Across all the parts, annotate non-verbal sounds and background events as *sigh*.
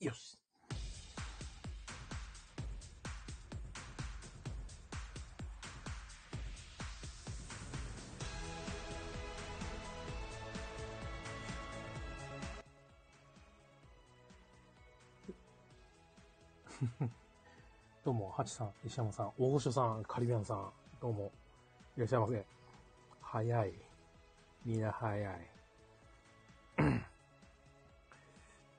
よし。どうも、ハチさん、石山さん、大御所さん、カリビアンさん、どうも、いらっしゃいませ。早い。みんな早い。 *coughs*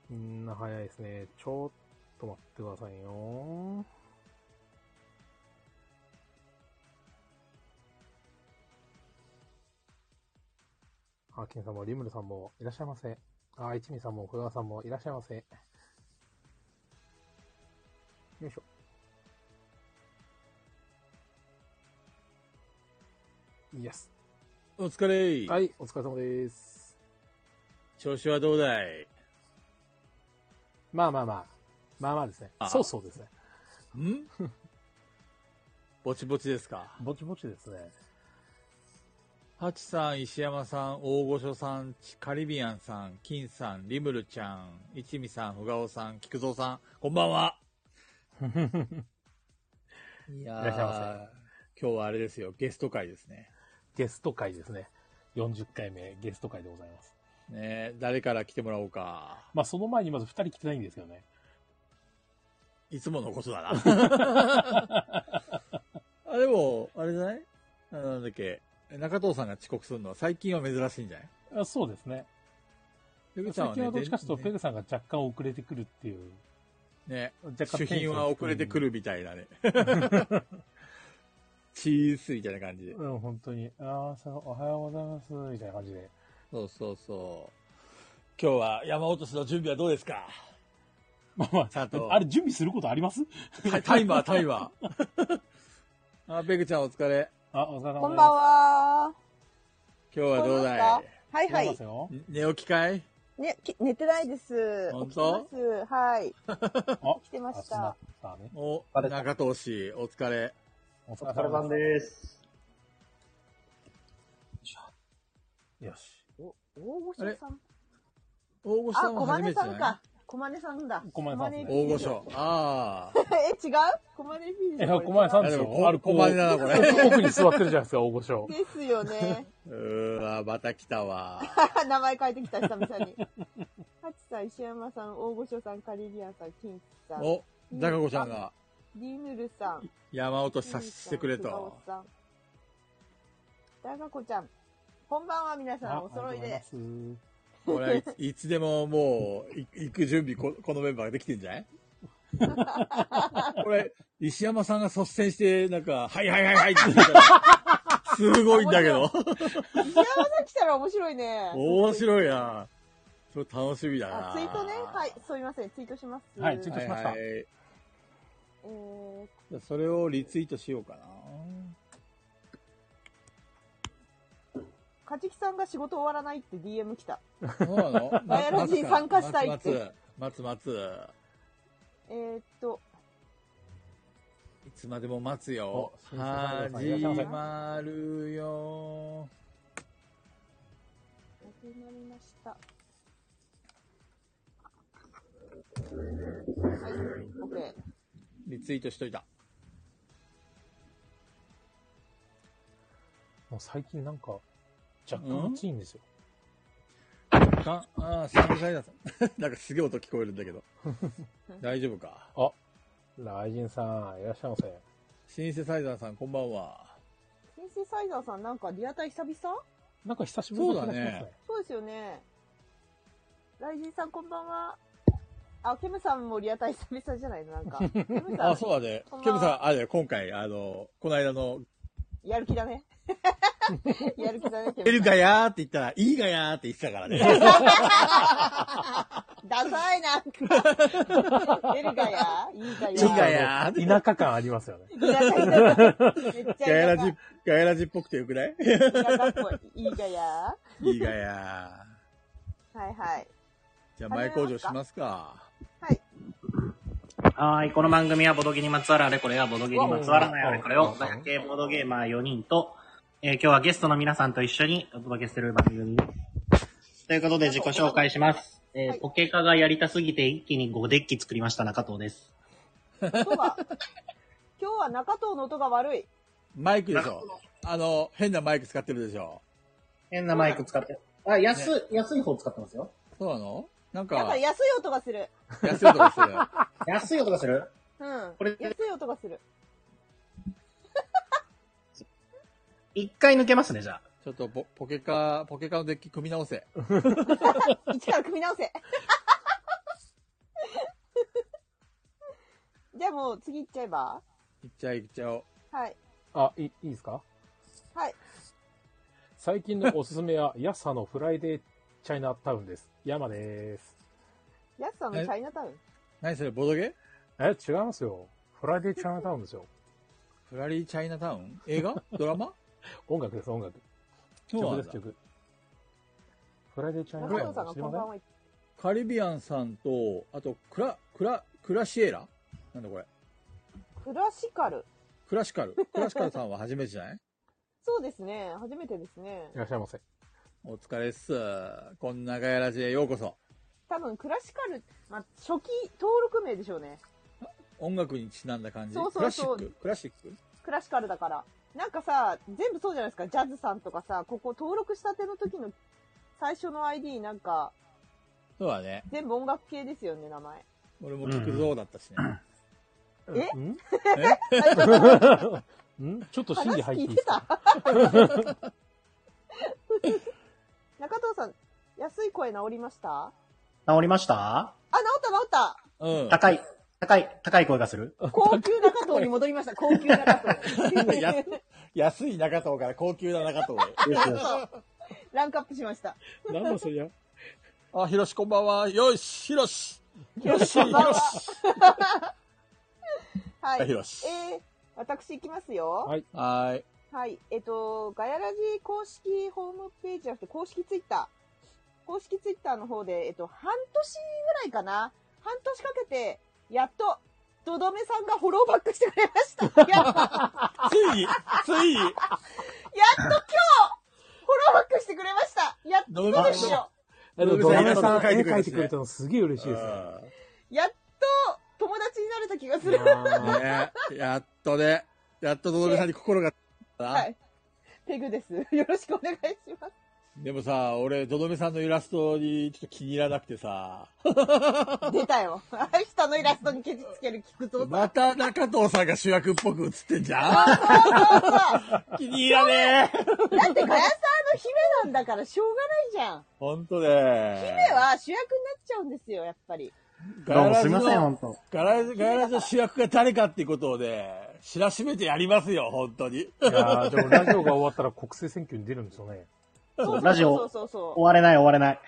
みんな早いですね。ちょっと待ってくださいよ。ハーキンさんもリムルさんもいらっしゃいませ。あー、一味さんも小川さんもいらっしゃいませ。よいしょ。イエス。お疲れ、はい、お疲れ様です。調子はどうだいまあまあまあ。まあまあですね。あそうそうですね。ん *laughs* ぼちぼちですか。ぼちぼちですね。ハチさん、石山さん、大御所さん、チカリビアンさん、金さん、リムルちゃん、一味さん、ふがおさん、菊蔵さん、こんばんは。いやーいらっしゃ今日はあれですよ、ゲスト会ですね。ゲスト会ですね。40回目ゲスト会でございます。ねえ誰から来てもらおうか。まあその前にまず2人来てないんですけどね。いつものこと *laughs* だな。あ、でも、あれじゃないあなんだっけ、中藤さんが遅刻するのは最近は珍しいんじゃないあそうですね。ペ最近はどっちかというと、ペねグさんが若干遅れてくるっていう。ね若干主品は遅れてくる。るみたいなね。 *laughs* チーズみたいな感じで。うん、本当に。ああ、そのおはようございます、みたいな感じで。そうそうそう。今日は山落としの準備はどうですかまあまあ、ちゃんとあれ準備することありますタイタイマー、*laughs* タイマー。 *laughs* あ、ペグちゃんお疲れ。あ、お疲れ様です。こんばんは。今日はどうこだんばんいはいはどういです。よん寝起きかいね、き寝てないです。本起きて当ます。はい。 *laughs* あ、来てまあしそんなた。さあね。お、疲れ中藤氏、お疲れ。おお疲疲れ様様でです。す。よし。お大御所さん。大御所あ、さん小は初金めてじさゃんないか。小金さんだ。小金さんですね大御。所。ああ。 *laughs* え、違う小金 B え、小前さんいですやでよも。こある小前だなこれ奥に座ってるじゃないですか、大御所。ですよね。 *laughs* うーわ、また来たわ。名前変えてきた、久々 *laughs* に。ハチさん、石山さん、大御所さん、カリビアンさん、キンキさん、お、ダカ子ちゃんがリヌルさん、山落としさ察してくれと。さん、ダガコちゃん。こんばんは、皆さん。お揃いありがで。とうございます俺はいついつでももうい行く準備こ、 *laughs* このメンバーができてんじゃない *laughs* これ、石山さんが率先して、なんか、はいはいはいはいって言ったら、すごいんだけど。。石山さん来たら面白いね面白いな。それ楽しみだな。あ、ツイートね。はい、すみません。ツイートします。はいツイートはいしましはい。えー、じゃあそれをリツイートしようかな。 *laughs* かじきさんが仕事終わらないって DM 来た。そうな *laughs* のマヤラジに参加したいって待つ待つ待つ待えー、っと、つ。いつまでも待つよお。すいませ始ん大丈夫ですまるよ。始まりました。はい、OK。リツイートしといた。もう最近なんか、若干暑いんですよ。あ、あー、三階だった。 *laughs* なんかすげえ音聞こえるんだ *laughs* けど。大丈夫か。ライジンさん、いらっしゃいませ。シンセサイザーさん、こんばんは。シンセサイザーさんなんかリアタイ久々なんか久しぶりな気がしますねそうだね。そうですよね。ライジンさんこんばんは。あ、ケムさんもリアタイ久々じゃないのなんか。ケムさ *laughs* あ、ん、そうだねこん。ばケんはムさん、あれだよ、今回、あの、この間の、やる気だね。 *laughs* やる気だね、ケ出ムるがやーって言ったら、いいがやーって言ってたから *laughs* ね。 *laughs* ダサいなんか。出るかやいいかやいいがやーって。田舎感ありますよね。リアタイだねめっちゃガヤラリアタジイ、ガヤラジっぽくてよくない田舎っぽい。いいがやいいがやはいはい。ー。じゃあ、前工場しますか。はい。はーい。この番組はボドゲにまつわるあれこれやボドゲにまつわらないあれこれを、500系ボードゲーマー4人と、えー今日はゲストの皆さんと一緒にお届けする番組です。ということで自己紹介します。えーはいポケカがやりたすぎて一気に5デッキ作りました中藤です。音が。今日は中藤の音が悪い。マイクでしょ。あの、変なマイク使ってるでしょ。変なマイク使って。あ、安、安い方使ってますよ。そうなのななんんかか、安い音がする。安い音がする。安い音がする *laughs* うん。これ安い音がする。一回抜けますね、じゃあ。ちょっとポポケカ、ポケカのデッキ組み *laughs* 直せ。一から組み直せ。 *laughs* じゃあもう次行っちゃえばいっちゃいっちゃおう。はい。あ、いい、いいですかはい。最近のおすすめは、ヤッサのフライデーチャイナタウンです。ヤマです。やすさんのチャイナタウン。何それ、ボドゲえ、違いますよ。フライデーチャイナタウンですよ。フラリーチャイナタウン映画ドラマ音楽です、音楽。そう曲なでんす、だ曲。フライデーチャイナタウン中藤さんが知りこまんせばんんは。カリビアンさんと、あと、クラ、クラ、クラシエラなんだこれ。クラシカル。クラ *laughs* シカル。クラシカルさんは初めてじゃないそうですね。初めてですねい。らっしゃいませ。お疲れっす。こんなガヤラジへようこそ。多分クラシカル、まあ、初期登録名でしょうね。音楽にちなんだ感じ。そうそうそうクラシッククラシッククラシカルだから。なんかさ、全部そうじゃないですか。ジャズさんとかさ、ここ登録したての時の最初の ID なんか、そうだね。全部音楽系ですよね、名前。俺も聞くぞうだったしね。えん最初 *laughs* んちょっと審話議入っ聞ていいいでてすかた *laughs* 中藤さん、安い声治りましたあ、治りました治った治ったうん。高い、高い、高い声がする高級中藤に戻りました。高級中 *laughs* 藤。安安い中藤から高級な中藤へ。よしよし。ランクアップしました。なんだそりゃ。あ、ひろしこんばんは。よし、ひろし。よし、こひんばんはろし。はい。はいえよしー、私行きますよ。はいはーい。はい。えっと、ガヤラジ公式ホームページじゃなくて、公式ツイッター。公式ツイッターの方で、えっと、半年ぐらいかな半年かけて、やっと、ドドメさんがフォローバックしてくれました。やっと、やっとついに、ついに、今日、フォローバックしてくれました。やっドドメとさんですよ。あの、ドドララママささんんが絵描いてくれ描いてくれるんですねたのすげえ嬉しいですね。やっと、友達になれた気がすいる。やーね、やっとね、やっとドドメさんに心が、は、い。ペグです。 *laughs* よろしくお願いします。でもさ、俺、ドドメさんのイラストにちょっと気に入らなくてさ、 *laughs* 出たよ。人のイラストにケチつける菊蔵さん。また中藤さんが主役っぽく映ってんじゃあそうそうそう。ん気に入らねえだってガヤさんの姫なんだからしょうがないじゃん。ほんとね。姫は主役になっちゃうんですよ、やっぱり。ガどうもヤラすジいません、の、本当ガラガヤラジの主役が誰かっていうことをね、知らしめてやりますよ、ほんとに。いやーでもラジオが終わったら国政選挙に出るんですよね。そうラジオそうそうそう終われない、終われない。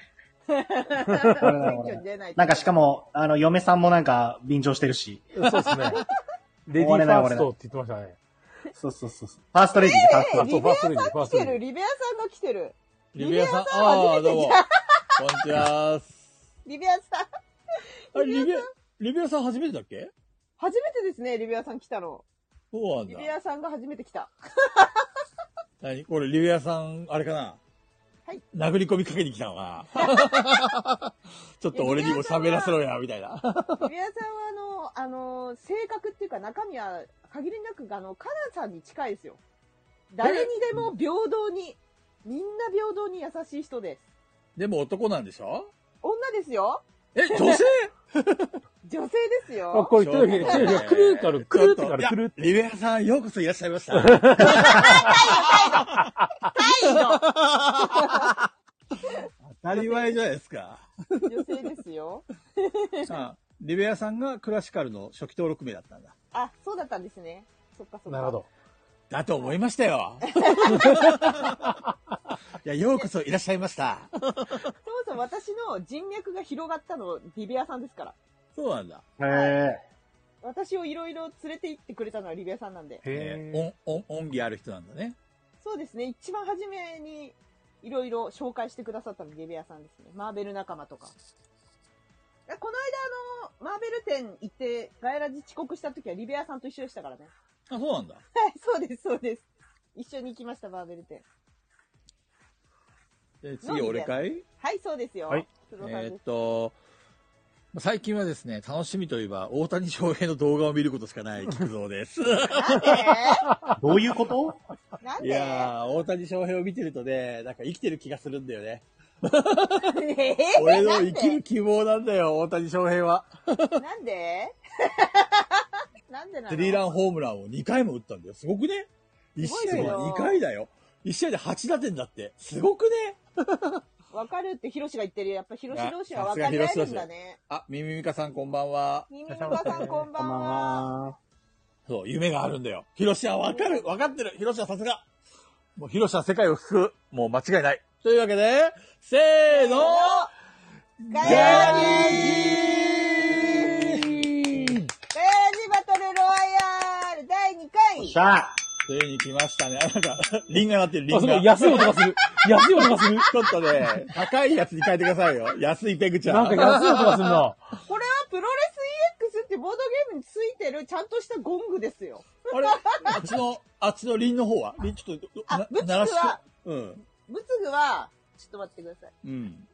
そう。ない選挙に出 *laughs* ないとなんかしかも、あの、嫁さんもなんか、便乗してるし。そうですね。レディ終ーわフれないァーストって言ってましたね。そうそうそうそう。ファーストレディーでファーストあレディー。そうファーストレディー、ファー来スてトレデる、ィー。リベアさんが来てる。リベアさん、リベアさんああー、どうも。こんにちは。リベアさん。あリベア、リベアさん初めてだっけ初めてですね、リベアさん来たの。そうなんリだ。ベアさんが初めて来 *laughs* た。何これ、リベアさん、あれかなはい殴り込みかけに来たのかなちょっと俺にも喋らせろや、みたいな。リベアさんはあの、あの、性格っていうか中身は限りなくあの、カナさんに近いですよ。誰にでも平等に、みんな平等に優しい人です。でも男なんでしょ女ですよ。え、女性 *laughs* 女性ですよ。あ、これ、手のひら、手のひら、くるーから、くるーってから、くるーって。て。リベアさん、ようこそいらっしゃいました。態度当たり前じゃないです *laughs* か。女性ですよ。あリベアさんがクラシカルの初期登録名だったんだ。あ、そうだったんですね。そっかそっか。なるほど。だと思いまし *laughs* たよ。いや、ようこそいらっしゃいました。そもそも私の人脈が広がったの、リベアさんですから。そうなんだ。へ私をいろいろ連れて行ってくれたのはリベアさんなんで。へー。えー、おん、おん、恩義ある人なんだね。そうですね。一番初めにいろいろ紹介してくださったのリベアさんですね。マーベル仲間とか。あこの間あの、マーベル店行って、ガイラジ遅刻した時はリベアさんと一緒でしたからね。あ、そうなんだ。はい、そうです、そうです。一緒に行きました、マーベル店。で次、俺かいはい、そうですよ。はい須藤さんえでーっす。と、最近はですね、楽しみといえば、大谷翔平の動画を見ることしかない菊蔵です。なんでどういうことなんいでやー、大谷翔平を見てるとね、なんか生きてる気がするんだよね。えー俺のなん生できる希望なんだよ、大谷翔平は。なんでなんでなのスリーランホームランを2回も打ったんだよ。すごくね ?1 すごい試よ合で2回だよ。1試合で8打点だって。すごくねわかるってヒロシが言ってる。やっぱヒロシ同士はわあかさすりが合ヒえロるシん同だ士ね。あ、ミミミカさんこんばんは。ミミミカさんこんばんは。そう、夢があるんだよ。ヒロシはわかるわかってるヒロシはさすがもうヒロシは世界を救う。もう間違いない。というわけで、せーのガギヤャラジラリーガヤラジバトルロワイヤル第2おっ回しゃついに来ましたね。あなんか、リンがなってる、リあ、ンすごが。い、安い音がする。安い音がする。ちょっとね、高いやつに変えてくださいよ。安いペグちゃん。なんか安い音がするこれな。はプロレス EX ってボードゲームについてるちゃんとしたゴングですよ。あれあっち *laughs* の、あっちの輪の方は輪ちょっと、あなブツは鳴らして。うん。仏具は、ちょっと待ってください。うん。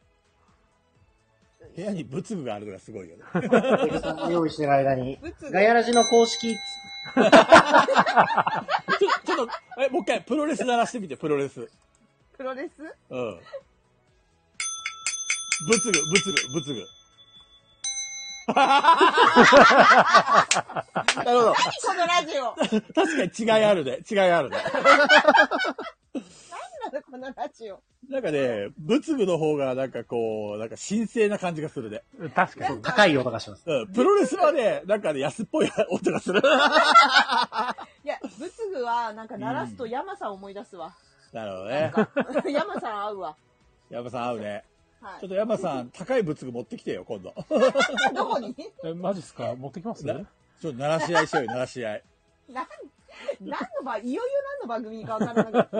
部屋に仏具があるのがすごいよね。ー。ペグさんが用意してる間に仏、具ガヤラジの公式、ちょちょっと、え、もう一回、プロレス鳴らしてみて、プロレス。プロレス *laughs* うん。仏具、仏具、*laughs* 仏具。何なるほど。このラジオ確かに違いあるね。違いあるね。何なのこのラジオ。 *laughs* なんかね、仏具の方がなんかこう、なんか神聖な感じがするね。確かそに。う高い音がします。うん。プロレスはね、なんかね、安っぽい音がする。 *laughs* いや、仏具はなんか鳴らすと山さん思い出す *laughs* わ。なるほどね。山さん合うわ。ヤマさん合うね。はちょっい。とヤマさん、高い仏具持ってきてよ、今度。 *laughs* どこにえ、マジっすか持ってきますなちょっと鳴らし合いしようよ、鳴らし合い。なん、何のば、いよいよ何の番組かわからなかった。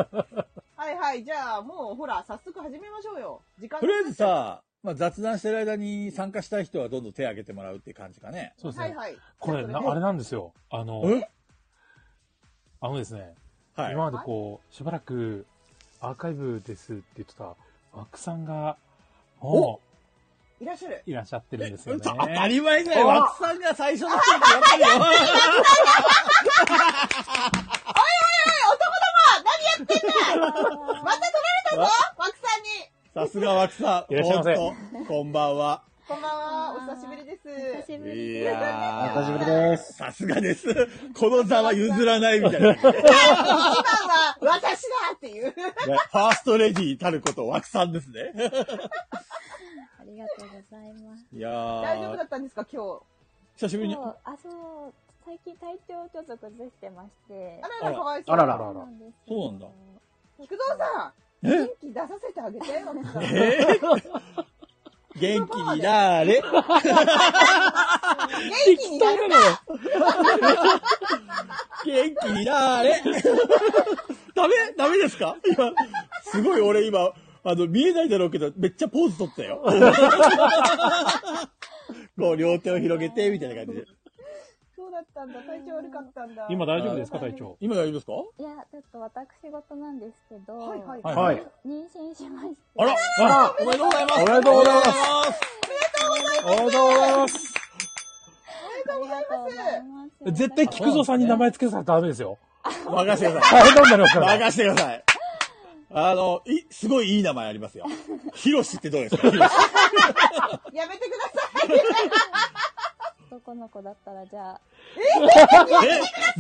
はいはい、じゃあもうほら、早速始めましょうよ。時間とりあえず、さ、まあ、雑談してる間に参加したい人はどんどん手挙げてもらうって感じかね。そうですはいね。はい。これ、なあれなんですよ。あの、えあのですね、はい。今までこう、しばらくアーカイブですって言ってたワクさんが、もいらっしゃる。ういらっしゃってるんですうよんね。当たり前だよ。おワクさんが最初の人ってやっぱりよ。おいおいおい、男ども何やってんだまた取られたぞ枠さんにさすがワクさん。いらっしゃいませほんとこんばんは。こんばんは、お久しぶりです。久しぶりいです。おや久しぶりす。です。さすがです。この座は譲らないみたいな。ね一番は私だっていう。ファーストレディーたること、ワクさんですね。ありがとうございます。いや大丈夫だー、ったんですか、今日。久しぶりにそ。う、あ、そう、最近体調をちょっと崩してましてあ。らら、かわいそう。あららそうなんですよそうなんだ。菊蔵さん、元気出させてあげて、枠さん。 *laughs* 元えー元気になーれ。気になるか元気になーれダメダメですか今、すごい俺今、あの、見えないだろうけど、めっちゃポーズ取った *laughs* よ。こう、両手を広げて、みたいな感じで。そうだったんだ、体調悪かったんだ。今大丈夫ですか、あー隊長。今大丈夫ですかいや、ちょっと私事なんですけど、はいはい。はいはい。妊娠しまして。あらあらおめでとうございますおめでとうございますおめでとうございますありがとうございます。絶対菊蔵さんに名前付けさせたらダメですよ。任せてください。大変なんだよ、これ。任せてください。あの、い、すごいいい名前ありますよ。ヒロシってどうですかヒロシやめてください。男の子だったら、じゃあ、え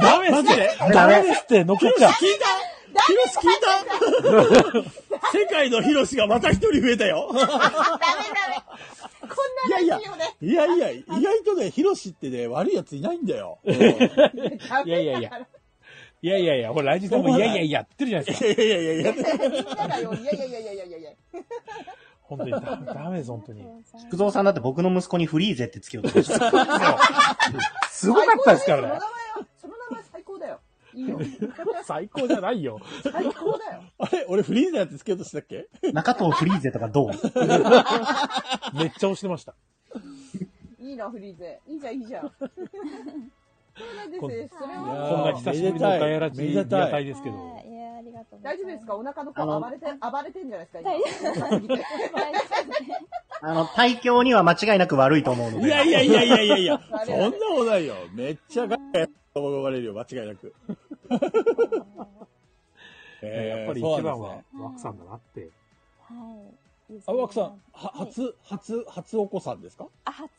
ダメマジでダメですって、乗っけちゃう。聞いたヒロシ聞いた世界のヒロシがまた一人増えたよ。ダメダメ。こんなラジオね。 *laughs* いやいや、意外とね、ヒロシってね、悪いやついないんだよ。いやいダメだから *laughs* いやいやいや。いやいやいや、ほ *laughs* ら、来日さんもいやいやいやってるじゃないですか。やいやいやいや、みんながよ、いやいやいやいやいやいやいや。本当にダメダメです、本当に。 *laughs* 菊蔵さんだって僕の息子にフリーゼってつけようとしてました。すごかったですか最高らね。だよその名前は、その名前最高だよ。いいよ。最高じゃないよ。最高だよ。 *laughs* あれ俺フリーザやってつけようとしたっけ中藤 *laughs* フリーゼとかどう *laughs* めっちゃ押してました。いいな、フリーゼ。いいじゃん、いいじゃん。そうなんです。それこんなはも久しぶりのガヤラジめリでたいアタイですけど。はいいや、ありがとうござ大います。丈夫ですかお腹の子あの暴れて、暴れてんじゃないですか大今大丈夫です。あの、体調には間違いなく悪いと思うので。いやいやいやいやいやい *laughs* *laughs* や、あそれんあれなことないよ。めっちゃガッガと思われるよ、間違い *laughs* なく。やっぱりそう一なん番ですはね。枠さんだなって。はい。あ、ワクさん、ははい初、初、初お子さんですかあ、初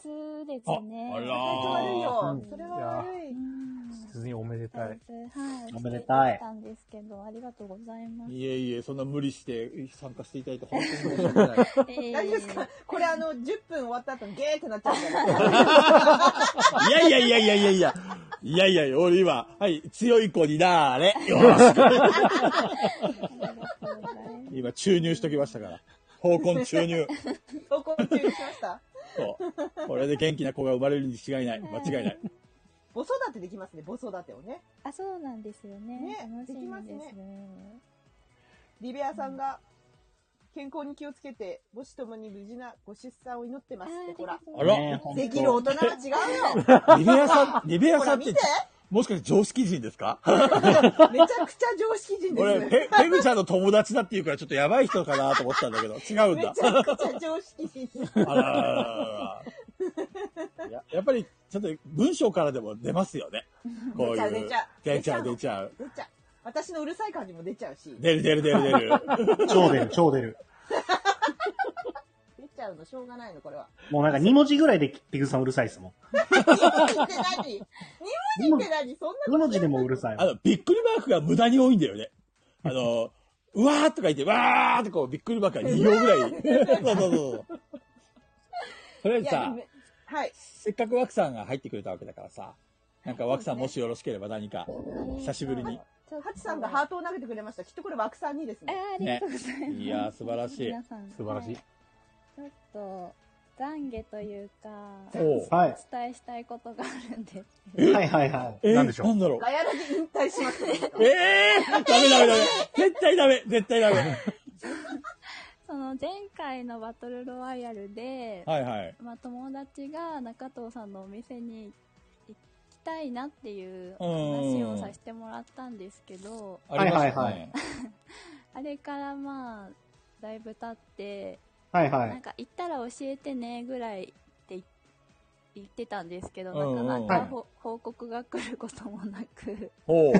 ですね。ああら体調悪いあよー。それは悪うい。ん普通におめでただいい。ぶはい。おめでた来いてたんですけど、ありがとうございます。いえいえ、そんな無理して参加していただいて本当に申し訳ない。*laughs* 大大丈夫ですかこれあの、10分終わった後にゲーってなっちゃうから。いやいやいやいやいやいや。いやいやいや、俺今、はい、強い子になーれ。よしありがとうございます。今、注入しときましたから。方根注入。投稿中にしました。そう。これで元気な子が生まれるに違いない。間違いない。母育てできますね、母育てをね。あ、そうなんですよね。ね楽しでみきますでねすね。リベアさんが、健康に気をつけて、母子ともに無事なご出産を祈ってますって、ほら。あらね本当できる大人は違うよ。リベアさん、リベアほさらんっ見てて、もしかして常識人ですかめちゃくちゃ常識人で俺す、ね。ペ、ペグちゃんの友達だっていうからちょっとやばい人かなと思ってたんだけど、違うんめちだゃ。くちゃ常識人。あららららややっぱり、ちょっと文章からでも出ますよね。こう出ちゃういう出ちゃう。出ちゃう、出ちゃう。出ちゃう。私のうるさい感じも出ちゃうし、出る出る出る出る。超出る、超出る。出ちゃうのしょうがないの、こ *laughs* れは。もうなんか2文字ぐらいでピグさんうるさいですも二文字って何二文字って何そんん。な2文字でもうるさいあ。の、びっくりマークが無駄に多いんだよね。あの、うわーとか言って、わーってこう、びっくりマークが2 *laughs* 行ぐらい。そうそうそうそう。とりあえいずやさで、もはい。せっかくワクさんが入ってくれたわけだからさ、なんかワクさんもしよろしければ何か、久しぶりに。ちょっと。ハチさんがハートを投げてくれました。きっとこれ枠さんにですあーね。ありがとうございます。ねいやー素晴らしい皆さん素晴らしい。はいちょっと、懺悔というか、おうはい。お伝えしたいことがあるんですけど。はいはいはえい。ーなんでしょなうんだろう。ガヤラジ引退しますね。ええー、ダメダメダメ。絶対ダメ、絶対ダメ。その前回のバトルロワイヤルで、はいはい。まあ友達が中藤さんのお店に行きたいなっていううん話をさせてもらったんですけど、ありましたねはいはいはい。 *laughs* あれからまあ、だいぶ経って、はいはなんい。か行ったら教えてねぐらいってい言ってたんですけど、うんうんなかなはかいほ報告が来ることもなく、 *laughs* おう。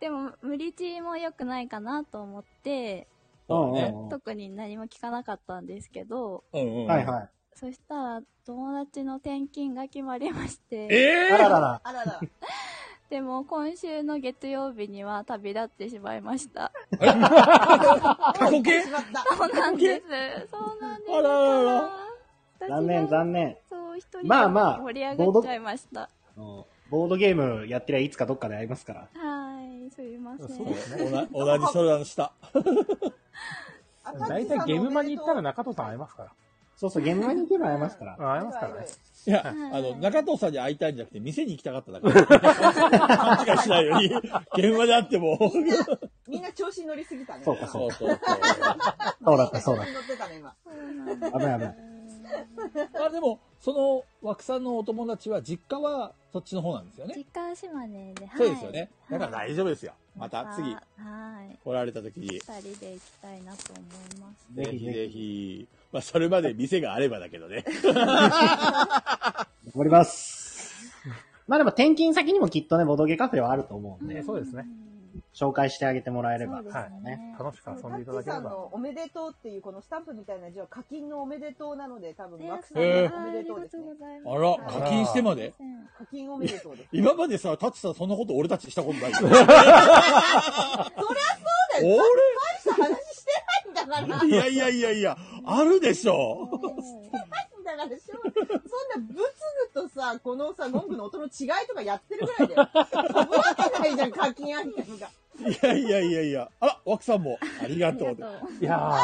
でも無理強いも良くないかなと思って、そううね。んうん特に何も聞かなかったんですけど、うんうん。はいはそしたら友達の転勤が決まりましい。て、い。えあららー、ら。あらら。 *laughs* でも今週の月曜日には旅立ってしまいました。 *laughs* 過去形しまった。そうなんです。そうなんです。あらら私らが残念残念。そう、一人でまあまあ盛り上がっちゃいました。あのボードゲームやってりゃいつかどっかでやりますから。はい、すいません。そうですね。おな同じ空の下。大体ゲームマに行ったら中藤さん会えますかそうそう、現場に行けば会えますから。ら。会えますからね。いや、あはいの、中藤さんに会いたいんじゃなくて、店に行きたかっただから。勘違いしないように、現場で会っても。みんな調子に乗りすぎたね。そうかそうそうそう。そうだった、そうだ調っ子に乗ってたね、今。そうなんですた。危ない危ない。まあでも、その、枠さんのお友達は、実家は、そっちの方なんですよね。実家は島根で、はい、そうですよね。はだいから大丈夫ですよ。また次は、い。来られた時に。二人で行きたいなと思います。ぜひぜひ。まあ、それまで店があればだけどね。頑張ります。まあでも転勤先にもきっとね、ボドゲカフェはあると思うんで、ねそうですねん紹介してあげてもらえればそう。ですはいね。楽しくタ遊んでいたッだチけれさんば。のおめでとうっていうこのスタンプみたいな字は課金のおめでとうなので、多分、でワクさんへえのおめでとうですありがとねうご。ざいあまら、す。課金してまで。課金おめでとうです。 *laughs* 今までさ、タツさんそんなこと俺たちしたことないよ。そりゃそうだよ。大俺した話してないんだから。 *laughs* いやいやいやいや、あるでしょ。だからしょうそんなブツグとさ、このさ、ゴングの音の違いとかやってるぐらいだよ。飛ぶわけないじゃん、課金アイテムが。いやいやいやいや。あら、枠さんも、ありがとう。いやあ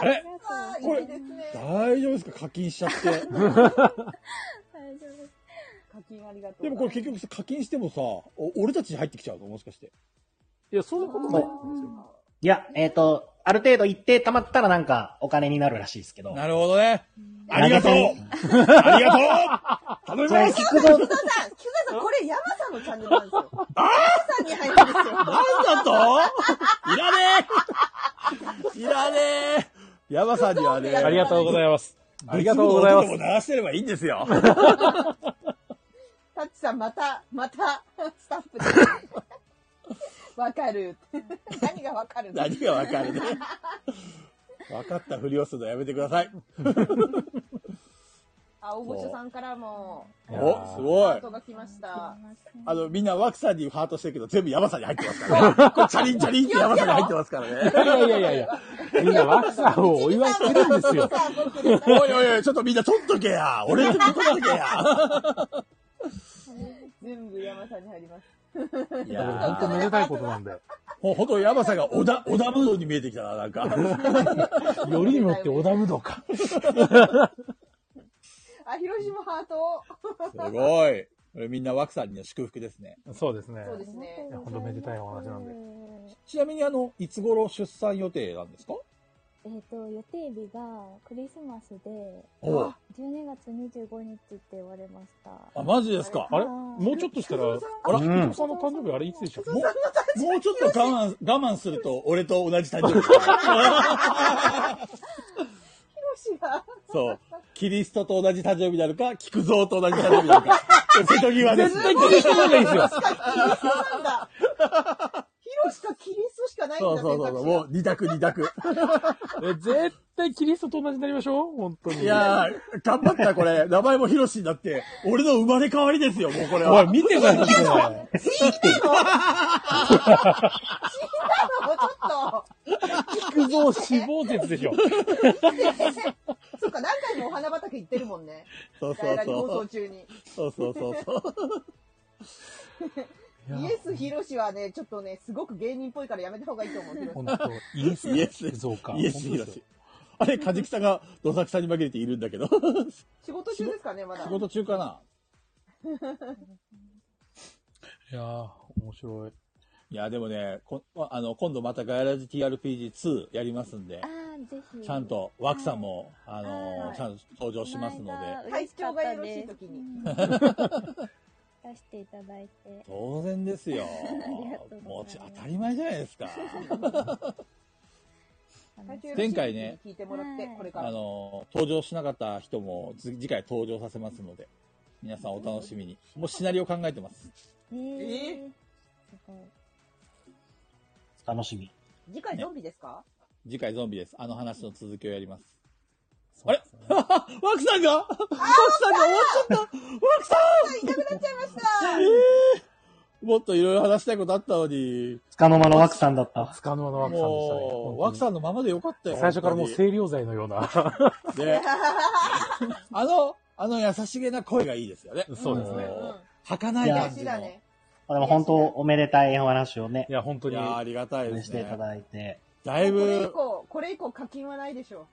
あれあ、これいいですね。大丈夫ですか課金しちゃって。大丈夫です。課金ありがとう。でもこれ結局さ、課金してもさ、お俺たちに入ってきちゃうのもしかして。ー、いや、そういうことないんですよ。いや、えっ、と、ある程度一定貯まったらなんかお金になるらしいですけど。なるほどね。ありがとうありがとう頼みそれま聞すく菊田と、さん、菊田さん、これ山さんのチャンネルなんですよ。山さんに入るんですよ。なんだとまさにあれ。ありがとうごいざいます。ますありがとうございますも流してればいいんですよ。タッチさん、また、また、スタッフで。わかる。何がわかるの何がわかるね。分かったふりをするのやめてください。あ、大御所さんからも、いやお、ーすハごいー。トが来ました。あの、みんなワクさんにハートしてるけど、全部ヤマさんに入ってますからね。これチャリンチャリンってヤマさんに入ってますからね。いやいやいやいや、みんなワクさんをお祝いしてるんですよ。さあ、僕ですおいおいおい、ちょっとみんな取っとけや。俺の時取っとけや。全部山さんに入ります。いいやや本当めでたいことなんで、よもう本当ヤマさんが小田、小田ムードに見えてきたな、なんか。りにもよって織田武道か。 *laughs* あ、広島ハート。すごい。これみんなワクさんには祝福ですね。そうですね。そうですねい。や本当めでたいお話なんで。ちなみにあの、いつ頃出産予定なんですかえっ、と、予定日がクリスマスで、おう12月25日って言われました。あ、マジですか。あれはいもうちょっとしたら、ああら、ら伊藤さんの誕生日あれいつでしたっけもうもうちょっと我慢、我慢すると、俺と同じ誕生 *laughs* 日。広島。そう。キリストと同じ誕生日になるか、菊蔵と同じ誕生日になる *laughs* か。瀬戸際です。しかキリストなんだ。広島キリストしかないんだ、 *laughs* そうそうそうそう。もう二択二 *laughs* 択。え絶対キリストと同じになりましょう本当に。いやー、頑張ったこれ。名前もヒロシになって、俺の生まれ変わりですよ、もうこれおい、は。見てください。も菊蔵死亡説でしょ。うちょっと。そっか、何回もお花畑行ってるもんね。そうガそイうラジ放そ送う。中に。そうそうそうそう。いやイエス広島はね、ちょっとね、すごく芸人っぽいからやめた方がいいと思う。広本当イエスイエス菊蔵か。イエス、ヒロシ。あれ、カジキさんが、どさくさに紛れているんだけど。仕事中ですかね、まだ。仕事中かないやー面白い。いや、でもね、こあの、今度またガヤラジ TRPG2 やりますんであ、ー、ぜひ。ちゃん。と、ワクさんも、あはの、いちゃんと登場しますので。体調がよろしい時に *laughs* うん出していただいて。当然です *laughs* よりがとうござい。ますもち、当たり前じゃないですか。あの体調よろしい時に前回ね聞いてもらって、はいこれかあら。の、登場しなかった人も、次次回登場させますので、皆さんお楽しみに。もうシナリオ考えてます。えーえすごい。楽しみ。次回ゾンビですか次回ゾンビです。あの話の続きをやります。あれワクさんがワクさんが終わっちゃったワクさ痛くなっちゃいましたんもっといろいろ話したいことあったのに、つかの間の枠さんだった。つかの間のワクさんでしたねも。う、本ワ当クにさんのままでよかったよ。最初からもう本当に清涼剤のような。で、 *laughs* あの、あの優しげな声がいいですよね。そうですね。うん儚い癒や感じしの。だね。でも本当おめでたいお話をねい、や、本当いに。やーありがたいですしていねた。だいて。だいこれ以ぶ、降、これ以降課金はないで *laughs* しょ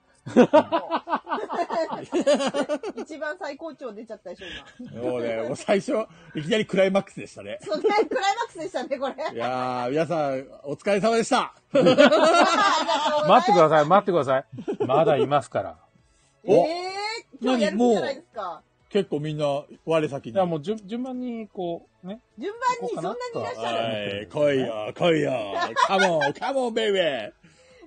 う。一番最高潮出ちゃったでしょ、今。もうね、もう最初、いきなりクライマックスでしたね。そうね、クライマックスでしたね、これ。いやー、皆さん、お疲れ様でした。待ってくさださい、待ってください。まだいますから。い。いえー、今日やるんじゃないですか。結構みんな、我先いに。や、もう順順番に、こう、ね。順番にそんなにいらっしゃる。はい、来いよ、来いよ。カモン、カモン、ベ *laughs* イベ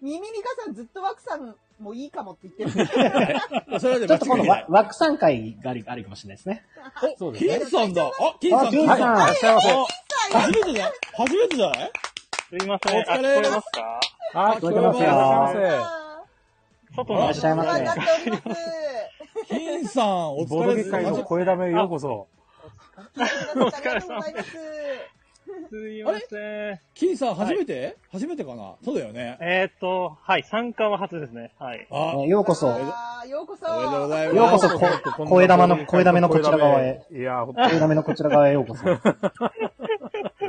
ミミミカさんずっとワクさんもいいかもって言ってる。ー。それでちょっと今度ないわ枠さん会がありありかもしれないですね。そお、うですね金さんだ。あ、金さん、あ金金さんさん。はい、いらっしゃいませ。初めてじゃ初めてじゃないすいません。お疲れあ聞こえますかあ、聞こえますよ。いらっしゃいませ。外いのらっしゃいまお世話になっせて。おります。金さん、おボ疲ドれゲ界の様声だめへようこそ。聞いてくださってありがとうございます。すいません。金さん、初めて初めてかなそうだよね。えーっと、はい、参加は初ですね。はい。あ、ねようこそ、よあーようこそ。おめでとうございます。うこそこ声玉の、声玉のこちら側へ。。いや、ほんと声玉のこちら側へようこそ。い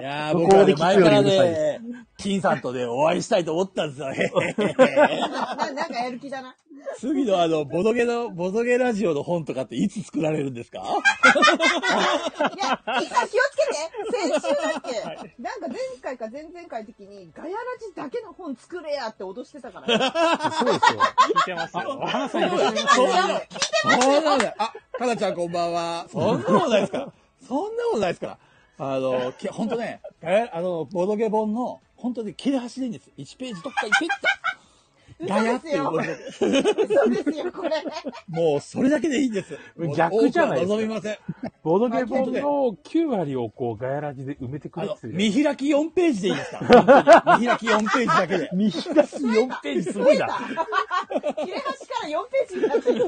やー、向こう僕はね、で聞く前よりからうるさいでね、金さんとね、お会いしたいと思ったんですよ。へへへ *laughs* ななんかやる気だな。次のあの、ボドゲの、ボドゲラジオの本とかっていつ作られるんですかいや、いさん気をつけて先週だっけ、なんか前回か前々回の時に、ガヤラジだけの本作れやって脅してたから、ね。 *laughs* そうですよ。聞いてますよ。花さんいらっしゃいまそうなの。そうなのよ。あ、かなちゃんこんばんは。そんなことないですから。そんなことないですから。あの、きほんとね、えあの、ボドゲ本の、本当に切れ端でいいんです。1ページどっかにペッと。ガヤっていうことで。嘘ですよ、これ。もう、それだけでいいんです。逆じゃないですか望みません。ボードゲーム本の9割をこう、ガヤラジで埋めてくあれっの、ていう。見開き4ページでいいですか本当に見開き4ページだけで。見開き4ページすごいな。切れ端から4ページになって *laughs* る。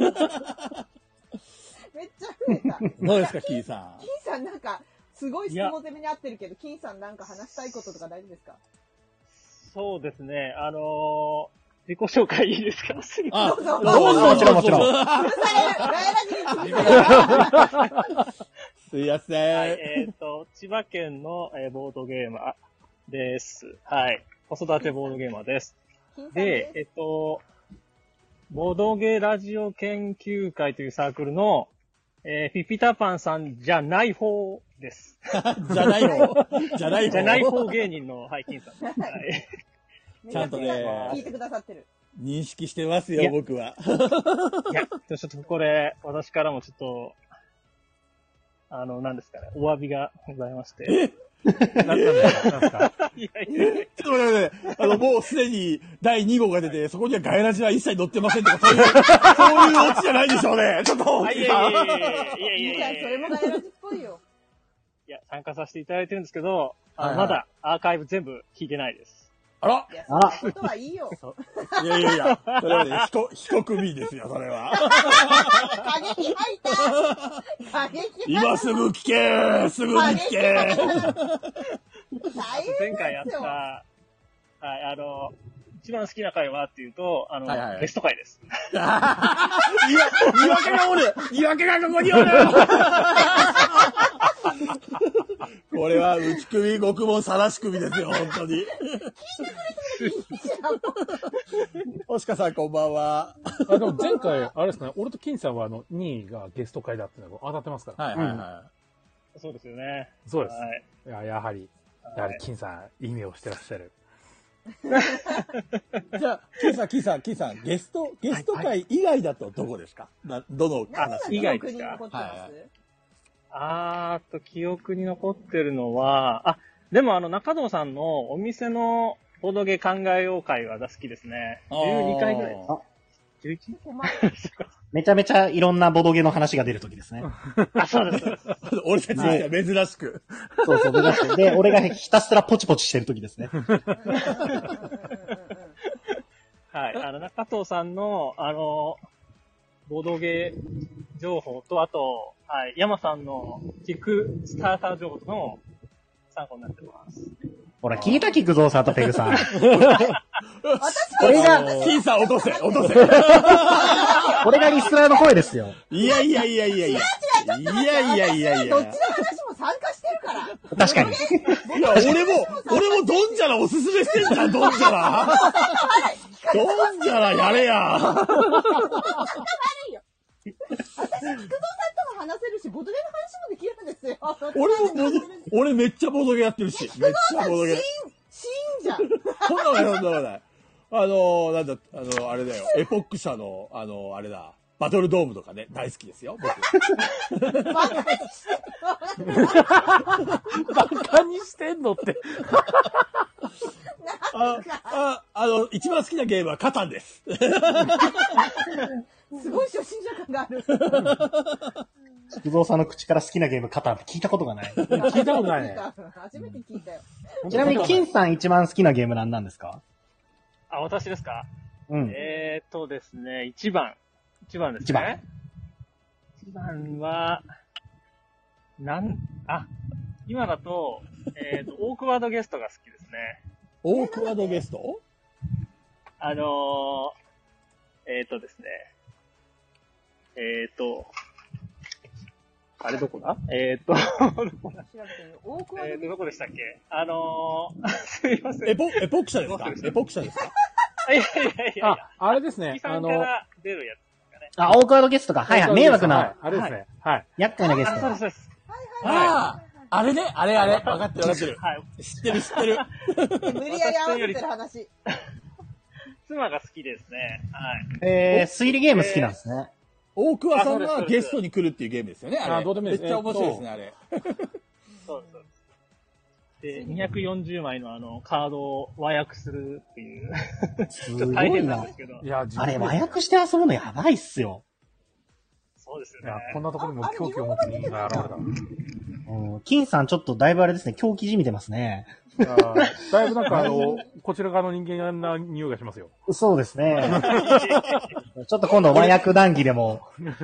めっちゃ増えた。どうですか、キーさ金さんなんか、すごい質問攻めに合ってるけど、金さんなんか話したいこととか大丈夫ですかそうですね。あのー、自己紹介いいですかん。あ、どうぞどうぞもちろんどもうぞちろん潰されるガヤラジに潰される *laughs* すいまはい、せん。えっ、と、千葉県の、えーボードゲーマーです。はい。子育てボードゲーマーです。金さんで、でえっ、と、ボードゲラジオ研究会というサークルの、えーピピタパンさんじゃない方です。 *laughs* じゃない方。じゃない方。じゃない方芸人の、はい、金さん。はい。す。ちゃんとねめちゃくちゃ聞いてくださってる。認識してますいよ、や僕は。いや、でもちょっとこれ、私からもちょっと、あの、何ですかね、お詫びがございまして。なんかなんかいやいやいやちょっと待って待って、あの、もうすでに第2号が出て、そこにはガイラジは一切載ってませんとか、そういう、そういうオチじゃないでしょうね。ちょっと、あいやいやいやいやい金やさん、いそやれもガヤラジっぽいよ。いや、参加させていただいてるんですけど、あのはいはいまだアーカイブ全部聞いてないです。あらいや、そんなことはいいよ。いやいやいや、それ *laughs* はね、非国非国民ですよ、それは。過激入った過激入今っすぐ聞けすぐに聞けた大前回や変っですた、よ。はい、あの、一番好きな回はっていうと、あの、はいはいはいゲスト回です。言い訳がおる言い訳がここにおるこれは内首極門さらし首ですよ、本当に。おしかさんこんばんは。あでも前回、あれですね、俺と金さんはあの、2位がゲスト会だってのが当たってますから。はいはいはそうですよね。そうです。はい。いや、やはり、やはり金さん、意味をしてらっしゃる。い。じゃあ、キーさん、キーさん、キーさん、ゲスト、ゲスト会以外だとどこですか、などの何が話以記外憶に残ってまはいすあーっと、記憶に残ってるのは、あ、でもあの、中堂さんのお店のボドゲ考えよう会は好きですね。12回ぐらいです。11? 困るめちゃめちゃいろんなボドゲの話が出るときですね。あ、そうです。そうです俺たちには珍しく。そうそう、出だしてで、俺がひたすらポチポチしてるときですね。うんうんうんうんうんはい。あの、中藤さんの、あの、ボードゲー情報と、あと、はい、山さんのキックスターター情報とかも参考になってます。ほら、聞いたキクゾーさんとペグ *laughs* さん。これがキーさん落とせ、落とせ。これがリスナーの声ですよ。いやいやいやいやいや。いやいやいやいどっちやの。話も参加してるから。確かに。いや、俺も、俺もドンジャラおすすめしてんじゃん、ドンジャラ。 *laughs* ドンジャラやれや。多分話せるし、ボトゲの話もできるんですよ。俺もボド、俺めっちゃボドゲやってるし。めっちゃボドゲ。死んじゃん。そんなことない、そんなことない。 *laughs* あのー、なんだ、あのー、あれだよ。エポック社の、あのー、あれだ。バトルドームとかね、大好きですよ、僕。バカにしてる。バカにしてんのって。あ、あ、あの、一番好きなゲームはカタンです。すごい初心者感がある。キクゾーさんの口から好きなゲーム、カタンって聞いたことがない。聞いたことないね。初めて聞いたよ。ちなみに、金さん一番好きなゲームなんなんですかあ、私ですかうん。えーっとですね、1番。1番です一番ね。1番。は、なん、あ、今だと、えーっ *laughs* と、オークワードゲストが好きですね。オークワードゲストあのー、えーっとですね。えーっと、あれどこだえーっ *laughs* と、調べてみよう。大桑えーでっと、どこでしたっけあのー、 *laughs* すいません。エポ、エポック社ですかエポック社ですかいやいやいやいや。あ、あれですね。さあんかの、ら出るやつ。あ、オークワードゲストか。はいはい、迷惑はいな、あれですね。はい。厄介なゲスあ、そうです、ト。そうです。ああ、あれね、あれあれ。わかってるわかってる。はい。知ってる知ってる。無理やり合わせてる話。妻が好きですね。はい。えー、推理ゲーム好きなんですね。大桑さんあそがうですゲストに来るっていうゲームですよね、あれ。あどうでもいいですめっちゃ面白いですね、えあれ。そうですそうです。で、240枚のあの、カードを和訳するっていう、すちょっと大変なんですけどい、や、自あ分れ、で和訳して遊ぶのやばいっすよ。そうですよいねや。、こんなところにも狂気を持つ人間が現うん。金さんちょっとだいぶあれですね、狂気じみてますね。れた。いやだいぶなんかあの、こちら側の人間な匂いがしますよ。 *laughs* そうです *laughs* ね。 *laughs* ちょっと今度和訳談義でも、あれ、日本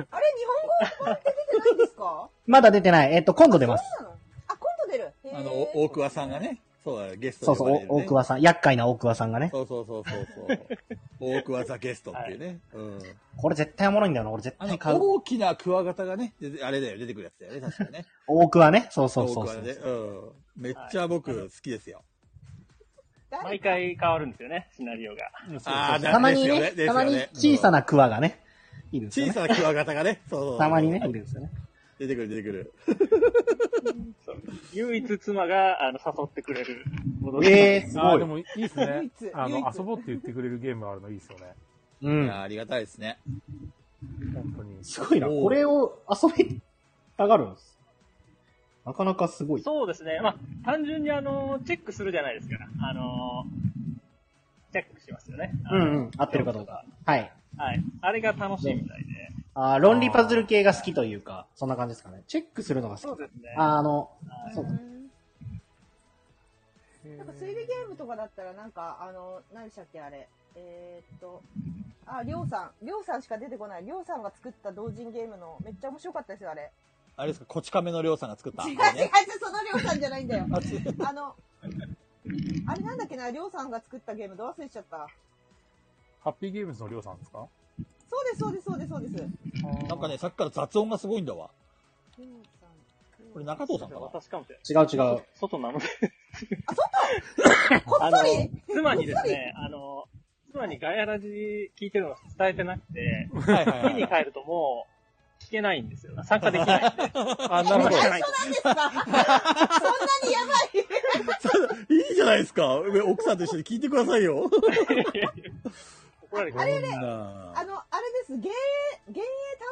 語版って出てないんですかまだ出てない。えっと、今度出ます。そうなのあ、今度出る。へーあの、お大桑さんが。ね、そうだよ、ゲストそうでそ呼ばれうる、ねお大桑さん、厄介な大桑さんがね。そうそうそうそうそう。大桑ザゲストっていうね。うん。これ絶対おもろいんだよな、俺絶あ対の、買う。大きなクワガタがね、であれだよ、出てくるやつだよね、確かね。大桑ね。 *laughs* そうそうそ大う桑そうね。うん。めっちゃ僕好きですよ。誰毎回変わるんですよね、シナリオが。あーたまにでねすよですよたまに小さな桑がね、いるんですよ小ね。さなクワガタがね、そうそうそうたまにね、いるんですよね。出てくる出てくる。そう唯一妻が、あの、誘ってくれる、ボドゲええー、すああ、ごでい。もいいです唯ね一。あ唯の、一遊ぼうって言ってくれるゲームあるのいいですよね。ういんや。ーありがたいですね。本当に。すごいな。おーこれを遊びたがるんです。なかなかすごい。そうですね。まあ、単純にあの、チェックするじゃないですか。あの、チェックしますよね。あうのんうん。合ってるかどうか。はい。はい。あれが楽しいみたいで。あー論理パズル系が好きというか、そんな感じですかね。チェックするのがそ好うき。ですね。あの、そうなんか推理ゲームとかだったらなんかあの何でしたっけあれえー、っとありょうさんりょうさんしか出てこないりょうさんが作った同人ゲームのめっちゃ面白かったですよあれあれですか、こち亀のりょうさんが作った。違う違う違うあれねそのりょうさんじゃないんだよあちあのあれなんだっけなりょうさんが作ったゲームどう忘れしちゃったハッピーゲームズのりょうさんですかそうですそうですそうですそうですなんかね、さっきから雑音がすごいんだわ。りょうさんこれ中藤さんかな私かもしれ違う違なうい。。外なので。こっあそのり、妻にですね、あの、妻にガヤラジ聞いてるのを伝えてなくて、はいはいは家いに帰るともう、聞けないんですよ。参加できないんで。あ、なるほど。ないなんですかそんなにやばいいいじゃないですか。奥さんと一緒に聞いてくださいよ。怒られてあれあのあれです幻影幻影探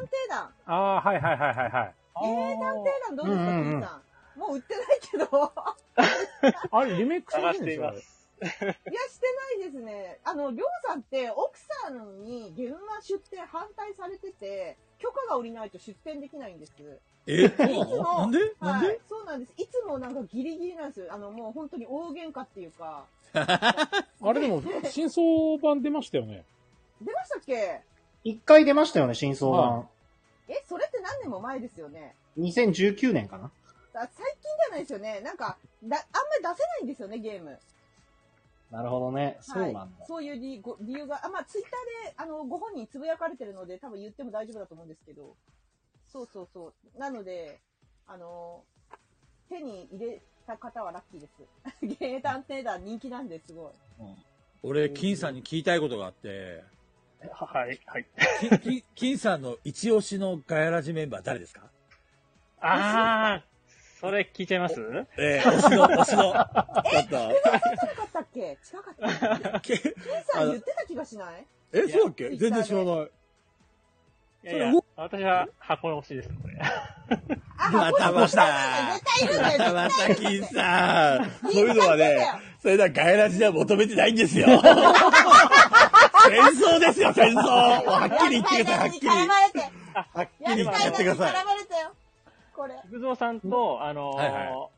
偵団ああ、はいはいはいはい *laughs* はい。えー、探偵団どうですか、うんうん金うんさん。もう売ってないけど。いや、あれ、リメイクさ探れてしるんてでいすよまね。す。してないですね。あの、りょうさんって、奥さんに、ゲルマ出店反対されてて、許可が下りないと出店できないんです。えいつも。なんでなんはでい、そうなんです。いつもなんかギリギリなんですよ。あの、もう本当に大喧嘩っていうか。あれでも、真相版出ましたよね。出ましたっけ一回出ましたよね、真相版。え、それって何年も前ですよね。 2019年かな。あ最近じゃないですよね。なんか、だ、あんまり出せないんですよね、ゲーム。なるほどね。そうなんだ。はい、そういう理ご理由が、あ、まあ、ツイッターで、あの、ご本人つぶやかれてるので、多分言っても大丈夫だと思うんですけど、そうそうそう。なので、あの、手に入れた方はラッキーです。 *laughs* 芸探偵団人気なんで、すごい。俺、金さんに聞いたいことがあって、はい、はい。きき金さんの一押しのガヤラジメンバー誰ですかあー、それ聞いちゃいます *laughs* えー、推しの、推しの。だっ近かったっけ近かったっけた。け金さん言ってた気がしないえ、そうだっけいや全然知らない。いやいや、私は箱の推しです、これ。あ、 *laughs* またまた絶対いるんだよ、絶対いるんだよ。また金ん。さん。そういうのはね、それではガヤラジでは求めてないんですよ。 *laughs* 戦争ですよ、戦争。はっきり言ってく *laughs* ださい、はっきり。絡まれて、はっきりやっ言っててください。絡まれたよ。これ。菊蔵さんと、あのーはいは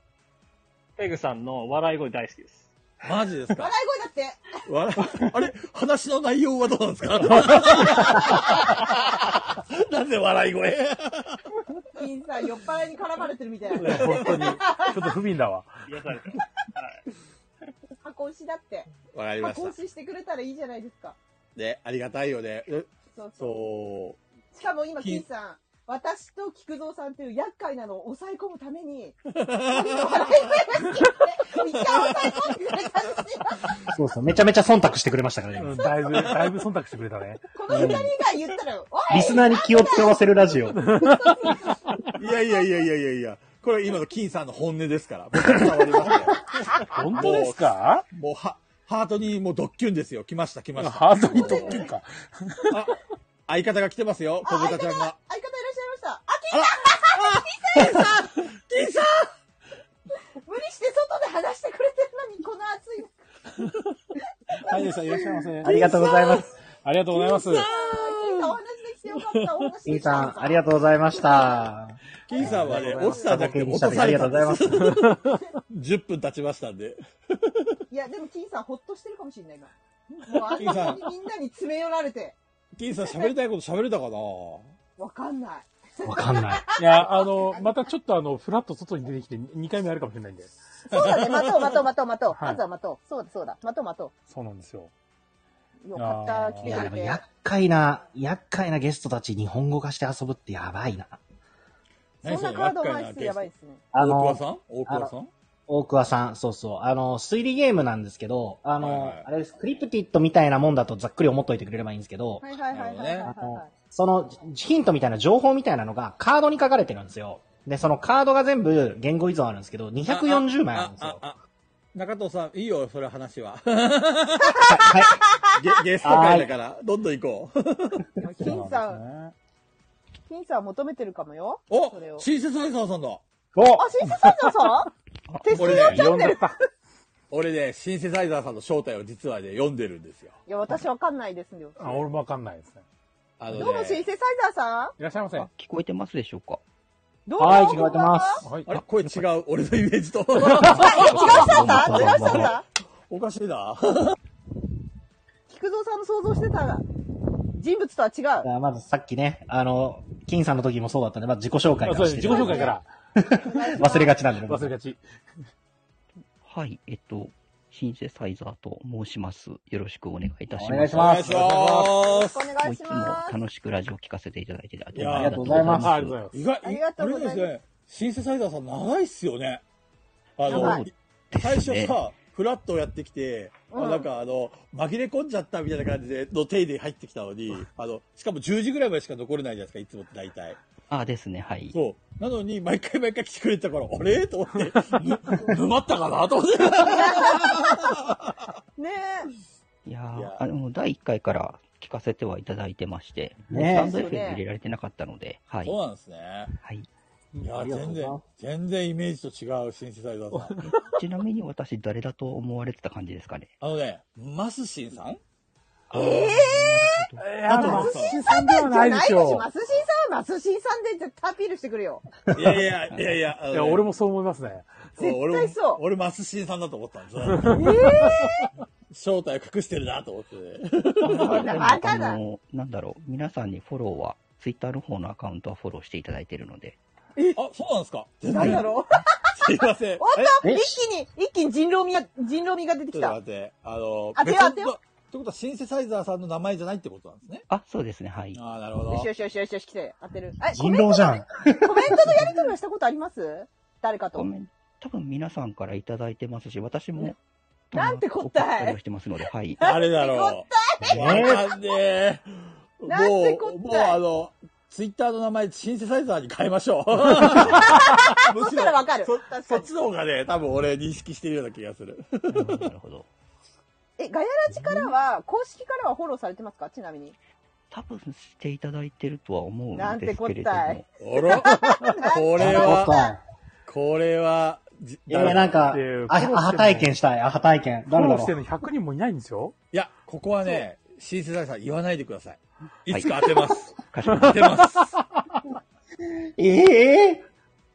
ペグさんの笑い声大好きです。マジですか笑い声だって。笑あれ話の内容はどうなんですかなんで笑い声金さん、酔っ払いに絡まれてるみたいな。本当に。ちょっと不憫だわ。癒されて。箱推しだって。わかりまし箱た。推ししてくれたらいいじゃないですか。ね、ありがたいよね。えそうそう。そしかも今、金金さん、私と菊蔵さんという厄介なのを抑え込むために、一回抑え込んでくれたんですよ。そうそう。めちゃめちゃ忖度してくれましたからね。うん、だいぶ、だいぶ忖度してくれたね。この二人が言ったら、おいリスナーに気を使わせるラジオ。う。いやいやいやいやいやいや。これ今の金さんの本音ですから。僕は伝わりましたよ本当ですかもうは、ハートにもうドッキュンですよ。来ました、来ました。ハートに特権か。あ相方が来てますよ、小あ相豚方、ち相方いゃんらっしゃがい。ました。あ、金さん無理して外で話しさんいらっしゃいませ。ありがとうございます。ありがとうございます。金さんお話できてよかった。お話でき *laughs* インてよさかったん、ありがとうございました。金さんはね、お落ちたんだけど、落とあさりれがとたうございます。 *laughs* 10分経ちましたんで。いや、でも金さんほっとしてるかもしれないな。もうあんなにみんなに詰め寄られて。金さん喋りたいこと喋れたかなわかんない。わかんない。いや、あの、またちょっとあの、ふらっと外に出てきて2回目あるかもしれないんで。そうだね。待とう、待とう、待とう、待とう。はまいずは待とう。そうだ、そうだ。待とう、待とそうなんですよ。う。よかった、来いいてくや、でれもて。厄介な、厄介なゲストたち日本語化して遊ぶってやばいな。そんなカード枚数やばいですね。あ大の桑、さん大桑さん大桑さん、そうそう。あの、推理ゲームなんですけど、あの、はいはいあれです、クリプティットみたいなもんだとざっくり思っといてくれればいいんですけど、はいはいはいはいはいはいはそのヒントみたいな情報みたいなのがカードに書かれてるんですよ。で、そのカードが全部言語依存あるんですけど、240枚あるんですよ。あああ中藤さん、いいよ、それ話は。はい。ゲ *laughs* ゲスト会だから、どんどん行こう。い。でも金さん、金さん求めてるかもよ。それおをシンセサイザーさんだおあ、シンセサイザーさんテスト俺用ねチャ呼ンんネでル。た。俺ね、シンセサイザーさんの正体を実はね、読んでるんですよ。いや、私わかんないですよ。あ、俺もわかんないですね。あのどうも、シンセサね、イザーさんいらっしゃいませ。あ聞こえてますでしょうかどうも。はい、聞こえてます。はいあ。れ声違う、俺のイメ *laughs* ージと。こんばんは。あ、違う人だ。おかしいな。菊蔵さんの想像してた人物とは違う。まずさっきね、あの、金さんの時もそうだったんで、まず自己紹介あかそうらでしすて。自己紹介から忘れがちなんで。忘れがち。はい、えっと、シンセサイザーと申します。よろしくお願いいたします。お願いしおま願いすし。まおす。願もういいしつもます。楽しくラジオ聞かせていただいて、どういやもーありがとうごあざいりがとうございまますす。あありがとうごありがとうござい意外、あれざでいますすね、シンセサイザーさん長いっすよね。あございまのす、最そう初ですねさ、フラットやってきて、あうんなんかあの、紛れ込んじゃったみたいな感じで、の手で入ってきたのに、あの、しかも10時ぐらいまでしか残れないじゃないですか、いつもって大体。あ、ですね、はい。そう。なのに、毎回毎回来てくれてたから、あれと思って、ぬ沼ったかなと思って。 *laughs* ね *laughs* いやーいやーあの、第1回から聞かせてはいただいてまして、もうねえスタンそうド FM ね入れられてなかったので、はい。そうなんですね。はい、いや、ありがとうご全ざい然ま、全然イメージと違うシンセサイザーさん。ちなみに私、誰だと思われてた感じです *laughs* かね。あのね、マスシンさんいあや、とママススシシンさんではじゃなないいででししょ。ょマスシンさんはマスシンさんで絶対アピールしてくるよ。いやいや、いやいや、あう。のいねや、俺もそう思いますね。そう俺も絶対そう俺、マスシンさんだと思ったんですよ。正体を隠してるなと思ってね。バカだあの、なんだろう、皆さんにフォローは、ツイッターの方のアカウントはフォローしていただいているので、あ、そうなんですか全なんだ然。ろすい *laughs* ません。えう一気に、一気に人狼味が、人狼味が出てちょきっと待たっ。て、あの、あ違う別の違うってことはシンセサイザーさんの名前じゃないってことなんですね。あ、そうですね、はい。ああ、なるほよしど。よしよしよしよし、来て、当てる。え、コメ人ント狼じゃん。コメントのやり取りはしたことあります誰かコと。メン多分皆さんからいただいてますし、私も、なんて答え送ったりをしてますので、 *laughs* はい。誰だろう。わかんねえ。なんも、てこったいうもうあの、ツイッターの名前、シンセサイザーに変えましょう。む *laughs* そししろたらわかる。そ確かにそっちの方がね、多分俺認識してるような気がする。なるほどなるほど。え、ガヤラジからは、公式からはフォローされてますかちなみに。多分していただいてるとは思うんなんでてすこっけたいれども、あらこれそうは、か。これは、じいや、なんかいやいや、あ、アハ体験したい。アハ体験。フォ誰ロだーろしうて。るの100人もいないんですよ。いや、ここはね、シンセサイザーさん言わないでください。いつか当てます。かしこまりました当てます。ええ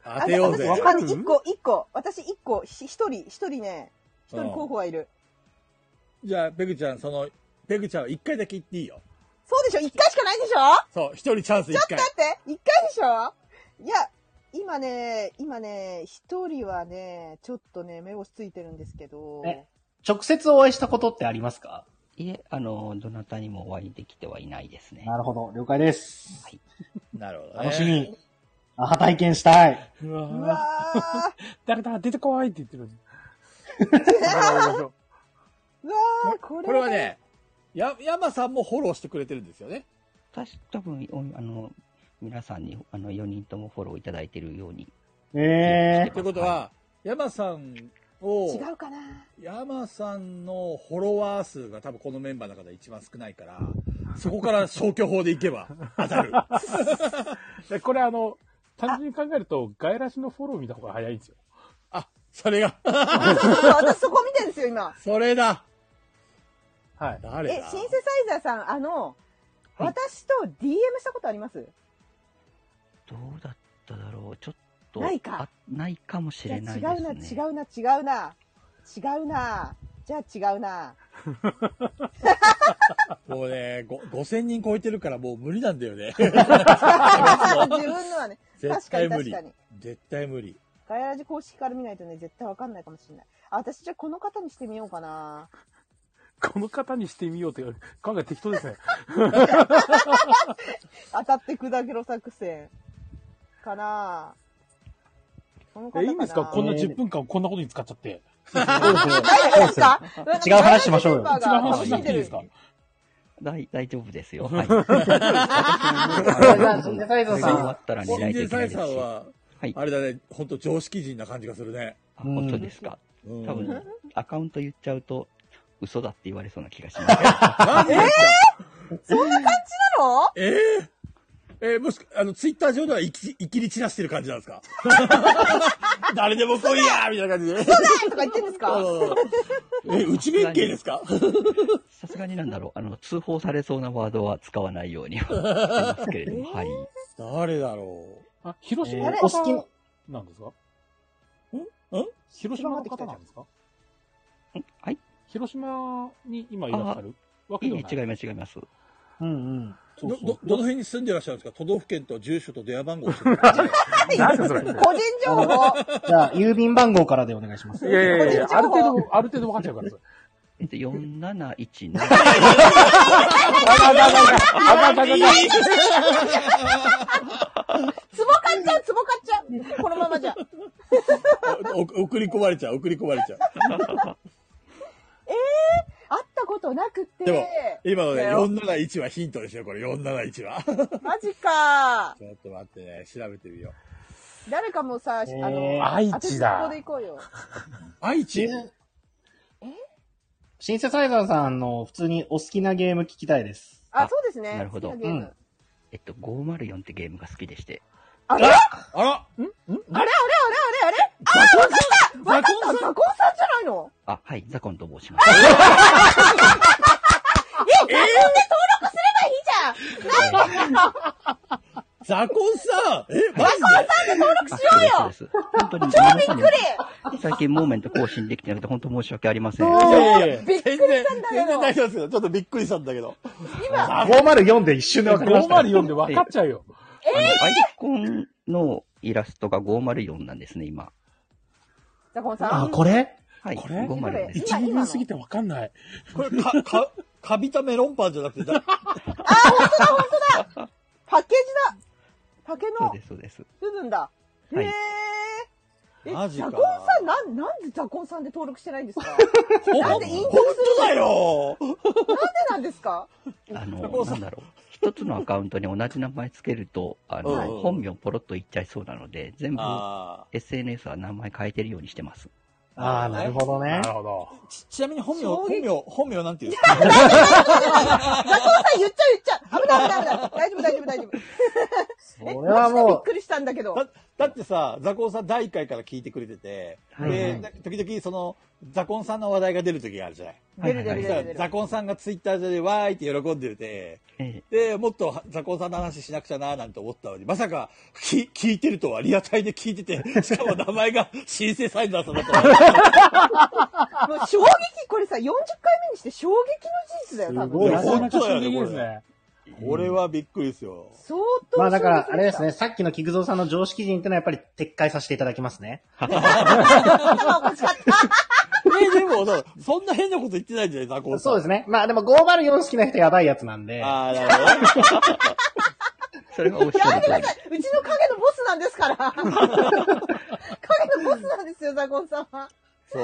当てようぜ。あ私、かるあの一個、一個、私一個、ひ一人、一人ね、一人候補がいる。じゃあ、ペグちゃん、その、ペグちゃんは一回だけ言っていいよ。そうでしょ一回しかないでしょそう、一人チャンス一回。だって、一回でしょいや、今ね、今ね、一人はね、ちょっとね、目星ついてるんですけど、 *laughs* え直接お会いしたことってありますかいえ、あの、どなたにもお会いできてはいないですね。なるほど。了解です。 *laughs* なるほど、ね。楽しみ。。アハ体験したい。ううわわー、ー誰だ出てこいって言ってるのに。だから行きましょううわー、これこれは、ね、や、山さんもフォローしてくれてるんですよね。私、多分、おあの、皆さんに、あの、4人ともフォローいただいてるように。ええということは、山さんを、違うかな山さんのフォロワー数が多分このメンバーの中で一番少ないから、そこから消去法でいけば当たる。 *laughs* でこれあの、単純に考えると、ガイラシのフォロー見た方が早いんですよ。あ、それが、 *laughs* あそうそうそう私そこ見てるんですよ、今。それだ。はい。誰えだ、シンセサイザーさん、あの、はい私と DM したことありますどうだっただろうちょっと。ないかあないかもしじゃあれ違ないでうな、すね。違うな、違うな。違うな。じゃあ違うな。もうね、ご5000人超えてるからもう無理なんだよ *laughs* ね。自分のはね、絶確か対に無確理か。に。絶対無理。ガヤラジ公式から見ないとね、絶対わかんないかもしれない。あ私じゃあこの方にしてみようかな。この方にしてみようという考え適当 *laughs* ですね。当たって砕けろ作戦。かなこの方え、いいんですかこんな違う10分間こんなことに使っちゃって。ですか違う話しましょうよガヤラ *laughs* 違うジメンバーが楽しんで話しなくていいでるすか大大丈夫ですよ。はい。じゃあシンセサイザーさん終わったらシ見なンいとデいけサないイですさんし。は、はい。あれだね、ほんと常識人な感じがするね。あ本当ですか。うん多なん分で、アカウント言っちゃうと、嘘だって言われそうな気がします。 *laughs* だろえー、えーもしく、あの、ツイッター上では生き、生きり散らしてる感じなんですか *laughs* 誰でも来いやーみたいな感じで。とか言ってんですかうんえ、内弁慶ですかさすがになんだろう。あの、通報されそうなワードは使わないよう *laughs* にはしてますけれども。はい。誰だろあ、広島あのれ方お好きななんですかんん広島の方なんですかんはい。広島に今いらっしゃるわいけいではね、ない。違います、違います。うんうん。うそうど、そうど、どの辺に住んでらっしゃるんですか都道府県と住所と電話番号を教えてくださ *laughs* いなんだそれ。個人情報じゃあ、郵便番号からでお願いします。いやいやいや、個人情報ある程度、ある程度分 *laughs* かっちゃうから、それ。えっと、4717。あかんあかんあかんあかんあかんあかんあかんツボ買っちゃうツボ買っちゃうこのままじゃ。お *laughs* お送り込まれちゃう、送り込まれちゃう。会ったことなくて。でも今のね、だよ471はヒントですよ、これ、471は。 *laughs* *laughs* マジかちょっと待ってね、調べてみよう。誰かもさ、あえーの、愛知だ当てずっぽうで行こ愛知シンセサイザーさんの普通にお好きなゲーム聞きたいです。うよ。あ、そうですね。なるほど好きなゲームうんえっと、504ってゲームが好きでして。あれあれあらあれあれあれあれあわかったわかったザコンさんじゃない *laughs* のあ、はい、ザコンと申します。え、ザコンで登録すればいいじゃんなんでザコンさんえ、マジあ、そうです、そうです。本当に、皆さんにびっ最近、モーメント更新できてなくて、本当申し訳ありません。でいやいやいやびっくりしたんだけど全然全然大丈夫ですけど、ちょっとびっくりしたんだけど。 504で一瞬で分かりました。 504で分かっちゃうよ。あの、アイコンのイラストが504なんですね、今。ザコンさんあ、これはい、これ504です。一部分すぎて分かんない。これ、か、か、 *laughs* かびたメロンパンじゃなくて、だパッケージだ竹そうのです、そうです。部分だ。へはいー。え、マジザかコンさん、なん、なんでザコンさんで登録してないんですかなんでほんでイン本トロ当だよなんですかあの、高尾さなんんだろう。一つのアカウントに同じ名前つけると、あの、うんうん本名ポロッと言っちゃいそうなので、全部あ SNS は名前変えてるようにしてます。ああ、なるほどねな。るほど。ーち、ちなみに本名、衝本撃名、本名なんていうザコンさん言っちゃう言っちゃう危ない危ない危ない大丈夫大丈夫大丈夫。え、それマはジでびっもくりしたんだけど。 *laughs* だだってさ、ザコンさん第1回から聞いてくれてて、はいで、な時々その、ザコンさんの話題が出る時があるじゃな出い。る出るい出さる出ザる。コンさんがツイッター上でわーいって喜んでて、えで、もっとはザコンさんの話しなくちゃなーなんて思ったのに、まさか、き、聞いてるとは、リアタイで聞いてて、しかも名前がシンセサイザーさんだったら、もう衝撃、これさ、40回目にして衝撃の事実だよ、多すごい分。なかなか衝撃です本当だね。これはびっくりですよ。相う、当まあだから、あれですね。ね、さっきの菊蔵さんの常識人ってのはやっぱり撤回させていただきますね。頭おかしかった。 *laughs* え、でも、そうそんな変なこと言ってないんじゃないザコンさそん。うですね。まあでも504好きな人やばいやつなんで。あー、なるほどね。 *laughs* それがおっしゃる通り。うちの影のボスなんですから。影のボスなんですよ、ザコンさんは。そう。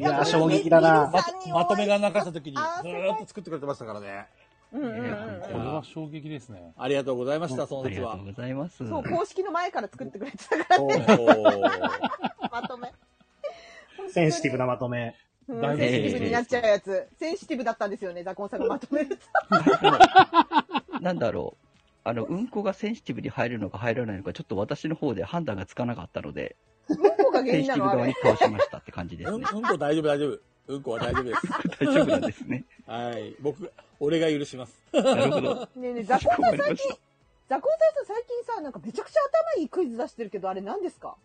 いやー、衝撃だな。まとまとめがなかった時に、ずあーーっと作ってくれてましたからね。うんうんうんこれは衝撃ですね。ありがとうございました、そあのり説がはとう。ございます。そう、公式の前から作ってくれてたかおーら、まとめ。センシティブなまとめ。うんだいぶセンシティブになっちゃうやつ。センシティブだったんですよね、ザコンさんがまとめると。なんだろう。あの、うんこがセンシティブに入るのか入らないのか、ちょっと私の方で判断がつかなかったので、どこが原セン因シなテのィブあ側にれ。倒しましたって感じでうすんね。うんこ大丈夫大丈夫。うんこは大丈夫です。 *laughs* 大丈夫なんですね。はい。僕、俺が許します。なるほど。ねえねえ、ザコウさんわかり最まし近た、ザコウさんさ、最近さ、なんかめちゃくちゃ頭いいクイズ出してるけど、あれ何ですか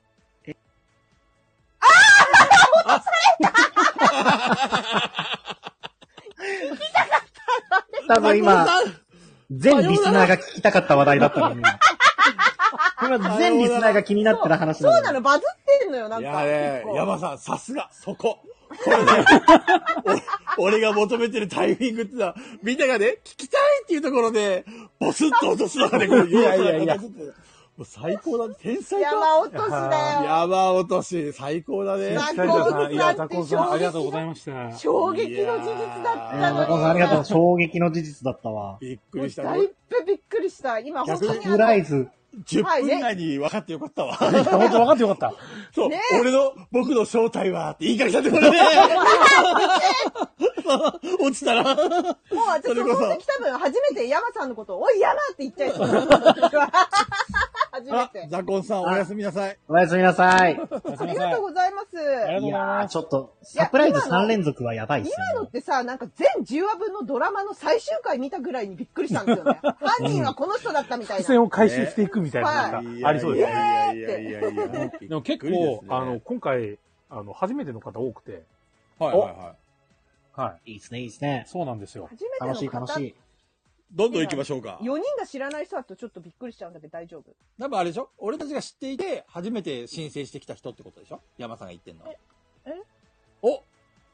多 *laughs* 分今、全リスナーが聞きたかった話題だったのに。今、全リスナーが気になってる話そうなのの、に。バズってんのよ、なん *laughs* いか。やね結、構山さん、さすが、そこ。これね、お *laughs* 俺が求めてるタイミングってのは、みんながね、聞きたいっていうところで、ボスッと落とすのがね、この要素 *laughs* がいやいやいや形ってもう最高だね。天才か。山落としだよ。山落とし、最高だね。なん斉藤さん、いや、ザコさん、ありがとうございました。衝撃の事実だった中の尾さんありがとう。に。衝撃の事実だったわ。びっくもうりした。だいぶびっくりした。今、本当サにプライズ。 10はい分ね以内に分かってよかったわ。本当分かってよかった。そう、ね俺の、僕の正体は、って言いかけちゃって *laughs* これね。落ちたら。もう私、そそれここそで来た分、初めて山さんのことを、おい、山って言っちゃいそう。初めあて、。ザコンさん、おやすみなさい。おやすみなさい。おやすあみなりさがいとう。ございます。りいがとうございやまー、ちょっと、サプライズいや今の3連続はやばいっすね。今のってさ、なんか全10話分のドラマの最終回見たぐらいにびっくりしたんですよ *laughs* ね。犯人はこの人だったみたい伏な。線を回収していくみたいな、なんか、ありそうですいね。やいやいやいやいやいや。でも結びっくりです構ね、あの、、今回、あの、初めての方多くて、はいはいはい。はいいですね、いいですねい。。そうなんですよ。初めて楽しい、の楽方し、い。どんどん行きましょうか。 4人が知らない人だとちょっとびっくりしちゃうんだけど大丈夫。多分あれでしょ俺たちが知っていて、初めて申請してきた人ってことでしょ山さんが言ってんの。ええお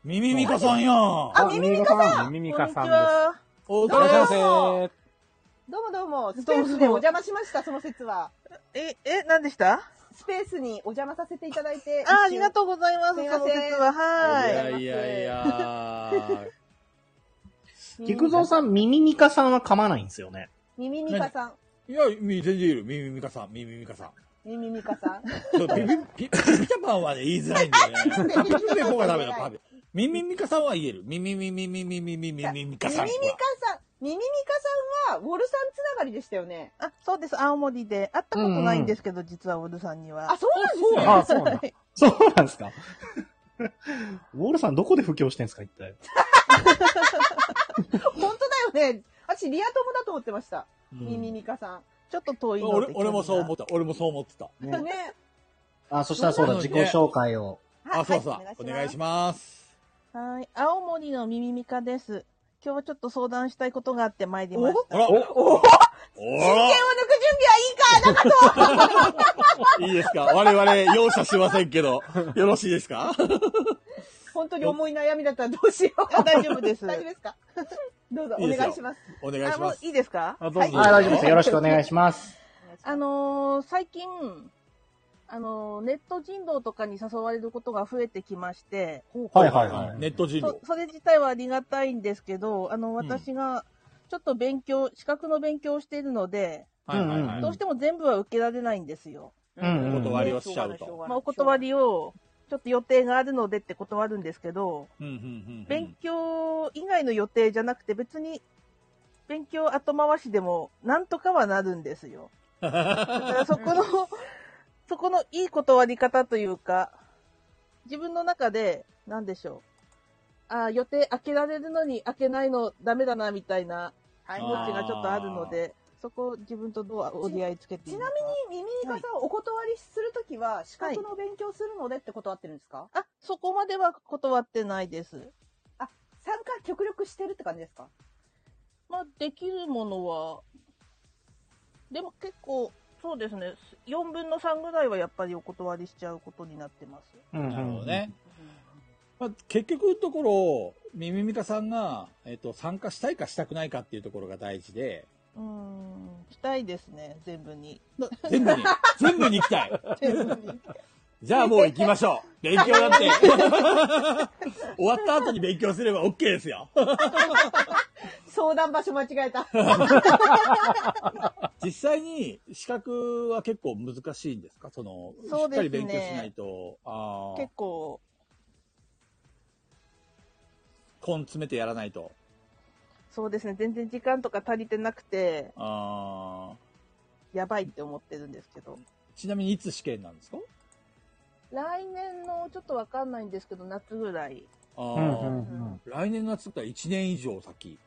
ミミミカさんやんあ、ミミミカさんミミミカさんこにちはおいらっしゃいませどうもどうも、スペースでお邪魔しました、その説は。え、え、何でしたスペースにお邪魔させていただいて。あ、ありがう。とうございますす、いませそんの説は。いはやいやいや菊蔵さん、ミミミカさんは噛まないんですよね。ミミミカさん。いや、み全然いる。ミミミカさん、ミミミカさん。ミミミカさん。そうピピピピタパンはね、言いづらいんだよね。ピピペコがダメだ、パピ。ミミミカさんは言える。ミミミミミミミミミミミカミミミさカんは。さん。ミミミカさんは、ウォルさんつながりでしたよね。い。あ、そうです、青森で。会ったことないんですけど、実はウォルさんには。あ、そうなんですね。あ、そうなんだ。そうなんです *laughs* か。ウォールさん、どこで布教してんですか、一体。 *laughs* 本当だよね。私、リア友だと思ってました。ミミミカさちょっと遠いので俺、俺もそう思っった。俺もそう思ってた。ん。ねね。あ、そしたらそうだ、自己紹介を。あ、そうそうはい。おお願願いいしします。た。はい。青森のミミミカです。今日はちょっと相談したいことがあって参りました。あら、おお手を抜く準備はいいかだから *laughs* いいですか我々、容赦しませんけど、よろしいですか本当に重い悩みだったらどうしよう。あ大丈夫です大丈夫ですかどうぞ、いいおですよ願いします。お願いあ、しもまうす。いいですかあ、どうぞ。あ、大丈夫です。よろしくお願いします。あのー最近、あのーネット人道とかに誘われることが増えてきまして、はいはいはいネット人そ道。それ自体はありがたいんですけど、あの、私が、ちょっと勉強、資格の勉強をしているので、はいはいはういんどうしても全部は受けられないんですよ。うんお断りをしちゃうとまあ、お断。りを、ちょっと予定があるのでって断るんですけど、うんうんうんう勉ん。強以外の予定じゃなくて別に、勉強後回しでも、なんとかはなるんですよ。だから *laughs* そこの、そこのいい断り方というか、自分の中で、なんでしょう。ああ、予定開けられるのに開けないのダメだな、みたいなはい気持ちがちょっとあるので、そこを自分とどう折り合いつけてちなのかみに、ミミミカさんをお断り *laughs* するときは、資格の勉強するのでって断ってるんですか、あ、そこまでは断ってないです。参加極力してるって感じですかまあ、できるものは、でも結構、そうですね、4分の3ぐらいはやっぱりお断りしちゃうことになってます。うんなるほど。ね。まあ、結局のところ、ミミミカさんが、えっと、参加したいかしたくないかっていうところが大事で、うーん、したいですね、全部に。 *laughs* 全部に、全部に行きたい全部に。じゃあもう行きましょう勉強だって終わった後に勉強すれば OK ですよ相談場所間違えた。実際に資格は結構難しいんですかその、しそっうかりですね勉強しないと、ああ結、構、根詰めてやらないと。そうですね、全然時間とか足りてなくて、ああ、やばいって思ってるんですけど。ちなみにいつ試験なんですか来年のちょっとわかんないんですけど、夏ぐらい。ああーうんうんうん来年の夏だったら1年以上先。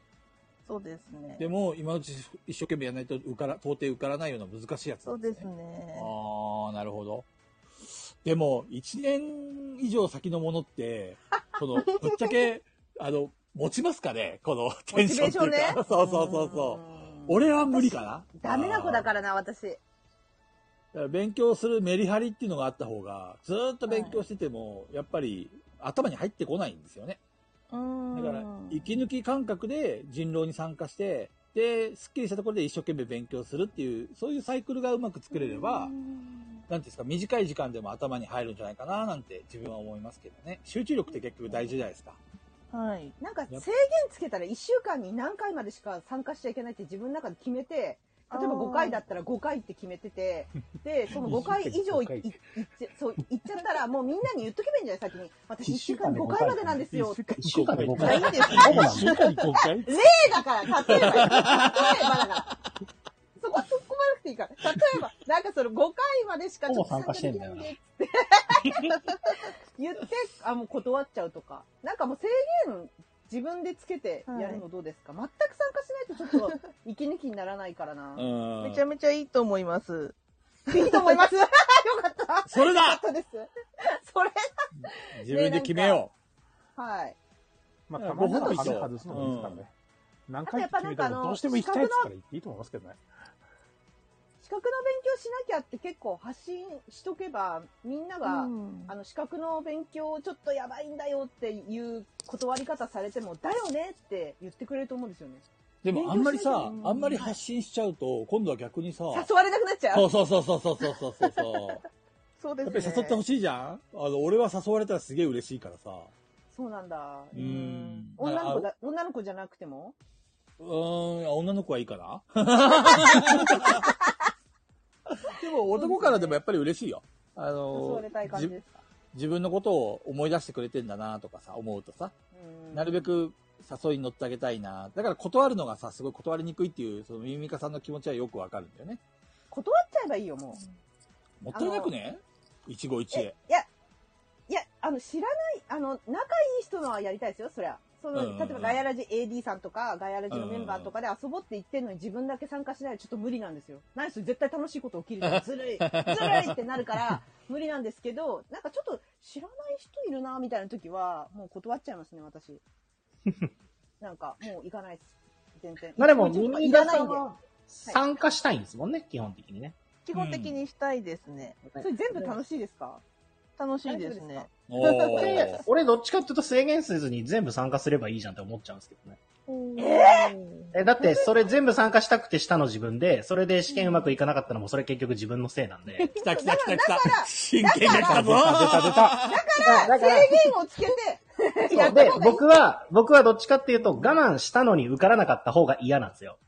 そうですね。でも、今のうち一生懸命やらないと受から、到底受からないような難しいやつ。そうですね。ああ、なるほど。でも、1年以上先のも *laughs* のって、この、ぶっちゃけ、あの、持ちますかねこのテンションっていうモチベーションか。ねそうそうそうそう。俺は無理かな。ダメな子だからな、私。だから勉強するメリハリっていうのがあった方が、ずーっと勉強してても、やっぱり頭に入ってこないんですよね。うん。だから、息抜き感覚で人狼に参加して、で、スッキリしたところで一生懸命勉強するっていう、そういうサイクルがうまく作れれば、なんていうんですか、短い時間でも頭に入るんじゃないかななんて自分は思いますけどね。集中力って結局大事じゃないですか。はい。なんか制限つけたら1週間に何回までしか参加しちゃいけないって自分の中で決めて、例えばあー5回だったら5回って決めて *laughs* て、で、その5回以上い *laughs* いいっちゃそう言っちゃったら、もうみんなに言っとけばいいんじゃない先に。私1週間に5回までなんですよ。一週間で5い回。いんですそうなん一週間に5回例だから、例えば、例えばだから。そこは突っ込まなくていいから。例えば、なんかその5回までしかちょっと参加できないんで、つって。言って、あ、もう断っちゃうとか。なんかもう制限、自分でつけてやるのどうですか、全く参加しないとちょっと、息抜きにならないからな。うん。めちゃめちゃいいと思います。いいと思います。よ *laughs* かった。それだよかったです。それだ。自分で決めよはい。まあ、いやたまにはご褒美と外すのもいいですからね。何回って決めてあとやっぱなんかあものどうしても行きたいって言ったら行っていいと思いますけどね。資格の勉強しなきゃって結構発信しとけば、みんなが、うんあの、資格の勉強ちょっとやばいんだよっていう断り方されても、だよねって言ってくれると思うんですよね。う。でもあんまりさ勉強しない、とあんまり発信しちゃうと、今度は逆にさ、誘われなくなっちゃ。そううそうそうそうそうそうそうそうそう。そうでやすっぱね。り誘ってほしいじゃんあの、俺は誘われたらすげえ嬉しいからさ。そうなんだ。うーん。女の子だ。だ、女の子じゃなくてもうーん、あ女の子はいいか *laughs* なでも男からでもやっぱり嬉しいよ。あ誘わのれたい、感じじですか自分のことを思い出してくれてんだなとかさ、思うとさ、うんなるべく誘いに乗ってあげたいな。だから断るのがさ、すごい断りにくいっていう、そのミミカさんの気持ちはよくわかるんだよね。断っちゃえばいいよ、ももったいなくね一期一う。会え。、いや、いや、あの、知らない、あの、仲いい人のはやりたいですよ、そりゃ。その、うんうんうん例えばガヤラジ AD さんとか、ガヤラジのメンバーとかで遊ぼうって言ってんのに自分だけ参加しないとちょっと無理なんですよ。何それ絶対楽しいこと起きるじゃん。ずるい。ずるいってなるから、無理なんですけど、なんかちょっと知らない人いるな、みたいな時は、もう断っちゃいますね、私。なんか、もう行かないです。全然。まあでも、一日とかミ行ミダかさないんんで。は参加したいんですもんね、基本的にね。基本的にしたいですね。それ全部楽しいですか楽しいですね。おーで。俺どっちかっていうと制限せずに全部参加すればいいじゃんって思っちゃうんですけどね。ええ、だって、それ全部参加したくてしたの自分で、それで試験うまくいかなかったのも、それ結局自分のせいなんで。来た来た来ただ来からた。真剣が来た出た出ぞた出 *laughs* た。だから、制限をつけ *laughs* て、やそうったで方、がいい。僕は、僕はどっちかっていうと、我慢したのに受からなかった方が嫌なんですよ。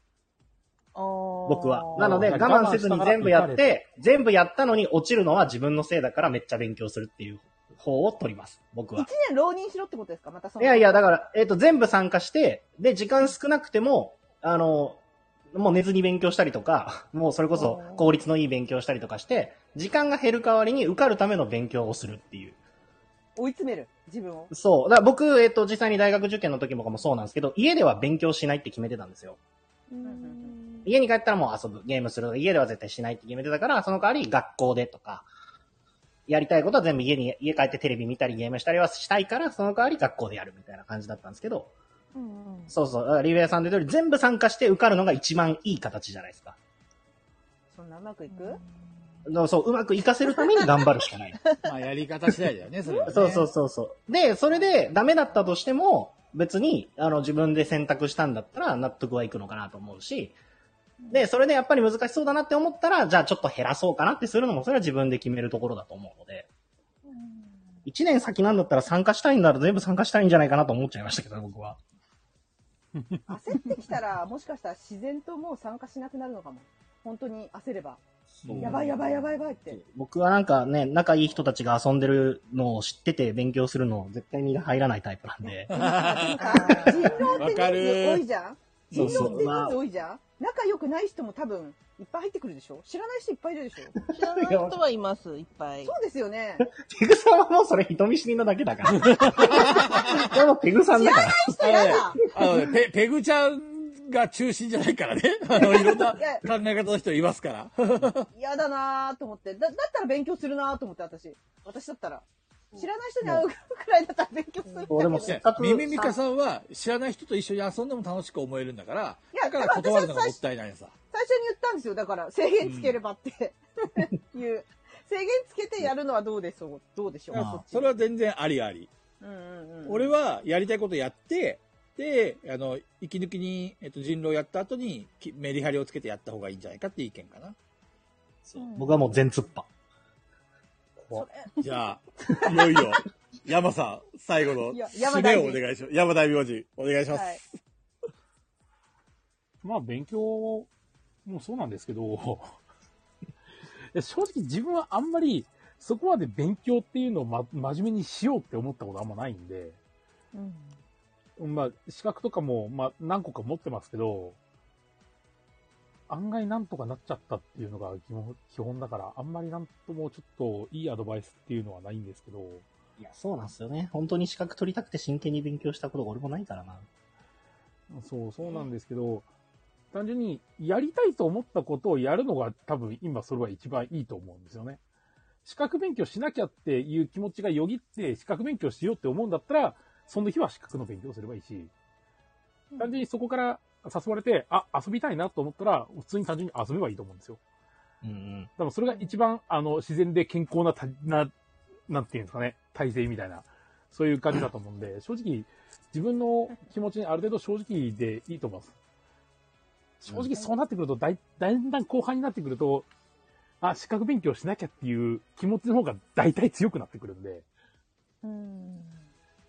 僕僕は。なので、あー我慢せずに全部や我慢っしたて、全部やったのに落ちるのは自分のせいだからめっちゃ勉強するっていう方を取ります。僕は一。年浪人しろってことですかまたそいの。やいや、だから、えっ、と、全部参加して、で、時間少なくても、あの、もう寝ずに勉強したりとか、 *laughs* もうそれこそ効率のいい勉強したりとかして、時間が減る代わりに受かるための勉強をするっていう。追い詰める、自分を。そう。だから僕、えっ、と、実際に大学受験の時もかもそうなんですけど、家では勉強しないって決めてたんですよ。家に帰ったらもう遊ぶ、ゲームするとか、家では絶対しないって決めてたから、その代わり学校でとか、やりたいことは全部家に、家帰ってテレビ見たりゲームしたりはしたいから、その代わり学校でやるみたいな感じだったんですけど、そうそう、だからリベアさんで通り全部参加して受かるのが一番いい形じゃないですか。そんなうまくいくだからそう、うまく活かせるために頑張るしかない。 *laughs* まあ、やり方次第だよね、それはね。そうそうそうそう。で、それでダメだったとしても、別に、あの、自分で選択したんだったら納得はいくのかなと思うし、で、それでやっぱり難しそうだなって思ったら、じゃあちょっと減らそうかなってするのも、それは自分で決めるところだと思うので、一年先なんだったら参加したいんだら全部参加したいんじゃないかなと思っちゃいましたけど、僕は。焦ってきたら、もしかしたら自然ともう参加しなくなるのかも。本当に焦れば。そうやばいやばいやばいやばいって。 *laughs* 僕はなんかね、仲いい人たちが遊んでるのを知ってて勉強するの絶対に入らないタイプなんで。人狼って人数多いじゃん人そうそう狼って人数多いじゃん仲良くない人も多分、いっぱい入ってくるでしょ知らない人いっぱいいるでしょ知らない人はいます、いっぱい。そうですよね。ペグさんはもうそれ人見知りなだ *laughs* けだから。でもペグさんだから。知らない人あのね、 *laughs* ペペグちゃんが中心じゃないからね。あの、いろんな考いやえ方の人いますから。嫌だなーと思って。だ、だったら勉強するなーと思って、私。私だったら。知らない人に会うくらいだったら勉強するんだけど。いやミミミカさんは知らない人と一緒に遊んでも楽しく思えるんだから、いやだからだから断るのがもったいないさ。最初に言ったんですよ。だから、制限つければって、 *laughs* いう。制限つけてやるのはどうでしょうどうでしょうだからそれは全然ありあり。うんうんうん。俺はやりたいことやって、で、あの、息抜きに、えっと、人狼やった後に、きメリハリをつけてやった方がいいんじゃないかっていう意見かな。僕はもう全突破。じゃあ、いよいよ、山さん、最後のいや締山め大を名お願いします。山大名人、お願いします。はいまあ、勉強もそうなんですけど、 *laughs* いや正直自分はあんまり、そこまで勉強っていうのを、ま、真面目にしようって思ったことあんまないんで、まあ、資格とかも、まあ、何個か持ってますけど、案外なんとかなっちゃったっていうのが基本基本だから、あんまりなんともちょっといいアドバイスっていうのはないんですけど、いや、そうなんですよね。本当に資格取りたくて真剣に勉強したことが俺もないからな。そう、そうなんですけど、単純にやりたいと思ったことをやるのが多分今それは一番いいと思うんですよね。資格勉強しなきゃっていう気持ちがよぎって資格勉強しようって思うんだったら、その日は資格の勉強をすればいいし、単純にそこから誘われて、あ、遊びたいなと思ったら、普通に単純に遊べばいいと思うんですよ。うん多分それが一番、あの、自然で健康なた、な、なんていうんですかね、体制みたいな、そういう感じだと思うんで、正直、自分の気持ちにある程度正直でいいと思います。正直そうなってくると、だい、だんだん後半になってくると、あ、資格勉強しなきゃっていう気持ちの方が大体強くなってくるんで、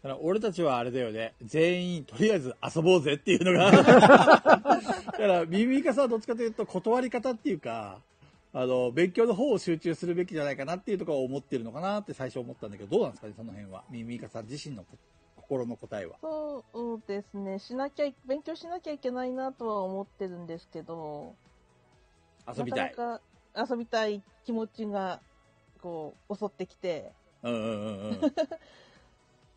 だから俺たちはあれだよね。全員、とりあえず遊ぼうぜっていうのが。だから、ミミイカさんはどっちかというと、断り方っていうか、あの、勉強の方を集中するべきじゃないかなっていうところを思ってるのかなって最初思ったんだけど、どうなんですかね、その辺は。ミミイカさん自身のこ心の答 *laughs* えは。そうですね。しなきゃい、勉強しなきゃいけないなとは思ってるんですけど、遊びたいな。かなか遊びたい気持ちが、こう、襲ってきて、うんうんうんうん。 *laughs*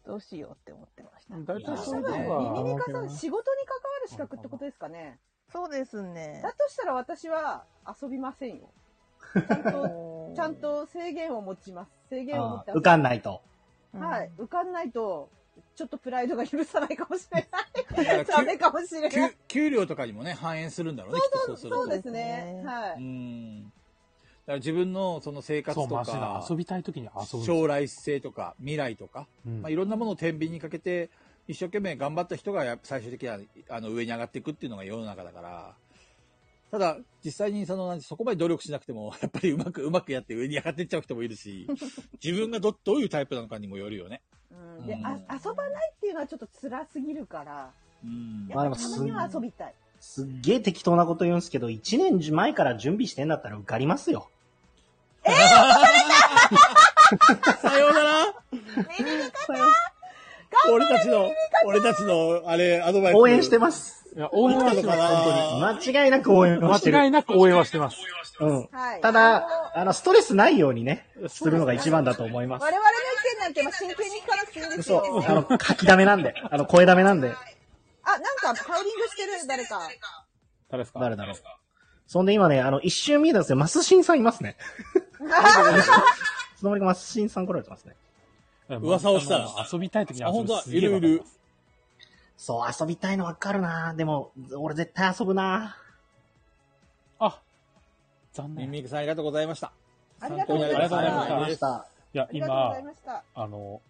どうしようって思ってました。大体そういう多分、のミミミカさがん、仕事に関わる資格ってことですかね。そうですね。だとしたら私は遊びませんよ。ちゃんと、ちゃんと制限を持ちます。制限を持あって遊ーぶ受かんないと。はい。受かんないと、ちょっとプライドが許さないかもしれだなかい。ダメらかもしれない給。給料とかにもね、反映するんだろうね、きっとそうすると。そうですね。はうい。ん。だから自分のその生活とそうマシかな、遊びたい時に遊ぶんですよ将来性とか未来とか、うんまあ、いろんなものを天秤にかけて一生懸命頑張った人がや最終的にはあの上に上がっていくっていうのが世の中だからただ実際にそのなんてそこまで努力しなくても *laughs* やっぱりうまくうまくやって上に上がっていっちゃう人もい *laughs* るし自分がどどういうタイプなのかにもよるよね。うんで、あ遊ばないっていうのはちょっと辛すぎるから、うんやっぱたまには遊びたい。すっげえ適当なこと言うんですけど、1年前から準備してんだったら受かりますよ。 *laughs* さような *laughs* ら俺たちの、俺たちの、あれ、アドバイス。応援してます。いや、応援はしてます、本当に。間違いなく応援はしてる。間違いなく応援はしてます。うんはい。ただ、あの、ストレスないようにね、するのが一番だと思いま我す。々の意見なんて今真剣に聞かなくていいんですよ。そう、あの、書きだめなんで、あの、声だめなんで。あ、なんかカウリングしてる、誰か。誰ですか誰だろう。そんで今ね、あの、一瞬見えたんですよ。マスシンさんいますね。 *laughs* そのまにかマスシンさん来られてますね。噂をしたら遊びたい時にあ遊本ぶ当だすげえわかいるいるる。そう、遊びたいのわかるなでも、俺絶対遊ぶな残念。ミミクさんありがとうございました。ありがとうございました参考になりありがとうございましたいやありがとうござい今ました。あの、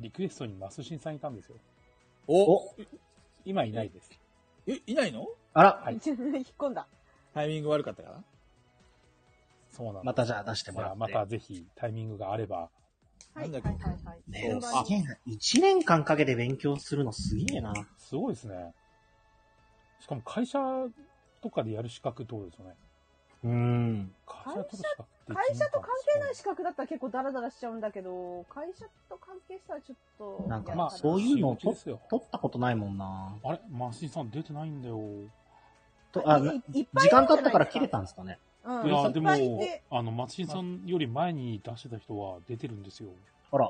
リクエストにマスシンさんいたんですよ。お今いないです。え、いないのあら、はい引っ込んだ。タイミング悪かったかなそうなんですまたじゃあ出してもらってじゃあまたぜひタイミングがあれば。はい、はい、はい。ねえすげえな。1年間かけて勉強するのすげえなすごいですね。しかも会社とかでやる資格ってことですよね。うん。会会社社とか資格って会社と関係ない資格だったら結構ダラダラしちゃうんだけど、会社と関係したらちょっと。なんか、まあそういうの仕事とですよ取ったことないもんなあれマシンさん出てないんだよ。とあいっぱい時間経ったから切れたんですかね。うんいや、でいもっぱいいて、あの、松井さんより前に出してた人は出てるんですよ。あら。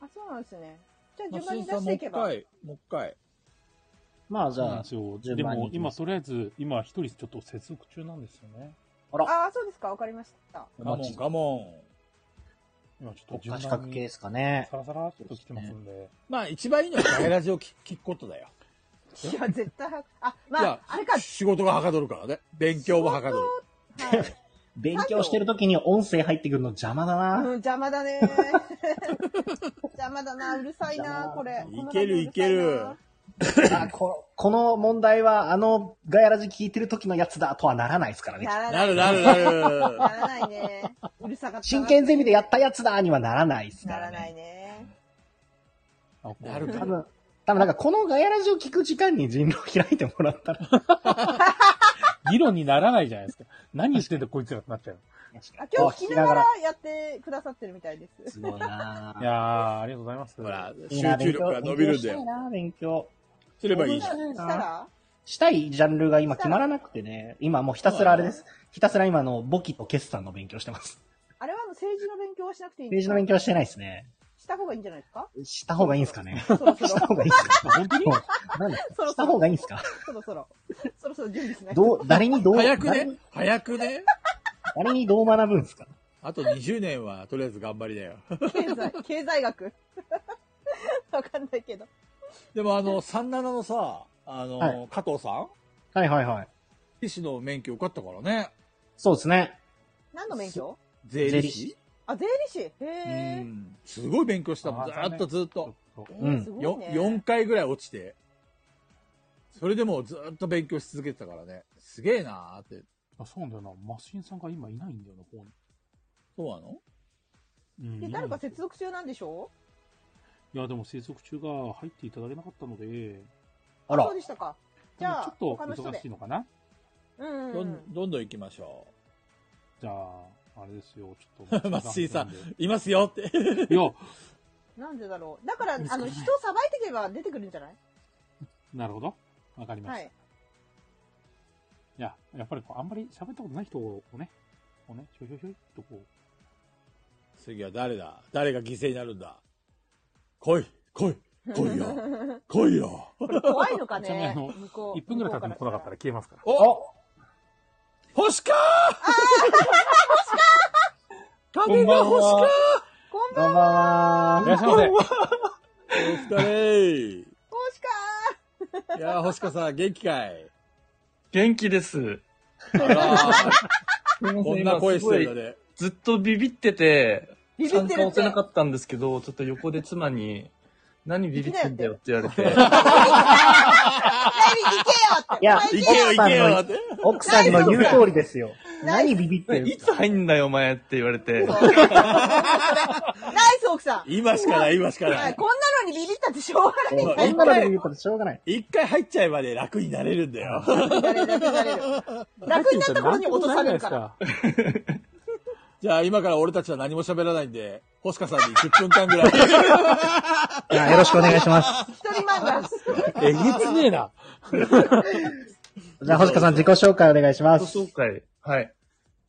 あ、そうなんですね。じゃあ順番松井に出さん、しもてういけ一ば。回、もう一回。まあそうなんですよ。でも、今、れ。とりあえず、今、一人ちょっと接続中なんですよね。あああ、そうですか。わかりました。ガモン、ガモン。今ちょっと可視覚系ですかね。サラサラっと来てますんで。まあ、一番いいのはガ *laughs* ヤラジを聞聞くことだよ。いや、絶対は、あ、まいあや、あれか、仕事がはかどるからね。勉強もはかどる。勉強してる時に音声入ってくるの邪魔だうな。ん、邪魔だね。 *laughs* 邪魔だな、うるさいな、これ。いけるいける。あここの問題は、あの、ガヤラジ聞いてる時のやつだとはならないですからね。ならきっとないならないね。うるさかったな。真剣ゼミでやったやつだにはならないですから。ならないね。なる多分、多分なんかこのガヤラジを聞く時間に人狼開いてもらったら。 *laughs* 議論にならないじゃないですか。何言ってんだこいつらってなっちゃう。あ、今日聞きながらやってくださってるみたいです。すごいないやー、ありがとうございます。ほら、いいな集中力が伸びるんだ勉強したよいな、勉強。すればいいじじゃゃん。*laughs* ん。したらしたいジャンルが今決まらなくてね、今もうひたすらあれです。ひたすら今あの簿記と決算の勉強してます。あれはもう政治の勉強はしなくていいんペーですジかの勉強はしてないですね。した方がいいんじゃないですかした方がいいんすかね。そろそろした方がいいんす *laughs* か本当になんだそろそろした方がいいんすかそろそろ。そろそろ準備しないと。どう、誰にどう、早く誰ねに、早くね。誰にどう学ぶんすかあと20年は、とりあえず頑張りだよ。 *laughs* 経済、経済学。わかんないけど。でも、あの、37のさ、あの、はい加藤さんはいはいはい。医師の免許受かったからね。そうですね。何の免許税理士あ、税理士。へえ。うんすごい勉強したもん。ずーっとずーっと。えーすごいね4回ぐらい落ちて。それでもうずーっと勉強し続けてたからね。すげえなーって。あ、そうなんだよな。マシンさんが今いないんだよな、ここに。そうなのうんで、い誰かや、接続中なんでしょいやでも生息中が入っていただけなかったので、あらそうでしたか。じゃあ、ちょ他のっと人忙でしい。のかなうんうんうどん。ん、どんどん行きましょじゃあ、あれですよ、ちょっ *laughs* と。う。マッシーさん、いますよって。いや、なんでだろう。だから、あの、見つ人かさらばないいていけば出てくるんじゃないなるほど。わかりましはた。、いい。や、やっぱりこう、あんまり喋ったことない人をね、こうね、ひょひょひょいっとこう、次は誰だ誰が犠牲になるんだ来い来い来いよ来いよこれ怖いのかちなみにあねの向こう。 1分ぐらい経っても来なかったら消えますから。お星か影が星かこんばんこんばんは。いらっしゃいませ。お二こうしか人いやー、星かさん、元気かい元気です。あらーここんな声してるので。ずっとビビってて、ビビっ参て加るっ押てせなかったんですけど、ちょっと横で妻に、何ビビってんだよって言われて、ー行けよっいや、て。行けよ行けよ奥さんの奥さんの言う通りですよ。何ビビってるんでいすつか入んだよお前って言われて、ナイス奥さん。今しかない、今しかなはいい。こんなのにビビったって *laughs* しょうがない。こんなので言うことしょうがない。一回入っちゃえばね、楽になれるんだ *laughs* よ。楽になった頃に落とされるから。ら。じゃあ今から俺たちは何も喋らないんで、星香さんに10分間ぐらい。 *laughs* いやよろしくお願いします。一人漫画。えげつねえな。じゃあ、星川さん自己紹介お願いしま自す己。紹介。はい。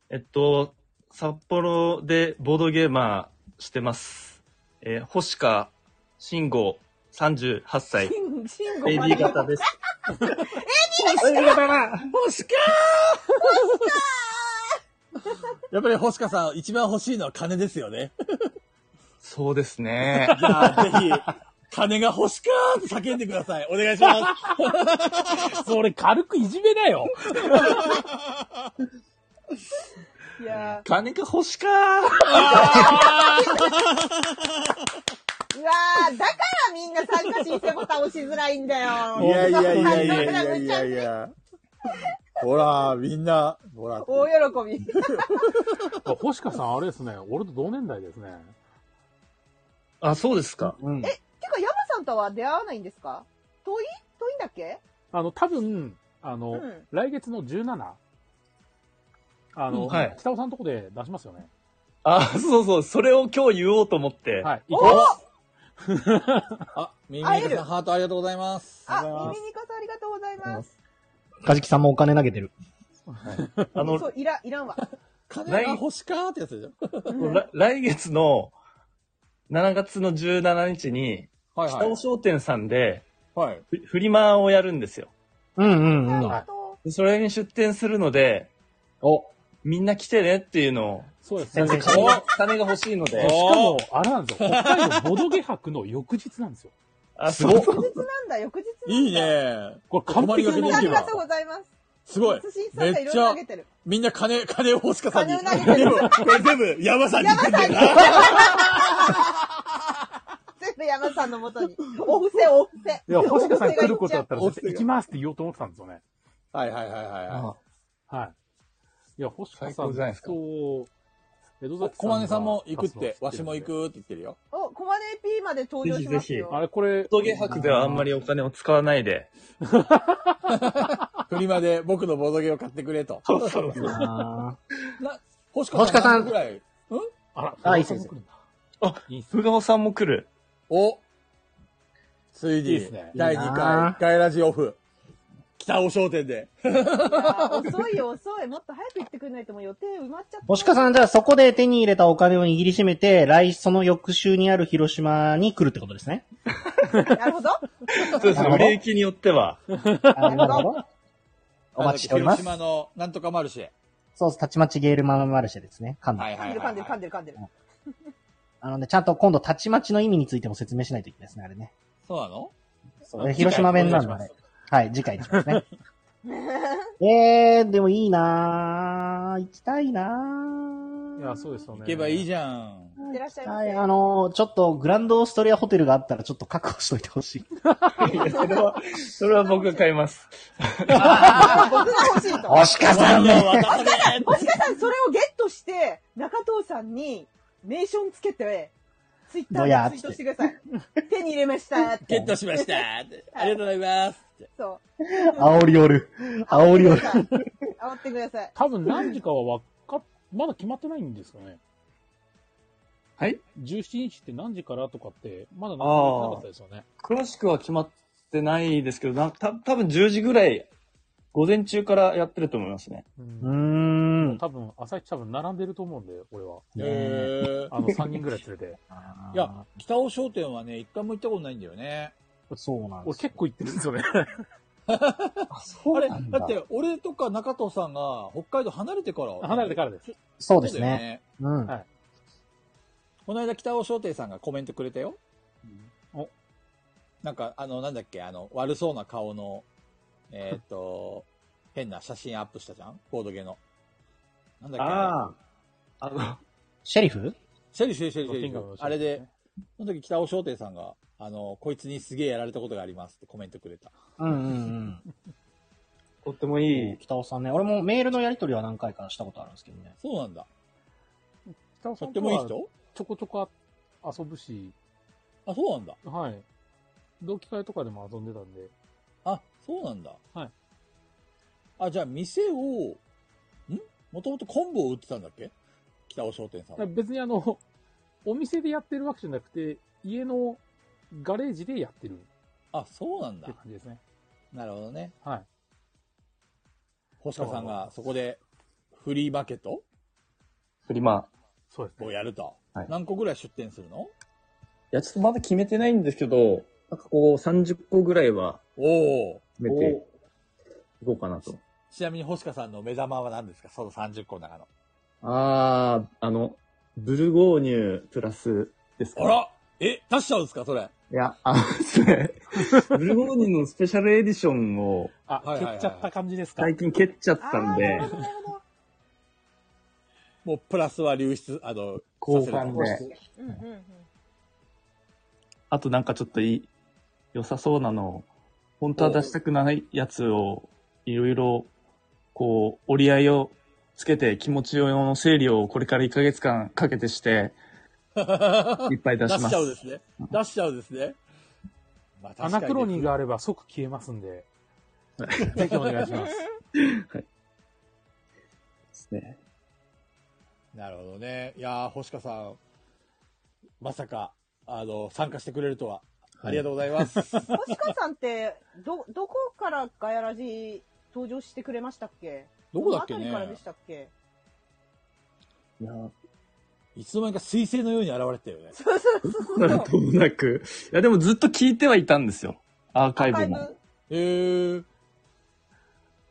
えっと、札幌でボードゲーマーしてます。えー、星川慎吾、38歳。シンゴベイまビでー型です。星かやっぱり星香さん、一番欲しいのは金ですよね。そうです *laughs* ね。じゃあ、ぜひ、金が欲しかーって叫んでください。お願いします。 *laughs* それ軽くいじめだよ。いや金か星 *laughs* かーうわーだからみんな参加申請ボタン押しづらいんだよ。いやいやいやいやいやいやいや。ほら、みんな、ほら。大喜び。あ星香さん、あれですね。俺と同年代ですね。あ、そうですか。うん。てか、山さんとは出会わないんですか遠い遠いんだっけあの、多分、あの、うん来月の17、あの、うんはい北尾さんのとこで出しますよね。あ、そうそう、それを今日言おうと思って。はい。お行おきますあ、みみゆかさん、ハートありがとうございます。あ、ミミニカさんありがとうございます。カジキさんもお金投げてる。あのそう、いら、いらんわ。金が欲しかーってやつでし来来月の7月の17日に、はい北尾商店さんで、はい、フリマをやるんですよ。うんうんうん。でそれに出店するので、おみんな来てねっていうのを、そ *laughs* うです金ね。が金が欲しいので。しかも、あれなんですよ。北海道ボドゲ博の翌日なんですよ。あ、すごい。翌日なんだ、翌日なんだ。いいねこれ完璧なな動あきりがだとう。ございます。すごい寿司。さんめがいっろいちろゃ投げてる。みんな金、金を欲しかさんに。金を投げてる全部、これ全部、山さんに行くんだよな。全部山さんのもとに。お布施、お布施。いや、星野さんお布施が来ることだったらお絶布施対行がきますって言おうと思ってたんですよね。はいはいはいはいはい。はい。いや、星野最さん高じゃないですかと、江戸崎さんが小金さんも行くって、わ勝つしのもを知っ行てるんで。くって言ってるよ。お、コマネ P まで登場しますぜひぜひあよ。れ、これ、ボドゲ博ではあんまりお金を使わない *laughs* で。フリマで僕のボードゲーを買ってくれと。そうそうそう。あな、星星香さん何個ぐらい。あら、あいい藤です原ねさんあ、も来るんだいいっすね。不おさんも来る。おついいいっにすね、第いい2な回、あガイラジオフ。北尾商店で。いやー遅いよ、遅い。もっと早く行ってくんないともう予定埋まっちゃった。もしかさん、じゃあそこで手に入れたお金を握りしめて、来、その翌週にある広島に来るってことですね。なるほど。そうですね。売れ行きによっては。あなるほど。お待ちしております広。島のなんとかマルシェ。そうです。たちまちゲールマンマルシェですね。はいい噛んでる、噛んでる、噛んでる、噛んでる。あのね、ちゃんと今度、たちまちの意味についても説明しないといけないですね、あれね。そうなのそう広島弁なんお願い *laughs* で。はい、次回にしますね。えー、でもいいなー行きたいなーいや、そうですよね。行けばいいじゃん。いってらっしゃいまはせ。い、あのーちょっと、グランドオーストリアホテルがあったら、ちょっと確保しといてほしい。いやそれは、それは僕が買います。あー僕が欲しいと。星香さんいやねわかんねえもしかさん、それをゲットして、中藤さんに、メーションつけて、ツイッタどやーーっでつツっイてートしてください。手に入れましたって。ゲットしました。ありがとうございます。そう。煽りおる。煽りおる。あってください。 *laughs* 多分何時かはわかっ、まだ決まってないんですかね。はい17日って何時からとかって、まだ何もなかったですよね。詳しくは決まってないですけど、な、た、多分10時ぐらい、午前中からやってると思いますね。ううーん。ん。多分、朝一多分並んでると思うんで、俺は。ねえあの、3人ぐらい連れて。ーいや、北尾商店はね、一回も行ったことないんだよね。そうなんで俺すよ結構行ってるんです *laughs* よね。あ、あそれ、だ。んだだって、俺とか中藤さんが北海道離れてから。離れてからです。そうでらすね。。うん。はいこの間北尾商店さんがコメントくれたよ。おなんか、あの、なんだっけ、あの、悪そうな顔の、えーっ *laughs* と、変な写真アップしたじゃんボードゲの。なんだっけあああ。あの、シェリフれ、シェリシェリシェリシェキリングのあれで、その時北尾商店さんが、あの、こいつにすげえやられたことがありますってコメントくれた。うんうんとってもうんいい。。北尾さんね。俺もメールのやりとりは何回かしたことあるんですけどね。そうなんだ。北尾さとっんてともいいは人ちょこちょこ遊ぶし、あ、そうなんだ。はい。同期会とかでも遊んでたんで。あ、そうなんだ。はい。あ、じゃあ店を、んもともと昆布を売ってたんだっけ北尾商店さだんからは。別にあの、 *laughs* お店でやってるわけじゃなくて、家のガレージでやってるっあ、そうなんていだう感。じですね。なるほどね。はい。星川さんがそこでフリーマーケットフリマ。そうですねを。やると。はい何個ぐらい出店するのいや、ちょっとまだ決めてないんですけど、なんかこう、30個ぐらいはおお。決めていこうかなと。ちなみに星川さんの目玉は何ですかその30個の中の。ああ、あの、ブルゴーニュプラスですかあらえ、出しちゃうんですかそれ。いや、あのですね、ブルゴーニュのスペシャルエディションをあ、はいはいはい蹴っちゃった感じですか。最近蹴っちゃっあたんでーなる、ほどなるほどもうプラスは流出、あの、交換させるで、うんうんうん。あとなんかちょっといい、良さそうなのを、本当は出したくないやつを、いろいろ、こう、折り合いをつけて気持ち用の整理をこれから1ヶ月間かけて *laughs* して、いっぱい出出ししまちすゃ。うですね。出しちゃうですね。まあアナクロニーが。があれば即消えますんで、ぜひお願いし *laughs* ます。ですね。なるほどね。いやー、星川さん、まさか、あの、参加してくれると *laughs* は。ありがとうございます。星川さんって、ど、どこからガヤラジ登場してくれましたっけどこだっけねの辺りからでしたっけいや、いつの間にか彗星のように現れてたよね。なんともなく。いや、でもずっと聞いてはいたんですよ。アーカイブも。えー、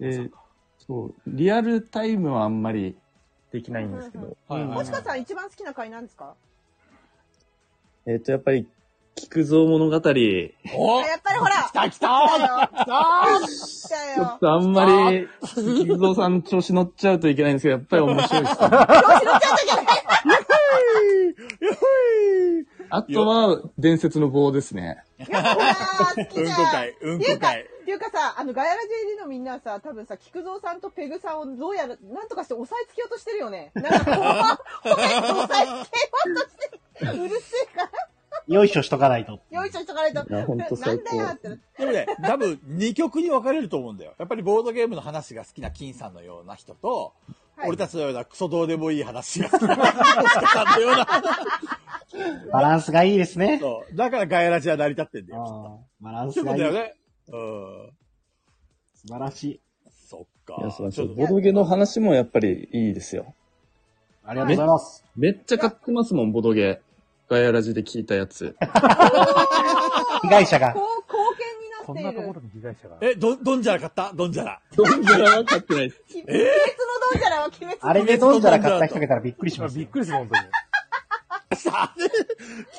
えーそう、リアルタイムはあんまりできないんですけど。もしかさん一番好きな回なんですかえっ、と、やっぱり、菊蔵物語。おやっぱりほら来た来た来たよ来たちよょっとあんま *laughs* り、菊蔵さん調子乗っちゃうといけないんですけど、やっぱり面白いです、ね。あとは、伝説の棒ですね。うんこ会、うんこっ会。ていうかさ、あの、ガヤラ JD のみんなはさ、多分さ、菊蔵さんとペグさんをどうやら、なんとかして押さえつけようとしてるよね。なんかこう、 *laughs* ほら押さえつけようとしてる。うるせえから。よいしょしとかないと。よいしょしとかないと。いやほんと最高なんだよってなって。でもね、多分2曲に分かれると思うんだよ。やっぱりボードゲームの話が好きな金さんのような人と、はい俺たちのようなクソどうでもいい話が好きな金 *laughs* さんのような。バランスがいいですね。そう。だからガヤラジは成り立ってんだよ、きっと。バランスそういうこがいとい。だよね。うん。素晴らしい。そっいや、そうなんですよ。ちょっとボドゲの話もやっぱりいいですよ。ありがとうございます。めっちゃ買ってますもん、ボドゲ。ガヤラジで聞いたやつ。被害者が。こんなところに被害者が。え、ど、どんじゃら買ったどんじゃら。どんじゃらは買ってないです。鬼滅のドンジャラは鬼滅のあれで飲んだら買った人がいたらびっくりします。びっくりする、本当に。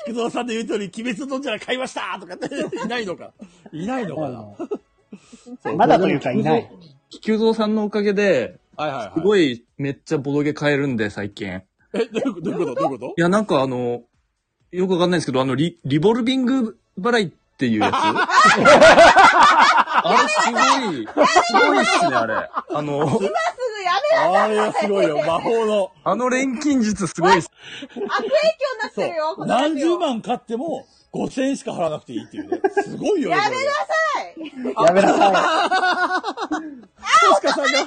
菊蔵さんの言う通り、鬼滅のどんじゃら買いましたとかって、いないのか。いないのかま *laughs* な。だというかいない。気球蔵さんのおかげで、はいはいはい。すごいめっちゃボドゲ買えるんで、最近。え、どういうことどういうことどういうこいや、なんかあの、よくわかんないんですけど、あの、リ、リボルビング払いっていうやつあれすごい、すごいっすね、あれ。あの、今すぐやめなさいあれはすごいよ魔法の。あの錬金術すごいっす。悪影響にな *laughs* ってるよ、とこのラジオ何十万買っても、5000円しか払わなくていいっていうね。すごいよね。やこめれなさいリボンやめなさトシカさんが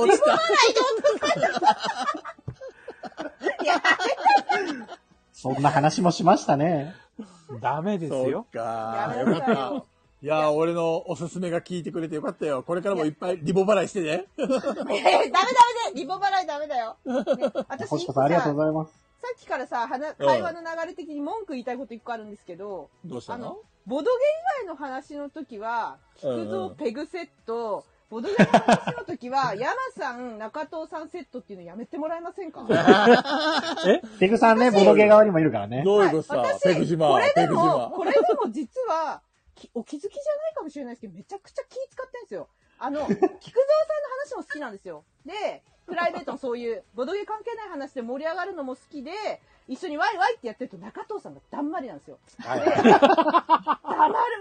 落ちた。い。そんな話もしました *laughs* ね。ダメですそうよ。か。やよめなかっさいよた。いやー、俺のおすすめが聞いてくれてよかったよ。これからもいっぱいリボ払いしてね。 *laughs* いやいやダメダメでリボ払いダメだよ。ね私、星子さんありがとうございます。さっきからさ、話会話の流れ的に文句言いたいこと一個あるんですけど、どうしあたのの、ボドゲ以外の話の時は、うんうん菊蔵ペグセット、ボドゲの話の時は、山さん、中藤さんセットっていうのやめてもらえません *laughs* かペグさんね、ボドゲ側にもいるからね。どういうことさ、私、ペグ島これ、ペでグも島、。これでも実は、きお気づきじゃないかもしれないですけど、めちゃくちゃ気使ってんですよ。あ *laughs* の、菊蔵さんの話も好きなんですよ。で、プライベートもそういう、ボドゲ関係ない話で盛り上がるのも好きで、一緒にワイワイってやってると中藤さんがだんまりなんですよ。はい黙る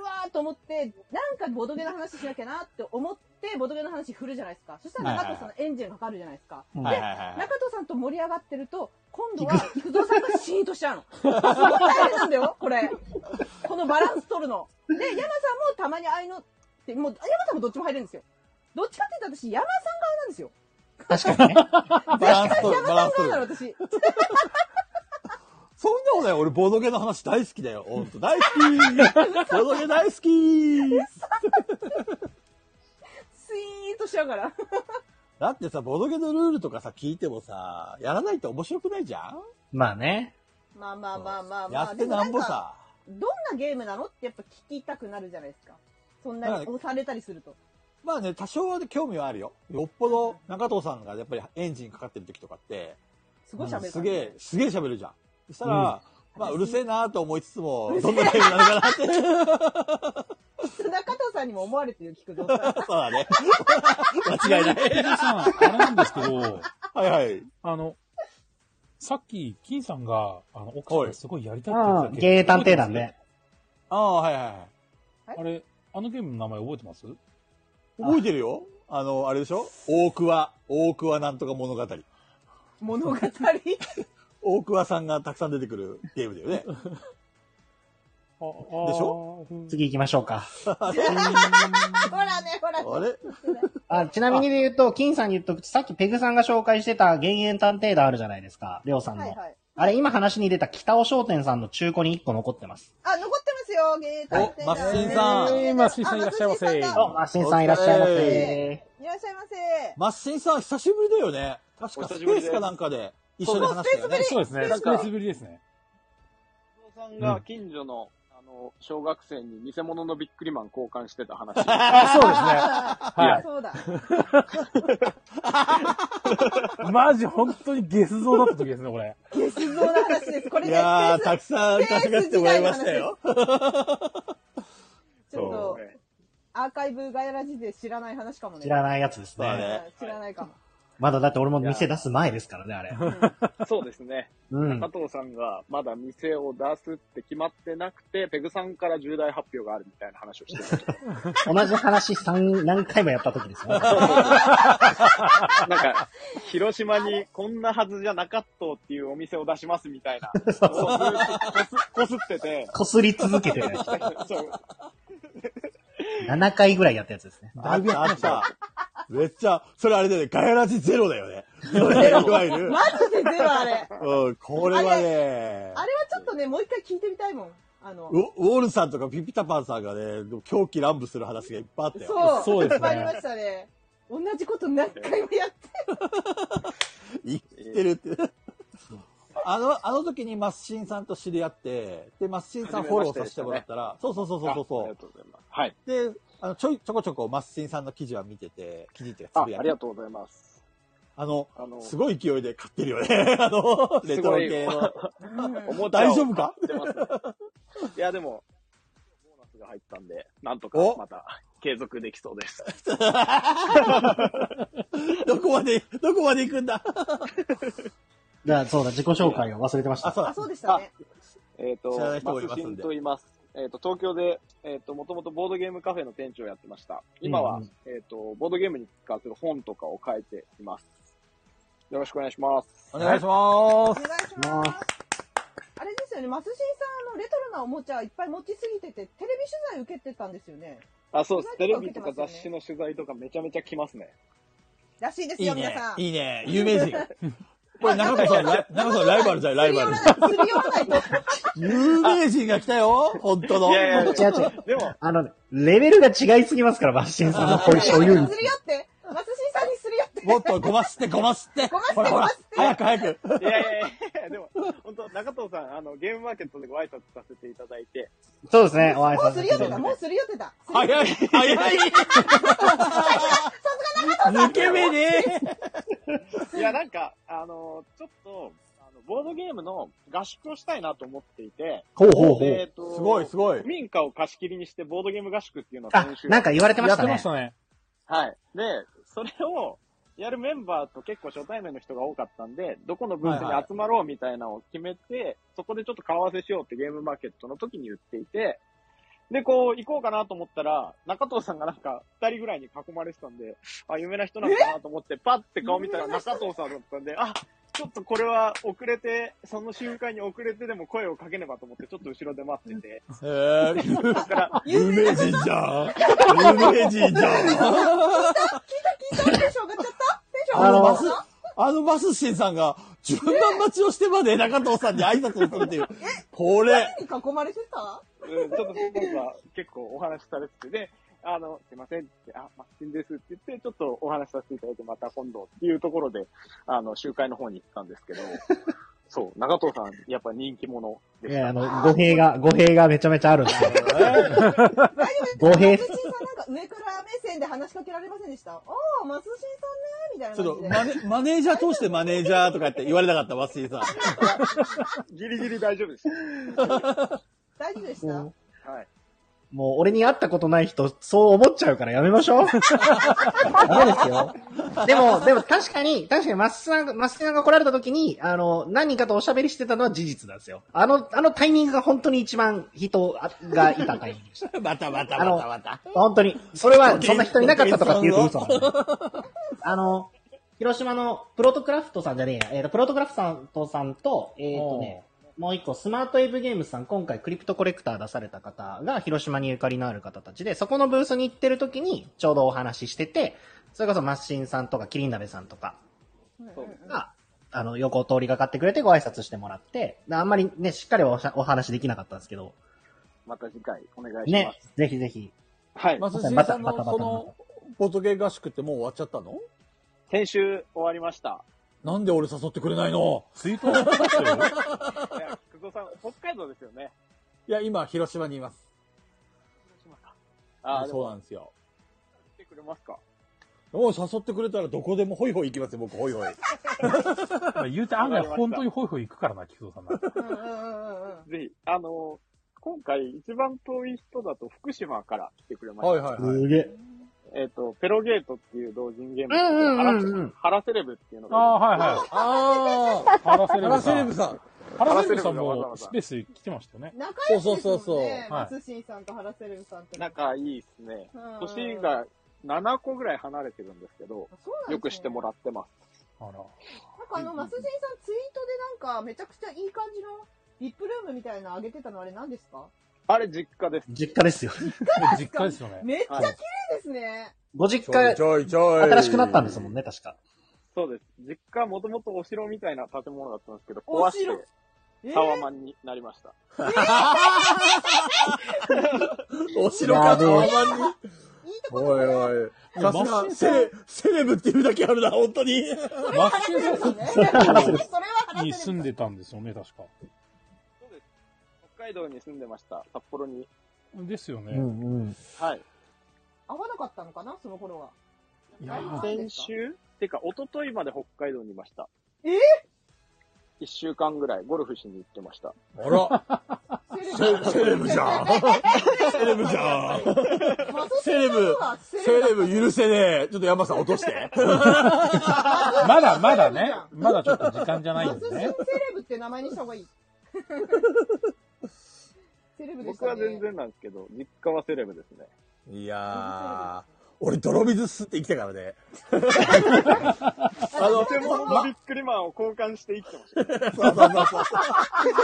わーと思って、なんかボドゲの話しなきゃなって思って、ボドゲの話振るじゃないですか。そしたら中藤さんのエンジンかかるじゃないですか。はいはいはい中藤さんと盛り上がってると、今度は菊蔵さんがシーンとしちゃ *laughs* うの。すごい大変なんだよ、これ。このバランス取るの。で、山さんもたまにあいのって、もう山さんもどっちも入れるんですよ。どっちかって言ったら私、山さん側なんですよ。確かにね。 *laughs* バランス山取さる、んバラ側ンス取なの、る。私。そんなことない俺、ボードゲの話大好き *laughs* だよ。ほんと、大好きボードゲ大好きスイーンとしちゃうから。だってさ、ボードゲのルールとかさ、聞いてもさ、やらないと面白くないじゃんまあね。まあまあまあまあまやあ。ってなんぼさ。どんなゲームなのってやっぱ聞きたくなるじゃないですか。そんなに押されたりすると。まあね、多少はね興味はあるよ。よっぽど中藤さんがやっぱりエンジンかかってる時とかって、すごい喋る、すげえ、。すげえ喋るじゃん。そしたら、まあ、うるせえなと思いつつもう、るせどえんなゲームなのかな *laughs* って。中藤さんにも思われてる、菊蔵さん。そうだね。間違 *laughs* いない。ペグさん、あれなんですけど、はいはい。あの、さっき、金さんが、あの、奥さんがすごいやりたいって言うってん。たけどゲー探偵団ね。。ああ、はいはい。 *laughs* あれ、あのゲームの名前覚えてます覚えてるよあの、あれでしょ大桑、大桑なんとか物語。物語。大桑さんがたくさん出てくるゲームだよ *laughs* ね。でしょ次行きましょうか。ほらね、ほらね。あれあちなみにで言うと、金さんに言っとくと、さっきペグさんが紹介してた減塩探偵団あるじゃないですか。りょうさんの。はいはい。あれ、今話に出た北尾商店さんの中古に1個残ってます。あ、残ってますよ、芸大生おマッシンさんえーマッシンさんいらっしゃいませ。あマッシンさんいらっしゃいませ。いらっしゃいませ。マッシンさん、久しぶりだよね。確かお久スしペぶりーですスかなんかで一緒に話したよね。そうですね。なスんペかースぶりですね。お父さんが近所の、あの、小学生に偽物のビックリマン交換してた *laughs* 話。 *laughs* あそうですね。はい。マジ本当にゲス像だった時ですね、これ。ゲス像の話です。これね、スペいやーー、スたくさん助かってもらいましたよ。ちょっと、アーカイブガヤラジで知らない話かもね。知らないやつですねそうね知らないかも。まだだって俺も店出す前ですからね、あれ。 *laughs* そうですね。うん加藤さんがまだ店を出すって決まってなくて、ペグさんから重大発表があるみたいな話をしてました。 *laughs* 同じ話三何回もやった時です *laughs* なね。んか、広島にこんなはずじゃなかったっていうお店を出しますみたいな。そうずーっとこすこすってて。こすり続けてるやつそう。 7回ぐらいやったやつですね。あったあった。めっちゃ、それあれだよね、ガヤラジゼロだよね。そ *laughs* れいわゆる。マジでゼロあれ。あれはうん、これはね、ちょっとね、もう一回聞いてみたいもん。あの、ウォウォールさんとかピピタパンさんがね、狂気乱舞する話がいっぱいあったよ。そう、いっぱいありましたね。同じこと何回もやって。生きてるって。あの、あの時にマッシンさんと知り合って、で、マッシンさんフォローさせてもらったら、そうそうそうそうそうそう。ありがとうございます。はい。で、あの、ちょい、ちょこちょこマッシンさんの記事は見てて、記事っていうかあつぶやありがとうございます。あの、あのすごい勢いで買ってるよ *laughs* ね。あの、レトロ系の。おもちゃを大丈夫か買ってますねいや、でも、ボーナスが入ったんで、なんとかまた継続できそうです。どこまで、どこまで行くんだじゃあ、そうだ、自己紹介を忘れてました。あ、そうでしたね。えっ、と知らない人もいマますスんでシンと言います。えっ、と、東京で、えっ、と、もともとボードゲームカフェの店長をやってました。今は、うんうんえっ、と、ボードゲームに関する本とかを書いています。よろしくお願いします。お願いしお願ます。いします。あれですよね、マスシンさん、あの、レトロなおもちゃいっぱい持ちすぎてて、テレビ取材受けてたんですよね。あ、そうです。テ取レ材ビとか受けてま雑すよね誌の取材とかめちゃめちゃ来ますね。らしいですいよ、いね皆さ。ん。いいね。有 *laughs* 名人。これ中子さん、ラ中子さんライバルじゃん、ライバル。有名人が来たよ。本当の。いやいやいや違う違うでも、あの、レベルが違いすぎますから、マッシンさんのこういう所有率す。り寄って、マスシンさんにすり寄って。もっとごますって、ごますって。ごますってほらほごらますって早く早 *laughs* く。いやいやいや、でも、本当中藤さん、あの、ゲームマーケットでご挨拶させていただいて、そうですね、お会いもうさすせりて寄いったてた、だいて。もうすり寄ってた。早い、早い。 *laughs* 抜け目ねいや、なんか、あの、ちょっと、あのボードゲームの合宿をしたいなと思っていて、ほうほうほうえーとすごいすごい古民家を貸し切りにしてボードゲーム合宿っていうのをあ先、週なんか言われてましたね。ね。はい。で、それを、やるメンバーと結構初対面の人が多かったんで、どこのブースに集まろうみたいなのを決めて、そこでちょっと顔合わせしようってゲームマーケットの時に言っていて、で、こう、行こうかなと思ったら、中藤さんがなんか、二人ぐらいに囲まれてたんで、あ、有名な人なのかなと思って、パッて顔見たら中藤さんだったんで、あ、ちょっとこれは遅れて、その瞬間に遅れてでも声をかけねばと思って、ちょっと後ろで待ってて、え *laughs* ーだから、有名人じゃん。有名人じ聞いたテンションゃん。上がっちゃったテンション *laughs* 上あの、がっバちスゃった、あのバスシンさんが順番待ちをしてまで中藤さんに挨拶をするっていう。これ。何に囲まれてたうんちょっとなんか結構お話しされてて、で、あの、すいませんって、あ、マッチンですって言って、ちょっとお話しさせていただいて、また今度っていうところで、あの、集会の方に行ったんです *laughs* けど、そう、長藤さん、やっぱ人気者でいした。や、あの、語弊が、語弊がめちゃめちゃあるんですけど。語マ弊スシンさんなんか上から目線で話しかけられませんでしたああ、マスシンさんね、みたいなちょっと感マネ、マネージャー通してマネージャーとかって言われなかった、バスシンさん。ギリギリ大丈夫です。大丈夫でしたうんはい。もう俺に会ったことない人、そう思っちゃうからやめまし *laughs* ょう。ダメですよ。でも、でも確かに、確かにマスさんが、マスさんが来られた時に、あの、何人かとおしゃべりしてたのは事実なんですよ。あの、あのタイミングが本当に一番人がいたタイ *laughs* ミングでした。 *laughs* またまたあまのたまた。、本当に、それはそんな人いなかったとかっていうと嘘なんで。あの、広島のプロトクラフトさんじゃねえや、えーと、プロトクラフトさんと、さんとえっ、とね、もう一個、スマートエイブゲームズさん、今回クリプトコレクター出された方が広島にゆかりのある方たちで、そこのブースに行ってる時にちょうどお話ししてて、それこそマッシンさんとかキリンダベさんとかそうが、あの、横を通りがかってくれてご挨拶してもらって、であんまりね、しっかりおしゃお話できなかったんですけど、また次回お願いします。ね、ぜひぜひ。はい。松重まさたんまたまたのその、ボトゲ合宿ってもう終わっちゃったの先週終わりました。なんで俺誘ってくれないの水筒い *laughs* いや、久保さん、北海道ですよね。や、今、広島にいます。あーはいでもそうなんですよ。来てくれますかもう誘ってくれたらどこでもホイホイ行きますよ、僕、ホイホ *laughs* イ。まあ言うて案外本当にホイホイ行くからな、菊蔵さんなんて。ぜひ、あのー今回一番遠い人だと福島から来てくれました。はいはいはい。げえ。えっ、と、ペロゲートっていう同人ゲームうんうんうんハラハラセレブっていうのが。ああー、はいはい。あハあラセレブさん。ハハハラセレブさんラセレブさん。ラセレブがわざわもざスペース来てましたよね。仲良良ししでですすもんねそうそもうそうんね。はい松新さんと原セレブさんって。仲いいですねうん。年が7個ぐらい離れてるんですけど、そうなんですねよくしてもらってます。あら。なんかあの、マスジンさんツイートでなんか、めちゃくちゃいい感じの、ビップルームみたいなの上げてたのあれ何ですかあれ実家です。実家ですよ。 *laughs* 実家ですよねめっちゃ綺は麗いですね。ご実家、ちょいちょい新しくなったんですもんね、確か。そうです。実家もともとお城みたいな建物だったんですけど、お壊し城えて、ータワマンになりました。お城かタワマンに。おいおい。さすマが、シンセさんレ、セレブっていうだけあるな、本当に。マッシュさん、それは話せるに住んでたんですよね、確か。北海道に住んでました。札幌に。ですよね。うんうん。はい。合わなかったのかなその頃は。いやー先週ってか、一昨日まで北海道にいました。え一週間ぐらいゴルフしに行ってました。あら、セセレブじ *laughs* ゃん。セレブじゃん。セレブ、セレブ許せねえ。ちょっと山さん落として。 *laughs* まだまだね、まだちょっと時間じゃないんマでスすジンセレね。ブって名前にした方が *laughs* いい。セレブでし僕たはね。全然なんですけど、実家はセレブですね。いやー。 *laughs* 俺、泥水吸って生きたからね。あの、でも、まビックリマンを交換して生きて *laughs* ましたね。そうそうそうそう。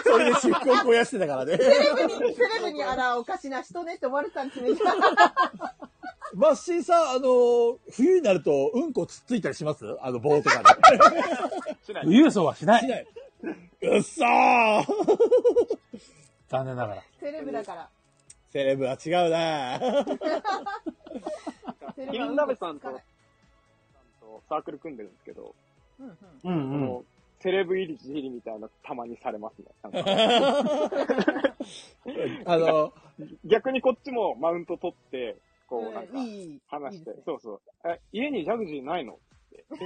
それで私服を肥やしてたからね。セレブに、セレブにあら、おかしな人ねって思われてたんですね。 *laughs* マッシーさん、あの冬になると、うんこつっついたりしますあの、棒と *laughs* かしない富裕層はしない。で。うっそー残念ながら。セレブだ *laughs* から。セレブは違うなセレキリブはうンんこ鍋さんつかとない、サークル組んでるんですけど、うんうんうんうん。もうセレブ入りじりみたいな、たまにされますね。なんかあの、逆にこっちもマウント取って、こうう、んなんか、いい話していいですねそうそう。え、家にジャグジーないの *laughs* それいい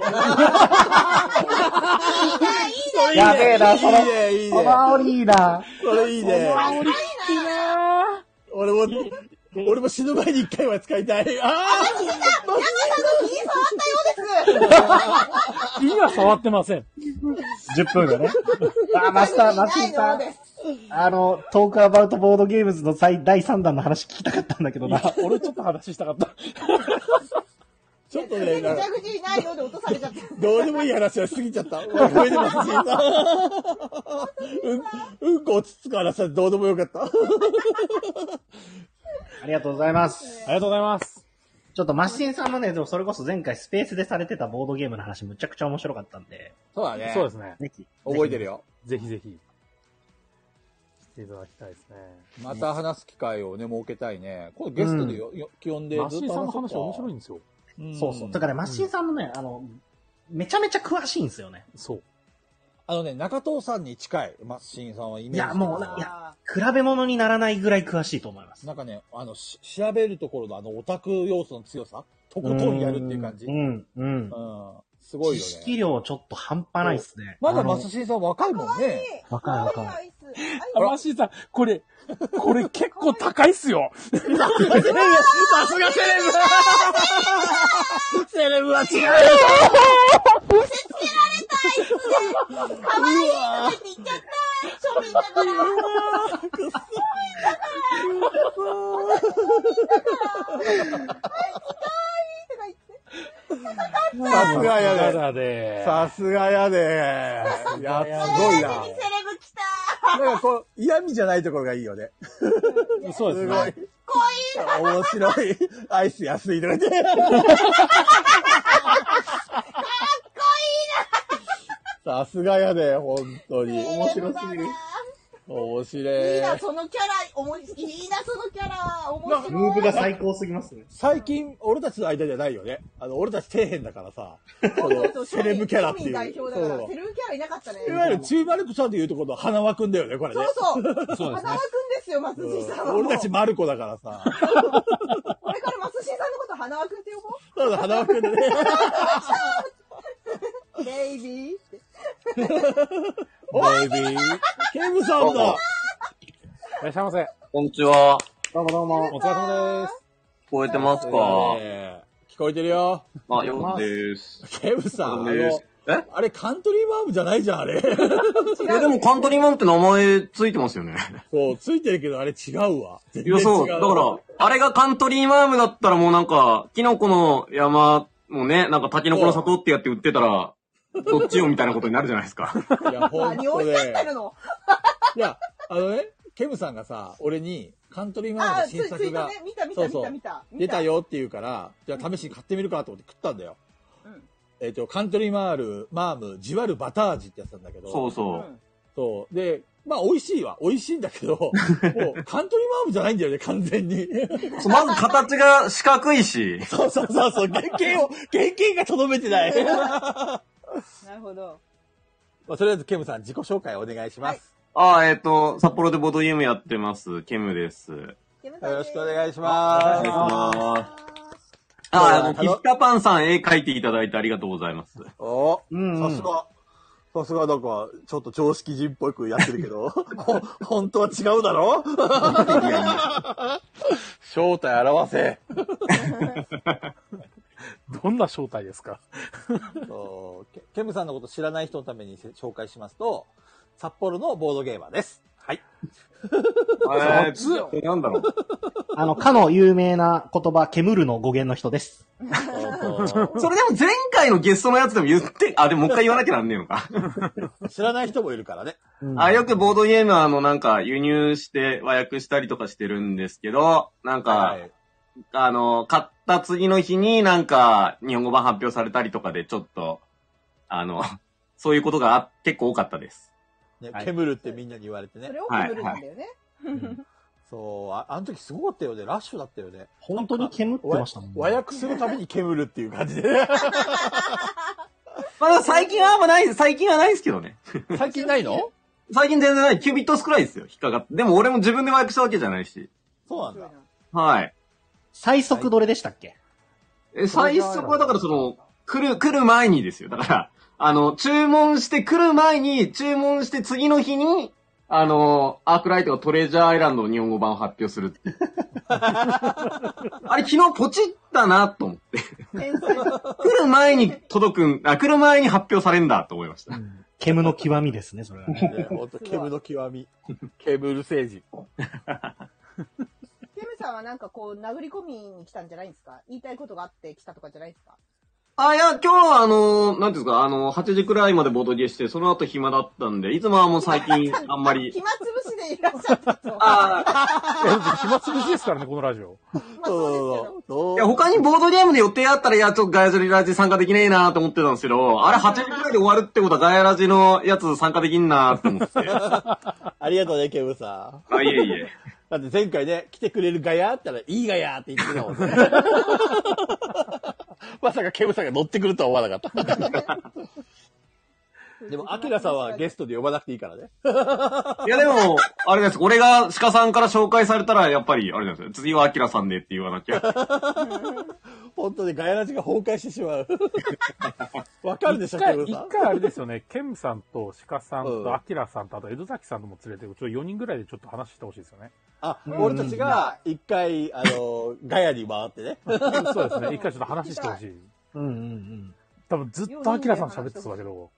ねやべえな、その、いいね、いいそねの。煽りいいな。それいいね。俺も、俺も死ぬ前に一回は使いたい。あ今触っ *laughs* てません。 10分 *laughs* がね。あ、マスター、マスタないのーです。さん。あの、トークアバウトボードゲームズの最第3弾の話聞きたかったんだけどいな。や、俺ちょっと話したかった。ーちょっとセね、レブジなんかャグジーないよで落とされちゃった。どうでもいい話は過ぎちゃった。ごめんね、マスシーさん。うん、うんこをつつく話はどうでもよ *laughs* かった。ありがとうございます。ありがとうございます。ちょっとマッシンさんもね、でもそれこそ前回スペースでされてたボードゲームの話むちゃくちゃ面白かったんで、そうだそうですね。ぜひ。覚えてるよ。よ。ぜひぜひ。していただきたいですね。また話す機会をね、設けたいね。今度ゲストでよ、よ呼んでマッシーさんの話は面白いい。んですよ。そうそう。だからね、マッシンさんのね、あの、めちゃめちゃ詳しいんですよね。そう。あのね、中藤さんに近い、マッシンさんはイメージいや、もう、してるいなや、比べ物にならないぐらい詳しいと思います。なんかね、あの、し調べるところのあの、オタク要素の強さ、とことんやるっていう感じ。ううん。ん、うん。すごい知よ識ね。量ちょっと半端ないっすね。まだあのマスシンさん若いもんね。わかるわかるアイス。アイスあマッシーさん、こ *laughs* れ、これ結構高いっすよ。さすがセレブセレブは違うよ行っちゃった庶民だからさすがやで。だで。さすがやで。いや、すごセレブいな。来たなんかこう、嫌味じゃないところがいいよね。そうですすごねい。。面白い。アイス安いとか言って。かっこいい *laughs* なさすがやで、本当に。面白すぎる。面白い。いいな、そのキャラ、おもいいな、そのキャラ、面白い。高すぎますね。最近、俺たちの間じゃないよね。あの、俺たち底辺だからさ、そそうのそうセレブキャラって庶い民う。代表だかそら、うセレブキャラいなかったね。いわゆるチームアルプさんでいうところの花輪くんだよね、これね。そうそう。花輪くんねですよ、松井さんは。俺たちマルコだからさ。これから松井さんのこと花輪くんって呼ぼう。そうだ、花輪くんでね。ベイビーって。ベイビー。ケムさんだ。いらっしゃいませ。こんにちは。どうもどうも。お疲れ様です。聞こえてますかえー聞こえてるよ。あ、よかったです。ケムさん、あですの、あれカントリーマームじゃないじゃん、あれ。いや、でもカントリーマンって名前ついてますよね。そう、ついてるけどあれ違うわ。いや、そう。全然だ違から、あれがカントリーマームだったらもうなんか、キノコの山もね、なんかタケノコの里ってやって売ってたら、どっちよみたいなことになるじゃないです *laughs* か。いや、ほん何をとおっねしゃってるのいや、あのね、ケムさんがさ、俺に、カントリーマームの新あーつい作がついたね見た見、たそう見そうた見た見た出たよって言うから、じゃあ試しに買ってみるかと思って食ったんだよ。えっと、カントリーマール、マーム、じわるバター味ってやつなんだけど。そうそううん。そう。で、まあ、美味しいわ。美味しいんだ *laughs* けど、もう、カントリーマームじゃないんだよね、完全に。そうまず形が四角いし。そうそうそうそう、原型を、原型がとどめてない。なるほど。まあ、とりあえず、ケムさん、自己紹介お願いします。ああ、えっ、と、札幌でボードゲームやってます。ケムです。よよろしくお願いしろましくす。お願いします。ああ、もうピスカパンさん絵描いていただいてありがとうございます。おさすが。さすがなんか、ちょっと常識人っぽくやってるけど、ほ本当は違うだろ *laughs* 正体表せ。どんな正体ですか *laughs* そうケケムさんのこと知らない人のために紹介しますと、札幌のボードゲーマーです。はい。えー、なんだろう。あの、かの有名な言葉、煙るの語源の人です。それでも前回のゲストのやつでも言って、あ、でももう一回言わなきゃなんねえのか。 *laughs* 知らない人もいるからね。あ、よくボードゲームはあのなんか輸入して和訳したりとかしてるんですけど、なんか、あの、買った次の日になんか日本語版発表されたりとかでちょっと、あの、 *laughs* そういうことがあ結構多かったです。ねはい煙るってみんなに言われてね。それを被るんだよね。そう、ああの時すごかったよね。ラッシュだったよね。本当に煙ってましたもんね。和訳するたびに煙るっていう感じで。 *laughs* まあでも最近はあんまない、最近はないですけどね。 *laughs* 最近ないの最近全然ない。キュービット少ないですよ。引っかかって。でも俺も自分で和訳したわけじゃないし。そうなんだ。はい。最速どれでしたっけえ、最速はだからその、来る、来る前にですよ。だから、あの、注文して来る前に、注文して次の日に、あの、アークライトがトレジャーアイランドの日本語版を発表するっていうあれ昨日ポチったなと思って。来る前に届くん、あ、来る前に発表されんだと思いました。煙の極み *laughs* ですね、それは、ねね。ほんと、煙の極 *laughs* み。煙る政治。ケムさんはなんかこう、殴り込みに来たんじゃないんですか言いたいことがあって来たとかじゃないですかあ、いや、今日はあの、なんていうんですか、あの、8時くらいまでボードゲーして、その後暇だったんで、いつもはもう最近あんまり。暇つぶしでいらっしゃったと。いや暇つぶしですからね、このラジオ。いや、他にボードゲームで予定あったら、いや、ちょっとガヤラジラジ参加できねえなと思ってたんですけど、あれ8時くらいで終わるってことはガヤラジのやつ参加できんなと思って。 *laughs* ありがとうね、ケムさん。あ、いえいえ。だって前回ね、来てくれるガヤあったら、いいガヤって言ってたも *laughs* んね。まさかケムさんが乗ってくるとは思わな *laughs* かった。でも、アキラさんはゲストで呼ばなくてい *laughs* いからね。いや、でも、あれです。俺が鹿さんから紹介されたら、やっぱり、あれなんですよ。次はアキラさんでって言わなきゃ。本当にガヤラジが崩壊してしまう。わかるでしょ、一回ケム一さん。回あれですよね、ケムさんと鹿さんとアキラさんと、あと江戸崎さんとも連れて、ちょっと4人ぐらいでちょっと話してほしいですよね。あ、俺たちが一回、あの、ガヤに回ってね。 *laughs* そうですね、一回ちょっと話してほしい。うんうんうん。多分ずっとアキラさん喋ってそうだけど。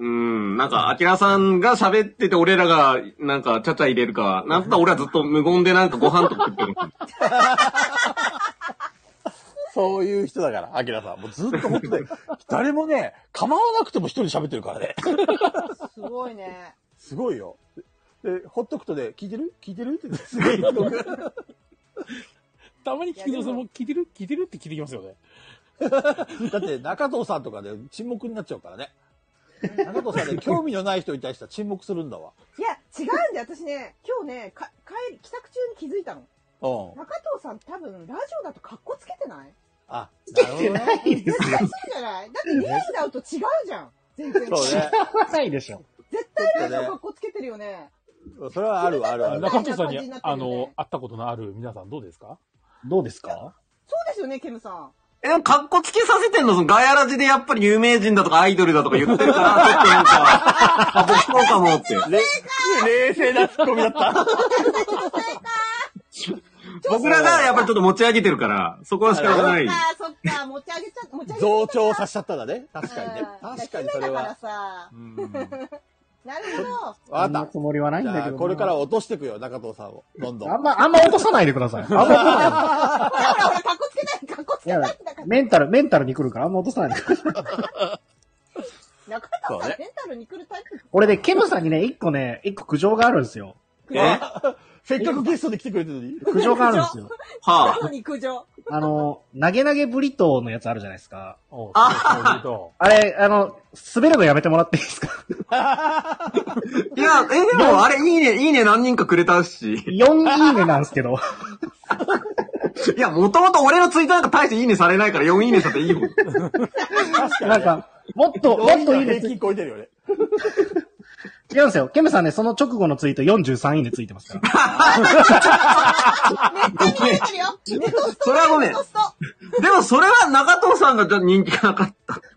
うん、なんか、アキラさんが喋ってて、俺らが、なんか、ちゃちゃ入れるか、なんだったら俺はずっと無言でなんかご飯とか食ってる。そういう人だから、アキラさん。もうずっと本当に、誰もね、構わなくても一人喋ってるからね。すごいね。すごいよ。で、ほっとくとね、聞いてる聞いてる *laughs* ってすげえ言うの *laughs* たまに聞くと、その、聞いてる聞いてるって聞いてきますよね。 *laughs* だって、中藤さんとかで *laughs* 沈黙になっちゃうからね。中藤さんで興味のない人に対しては沈黙するんだわ。いや、沈違うんだよ、私ね、今日ね、か帰り、帰宅中に気づいたの。お中藤さん多分、ラジオだと格好つけてないあ、なるほどね。絶 *laughs* 対そうじゃないだってリアルだと違うじゃん。全然。そうね。ないでしょ。絶対ラジオ格好つけてるよね。それはあるわあるわあるわ中藤さんにみたいな感じになってるよねあの、会ったことのある皆さんどうですかどうですかそうですよね、ケムさん。え、なんか格好つけさせてんのそのガヤラジでやっぱり有名人だとかアイドルだとか言ってるから、 *laughs* ちょっとなんか、あ、僕そうかも *laughs* って。冷静なツッコミだった。僕らがやっぱりちょっと持ち上げてるから、そこは仕方ない。ああ、そっか、持ち上げちゃ、持ち上げちゃ増長させちゃったんだね。確かにね。確かにそだれからは。さ。なるほど。わかっそんなた。つもりはないんだけじどゃあなこれから落としてくよ、中藤さんを。どんどん。あんま、あんま落とさないでくだ *laughs* さい。あんま落とさないで。いや、メンタル、メンタルに来るからあんま落とさないでください。中藤さん、メンタルに来るタイプ。俺ね、ケムさんにね、一個ね、一個苦情があるんですよ。えせっかくゲストで来てくれてるのに。苦情があるん *laughs* ですよ。は最後に苦情。あの、投げ投げブリトーのやつあるじゃないですか。ああれ、あの、滑るのやめてもらっていいですかいや、え、でもあれ、いいね、いいね何人かくれたし。 ?4 いいねなんですけど。 *laughs* *laughs* いや、もともと俺のツイートなんか大していいねされないから4いいねさっていいもん。なんか、もっと、もっといいね *laughs* 平。均超えてるよね。違うんですよ。ケムさんね、その直後のツイート43いいねついてますから。それはごめん。でもそれは中藤さんがじゃあ人気がなかった。 *laughs*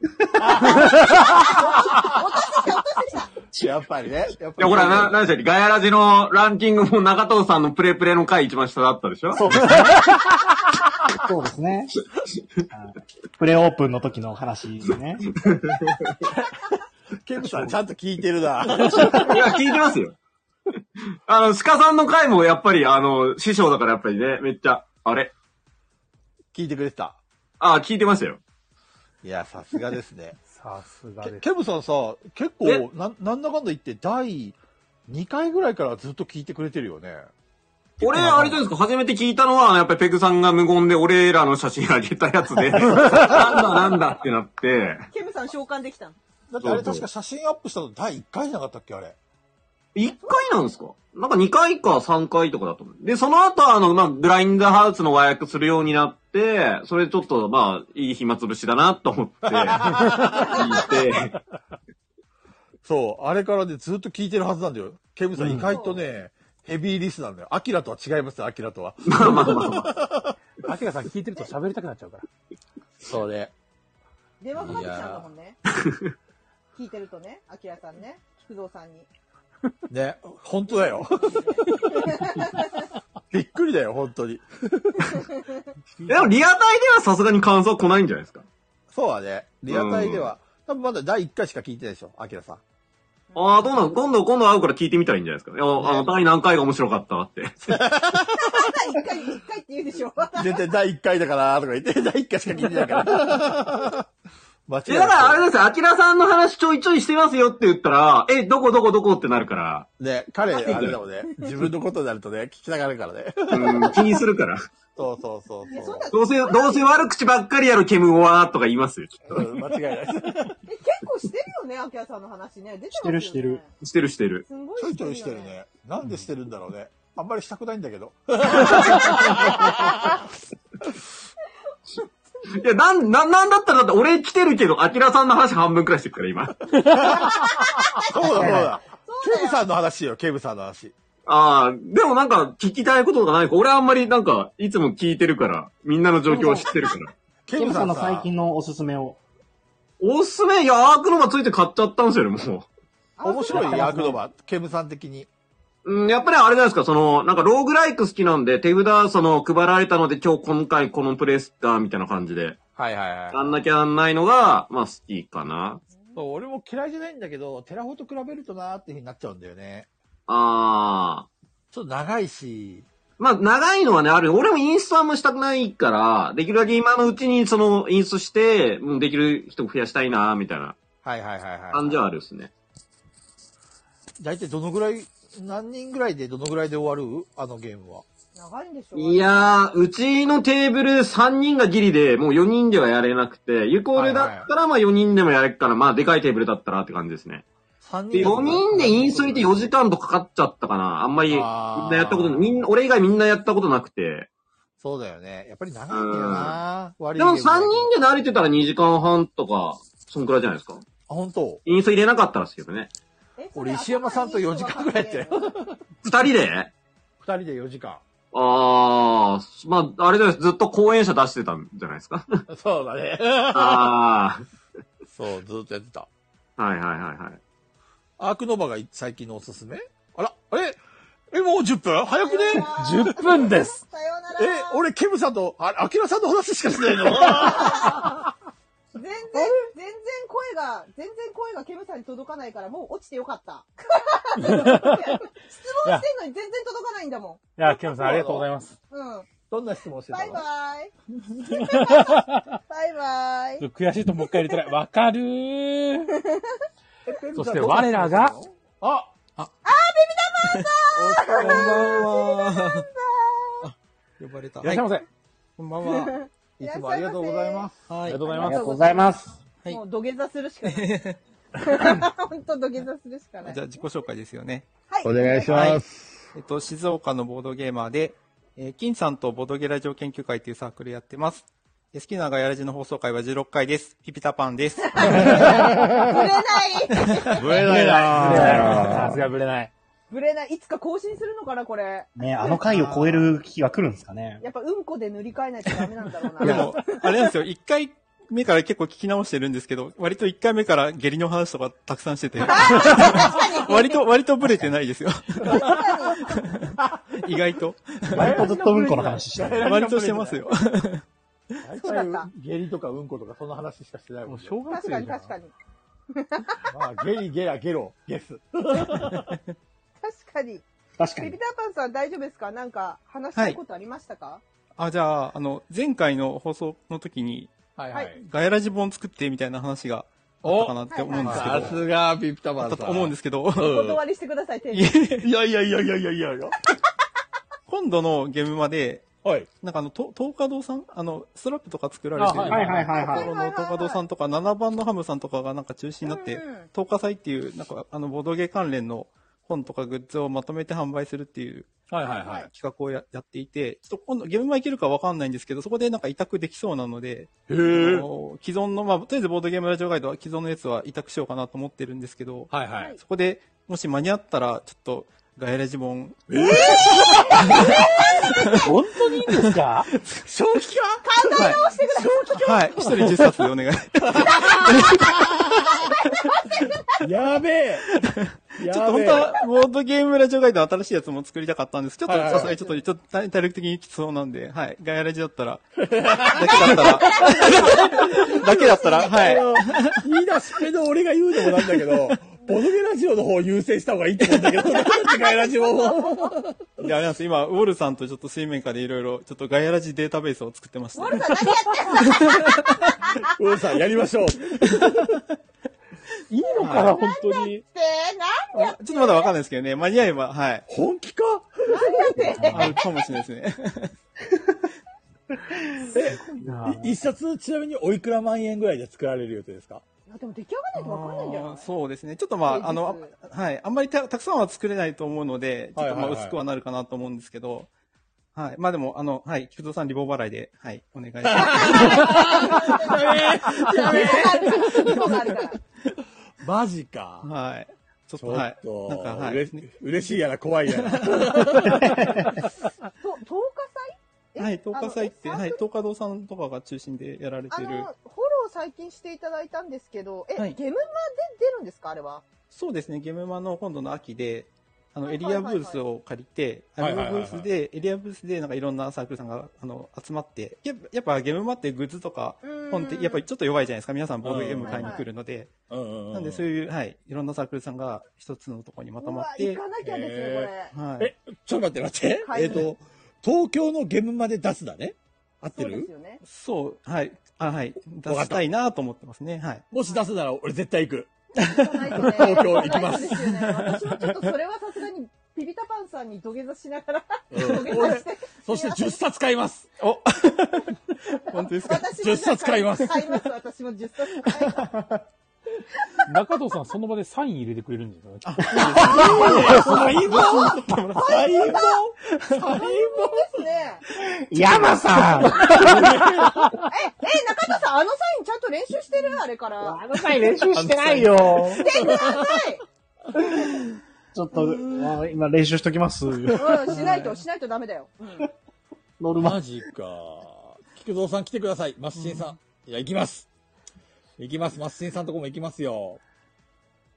やっぱりね。やっいや、ほら、な、なんでしたっけガヤラジのランキングも中藤さんのプレプレの回一番下だったでしょそうですね。そうですね。プレオープンの時の話ね。 *laughs* ケムさんちゃんと聞いてるな。いや、聞いてますよ。 *laughs* あの、鹿さんの回もやっぱり、あの、師匠だからやっぱりね、めっちゃ、あれ聞いてくれてた。あ聞いてましたよ。いや、さすがですね。さすがケケムさんさ、結構、な、なんだかんだ言って、第2回ぐらいからずっと聞いてくれてるよね。 *laughs* 俺、あれじゃないですか、初めて聞いたのは、やっぱりペグさんが無言で俺らの写真あげたやつで、 *laughs* なんだなんだってなって、ケムさん召喚できたの。だってあれ確か写真アップしたの第1回じゃなかったっけあれ。 1回なんですかなんか2回か3回とかだと思う。で、その後、あの、まあ、ブラインドハウスの和訳するようになって、それちょっと、まあ、いい暇つぶしだなと思って、聞い *laughs* て、 *laughs* そう、あれからね、ずっと聞いてるはずなんだよ。ケムさん意外とね、ヘビーリスなんだよ。アキラとは違いますよ、アキラとは。 *laughs* アキラさん聞いてると喋りたくなっちゃうから。そうね。電話かかってきたんだもんね。 *laughs* 聞いてるとね、アキラさんね、菊蔵さんに。 *laughs* ね、本当だ *laughs* よ。びっくりだよ、本当に。でもリアタイではさすがに感想来ないんじゃないですかそうだね。リアタイでは、多分まだ第1回しか聞いてないでしょ、アキラさん。ああ、どうなの今度、今度会うから聞いてみたらいいんじゃないですかいや、あの、第何回が面白かったって。一回、一回って言うでしょ。絶対第1回だからとか言って、第1回しか聞いてない *laughs* から。間違いえ、だなかいらあれですよ、アキラさんの話ちょいちょいしてますよって言ったら、え、どこどこどこってなるから、ね、彼、あれだもんね。自分のことになるとね、聞きたがるからね。うん、気にするから。そうそうそうそう。 *laughs* どうせ、どうせ悪口ばっかりやるケムゴはとか言いますよ、きっと。うん間違いない。え、結構してるよね、アキラさんの話ね。出てますよね。る。してるしてる。すんごいちょいちょいししててるるよね。ね。なんでしてるんだろうね。あんまりしたくないんだけ *laughs* ど。いや、なん、なん、なんだったらだって俺来てるけど、アキラさんの話半分くらいしてるから、今。そうだそうだ。ケムさんの話よ、ケムさんの話。ああ、でもなんか聞きたいこととかないか俺あんまりなんか、いつも聞いてるから、みんなの状況は知ってる *laughs* から。ケムさんの最近のおすすめを。おすすめ、いや、アークノバついて買っちゃったんですよね、もう。面白い、ヤークドバ、ケムさん的に。うん、やっぱりあれじゃないですか、その、なんかローグライク好きなんで、手札、その、配られたので、今日今回このプレイスだ、みたいな感じで。はいはいはい。やんなきゃなんないのが、まあ好きかな。そう俺も嫌いじゃないんだけど、テラフォと比べるとなーっていう風になっちゃうんだよね。ああ。ちょっと長いし。まあ長いのはね、ある。俺もインストはあんましたくないから、できるだけ今のうちにその、インストして、もうできる人増やしたいな、みたいなはいはいはいはい。感じはあるですね。大体どのぐらい、何人ぐらいでどのぐらいで終わるあのゲームは。長いんでしょいやー、うちのテーブル3人がギリで、もう4人ではやれなくて、ゆこールだったらまあ4人でもやれっから、まあでかいテーブルだったらって感じですね。半で、4人でインストに行って4時間とかかっちゃったかな。あんまり、みんなやったことない。みんな、俺以外みんなやったことなくて。そうだよね。やっぱり長いんだよな。悪いでも3けど人で慣れてたら2時間半とか、そんくらいじゃないですか。あ、本当。インスト入れなかったらですけどね。俺、石山さんと4時間ぐらいやったよ。 2人で2人で4時間。ああ、まあ、あれじゃないですずっと講演者出してたんじゃないですか。そうだね。 *laughs* あそう、ずっとやってた。あ。はいはいはいはい。アークノバが最近のおすすめあら、あれえ、もう10分早くね10分です。え、俺、ケムさんと、あ、アキラさんの話しかしないの全然、全然声が、全然声がケムさんに届かないから、もう落ちてよかっ *laughs* た。質問してんのに全然届かないんだもいや、ケムさんありがとうございます。ん。うん。どんな質問してバたイのバ *laughs* イ。バイバイ。悔しいともう一回入れたら、わかるー。そして我らが、あおこんばんは。呼ばれた。いらっしゃいませ。こんばんは。いつもありがとうございます。はい。ありがとうございますありがとうございます。もう土下座するしか *laughs* ない。本当土下座するしかない。じゃあ自己紹介ですよね。はいお願いします。えっと、静岡のボードゲーマーで、えー金さんとボードゲラジオ研究会というサークルやってます。えー好きなガヤラジの放送回は16回です。ピピタパンです。ぶれ *laughs* ないぶれないなぶれないさすがぶれない。ぶれない。いつか更新するのかな、これ。ね、あの回を超える日が来るんですか *laughs* ね。やっぱうんこで塗り替えないとダメなんだろうな。でも、 *laughs* あれなんですよ、1回目から結構聞き直してるんですけど、割と1回目から下痢の話とかたくさんしてて、割と、割とブレてないですよ。 *laughs* 意外と。割とずっとうんこの話してる割としてますよ。大体、下痢とかうんことかそんな話しかしてないもん、ね。小確かに確かに。まあ、ゲリゲラゲロ、ゲス。確かに。確かにビビタパンさん大丈夫ですかなんか話したいことありましたか、あ、じゃあ、あの、前回の放送の時に、はいはいはいガヤラジ本作ってみたいな話があったかなって思うんですけど。さすが、ピピタマだンとさん。思うんですけど。お断りしてください、店いや長。いやいやいやいやいやいや今度のゲームまで、なんかあの、と東華堂さんあの、ストラップとか作られてる。あはいはいはいはいところの東華堂さんとか、7番のハムさんとかがなんか中心になって、東華祭っていう、なんかあの、ボドゲ関連の本とかグッズをまとめて販売するっていう、はいはいはい企画をややっていて、ちょっと今度、ゲームはいけるかわかんないんですけど、そこでなんか委託できそうなので、あへーの既存の、まあ、とりあえずボードゲームラジオガイドは既存のやつは委託しようかなと思ってるんですけど、はいはいそこで、もし間に合ったら、ちょっと、ガヤラジボン。え本当にいいんですか *laughs* 正気か考え直してください。はい、一人10冊でお願い。やべえちょっと本当は、ボードゲームラジオガイドの新しいやつも作りたかったんです。ちょっとはいはいさすがにちょっと、ちょっと体体力的にきつそうなんで、はい。ガヤラジだった *laughs* ら、だけだったら、だけだったら、はい。い。言い出し目の俺が言うのもなんだけ *laughs* ど、ボドゲラジオの方を優先した方がいいと思うんだけど、なんでガヤラジオも。で、あれなんです今、ウォルさんとちょっと水面下でいろいろ、ちょっとガヤラジデータベースを作ってました。ウォルさん何やってんのウォルさんやりま *laughs* しょう。いいのかな、本当ちょに。っとまだわかんないですけどね、間に合えば、はい。本気かあるかもしれないですね。え、い一冊、ちなみにおいくら万円ぐらいで作られる予定ですかいやでも出来上がらないとわかんないんじゃないあー *laughs* そうですね。ちょっとまあ、あの、はい。あんまりたたくさんは作れないと思うので、ちょっとまあはいはいはい薄くはなるかなと思うんですけど、はい。まあでも、あの、はい。菊蔵さん、リボ払いで、はい。お願いします。 *laughs* やべえ *laughs* リボがあるから *laughs* マジか。はい。ちょっちと、ょはいっ。と、なんか、はうれい。 *laughs* 嬉しいやら怖いやら。と10日祭はい、10日祭って、あのはい、東華堂さんとかが中心でやられあての、るフォ。ロー最近していただいたんですけど、え、はいゲムマで出るんですかあれは。そうですね、ゲームマの今度の秋で、あの、はいエはリいはアいブースを借りて、アはいリはいはアブいはいースで、エリアブースでなんかいろんなサークルさんが、あの、集まって、やっぱやっぱゲームマってグッズとか本ってやっぱりちょっと弱いじゃないですか、皆さんボードゲーム買いに来るので、ななんでそういう、はい、いろんなサークルさんが一つのところにまとまって、うわ行かなきゃですねえーはいえ、ちょっと待って待って。はいえっと、東京のゲムまで出すだね。合ってそうでるすよね。そう、はい、あ、はい、出したいなと思ってますね、はい。もし出すなら俺絶対行く。東京行きまそうですよね。私はちょっとそれはさすがに、ピピタパンさんに土下座しながら、土下座して、 *laughs* そして10冊買います。お本当ですか私もじゃあ10冊買います買います、私も10冊買います。中藤さん、その場でサイン入れてくれるんじゃないサイン本サイン本サイン本ですね。山さんえ、え、中田さん、あのサインちゃんと練習してるあれから。あのサイン練習してないよしてください。ちょっと、あ今練習しときます。うん、しないと、しないとダメだよ。うんノルマ。マジか。菊蔵さん来てください。マッシンさん。いや、行きます。行きます。マッシンさんとこも行きますよ。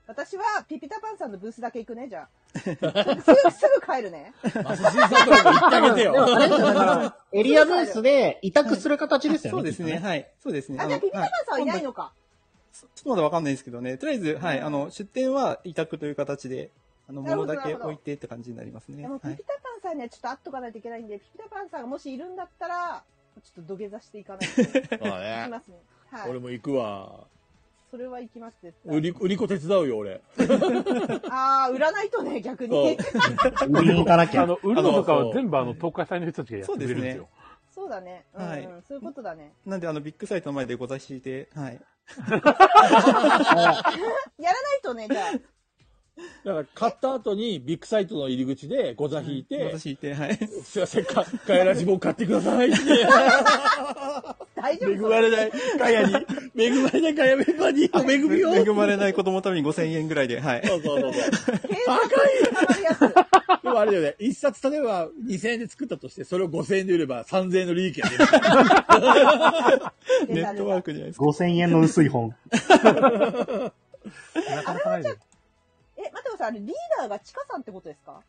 私は、ピピタパンさんのブースだけ行くね、じゃあ。すぐ、すぐ帰るね。行ってあげてよでもあれですよだからエリアブースで委託する形ですよね。そうですね。はい。そうですね。あ、じゃあ、のピピタパンさんはいないのはか。ちょっとまだわかんないですけどね。とりあえず、はい。あの、出店は委託という形で、あの、なるほ物どだけ置いてって感じになりますね。でも、はピいピ。タパンさんにはちょっと会っとかないといけないんで、ピピタパンさんがもしいるんだったら、ちょっと土下座していかないと。 *laughs* まあ行きねま。すね。はい。俺も行くわ。それは行きます、絶対。売り、売り子手伝う *laughs* よ、俺。 *laughs* ああ、売らないとね、逆そうに。売りに行かなきゃあの、売るのとかは全部あの、東海祭の人たちがやってくれるんですよ。 *laughs* そうだね。うんうんはいそういうことだ *laughs* ね。なんで、あの、ビッグサイトの前でご座敷いて、 *laughs* はい。やらないとね、じゃあ。だから、買った後に、ビッグサイトの入り口で、ご座引いて、私いて、はい。すいません、か、ガヤラジボ買ってくださいって。 *laughs* 大丈恵まれない、ガヤに。恵まれないガヤメンバーに、恵みを。恵まれない子供のために5000円ぐらいで、はい。そうそうそうそう。高いでもあれだよね、一冊例えば2000円で作ったとして、それを5000円で売れば3000円の利益 *laughs* が出る。ネットワークじゃないですか。 5000円の薄い本。 *laughs* え、待ってください。あれ、リーダーがチカさんってことですか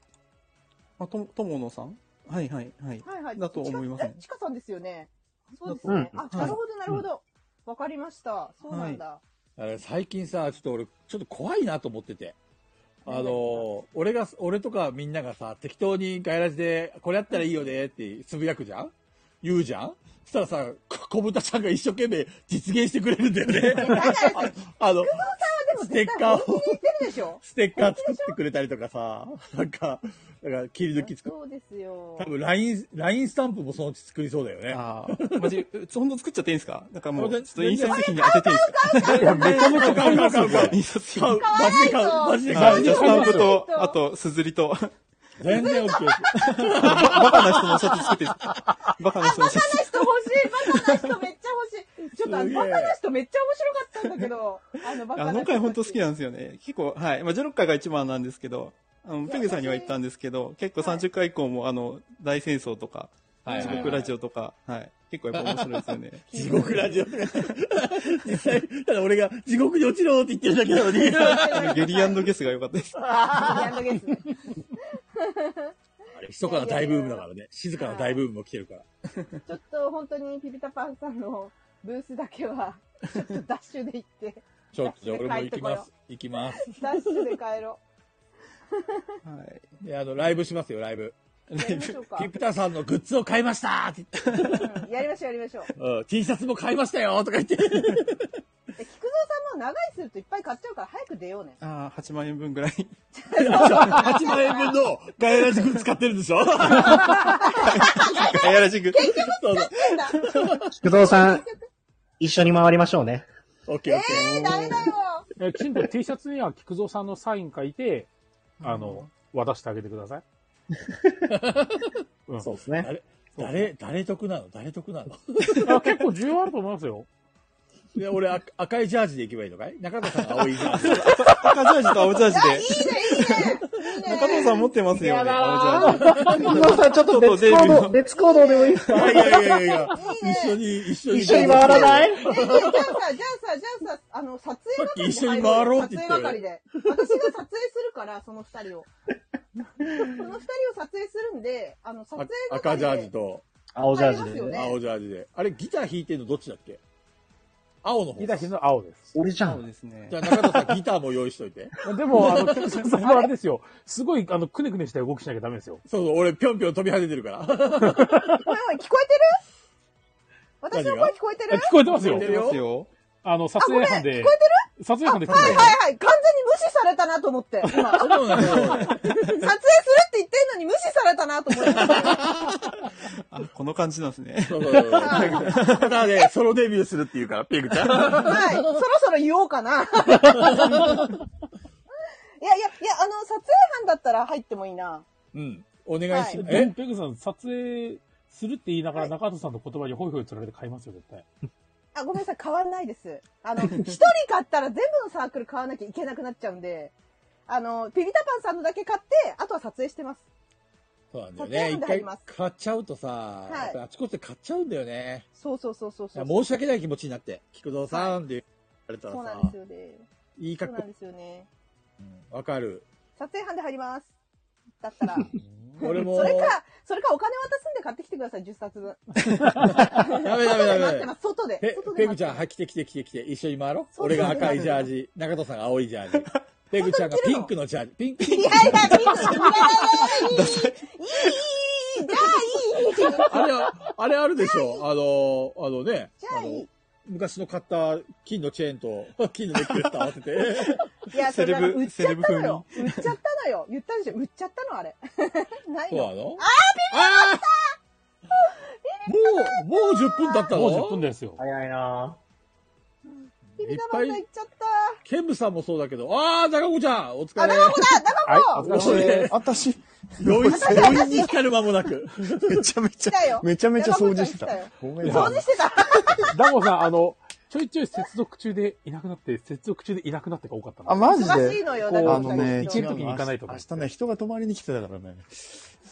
あ、と、とものさんはいはいはい。はいはい。だと思いますねチカえチカさんですよね。そうですよね。うんあ、なるほど、なるほど。わかりました。そうなんだ。あれ最近さ、ちょっと俺、ちょっと怖いなと思ってて。あの、俺が、俺とかみんながさ、適当にガイラジで、これやったらいいよねってつぶやくじゃん言うじゃんそしたらさ、こ小豚ちゃんが一生懸命実現してくれるんだ *laughs* よね。ああの、ステッカーを、言ってるでしょステッカー作ってくれたりとかさ、なんか、なんか切り抜き作っそうですよ。多分ライン、ラインスタンプもそのうち作りそうだよね。ああ、マジ、 *laughs* 本当作っちゃっていいんですかなんかもう、ちょっと印刷的費に当てていいですかいや、めちゃめちゃ買いますよ、これ印刷費。マジで買う、マジでは買い、う。じゃあスタンプと、あと、すずりと、全然 OK です。ババカな人のシャツ作って、バカな人のシャツ。人欲しい。バカな人めっちゃ欲しい。ちょっとあの、すげえバカな人めっちゃ面白かったんだけど、 *laughs* あの、バカあなの人。回本当好きなんですよね。結構、はい。まあ、16回が一番なんですけど、あの、ペグさんには言ったんですけど、結構30回以降も、あの、大戦争とか、はいはい地はい獄ラジオとか、はい。結構やっぱ面白いですよね。地獄ラジオ。実際、ただ俺が地獄に落ちろって言ってるだけなのに。あの *laughs* ゲリアンドゲスが良かったです。あーヤングゲス。密かな大ブームだからね。静かな大ブームも来てるから。ちょっと本当にピピタパンさんのブースだけは、ちょっとダッシュで行って、ちょっと、じゃあ俺も行きます。行きます。ダッシュで帰ろはい。で、あの、ライブしますよ、ライブ。やりましょうかピプタさんのグッズを買いましたって *laughs* 言ってう。やりましょう、やりましょう。うん、T シャツも買いましたよとか言って。え、菊蔵さんも長いするといっぱい買っちゃうから早く出ようね。ああ、8万円分ぐらい。 8万円分のガヤラジグッズ買ってるんでしょガヤラジグッズ。そうそう。菊蔵さん、一緒に回りましょうね。オッケーオッケー。ダメだよえきちんと T シャツには菊蔵さんのサイン書いて、あの、渡してあげてください。うん、そうですね。誰、誰、誰得なの誰得なのあ結構重要あると思いますよ。いや、俺、あ赤いジャージで行けばいいのかい中田さんが青いジャー *laughs* ジ。赤ジャージと青ジャージで。中藤さん持ってますよね、青ジャージ。菊蔵さん、ちょっと別行動、別行動でもいいですいかやいやいやいや、一緒に、一緒に。一緒に回らないえじゃあじゃあさ、じゃあさ、じゃあさ、あの、撮影係でさっき一緒に回ろうって言撮っ影たよね係で。私が撮影するから、その二人を。その二人を撮影するんで、あの、撮影あ赤ジャージと青ジャージありますよで。ね青ジャージで。あれ、ギター弾いてるのどっちだっけ青の方。ギター弾くのは青です。俺じゃ。そうんですねじ。ゃあ中田さん、ギターも用意しといて。 *laughs* でも、あの、菊蔵さんはあれですよ。すごい、あの、くねくねした動きしなきゃダメですよ。そうそう、俺、ぴょんぴょん飛び跳ねて *laughs* るから。おいおい、聞こえてる私の声聞こえてえる聞こえてますやよって。ますよ。あの、撮影班で聞こ、え撮影班でてる来はいはいてはい。完全に無視されたなと思 *laughs* って。今。撮 *laughs* 影するって言ってんのに無視されたなと思って。赤この感じなんですね。そうそうそうただね、ソロデビューするっていうから、ペグちゃん。はい、そろそろ言おう *laughs* かな。いやいや、いや、あの、撮影班だったら入ってもいいな。うん。お願いします。でも、ペグさん、撮影するって言いながら、中畑さんの言葉にホイホイ釣られて買いますよ、絶対。あ、ごめんなさい、変わんないです。あの、一人買ったら全部のサークル買わなきゃいけなくなっちゃうんで、あの、ピピタパンさんのだけ買って、あとは撮影してます。そうなんだよ撮影ね。一班で入り回ます買っちゃうとさ、はいやっぱあちこちで買っちゃうんだよね。そうそうそうそういそやう。申し訳ない気持ちになって、菊蔵さんって言われたそうらなさんです、よね。いいそう格な好ん、ですよね。わかる。撮影班で入ります。だったら。 *laughs* 俺もそれか、それかお金渡すんで買ってきてください、10冊 *laughs* 分。ダメダメダメ外で待ってます、外で。ペ外でペグちゃん、はい、来て来て来て来て、一緒に回ろう。そう俺が赤いジャー *laughs* ジ、中戸さんが青いジャージ。ペグちゃんがピンクのジャージ。ピンク。いやいや、ピンクいやいやいやいいいいいいいいいじゃあいいけどあれは、あれあるでしょ。あの、あのね、じゃああいのい、昔の買った金のチェーンと、金のネックレスと合わせて。いや、それなんか売っちゃったのよ。セレ売っちゃったのよ。言ったでしょ。売っちゃったの、あれ。 *laughs* ないの。そうなのあもう、もう10分だったのもう10分ですよ。早いなビビいっタパぱンいさん、行っちゃっケンブさんもそうだけど、ああ、中子ちゃんお疲れ。あ、中子だはい、中子私、余私韻、余韻に浸る間もなく。めちゃめちゃ来たよ、めちゃめちゃ掃除してた中子ちゃごん来。めたんよなさ掃除い。して *laughs* た。ダボさん、あの、ちょいちょい接続中でいなくなって、接続中でいなくなってが多かったんで *laughs* すあ、マジで忙しいのよだからあのね、一時に行かないと明日ね、人が泊まりに来てたからね。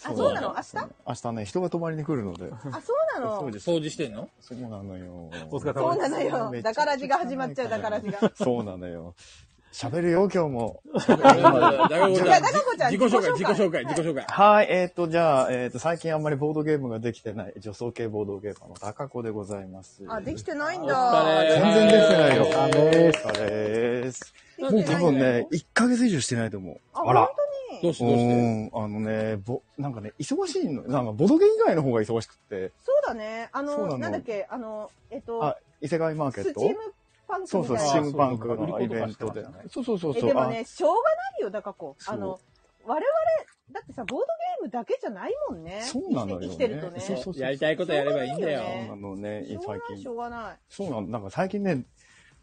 たあ、そうなの明日明日ね、人が泊まりに来るので。あ、そうなのそうです掃除してんのそうなのよ。お疲れそうなのよ。だから字が始まっちゃう、だから字が。いそうなのよ。喋るよ、今日 *laughs* も。中子ちゃや、ん、中子ちゃん、自己紹介、自己紹介、自己紹介。はい、えっ、と、じゃあ、えっ、と、最近あんまりボードゲームができてない、女装系ボードゲーマーの高子でございます。あ、できてないん全だ。然できてないよ。お疲れお疲れです。できてないもう多分ね、1ヶ月以上してないと思う。ああら本当にどうしてどうしてんあのね、ぼ、なんかね、忙しいの。なんか、ボドゲ以外の方が忙しくって。そうだね。あそうなの、のなんだっけ、あの、えっとあ、、異世界マーケスッチームトパンクそみうたそ、いうな。スチームパンクそうそうのイベントで売り子とかしてましたね。そうそうそうえそう。でもあね、しょうがないよ、高子。そうあの、我々、だってさ、ボードゲームだけじゃないもんね。そうなのよね生きてるとね。そうそうそうやりたいことやればいいんだよ。あのね、しょうが最ない、し近ょ。うがない。そうなの。なんか最近ね、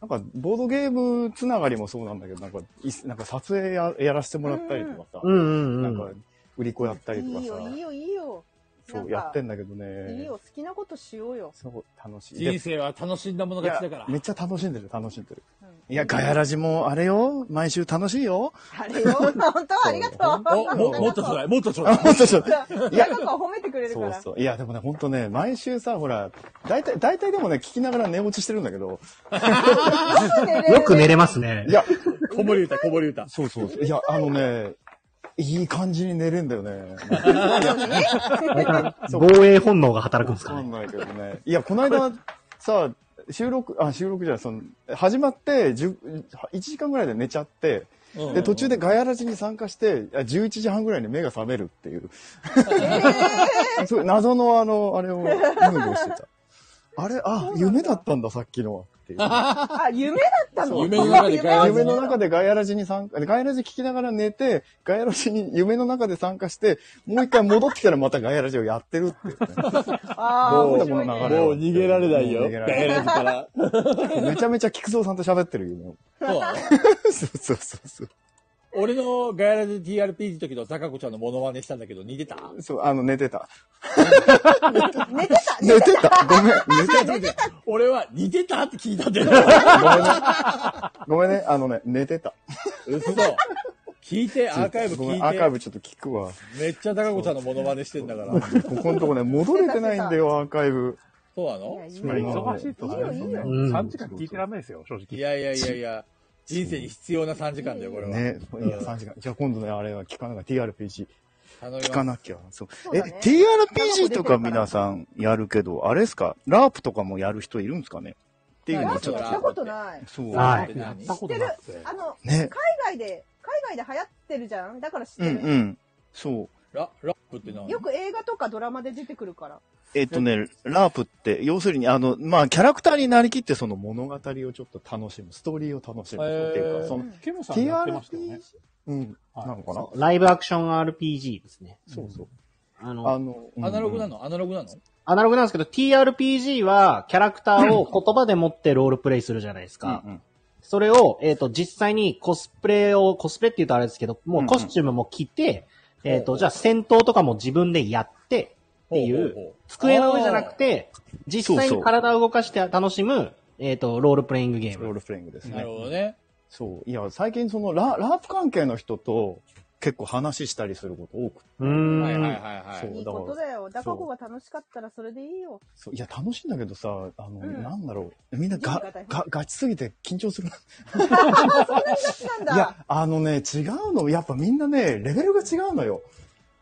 なんか、ボードゲームつながりもそうなんだけど、なんか、いなんか撮影ややらせてもらったりとかさ、うんうんなんか、売り子やったりとかいいよ、いいさ、よ、いいよ。そなんう、かやってんだけどいいね、よ、好きなことしようよ。そう、楽しい。で人生は楽しんだものいや勝ちだから。めっちゃ楽しんでる、楽しんでる。いや、ガヤラジも、あれよ、毎週楽しいよ。あ *laughs* れよ、本当ありがとう。お、ももっとちょうだい、もっとちょうだあ、い。 *laughs* 本当そう。いや高、子は褒めてくれるかそうら。そう。いや、でもね、ほんとね、毎週さ、ほら、大体、大体でもね、聞きながら寝落ちしてるんだけど。よく寝れますね。いや、こぼり歌、こぼり歌。そうそうそう。いや、あのね、いい感じに寝れんだよね。あれから、 *laughs* 防衛本能が働くんですわかかね。んないけどね。いや、この間、さ、収録、あ、収録じゃない、その、始まって、じゅ1時間ぐらいで寝ちゃって、うんで、途中でガヤラジに参加して、あ11時半ぐらいに目が覚めるっていう。そう謎のあの、あれを、ムーブをしてた。あれ、あ、夢だったんだ、さっきのは。っていう。あ、夢だったの夢の中でガヤラジに夢の中でガヤラジに参加、ガヤラジ聞きながら寝て、ガヤラジに夢の中で参加して、もう一回戻ってきたらまたガヤラジをやってるっていうね。ああ、面白いね。もう逃げられないよ。もう逃げられないガヤラジから。めちゃめちゃ菊蔵さんと喋ってるよ、ね。そう。そうそうそうそう。俺のガヤラジ TRPG の時の高子ちゃんのモノマネしたんだけど、似てたそう、あの、寝てた。寝てた、寝てたごめん、寝て違う違う違う俺は似てたって聞いたんだよ。た。ごめんね、あのね、寝てた。嘘。聞いて、アーカイブごめ聞んアーカイいブちょっと聞くわ。て。めっちゃ高子ちゃんのモノマネしてんだから。ここのとこね、戻れてないんだ *laughs* よ、アーカイブ。そうなのまあ忙しいとね、そんなうん3時間聞いてらんないですよ、正直。いやいやいやいや、人生に必要な3時間だよ、これは。ね、いや、3時間。じゃあ今度ね、あれは聞かなきゃ、TRPG。頼み聞まかす。なきゃ。そう。そうえだね、 TRPG とか皆さんやるけど、あれですかラープとかもやる人いるんですかねっていうのをちょっとやったことない。そう。はいやったことなくて。あの、ね海外で、海外で流行ってるじゃんだから知っうんてうる。ん。そう。ララップって何よく映画とかドラマで出てくるから。えっとね、ラープって、要するに、あの、まあ、キャラクターになりきってその物語をちょっと楽しむ、ストーリーを楽しむっていうか、その、ケムさんやってましたよね。うん、なのかなライブアクション RPG ですね。そうそう。あの、あの、うんアナログなのアナログなのアナログなんですけど、TRPG はキャラクターを言葉で持ってロールプレイするじゃないですか。それを、えっ、と、実際にコスプレを、コスプレって言うとあれですけど、もうコスチュームも着て、えっ、と、じゃあ戦闘とかも自分でやってっていう、机の上じゃなくて、実際に体を動かして楽しむ、えっ、と、ロールプレイングゲーム。ロールプレイングですね。なるほどね。そう。いや、最近そのラ、ラープ関係の人と結構話したりすること多くて。うーんはいはいはいはいそう、いいだかことだよ。らダそカう子が楽しかったらそれでいいよ。そう。いや、楽しいんだけどさ、あの、うんなんだろう。みんなが準備が大変、が、ガチすぎて緊張するな。 *laughs* そんなに好きなんいだ。や、あのね、違うの。やっぱみんなね、レベルが違うのよ。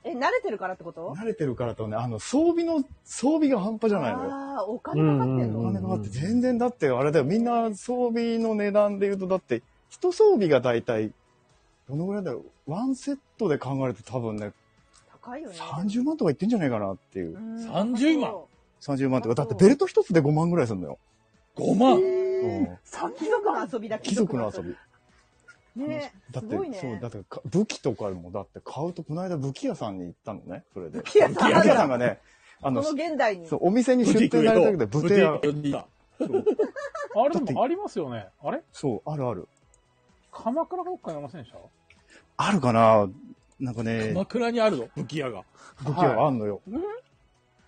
え、慣れてるからってこと慣れてるからとね、あの、装備の、装備が半端じゃないのよ。ああ、お金かかってんの、お金かかって、全然だって、あれだよ、みんな装備の値段で言うと、だって、一装備が大体、どのぐらいだろう、ワンセットで考えると多分ね、高いよね。 30万とかいってんじゃないかなっていう。 30万30万とか、だってベルト一つで5万ぐらいするのよ。 5万三貴族の遊びだけ貴族の遊び。び。ねだっすて、ごいね。そう、だってか武器とかも、だって買うと、この間武器屋さんに行ったのね、それで。武器屋さん武器屋さんがね、あの、この現代に。そうお店に出店されたけど、武店屋。あれでもありますよね。あれそう、あるある。鎌倉どっかにありませんでしたあるかななんかね、枕にあるぞ、武器屋が。武器屋あんのよ。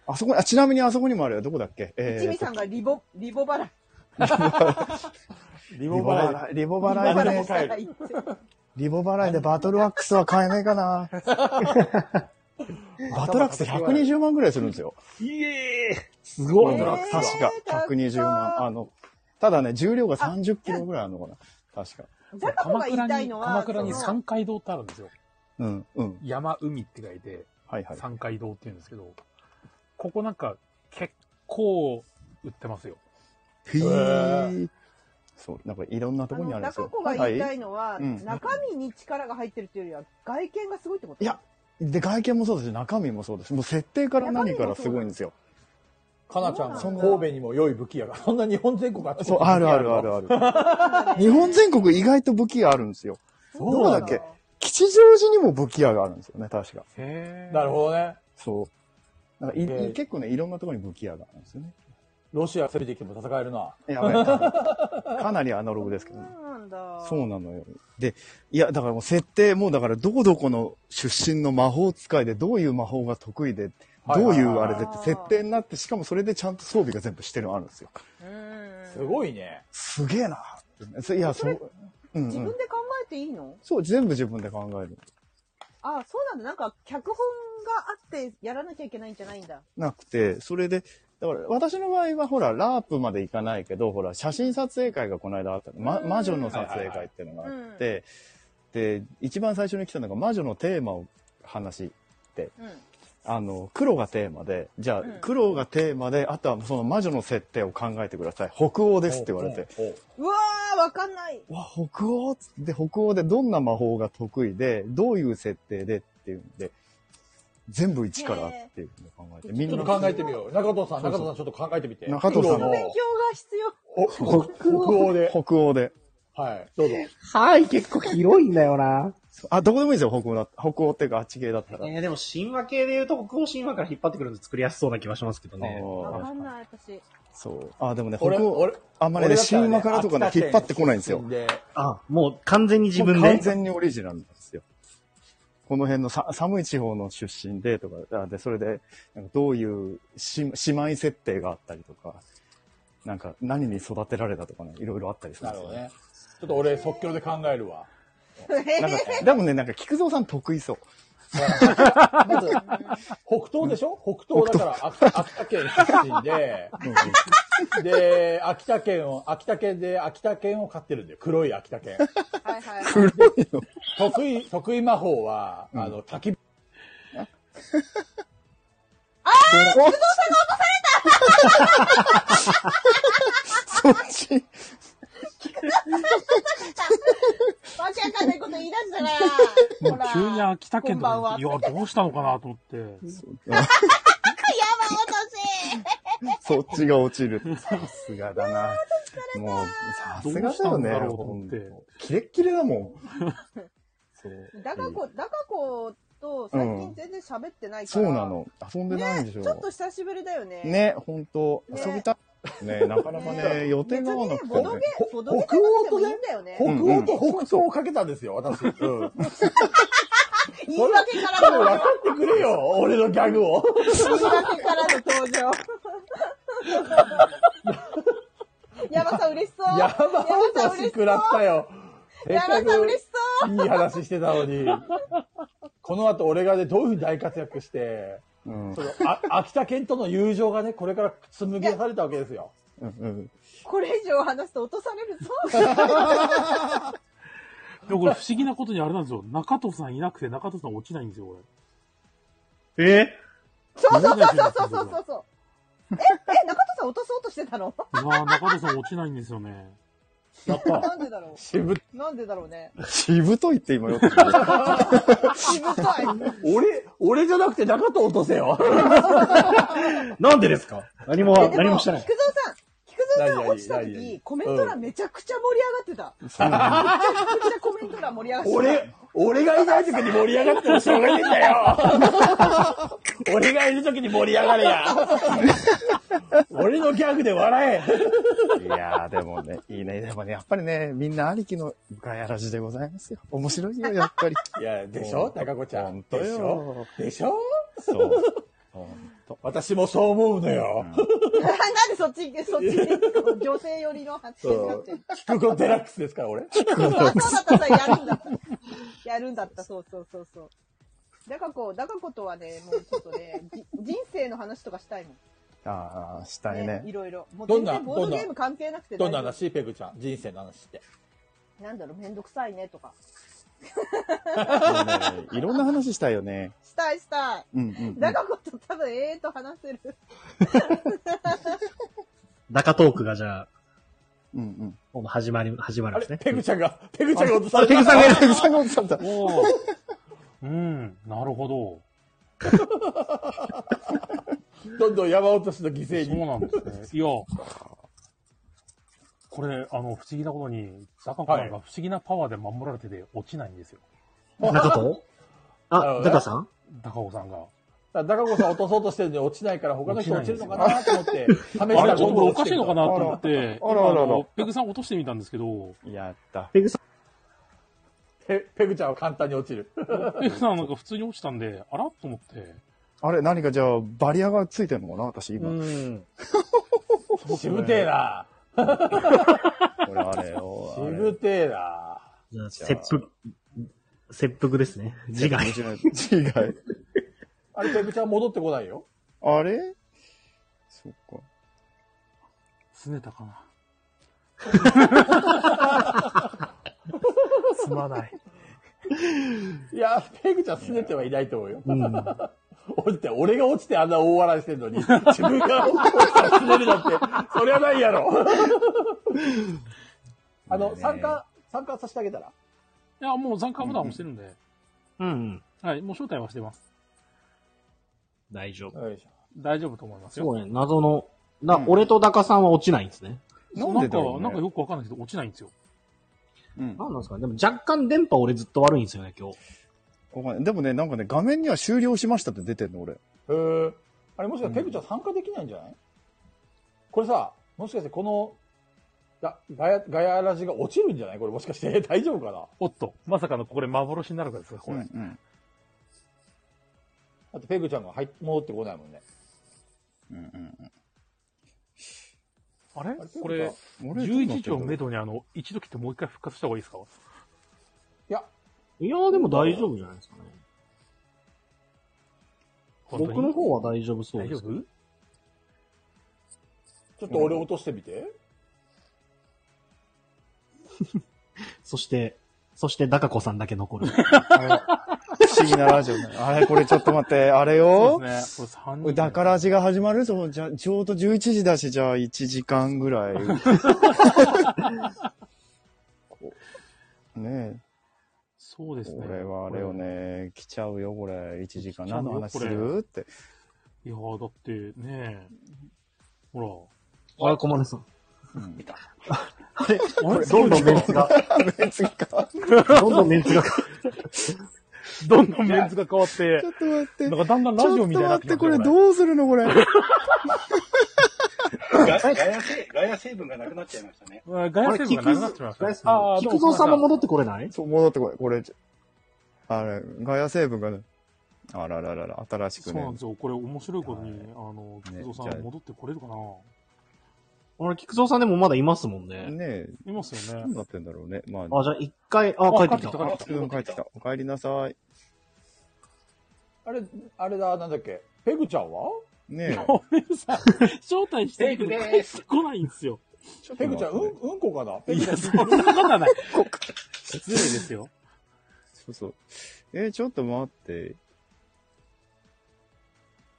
あそこあ、ちなみにあそこにもあるよ。どこだっけえ一味さんがリボ、リボ払い。 *laughs* リボ払い。リボ払いでね、リボ払いしてリボ払いでバトルワックスは買えないかな *laughs* バトルワックス120万ぐらいするんですよ。いえすごい。バトルワックス確か。120万。あの、ただね、重量が30キロぐらいあるのかな確か。ザカ子が言いたいのは、鎌倉にその三階堂ってあるんですよ。うん、うん。山、海って書いて、はいはい三階堂って言うんですけど、ここなんか結構売ってますよ。へーそう、なんかいろんなとこにあるんです中よ。子が言いたいのは、うん中身に力が入ってるっていうよりは、外見がすごいってこといや、で、外見もそうだし、中身もそうだし、もう設定から何からすごいんですよ。かなちゃんの神戸にも良い武器屋が、そんな日本全国あっそう、あるあるあるある。 *laughs* 日本全国意外と武器屋あるんですよ。どうこだっけ吉祥寺にも武器屋があるんですよね、確か。なるほどね。そう。なんかいへえ結構ね、いろんなところに武器屋があるんですよね。ロシア攻めてきても戦えるな。やばい。かなりアナログですけどね。そうなのよ。で、いや、だからもう設定、もうだからどこどこの出身の魔法使いで、どういう魔法が得意で、どういうあれでって設定になって、しかもそれでちゃんと装備が全部してるのあるんですよ。すごいね。すげえなってそいや、そう、うん、自う分ん。で考えていいのそう、全部自分で考える。あ、そうなんだ。なんか、脚本があってやらなきゃいけないんじゃないんだ。なくて、それで、だから私の場合はほら、ラープまで行かないけど、ほら、写真撮影会がこの間あったの、ま、魔女の撮影会っていうのがあって、で、一番最初に来たのが魔女のテーマを話して、あの、黒がテーマで、じゃあ、黒がテーマで、あとはその魔女の設定を考えてください。北欧ですって言われて、うわー、わかんない。わ、北欧っつって、北欧でどんな魔法が得意で、どういう設定でっていうんで、全部一からっていうのを考えて、みんちょなっと考えてみよう。中藤さん、そう中そう藤さんちょっと考えてみて。中藤さんも勉強が必要。お北欧で。北欧で。はい、どうぞ。はい、結構広いんだよな。あ、どこでもいいですよ、北欧だった。北欧っていうか、あっち系だったら。えー、でも神話系で言うと、北欧神話から引っ張ってくるんで作りやすそうな気はしますけどね。わかんない、私。そう。あ、でもね、北俺欧俺、あんまりね、俺だったらね神話からとかね秋、田引県っ張ってこないんですよ。あ、もう完全に自分でもう完全にオリジナルなんですよ。この辺のさ寒い地方の出身でとか、あで、それで、なんかどういうし姉妹設定があったりとか、なんか何に育てられたとかね、いろいろあったりするんなでるすほよど。ね。ちょっと俺、即興で考えるわ。なんか、でもね、なんか、菊蔵さん得 *laughs* 意そう。まず、北東でしょ北東だから、秋田秋田県出身で、で、秋田県を、秋田県で、秋田県を飼ってるんだよ。黒い秋田県。黒いの得意、得意魔法は、あの、焚き、あー、菊蔵さんが落とされたそっ *laughs* ち。わけわかんないこと言い出したな。もう急に秋田県とかに行こっていや、どうしたのかなと思って。そっちが落ちる。さすがだな。もう、さすがだよね。どうしたんだろうと思ってほんとキレッキレだもん。ダカ子、ダカ子と、最近全然喋ってないかそら。うなの。遊んでないんでしょ。ねちょっと久しぶりだよね。ね、本当ね遊びたね、なかなかね、予定が合わなくてボドゲね。、ボドゲ北欧でもといいねんだよね。 *laughs* う北ん欧と北東をかけたんですよ、私。 *laughs* うん。それ言い訳かちょっらとの分かってくれよ、俺のギャグを。言い訳からの登場。山さん嬉しそう。やばい山さん嬉話しそ食う。らったよ。せっ山かさん嬉しそう。くいい話してたのに。この後俺がね、どういうふうに大活躍して、そのあ秋田県との友情がね、これから紡ぎ出されたわけですよ。これ以上話すと落とされるぞ。でもこれ不思議なことにあれなんですよ。中藤さんいなくて中藤さん落ちないんですよ、これ。えそうそうそうそうそうそうそう。え、え、中戸さん落とそうとしてたのうわー中藤さん落ちないんですよね。なんでだろ渋っうなんでだろう *laughs* ね。しぶといって今よく言う。しぶとい。 *laughs* 俺、俺じゃなくて中藤落とせよ。 *laughs* なんでですか何も、えで何もしてない。菊蔵さん、菊蔵さん落ちた何時々、コメント欄めちゃくちゃ盛り上がってた。うんめちゃくちゃコメント欄盛り上がってた。俺、俺がいない時に盛り上がってもしょうがねえんだ *laughs* よ俺がいる時に盛り上がれや俺のギャグで笑いやーでもね、いいね。でもね、やっぱりね、みんなありきのガヤラジでございますよ。面白いよ、やっぱり。えいや、でしょ高子ちゃん。当でしよょでしょそう。 *laughs* 私もそう思うのよ。なんでそっち、そっち、こう女性寄りの発言になってる。キクコデラックスですから、俺。そうだったさ、やるんだった。やるんだった、そうそうそうそう。ダカ子、ダカ子とはね、もうちょっとね、じ人生の話とかしたいもん。ああ、したいいね。ろいろ。もうどん全な然ボードゲーどんムな関係なくてどんな大丈話ペグちゃん、人生の話って。夫なんだろう、めんどくさいねとか。ねいろんな話したいよね。したいしたい。うんうんうんダカ子と多分永遠と話せる。中トークがじゃあ、うんうん。始まり、始まるんですね。ペグちゃんが、ペグちゃんが落とさあれたペグさんが、ペグさんが落とされた。おーうん、なるほど。どんどん山落としの犠牲に。そうなんですね。いや、これ、あの、不思議なことに、ダカ子さんが不思議なパワーで守られてて落ちないんですよ。中とあ、ダカさんダカ子さんが。だから中子さん落とそうとしてるのに落ちないから他の人落ちるのかなと思って、試した *laughs* あられ、ちょっとこれおかしいのかなと思って、あらあらあら今のペグさん落としてみたんですけど、やった。ペグさペペグちゃんは簡単に落ちる。ん、ペグさんなんか普通に落ちたんで、あらと思って。あれ、何かじゃあ、バリアがついてるのかな私今。渋てえな。これあれよ。あれ渋てえな。じゃあ切腹、切腹ですね。自害。自害。あれ、ペグちゃん戻ってこないよ。あれそっか。すねたかな。すまない。 *laughs* いや、ペグちゃん拗ねてはいないと思うよ。 *laughs* 落ちて、俺が落ちてあんな大笑いしてるのに、自分が落ちたら拗ねるなんて、そりゃないやろ。あの、参加、参加させてあげたらいや、もう残加ボタン押してるんで。うん。はい、もう招待はしてます。大丈夫。大丈夫と思いますすよ。ごいね、謎の。な、俺とダカさんは落ちないんですね。なんか、なんかよくわかんないけど、落ちないんですよ。うん。なんなんですかね。でも若干電波俺ずっと悪いんですよね、今日。わかんないでもね、なんかね、画面には終了しましたって出てんの、俺。へえ。あれもしかしてペグちゃん参加できないんじゃない、これさ、もしかしてこの、ガガヤ、ガヤラジが落ちるんじゃないこれもしかして *laughs* 大丈夫かなおっと、まさかのこれ幻になるからですか、これ。だってペグちゃんが入っ戻ってこないもんね。うんうんうん。あれあれこれ、俺どうなってんだろう11時をめどに、あの、一度来てもう一回復活した方がいいですかいや。いやーでも大丈夫じゃないですかね。本当に僕の方は大丈夫そうですけど。大丈ちょっと俺落としてみて。そして、そしてダカ子さんだけ残る。不思議なラジオね。あれ、これちょっと待って、あれよそう。ですね。これ3人。だから味が始まるぞ。じゃあ、ちょうど11時だし、じゃあ1時間ぐ *laughs* らい。こうねえ。そうですね。これはあれよね。来ちゃうよ、これ。1時間。来ちゃ何うよの話すこれるって。いやー、だってね、ほ *laughs* あれ、小金さん。あれ、あれ *laughs* *laughs* どんどんメンツが。どんどんメンツが。どんどんメンツが変わってちょっ、と待って。なんかだんだんラジオみたいになってちょっと待って、これどうするのこれ。ガガヤ成ガヤ成分がなくなっちゃいましたね。ガヤ成分がなくなってしまいましたね。あー菊蔵さんも戻ってこれないそう、戻ってこれ。これ、あれ、ガヤ成分がね、あらららら、新しくそうねなん。ですよ。これ面白いことに、あの、菊蔵さじゃあん戻ってこれるかな *laughs* 俺、菊蔵さんでもまだいますもんね。ねえ。いますよね。どうなってんだろうね。まあじゃあ一回あ帰ってきたあ帰ってきた。帰ってきた。お帰りなさい。あれ、あれだ、なんだっけ。ペグちゃんは *laughs* ねえ。招待してるけど、ペグです帰ってこないんですよ。ペグちゃん、うん、うんこかなペグちゃん、そんなことはない。失礼ですよ。そうそう。えーちょっと待って。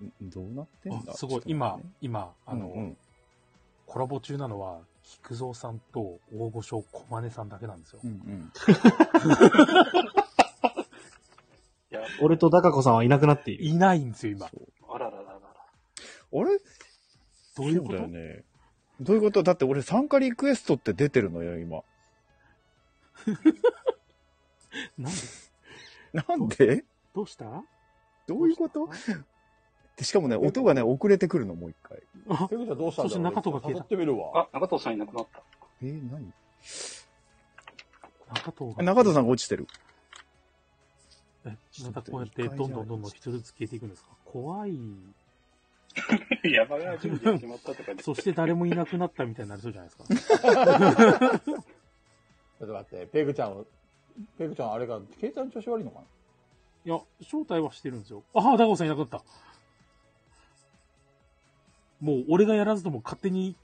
んどうなってんだあすごい、今、今、ああの、コラボ中なのは、菊蔵さんと大御所小金さんだけなんですよ。俺と高子さんはいなくなっている。いないんですよ、今。あららららあら。れどういうことだよね。どういうことだって俺参加リクエストって出てるのよ、 *laughs* 今。なんでなんで *laughs* どうしたどういうことでしかもね、音がね、遅れてくるの、もう一回。ペグちゃんどうしたんだろうそして中戸が消えた誘ってみるわ。あ、中藤さんいなくなった。えー何中藤が、中戸さんが落ちてる。またこうやって、どんどんどんどん一人ずつ消えていくんですか怖 *laughs* い。山が準備しまったとかで。そして *laughs* *laughs* 誰もいなくなったみたいになりそうじゃないですか。ちょっと待って、ペグちゃんを、ペグちゃんあれが、携帯の調子悪いのかないや、招待はしてるんですよ。ああ、ダゴさんいなくなった。もう、俺がやらずとも勝手に、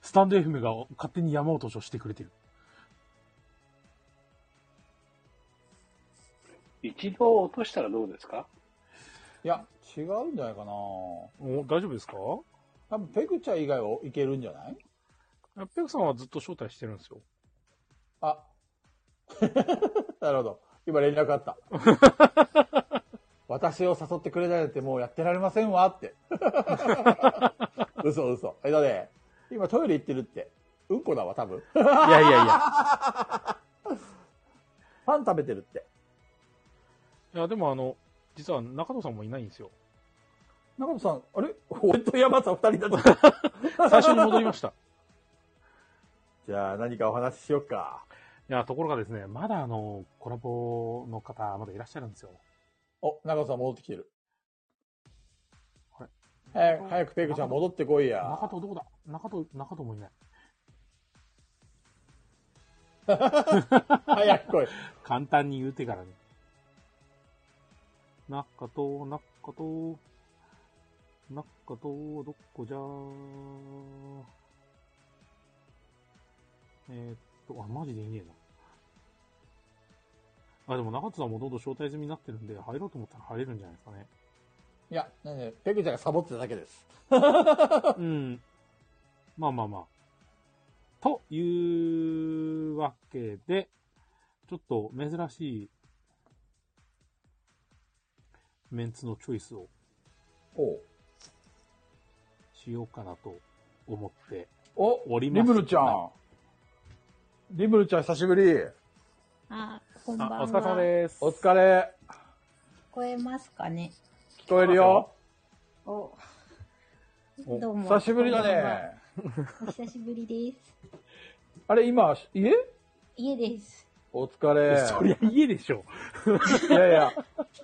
スタンド FM が勝手に山落としをしてくれてる。一度落としたらどうですかいや、違うんじゃないかなお大丈夫ですか多分、ペグちゃん以外はいけるんじゃないペグさんはずっと招待してるんですよ。あ、なる *laughs* ほど。今連絡あった。私を誘ってくれないなんてもうやってられませんわって。 *laughs* 嘘嘘。えだね、今トイレ行ってるって。うんこだわ、多分。いやいやいや。パン食べてるって。いや、でもあの、実は中野さんもいないんですよ。 *laughs* 中野さん、あれ俺と山さん二人だった。 *laughs* 最初に戻りました。じゃあ何かお話ししようか。いや、ところがですね、まだあの、コラボの方、まだいらっしゃるんですよ。お、中野さん戻ってきてる。早く、早くペグちゃん戻ってこいや。中藤どこだ中藤、中藤もいない。 *laughs* 早く来い。簡単に言うてからね。中藤、中藤、中藤、どこじゃえーっと、あ、マジでいねえな。あ、でも中藤さんもどんどん招待済みになってるんで、入ろうと思ったら入れるんじゃないですかね。いや、なんでペグちゃんがサボってただけです。うん。まあまあまあ。というわけで、ちょっと珍しいメンツのチョイスをおしようかなと思っておおりリます。ムルちゃん。リムルちゃん久しぶり。あ、こんばんは。あお疲れ様です。お疲れ。聞こえますかね。聞こえるよ。お、おどうも。久しぶりだこんばんはね。。お久しぶりです。あれ、今、家家です。お疲れ。そりゃ家でしょ。いやいや、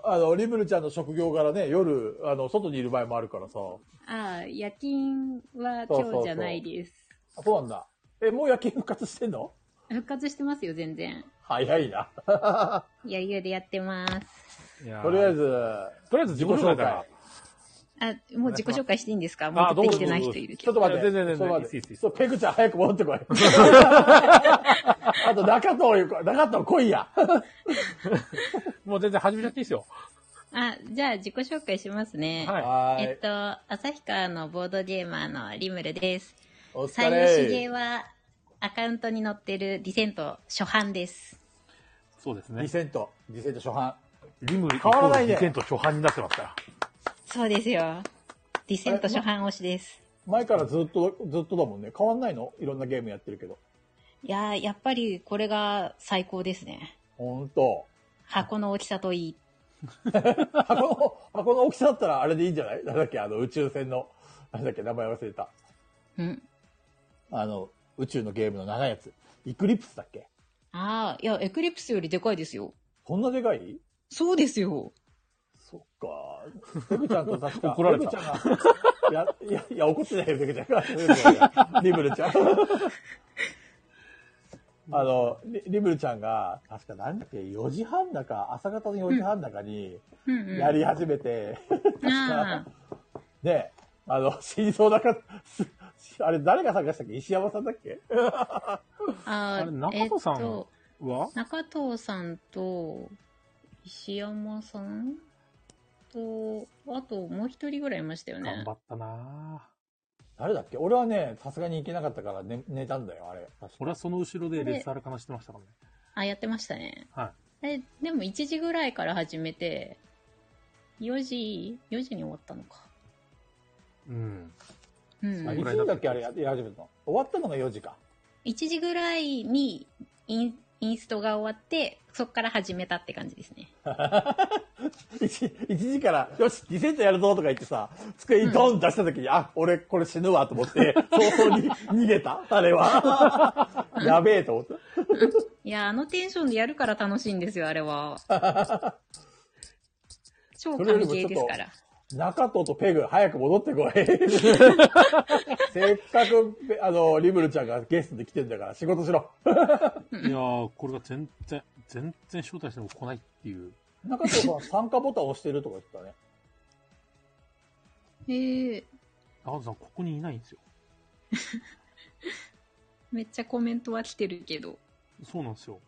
あの、リムルちゃんの職業からね、夜、あの、外にいる場合もあるからさ。あ、夜勤はそうそうそう今日じゃないです。あそうなんだ。え、もう夜勤復活してんの復活してますよ、全然。早いな。 *laughs* いやいやでやってます。とりあえず、とりあえず自己紹介。あ、もう自己紹介していいんですかもうできてない人いるけちょど。っと待って。いや全然全然ちょっと待っていいですいいそう、ペグちゃん早く戻ってこい。あと、中藤ゆか、中藤来いや。もう全然始めちゃっていいですよ。あ、じゃあ自己紹介しますね。はいえっと、旭川のボードゲーマーのリムルです。お最疲後手芸れ。はアカウントに載ってるディセント初版です。そうですね。ディセント、ディセント初版。リムルイコ変わらなーいルねディセント初版になってますから。そうですよ。ディセント初版推しです。前からずっと、ずっとだもんね。変わんないのいろんなゲームやってるけど。いやー、やっぱりこれが最高ですね。ほんと。箱の大きさといい。箱の大きさだったらあれでいいんじゃないなんだっけ、あの宇宙船の、なんだっけ、名前忘れた。うん。あの、宇宙のゲームの長いやつ。イクリプスだっけああ、いや、エクリプスよりでかいですよ。こんなでかいそうですよ。そっか。ペグちゃんと確か、怒られたペグちゃんがいや、いや、いや、怒ってないよ、ペグちゃんが。リブルちゃん。あの、リリブルちゃんが、確かなんだっけ、4時半だか、朝方の4時半だかに、うんうんやり始めて、 *laughs* あね、あの、死にそうだから、すあれ誰が探したっけ *laughs* 石山さんだっけああれあ、中戸さんえっとは中藤さんと、石山さんと、あともう一人ぐらいいましたよね。張ったな誰だっけ俺はね、さすがに行けなかったから寝寝たんだよ、あれ。俺はその後ろでレッサーラかなしてましたからね。あ、やってましたね。はえ、でも1時ぐらいから始めて、4時、4時に終わったのか。い。うん。うんあ、1時だっけあれややり始めたの。終わったのが4時か。 1時ぐらいにインインストが終わって、そこから始めたって感じですね。 *laughs* 1時から、よし、リセットやるぞとか言ってさ、机にドン出した時に、あ、俺これ死ぬわと思って、早々に逃げたあれは。 *laughs* やべえと思って。いや、あのテンションでやるから楽しいんですよ、あれは。超それより神もちゲょーっですから。と、中藤とペグ、早く戻っ *laughs* てこい。せっかく、あの、リムルちゃんがゲストで来てんだから仕事しろ。いやー、これが全然、全然招待しても来ないっていう。中藤さん、参加ボタン押してるとか言ってたね。ええ中田さん、ここにいないんですよ。めっちゃコメントは来てるけど。そうなんですよ。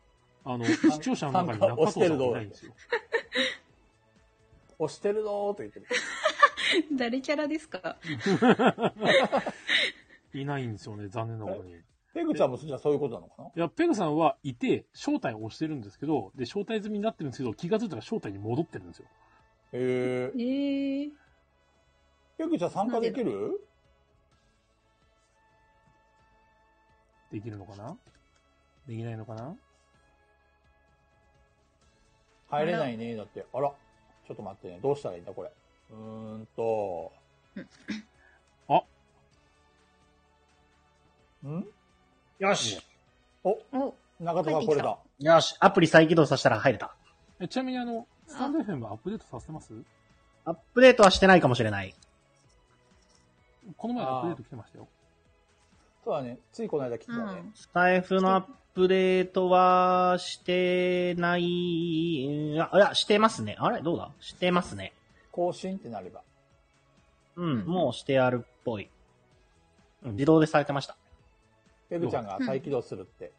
あ *laughs* の、視聴者の中に中藤さんがいないんですよ。押してるぞーと言ってる。 *laughs* 誰キャラですかいないんですよね、残念なことに。ペグちゃんもじゃあそういうことなのかないや、ペグさんはいて、招待を押してるんですけど、で、招待済みになってるんですけど、気がついたら招待に戻ってるんですよ。へえ。ええペグちゃん参加できるできるのかなできないのかな入れないね、だって。あら、ちょっと待ってね。どうしたらいいんだ、これ。うーんと。あんよしお、中戸が来れた。よし、アプリ再起動させたら入れた。えちなみにあの、スタンド FM アップデートさせてますアップデートはしてないかもしれない。この前アップデート来てましたよ。そうだね。ついこの間来てたね。財布のアップデートはしてない、あ、いや、してますね。あれどうだしてますね。更新ってなれば。うん、もうしてあるっぽい。うん自動でされてました。ペグちゃんが再起動するって。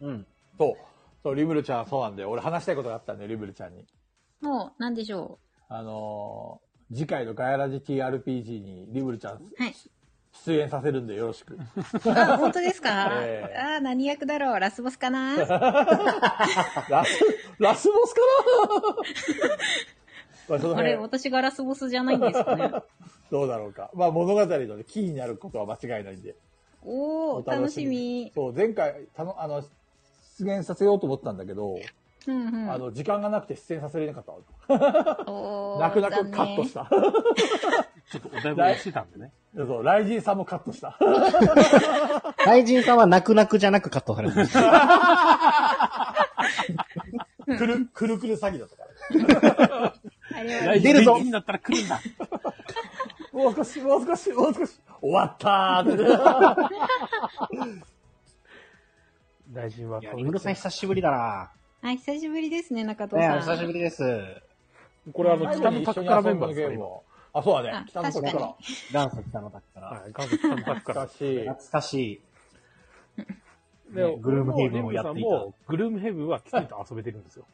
うん。そう。そう、リブルちゃん、そうなんだよ。俺話したいことがあったんだよ、リブルちゃんに。もう、なんでしょあのー次回のガヤラジ TRPG にリブルちゃんう。はい。出演させるんでよろしく。 *laughs* あ、本当ですか、えああ、何役だろうラスボスかなラス、ラスボスかなまあそのあれ、辺私がラスボスじゃないんですか *laughs* ね。どうだろうか。まあ物語のキーになることは間違いないんで。おお楽しみ。そう、前回、たの、あの、出演させようと思ったんだけど、うんうん。あの、時間がなくて出演させれなかったわ。おー泣く泣くカットし。た。ちょっとおだいぶ押してたんでね。そう、雷神さんもカットした。 *laughs* 大臣さんは泣く泣くじゃなくカットされてま *laughs* した。 *laughs* くる、くるくる詐欺だったから。残念は出るぞになったら来るんだ。もう少し、もう少し、もう少し。終わったーって、大臣は。リムルさん久しぶりだな。あ、久しぶりですね、中藤ねさん。お久しぶりです。これあの、北の卓からメンバーですから、最後に一緒に遊んだゲーム今を。あ、そうだねあ。北の国から。元祖北の卓から。はい、元祖北の卓から。懐かしい。でグルームヘイブンをやっていたレムさんもグルームヘイブンはきちんと遊べてるんですよ。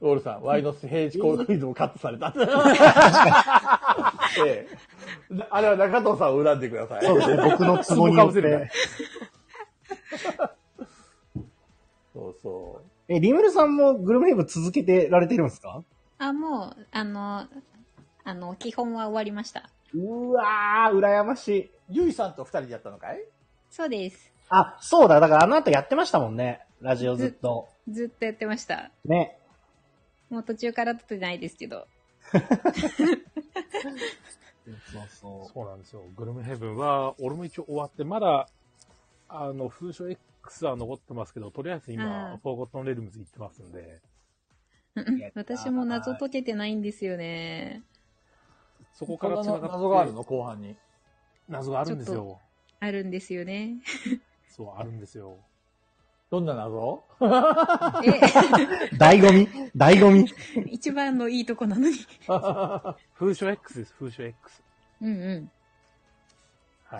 オールさん、ワイドス平時コールクイズもカットされた。 *laughs* ええあれは中藤さんを恨んでください。そうですね僕の都合によって壺被せるな。 *laughs* そうそえ、リムルさんもグルメヘイブン続けてられてるんですかあ、もう、あの、あの、基本は終わりました。うわー、羨ましい。ゆいさんと二人でやったのかいそうです。あ、そうだ。だからあの後やってましたもんね。ラジオずっと。ずっとやってました。ね。もう途中から撮ってないですけど。そうそう。そうなんですよ。グルメヘブンは、俺も一応終わって、まだ、あの、風書 X は残ってますけど、とりあえずう今ん、フォーゴットンレルムズ行ってますんで、 *laughs* 私も謎解けてないんですよね。そこから繋がって。後半に。謎があるんですちよょ。あるんですよね。 *laughs* そう、あるんですよ。どんな謎醍醐味醍醐味 *laughs* 一番のいいとこな *laughs* のに。風書 X です、風書 X。うんうん。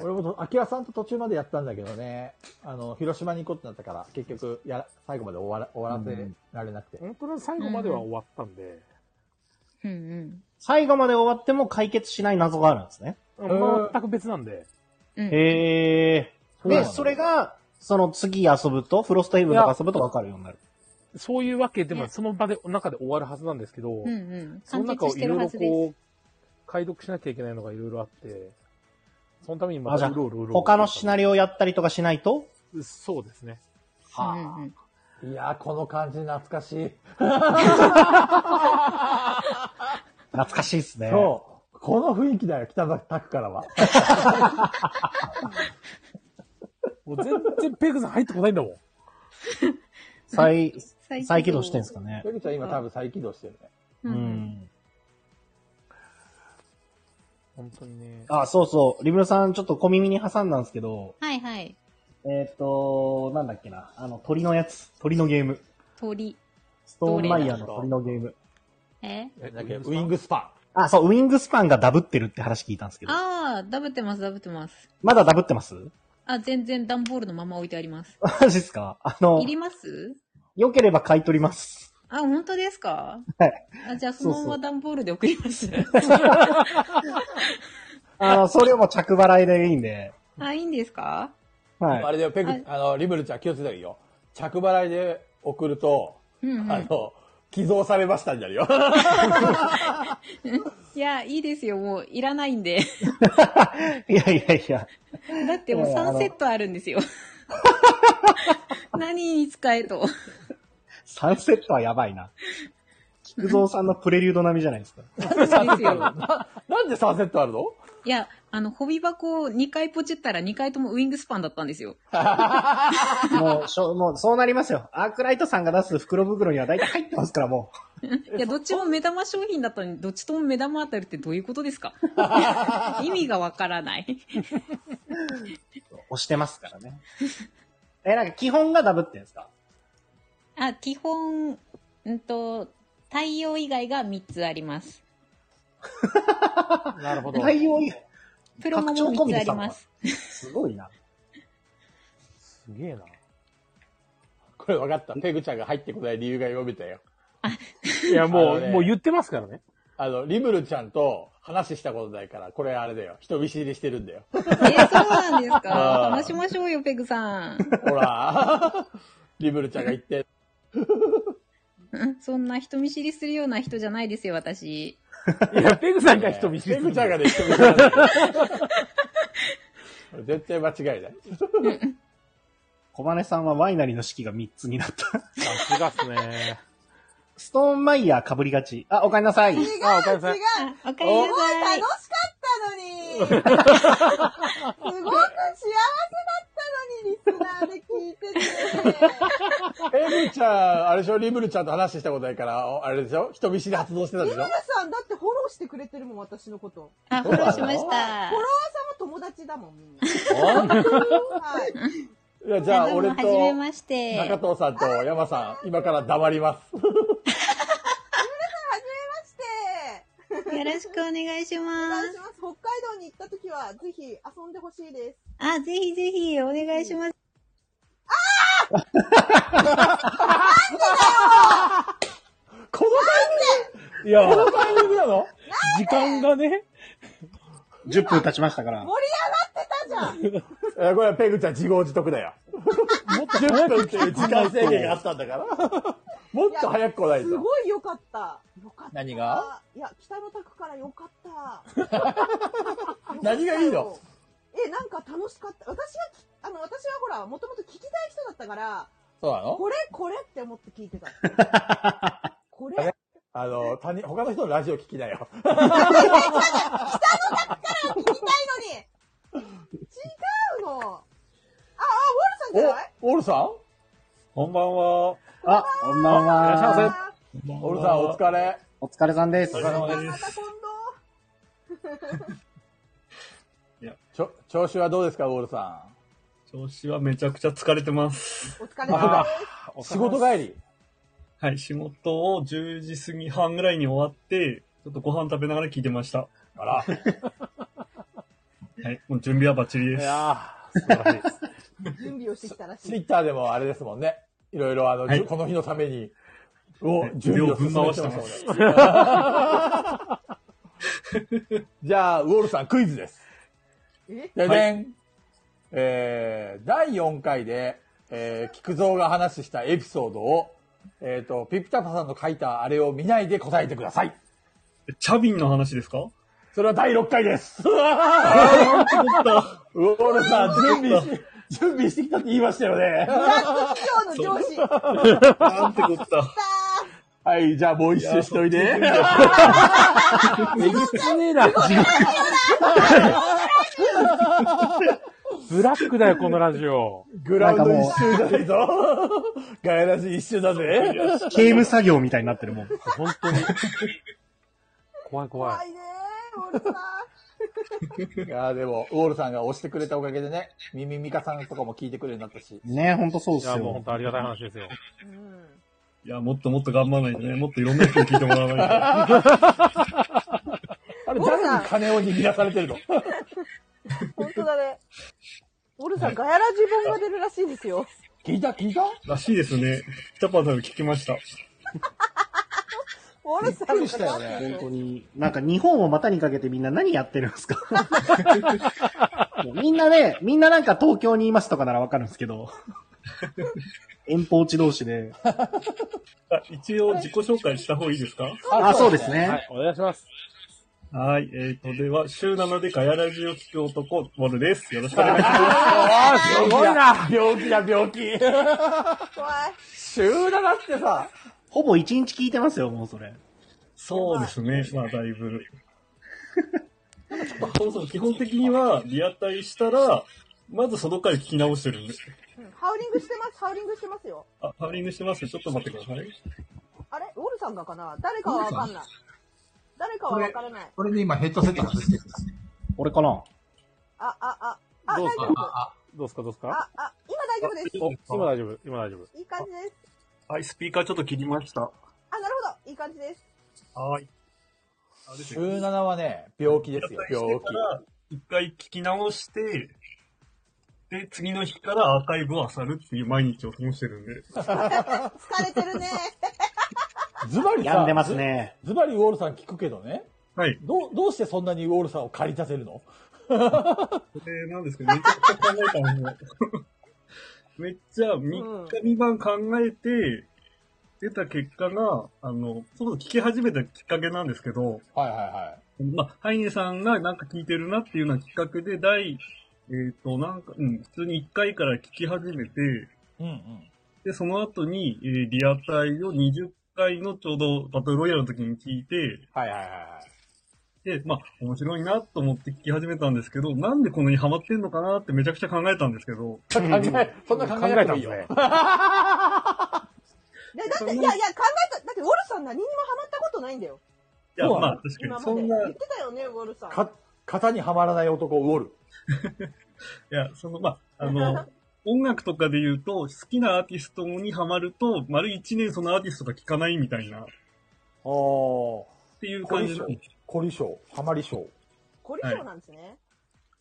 俺もと、アキラさんと途中までやったんだけどね、あの、広島に行こうってなったから、結局、やら、最後まで終わら、終わらせられなくて。本当の最後までは終わったんで。うんうん。最後まで終わっても解決しない謎があるんですね。全く別なんで。へえ。そうなんで、だそれが、その次遊ぶと、フロストヘイブンとか遊ぶと分かるようになる。そういうわけでも、その場で、中で終わるはずなんですけど、うんうん。その完結中をしいてるろいはろずです。こう、解読しなきゃいけないのがいろいろあって、そのためにまあじたゃあうろうろうろうろ。他のシナリオやったりとかしないとそうですね。はあ。いやー、この感じ懐かしい。懐かしいですね。そう。この雰囲気だよ、北崎拓からは。もう全然ペグさん入ってこないんだもん。 *laughs* 再、再起動してんすかねペ。グちゃん今多分再起動してるね。うん。本当にね。あ、そうそう。リムルさん、ちょっと小耳に挟んだんですけど、はいはい。えっ、と、なんだっけな。あの、鳥のやつ。鳥のゲーム。鳥。ストーンマイヤーの鳥のゲーム。えなんかウィングスパあ、そう、ウィングスパンがダブってるって話聞いたんですけど。ああ、ダブってます、ダブってます。まだダブってます *laughs* あ、全然段ボールのまま置いてあります。マジっすかあのい、ります良ければ買い取ります。あ、本当ですかはい。あじゃあそのまそうそまう段ボールで送り *laughs* ます。あの、送料も着払いでいいんで。あ、いいんですかはい。あれだよ、ペグはい、あの、リムルちゃん気をつけたらいいよ。着払いで送ると、うんうんあの、寄贈されましたになるよ。いや、いいですよ、もう、いらないん *laughs* で。いやいやいや。だってもういやあ3のセットあるん *laughs* ですよ。何に使えと。サンセットはやばいな。菊蔵さんのプレリュード並みじゃないですか。 *laughs* なんでサンセットあるのいや、あの、ホビ箱を2回ポチったら2回ともウィングスパンだったん *laughs* ですよ。もう、しょもう、そうなりますよ。アークライトさんが出す袋袋には大体入ってますから、もいや、どっちも目玉商品だったのに、どっちとも目玉当たるってどういうことです *laughs* か意味がわからない。う、押してますからね。え、なんか基本がダブってんですかあ、基本、うんと、太陽以外が3つあります。なるほど内容以外。プロモも3つあります。すごいな。すげえな。これ分かった。ペグちゃんが入ってこない理由が読めたよ。い *laughs* や、もあのう、ねもう言ってますからね。あの、リムルちゃんと話したことないから、これあれだよ。人見知りしてるんだよ。そうなんですかあー話しましょうよ、ペグさん。 *laughs* ほら、 *laughs* リムルちゃんが言って。うんそんな人見知りするような人じゃないですよ、私。いや、ペグさんが人見知りペグちゃんがね、人見知りなんだよこれ絶対間違いない。 *laughs* 小金さんはワイナリーの式が3つになった。さすがっすね。ストーンマイヤー被りがち。あ、おかえりなさい。違う違うあ、おかえりなさい。おすかごえいりなさい。楽しかったのにすごく幸せだったのに、リスナーで聞いてて。ペグちゃん、あれでしょリムルちゃんと話したことないから、おあれでしょ人見知り発動してたでリしムょルさん、だってフォローしてくれてるもん、私のこと。あフォローしましフォたロワーさんも友達だもん、みんな。 *laughs* はい。いやじゃあ、どうも俺と、初めまして中藤さんと山さん、今から黙ります。はじめまして。よろしくお願いしますお願いします。北海道に行った時は、ぜひ遊んでほしいです。あ、ぜひぜひ、お願いします。このいや、このタイミングなの時間がね。 10分経ちましたから。盛り上がってたじゃんえこれはペグちゃん自業自得だよ。もっと10分っていう時間制限があったんだから。 *laughs* もっと早く来ないすと。ごい良かった。良かった。何がいや、北の宅から良かった。何がいいのえ、なんか楽しかった。私はき、あの、私はほら、もともと聞きたい人だったから、そうなの *laughs* これ、これって思って聞いてた。これ、あの、他人、他の人のラジオ聞きなよ。聞きたいのに違うのあ、あ、ウォルさんじゃないお、オールさんこんばんは。あ、こんばんは。いらっしゃいませ。オールさん、お疲れ。お疲れさんです。ちょ、調子はどうですか、ウォールさん。調子はめちゃくちゃ疲れてます。お疲れ様ですあ仕事帰りはい、仕事を10時過ぎ半ぐらいに終わって、ちょっとご飯食べながら聞いてました。あ *laughs* ら。はい、もう準備はバッチリです。いやー素晴らしいです。準備をしてきたらし *laughs* ツイいッ。ターでもあれですもんね。いろいろあの、はいこの日のために、はをい準備を進めて腕をましたぶんもんね。じゃあ、ウォールさん、クイズです。えでね、えー、第4回で、えー、菊蔵が話したエピソードを、えっ、と、ピピタパさんの書いたあれを見ないで答えてください。チャビンの話ですかそれは第6回です。うあーなわんてこったウ *laughs* ォールさん、準備し、準備してきたって言いましたよね。ブラック *laughs* 企業の上司なんてこった。はい、じゃあもう一周しといて。えげつねえな。ブラックだよ、このラジオ。グラウンド一周じゃな *laughs* いぞ。 *laughs* ガヤラジ一周だぜ。刑務作業みたいになってるもん。本当に。怖い怖い。い *laughs* やーでも、ウォールさんが押してくれたおかげでね、ミミミカさんとかも聞いてくれるようになったし。ねほんとそうっすよ。いやもうほんとありがたい話ですよ。いや、もっともっと頑張らないと *laughs* ね、もっといろんな人に聞いてもらわないと。あれ、誰に金を握らされてるの本当だね。ウォルさん、ガヤラジ本が出るらしいですよ。聞いた聞いたらしいですね。ジャパンさんが聞きました。ウォルさんびっくりしたよね。本当に。なんか日本を股にかけてみんな何やってるんですか *laughs* もうみんなね、みんななんか東京にいますとかならわかるんですけど。遠方地同士で。あ一応自己紹介した方がいいですかあそうですねはい、お願いします。はい、えっ、ー、と、では、週7でガヤラジを聞く男、ウォルです。よろしくお願いします。あーすごいな *laughs* 病気だ、病気。週7ってさ、ほぼ一日聞いてますよ、もうそれ。そうですね、まあ、だい *laughs* ぶ。そうそう、基本的には、リアタイしたら、まずその回聞き直してるんで。うんハウリングしてます、ハウリングしてますよ。あ、ハウリングしてますちょっと待ってください。あれウォルさんがかな誰かはわかんない。誰かはわからない。これで今ヘッドセット外してる。俺かなあ、あ、あ、あ、どう大です丈か夫。どうですかどうですかあ、今大丈夫です。お今大丈夫、今大丈夫。いい感じです。はい、スピーカーちょっと切りました。あ、なるほど。いい感じです。はい。週7はね、病気ですよ、病気。一回聞き直して、で、次の日からアーカイブを漁るっていう毎日を過ごしてるん *laughs* で。疲れてるね。ズバリさ病んでますねズズバリウォールさん聞くけどね。はい。どう、どうしてそんなにウォールさんを駆り立てるの *laughs* これなんですけど、めちゃくちゃ考えたの。めっちゃ3日3晩考えて、出た結果が、あの、そもそも聞き始めたきっかけなんですけど、はいはいはい。まあ、ハイネさんがなんか聞いてるなっていうようなきっかけで、第、えっ、と、なんか、うん、普通に1回から聞き始めて、うんうん。で、その後に、えーリアタイを20回のちょうどバトルロイヤルの時に聞いて、はいはいはい。で、まあ、面白いなと思って聞き始めたんですけど、なんでこんなにハマってんのかなってめちゃくちゃ考えたんですけど。考え、そんな考えなくていいよ。でだって、いやいや、考えた、だってウォルさん何にもハマったことないんだよ。いや、まあ、確か今に。まそで。ん言な、ってたよね、ウォルさん。か、型にはまらない男ウォール。 *laughs* いや、その、まあ、あの、音楽とかで言うと、好きなアーティストにハマると、丸一年そのアーティストが聴かないみたいな、っあー。ていう感じの。凝り性、ハマり性。コリショウなんですね。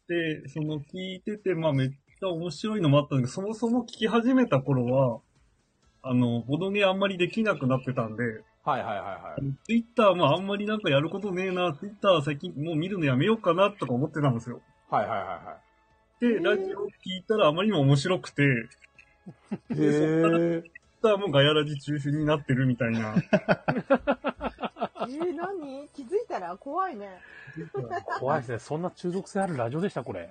で、その聞いてて、まあめっちゃ面白いのもあったんだけど、そもそも聞き始めた頃は、あの、ボドゲあんまりできなくなってたんで、はいはいはいはい。ツイッターもあんまりなんかやることねえな、ツイッター最近もう見るのやめようかなとか思ってたんですよ。はいはいはで、ラジオ聞いたらあまりにも面白くて、いはい。へツイッターもガヤラジ中心になってるみたいな。えー、何気づいたら怖いね。 *laughs* 怖いですね。そんな中毒性あるラジオでした、これ。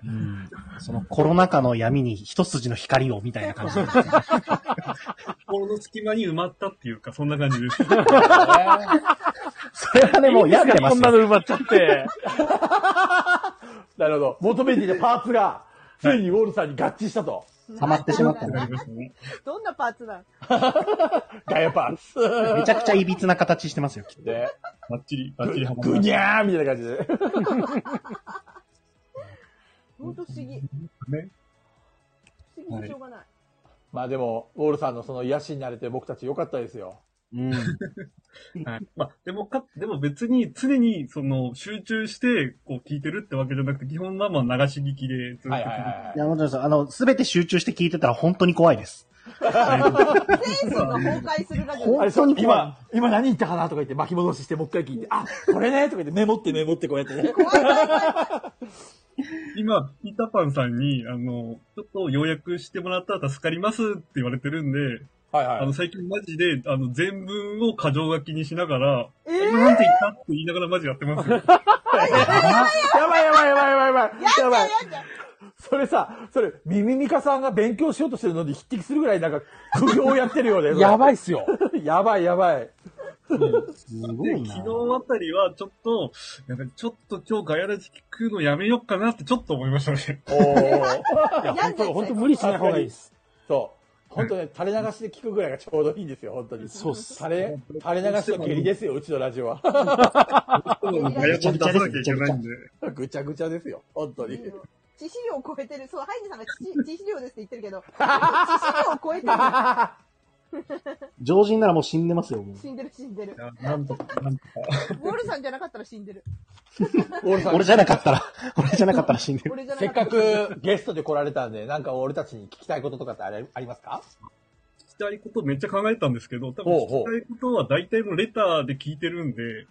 そのコロナ禍の闇に一筋の光をみたいな感じなんですね。心の隙間に埋まったっていうか、そんな感じです。それはね、もう病んでますこんよ。なの埋まっちゃって。 *laughs* なるほど。求めていたパーツが、ついにウォールさんに合致したと。ハマってしまったねどんなパーツ *laughs* なの *laughs* ガヤパーツ。めちゃくちゃ歪な形してますよ、きっと。で、バッチリ、バッチリハマぐにゃーみたいな感じで。本当不思議。不思議でしょうがない。まあでも、ウォールさんのその癒しになれて僕たち良かったですよ。うん。はいまあ、でもか、でも別に常にその集中してこう聞いてるってわけじゃなくて、基本はまあ流し聞きでずっと聞いてる。いや、もちろんです。あの、すべて集中して聞いてたら本当に怖いです。精神が崩壊するラジオ。あれ、そう、今、今何言ったかなとか言って巻き戻ししてもう一回聞いて、あ、これねとか言ってメモってメモってこうやってね。今、ピーターパンさんに、あの、ちょっと要約してもらったら助かりますって言われてるんで、はいあの、最近マジで、あの、全文を過剰書きにしながら、えなんて言ったって言いながらマジやってますよ。やばいやばいやばいやばいやばい。やばい。それさ、それ、ミミミカさんが勉強しようとしてるのに匹敵するぐらいなんか苦行をやってるよね。やばいっすよ。やばいやばい。で、昨日あたりはちょっと、なんかちょっと今日ガヤラジ聞くのやめようかなってちょっと思いましたね。いや、本当、本当無理しない方がいいです。そう。本当ね、垂れ流しで聞くぐらいがちょうどいいんですよ、本当に。そうっす。垂れ、垂れ流しと下痢ですよ、うちのラジオは。ガヤコン出さなきゃいけないんで。ぐちゃぐちゃですよ、本当に。致死量を超えてる。そう、ハイジさんが致 *laughs* 死致死量ですって言ってるけど、致死量を超えて *laughs* 常人ならもう死んでますよ、もうる。死んでる、死んでる。なんとか、なんとか。ウォルさんじゃなかったら死んでる。俺じゃなかったら、俺じゃなかったら死んでる。俺じゃなせっかっかた。くゲストで来られたんで、なんか俺たちに聞きたいこととかってあれありますか聞きたいことめっちゃ考えたんですけど、多分聞きたいことは大体もうレターで聞いてるんで。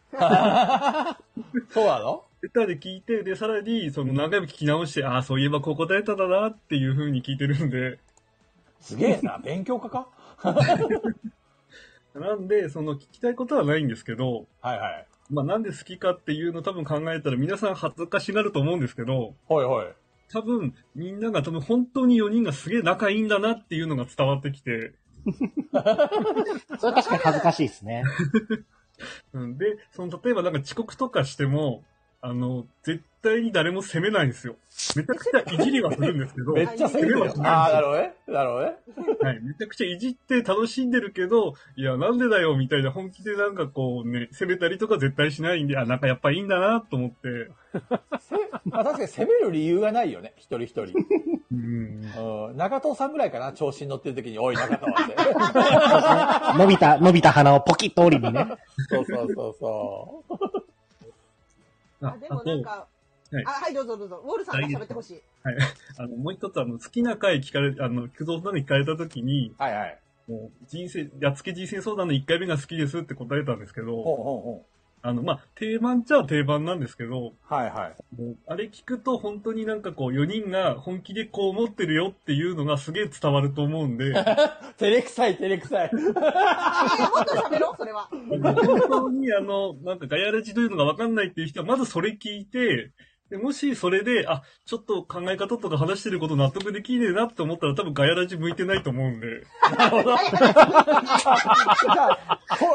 そうなのレターで聞いて、で、さらに、その何回も聞き直して、ああ、そういえばここ答えただなっていう風に聞いてるんで。すげえな、勉強家かなんで、その聞きたいことはないんですけど、はいはい。まあなんで好きかっていうの多分考えたら皆さん恥ずかしがると思うんですけど、はいはい。多分みんなが多分本当に4人がすげえ仲いいんだなっていうのが伝わってきて、 *laughs* それ確かに恥ずかしいですね。 *laughs* うん、で、その例えばなんか遅刻とかしても、あの、絶対に誰も責めないんですよ。めちゃくちゃいじりはするんですけど、 *laughs* めっちゃ攻めてるよ責。めはああ、しないんですよるほどね。なるほどね。はい、めちゃくちゃいじって楽しんでるけど、いや、なんでだよ、みたいな本気でなんかこうね、攻めたりとか絶対しないんで、あ、なんかやっぱいいんだなと思 *laughs* って。まあ確かに攻める理由がないよね、一人一人。 *laughs* うん。中藤さんぐらいかな、調子に乗ってる時に、おい、中藤って。伸びた、伸びた鼻をポキッと折りにね。 *laughs* そうそうそうそう。あ、でもなんか、はいあ、はい、どうぞどうぞ。ウォルさんが喋ってほしい。はい。あの、もう一つ、あの、好きな回聞かれ、あの、菊蔵さんに聞かれたときに、はいはい。もう、人生、やっつけ人生相談の1回目が好きですって答えたんですけど、あの、まあ、定番っちゃ定番なんですけど、はいはい。もうあれ聞くと本当になんかこう、4人が本気でこう思ってるよっていうのがすげえ伝わると思うんで、 *laughs* 照れくさい、照れくさい。喋ろう、それは。本当にあの、なんかガヤラジというのがわかんないっていう人は、まずそれ聞いて、でもしそれで、あ、ちょっと考え方とか話してること納得できねえなって思ったら多分ガヤラジ向いてないと思うんで。こ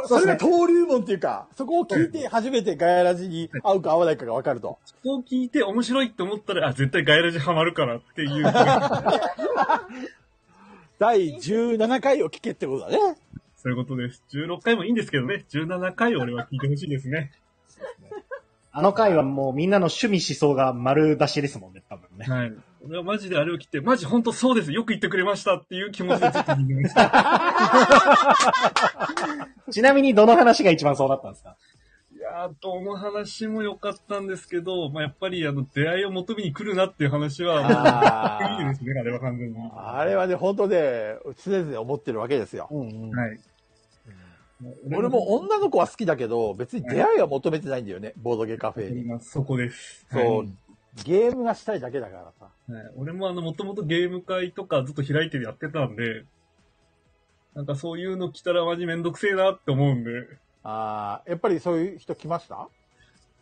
それが登竜門っていうか、そこを聞いて初めてガヤラジに合うか合わないかがわかると。そう聞いて面白いって思ったら、あ、絶対ガヤラジハマるからっていう。第17回を聞けってことだね。そういうことです。16回もいいんですけどね。17回俺は聞いてほしいですね。あの回はもうみんなの趣味思想が丸出しですもんね、多分ね。はい。俺はマジであれを聞いて、マジ本当そうです。よく言ってくれましたっていう気持ちでずっと聞いてました。ちなみにどの話が一番そうだったんですかいやー、どの話も良かったんですけど、まあ、やっぱり、あの、出会いを求めに来るなっていう話は、あ *laughs* いいですね、あれは完全に。あれはね、本当ね、常々思ってるわけですよ。はい。俺も女の子は好きだけど、別に出会いは求めてないんだよね、ボードゲカフェに。そこです。そうは。ゲームがしたいだけだからさ。はい俺もあの、もともとゲーム会とかずっと開いてやってたんで、なんかそういうの来たらマジめんどくせえなって思うんで。ああ、やっぱりそういう人来ました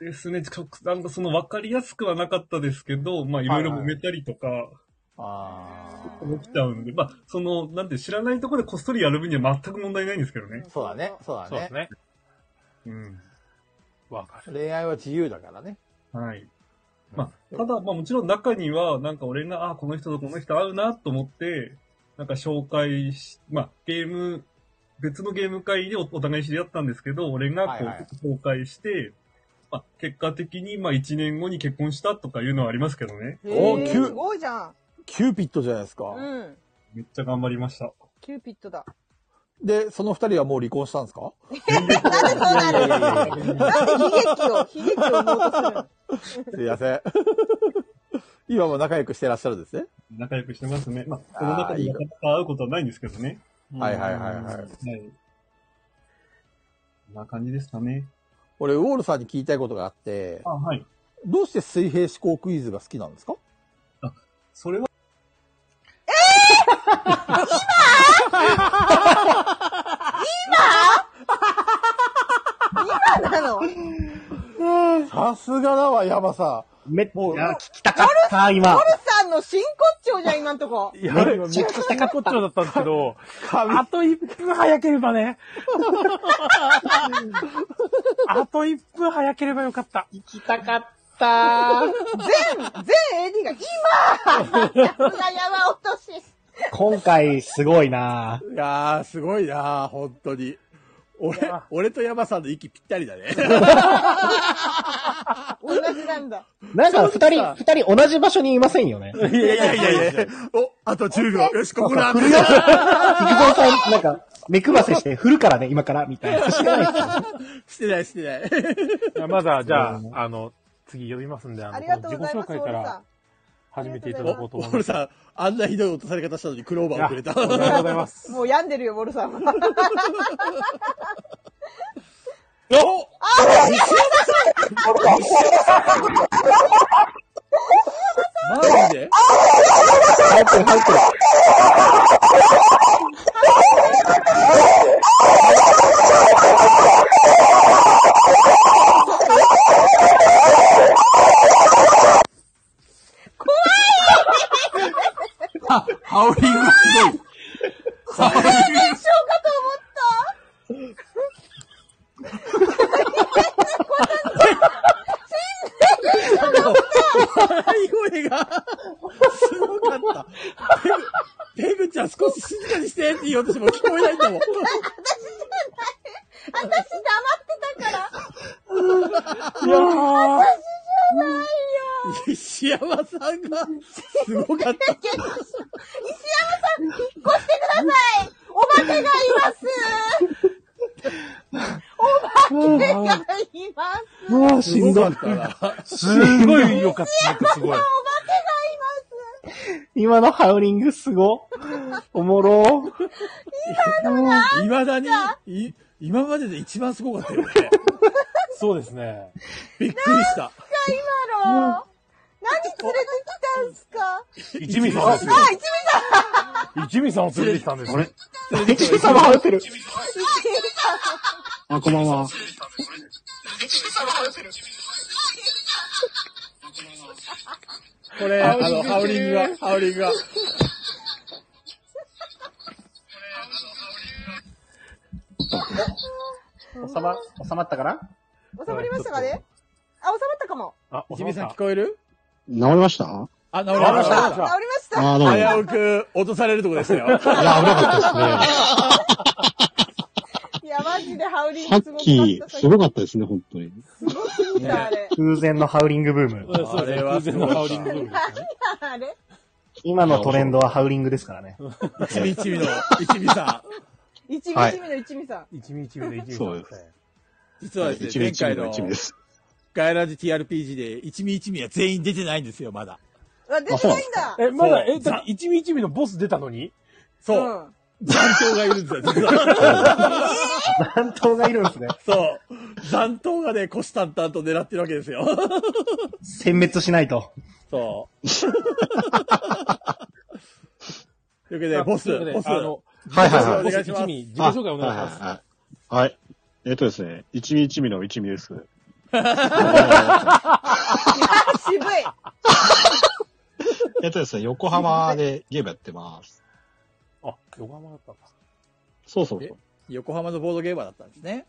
ですね、ちょなんかその分かりやすくはなかったですけど、まあいろいろ揉めたりとか、あ起きちゃうんで、まあ、その、なんて、知らないところでこっそりやる分には全く問題ないんですけどね。そうだね、そうだね。そうですね。うん。わかる。恋愛は自由だからね。はい。まあ、ただ、まあもちろん中には、なんか俺が、あこの人とこの人合うなと思って、なんか紹介し、まあ、ゲーム、別のゲーム会でおお互い知り合ったんですけど、俺がこう、はいはい紹介して、まあ、結果的に、まあ、1年後に結婚したとかいうのはありますけどね。おすごいじゃん。キューピッドじゃないですかうん。めっちゃ頑張りました。キューピッ *laughs* ドだ。で、その二人はもう離婚したんですかなんで悲劇を、悲劇を思うとするのすいません。今も仲良くしてらっしゃるんですね。仲良くしてますね。まあ、その中でなかなか会うことはないんですけどね。はいはいはいはいはい。こんな感じですかね。俺、ウォールさんに聞きたいことがあって、はい。どうして水平思考クイズが好きなんですかそれは、 *laughs* 今な *laughs* *laughs* のさすがだわ、山さん。めっちゃ聞きたかった、今。ルさんの真骨頂じゃん、今んとこ。いや、めっちゃ聞きたかっただったんですけど、あと1分早ければね、 *laughs* あと1分早ければよかった。行きたかっ全、全 AD が *laughs* 今さすが山落とし。今回、すごいなぁ。いやー、すごいなー、本当に。俺、俺と山さんの息ぴったりだね。同じなんだ。なんか、二人、二人同じ場所にいませんよね。いやいやいやいや、お、あと10秒。よし、ここだ。振るよ。菊蔵さん、なんか、目くばせして振るからね、今から、みたいな。知らないしてない、してない。まだ、じゃあ、あの、次呼びますんで、あの、あこりのがとう自ご己ざい紹ます介から始めていただこうとお、思い俺ます。さん、あんなひどい落とされ方したのにクローバーをくれた。いやありがとうござ *laughs* います。もう病んでるよ、ボルさんは。おマジで入ってる、入ってる。あ、ハオリングすこれが一生かと思ごい。笑い声が、すごかった。ペグ、ペグちゃん少し静かにしてって言おうとしても聞こえないんだもん。私黙ってたから。いやー私じゃないよ。石山さんが、すごかった。石山さん、引っ越してください。お化けがいます。お化けがいます。うわしんどい。すごいよかった。石山さん、おごい化今のハウリングすご。おもろ。いまだに、い、今までで一番すごかったよね。 *laughs* そうですね。びっくりした。けが今の。何連れてきたんすか一味さんですよあ、一味さん一味さんを連れてきたんですよ。一味さんも入ってる。一味さんあ、こんばんは。これ、あの、ハウリングが、ハウリングが。収ま、収まったかな収まりましたかねあ、収まったかも。あ、一味さん聞こえる治りましたあ、治りました。治りました。あどうも危うく落とされるとこでしたよ。いや、危なかいや、マジでハウリングさっすごきか、った。すごかったですね、本当に。すごすぎた、あれ。空前のハウリングブーム。あれはすごかった。何あれ今のトレンドはハウリングですからね。一味一味の、一味さ一味一味の一味さん。一味一味の一味さんそう。ですん。実はです一ね、味一前味回のの一味です。ガイラジ TRPG で一味一味は全員出てないんですよ、まだ。あ、出てないんだ。え、まだ、え、そうだって一味一味のボス出たのにそう。残党がいるんですよ、実は。残党がいるんですね。そう。残党がね、虎視眈々と狙ってるわけですよ。 *laughs* 殲滅しないと。そう。というわけで、ボス、というわけでボス。あのはいはいはい。ボスお願いします。自己紹介お願いしますあはいはいはい。はい。えっとですね、一味一味の一味です。あ渋い。えっとですね、横浜でゲームやってます。あ、横浜だったんだ。そうそうそう。横浜のボードゲーマーだったんですね。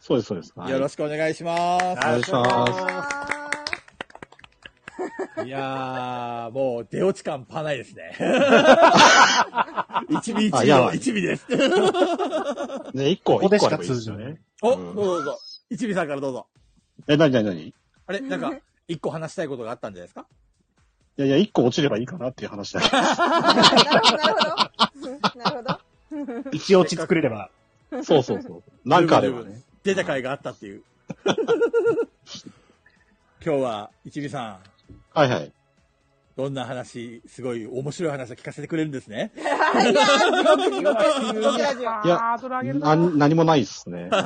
そうです、そうです。はいよろしくお願いします。お。願いしますいやー、もう出落ち感パないで *laughs* すね。一味一あ味やばのい一味です。ね、一個、ここ一で個しあれかばいいで通すじなよいね。お、どうぞどうぞ。一味さんからどうぞ。え、なになになにいあれ、なんか、一個話したいことがあったんじゃないですかやいや、一個落ちればいいかなっていう話だけど。 *laughs* 一落ち作れれば。そうそうそう。なんかあればね。出た回があったっ *laughs* ていう。今日は、一味さん、はいはい。どんな話、すごい面白い話を聞かせてくれるんです *laughs* ね。いやー、地獄、地獄、地獄ラジオ。いや、な何もないっす *laughs* ね。なん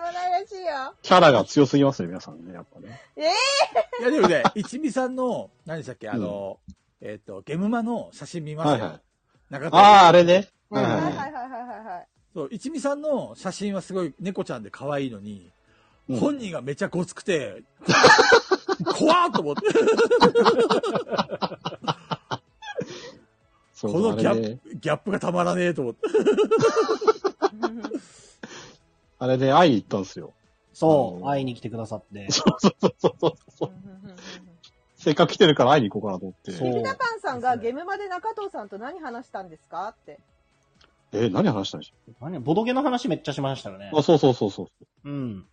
もないらしいよ。キャラが強すぎますね、皆さんね、やっぱね。ええいや、でもね、一味さんの、何でしたっけ、あの、えっ、と、ゲムマの写真見ましたよ。はいはい中田ああ、あれね。うんはいはいはいはいはいはいはい。そう、一味さんの写真はすごい猫ちゃんで可愛いのに、本人がめちゃごつくて、怖っと思って。 *laughs* そうこのギャあれッねプ、ギャップがたまらねえと思って。 *laughs* あれで会いに行ったんですよ。そう、会いに来てくださって。そうそうそうそうそう。せっかく来てるから会いに行こうかなと思って。ひなパンさんがゲームまで中藤さんと何話したんですかって。え、何話したんでし何ボドゲの話めっちゃしましたよね。ょうあ、そうそうそうそう。うん。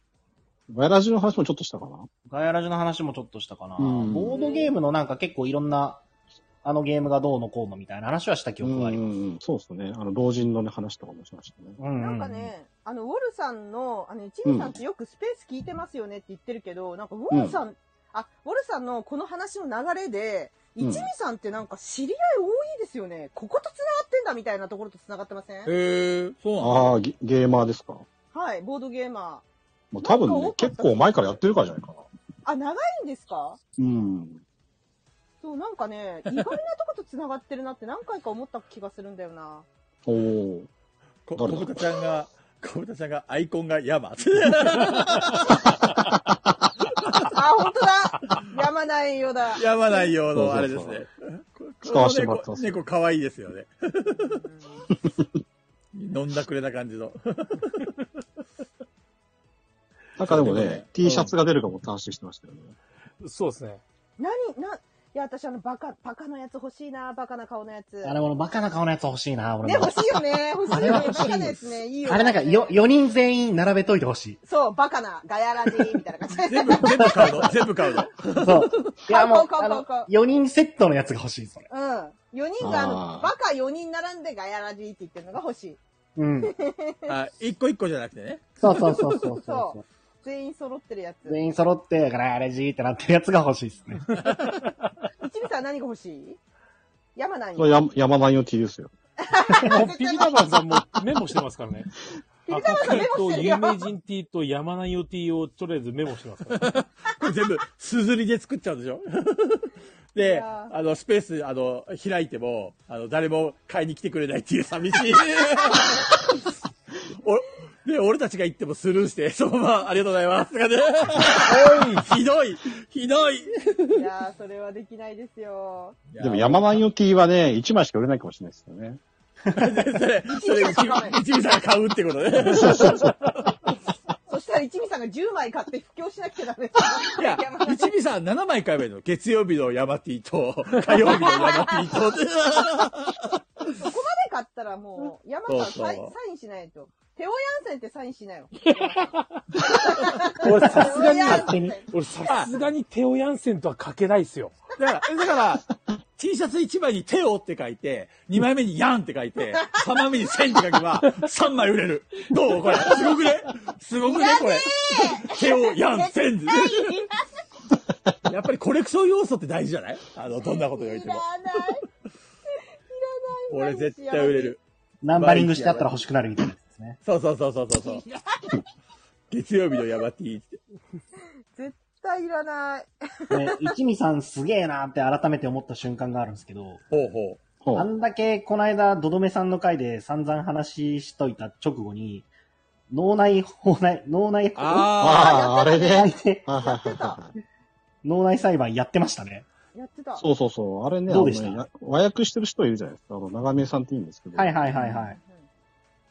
ガヤラジの話もちょっとしたかなガヤラジの話もちょっとしたかな。うんボードゲームのなんか結構いろんな、あのゲームがどうのこうのみたいな話はした記憶があります。うん、そうですね。あの、老人のね、話とかもしましたね。なんかね、あの、ウォルさんの、あの、一味さんってよくスペース聞いてますよねって言ってるけど、なんかウォルさん、あ、ウォルさんのこの話の流れで、うん一味さんってなんか知り合い多いですよね。ここと繋がってんだみたいなところと繋がってませんへえ、そうなんああー、ゲゲーマーですか。はい、ボードゲーマまあ、多分なんねか、結構前からやってるからじゃないかな。ー。あ、長いんですかうん。そう、なんかね、意外なとこと繋がってるなって何回か思った気がするんだよな。おお。こ、こぶたちゃんが、こぶたちゃんがアイコンが *laughs* 山。あ、本当だやまないようだ。やまないようのあれですそうね。使わせてもらってますこの猫猫可愛いですよ *laughs* ね。飲んだくれな感じの。なんかでもね、うん T シャツが出るかも楽しみしてましたよね。そうですね。何、な、いや、私あの、バカ、バカのやつ欲しいな、バカな顔のやつ。あれもバカな顔のやつ欲しいな、俺ね、も欲しいよね。欲しいよあねれ。はバ欲しいカなやつね。いいよ、ね。あれなんかよ、4人全員並べといてほしい。そう、バカな、ガヤラジみたいな感 *laughs* じ。全部、全部 *laughs* 買うの。全部買うの。そう。いやもう、買あう買うの買う、 4人セットのやつが欲しい、それ。うん。4人があのあーバカ4人並んでガヤラジって言ってるのが欲しい。うん。 *laughs* あ、一個一個じゃなくてね。そうそうそう *laughs* そうそうそう。全員揃ってるやつ。全員揃って、ガラガラジーってなってるやつが欲しいですね。一味さん何が欲しい山ないそれや山内の T ですよ。もうピピタパンさんもメモしてますからね。 *laughs* ピピタパンさんメモしてるよ有名人 T と山名予 T をとりあえずメモしてますから、ね。これ全部、すずりで作っちゃうんでしょで、あの、スペース、あの、開いても、あの、誰も買いに来てくれないっていう寂し *laughs* い。おで、俺たちが行ってもスルーして、そのまま、ありがとうございます。とかねおいひどいひどいいやー、それはできないですよ。でも山内の T はね、1枚しか売れないかもしれないですよね。それ、一味一味さんが買うってことね。そしたら一味さんが10枚買って布教しなきゃダメ。いや、一味さん7枚買えばいいの。月曜日の山 T と、火曜日の山 T と。そこまで買ったらもう、山さんサイそうそうサインしないと。テオヤンセンってサインしなよ。俺さすがに勝、俺さすがにテオヤンセンとは書けないっすよ。だから、だから、T シャツ1枚に手をって書いて、2枚目にヤンって書いて、3枚目に千って書けば、3枚売れる。どうこれ。すごくねすごくねこれ。手をヤン千って。やっぱりコレクション要素って大事じゃないあの、どんなこと言おいても。俺絶対売れる。ナンバリングしてあったら欲しくなるみたいなやつですね。そうそうそうそうそうそう。 *laughs* 月曜日のヤバ T って。絶対いらない。ね、 *laughs* 一味さんすげえなって改めて思った瞬間があるんですけど、ほうほう。ほうあんだけこの間、どどめさんの回で散々話しといた直後に、脳内、法内、脳内、あーあーあれね *laughs* で、脳内裁判やってましたね。やってた。そうそうそう。あれね、どうでしたあのね和訳してる人いるじゃないですか。あの、長めさんって言うんですけど。はいはいはいはい。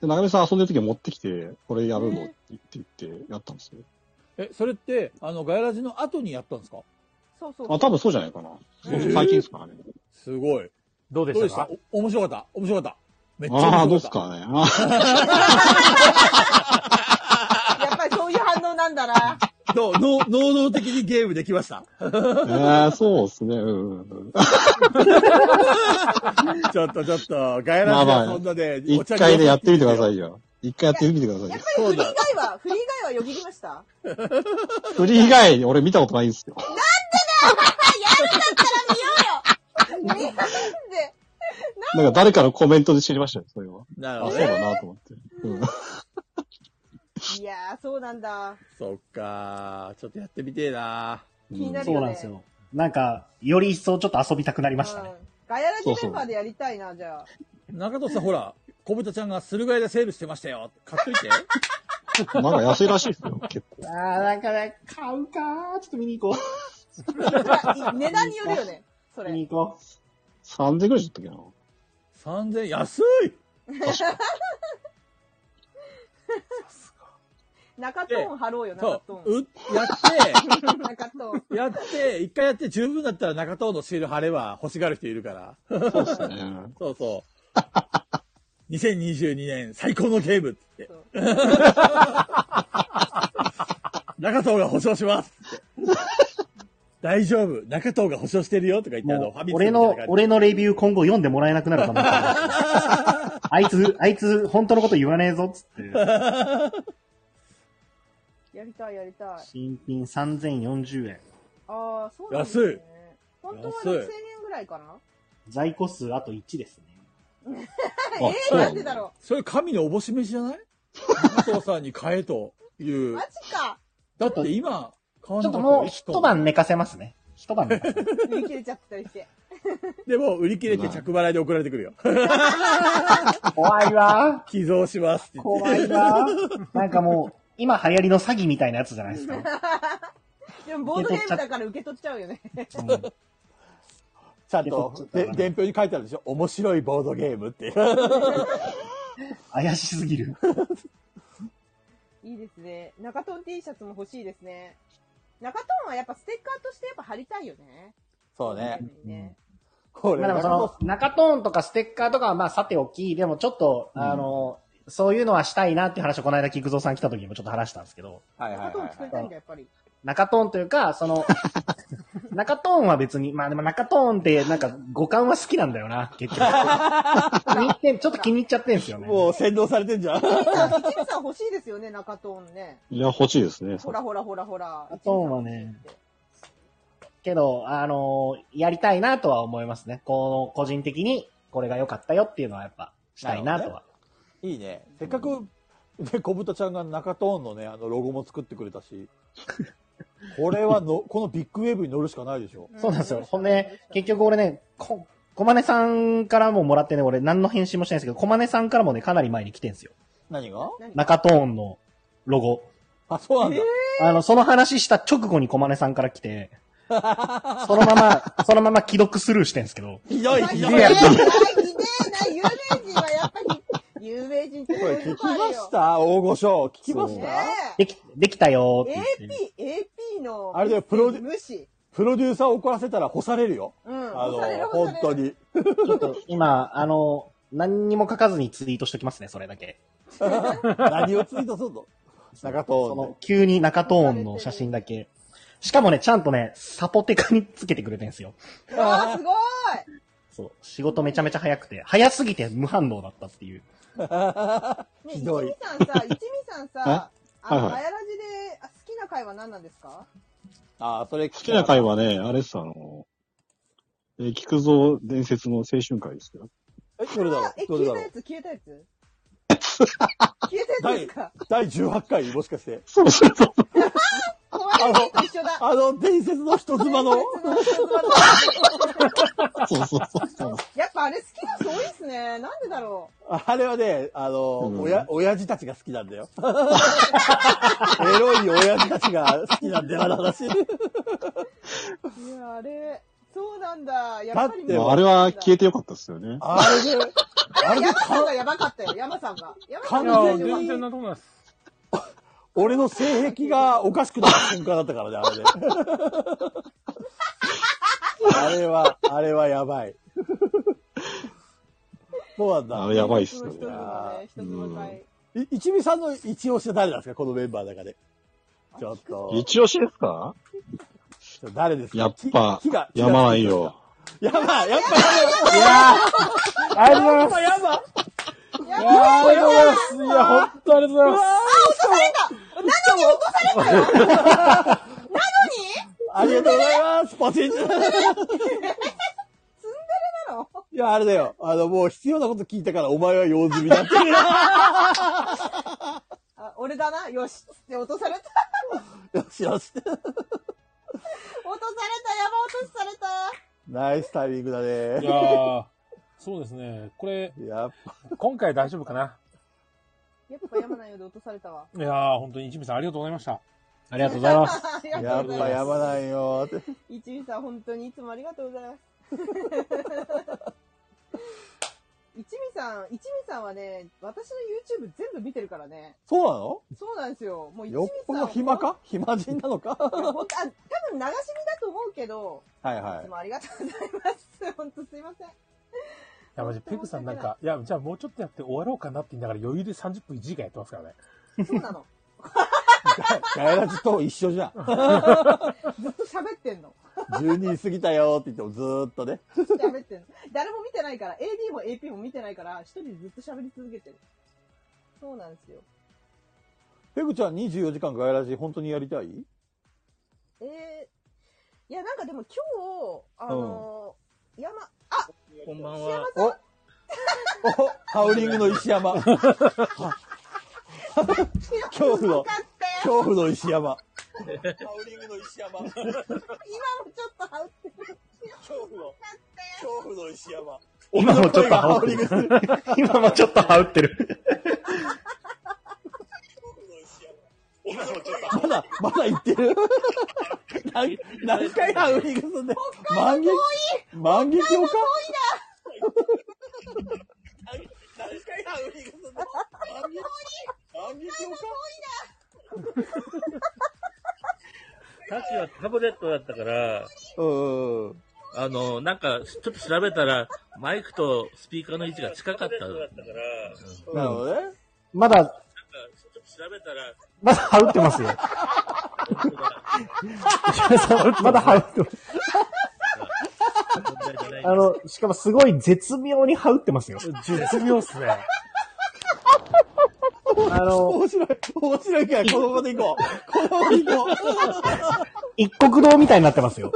で、長めさん遊んでる時は持ってきて、これやるのって言って、やったんですよ。え、それって、あの、ガヤラジの後にやったんですかそうそあ、多分そうじゃないかな。そうえそうー最近ですからね。すごい。どうでどうでししたたかお面白かった。面白かった。めっちゃ面白かっあた。あー、どうっすかね。あやっぱりそういう反応なんだな。どう、能能動的にゲームできました。ーえー、そうですね。うんうんうん。 *laughs* ちょっとちょっと、ガヤまラあまジはあそんなね、、一お茶回ね、やってみてくださいよ。一回やってみてくださいよ。フリー以外は、フリー以外はよぎりましたなんでだやるんだっフリー以外に俺見たことないんですよ。たら見ようよ見たんで。なんか誰かのコメントで知りましたよ、それは。なあ、そうだなと思って。うん。いやー、そうなんだ。そっかーちょっとやってみてえな気になるそようなんねです。よ。なんか、より一層ちょっと遊びたくなりましたね。ガヤラジそうそうメンバーでやりたいな、じゃあ。中戸さん、ほら、小豚ちゃんが駿河屋でセールしてましたよ。買っといて。 *laughs* まだ安いらしいですよ、結構。ああ、なんかね、買うかー。ちょっと見に行こ値段によるよね。それ。見に行こ3000ぐらいだったっけな。 3000、安い *laughs* 中トーン貼ろうよ、中トそう、う、やっーン。 *laughs* 中トーン。て、やって、一回やって十分だったら中東のシール貼れば欲しがる人いるから。そうですね。そうそう。2022年最高のゲームっつ *laughs* って。中東が保証しますっつって。大丈夫。中東が保証してるよとか言って、あの、ファう。ミ通みた俺いなの感じ、俺のレビュー今後読んでもらえなくなるかも。 *laughs* あいつ、あいつ、本当のこと言わねえぞ、つって。やりたい、やりたい。あ新品3040円。あー、そうなんですね。安い本当は安い6000円ぐらいかな在庫数あと1ですね。 *laughs* えー、なんでだろそれ神のおぼし飯じゃない中藤さんに買えという。う。マジか。だって今、買わちょっとなかったもらう一一晩寝かせますね。一晩寝かせます。売り切れちゃったりして。 *laughs* でも、売り切れて着払いで送られてくるよ。 *laughs* 怖いわ。寄贈しますって言って。怖いわ。なんかもう、今流行りの詐欺みたいなやつじゃないですか。でも、ボードゲームだから受け取っちゃうよね。ちゃんと、で伝票に書いてあるでしょ面白いボードゲームって。 *laughs* 怪しすぎる。 *laughs* いいですね。中トーン T シャツも欲しいですね。中トーンはやっぱステッカーとしてやっぱ貼りたいよね。そうね。これまあ、でもその、中トーンとかステッカーとかはまあさておき、でもちょっと、あの、そういうのはしたいなっていう話をこの間、菊蔵さん来た時にもちょっと話したんですけど、はいはい中トーン作りたいんだ、やっぱり。中トーンというか、*laughs* その、中トーンは別に、まあでも中トーンってなんか五感は好きなんだよな、結局。気に入ってんちょっと気に入っちゃってんすよね。もう洗脳されてんじゃん。一部さん欲しいですよね、中トーンね。いや、欲しいですね。ほらほらほらほら。中トーンはね、けど、あの、やりたいなとは思いますね。この、個人的にこれが良かったよっていうのはやっぱ、したいなとは。いいね。せっかく、ね、小豚ちゃんが中トーンのね、あの、ロゴも作ってくれたし。これは *laughs* の、このビッグウェーブに乗るしかないでしょ。そうなんですよ。ほんで、結局俺ね、こ、小金さんからももらってね、俺何の返信もしてないんですけど、小金さんからもね、かなり前に来てんすよ。何が中トーンのロゴ。あ、そうなんだ。あの、その話した直後に小金さんから来て、その *laughs* まま、そのまま既読スルーしてんすけど。ひどい、ひひどい。やひつどいな、有名人はやっぱり、有名人ってこれ聞きまよし。た大御所。聞きましねたでき、できたよーって言って。 AP、AP の、あれだよプロデュ無視。プロデューサーを怒らせたら干されるよ。うんあの干される、干さ本れる当に。ちょっと今、あの、何にも書かずにツイートしときますね、それだけ。何をツイートするの中その、急に中トーンの写真だけ。しかもね、ちゃんとね、サポテカにつけてくれてんすよ。あーすごいそう。仕事めちゃめちゃ早くて、早すぎて無反応だったっていう。ね、ひどい一味さんさ、一味さんさ、あの、はいはガいヤラジであ好きな回は何なんですかあそれ好きな回はね、あれっす、あの、えー、菊蔵伝説の青春会ですよ。え、どれだろうえ、どれだ消えたろうやつ消えたやつ消えたやつですか第18回、もしかして。そうそうそう。小林さんと一緒だ。あの、伝説の人妻の。そうそうそうそう。やっぱあれ好きな人多いっすね。ね。なんでだろあれはね、あの、うん親、親父たちが好きなんだよ。 *laughs* エロい親父たちが好きなんだよ、あの話。う。いや、あれ、そうなんだ。やだっぱりって、あれは消えてよかったですよね。あれ *laughs* で、あれ山さんがやばかったよ、山さんが。山さんが完全やばかった。に俺の性癖がおかしくなった瞬間だったからね、あれで。あれは、あれはやばい。そうなんだ。あれやばいっすねね。い一味さんの一押しは誰なんですかこのメンバーの中で。ちょっと。一押しですかちょっと誰ですかやっぱ木木が、山はいいよ。やばい、やっぱやばい。いやーありがとうございます。やばいやーありがとうございます。いや、ほんとありがとうございます。あ、落とされたなのに落とされたよありがとうございます。ポチン。ツンデレなのいや、あれだよ。あの、もう必要なこと聞いたからお前は用済み *laughs* だって。あ俺だな、よし。で、 *laughs* 落とされた。よしよ落し。とされた、山落としされた。ナイスタイミングだね。いやー、そうですね。これ、今回大丈夫かな。やっぱ山ないよで落とされたわ。いやー、本当に一味さんありがとうございました。ありがとうございますありがとうございますやっぱやまないよーって。一味さん、本当にいつもありがとうござい *laughs* ます。一味さん、一味さんはね、私の YouTube 全部見てるからね。そうなのそうなんですよ。もう一よ味っぽさどん。暇か暇人なのかいや本当あ、多分流し見だと思うけど、 *laughs* はいはいつもありがとうございます。本当すいません。いや、マジ、ペグさんなんか、いや、じゃあもうちょっとやって終わろうかなって言いながら余裕で30分1時間やってますからね。そうなの。ガヤラジと一緒じゃ *laughs* ん。 *laughs* ずっと喋ってんの。 12過ぎたよーって言ってもずーっとね。喋ってんの。誰も見てないから、AD も AP も見てないから、一人でずっと喋り続けてる。そうなんですよ。ペグちゃん24時間ガヤラジ本当にやりたいえー、いや、なんかでも今日、あのー山、あこんばん石山は。さん、おハウリングの石山。恐怖の、恐怖の石山。ハウリングの石山。今もちょっとハウってる。恐怖の、恐怖の石山。今もちょっと羽織ってる。今もちょっと羽織っ *laughs* てる。まだ、まだ言ってる何何回ハウリングすんだよ。万劇万劇おか何回ハウリングすんだ何に何にさっきはタブレットだったから、あの、なんか、ちょっと調べたら、マイクとスピーカーの位置が近かった。うんなるほどね。ま *laughs* だ、調べたら、まだ羽織ってますよ。まだ羽織 *laughs* ってます。あの、しかもすごい絶妙に羽織ってますよ。絶妙っすね。あの、面白い、面白いから、このままでいこう。このままでいこ一国道みたいになってますよ。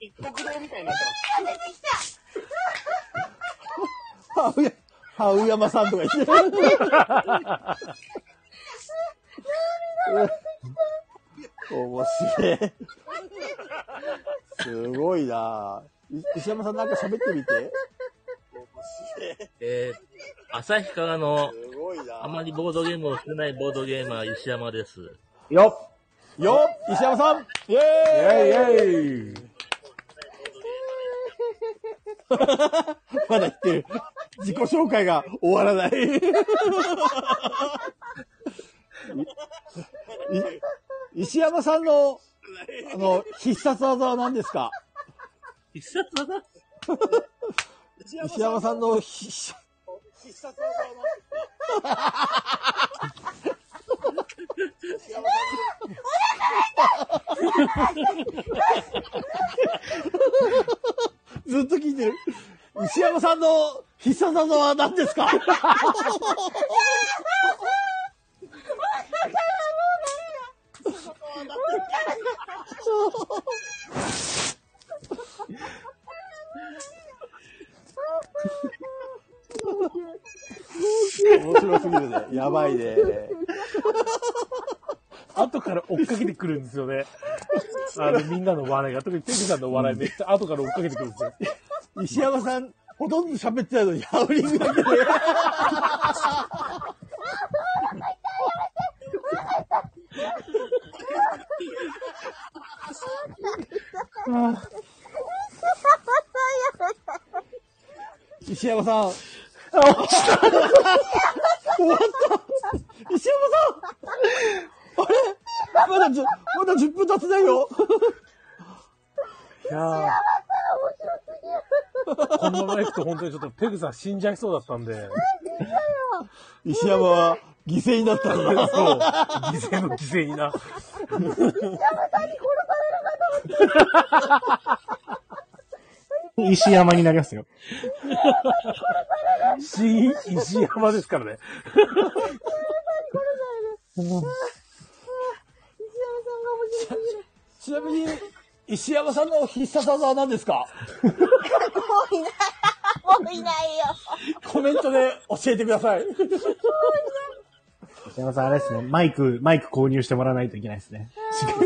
一国道みたいになってます。う。ハウヤ、ハウヤマさんとか言ってる。面白い。すごいなぁ。い石山さんなんか喋ってみて。えー、旭川のすごいな、あまりボードゲームをしてないボードゲーマー、石山です。よっよっ石山さんイェーイイェーイまだ言ってる。自己紹介が終わらない。い石山さんの、あの、必殺技は何ですか必殺技 *laughs* 石山さんの必殺必殺技は *laughs* ずっと聞いてる。石山さんの必殺技は何です *laughs* か面白すぎるね。やばいね。後から追っかけてくるんですよね。あの、みんなの笑いが、特にテグさんの笑いめっちゃ後から追っかけてくるんですよ。石山さん、ほとんど喋ってないのに、ハウリングだけで。石山さん。あ、落ちた終わった *laughs* 石山さんあれまだじゅ、まだ10分経ってないよいやーこのマイクと本当にちょっとペグさん死んじゃいそうだったんで、石山は犠牲になったんだ。そう。犠牲の犠牲にな。石山になりますよ。新石山ですからね。ちなみに、石山さんの必殺技は何ですかういない、もういないよ。コメントで教えてください。石山さん、あれですね、マイク、マイク購入してもらわないといけないですね。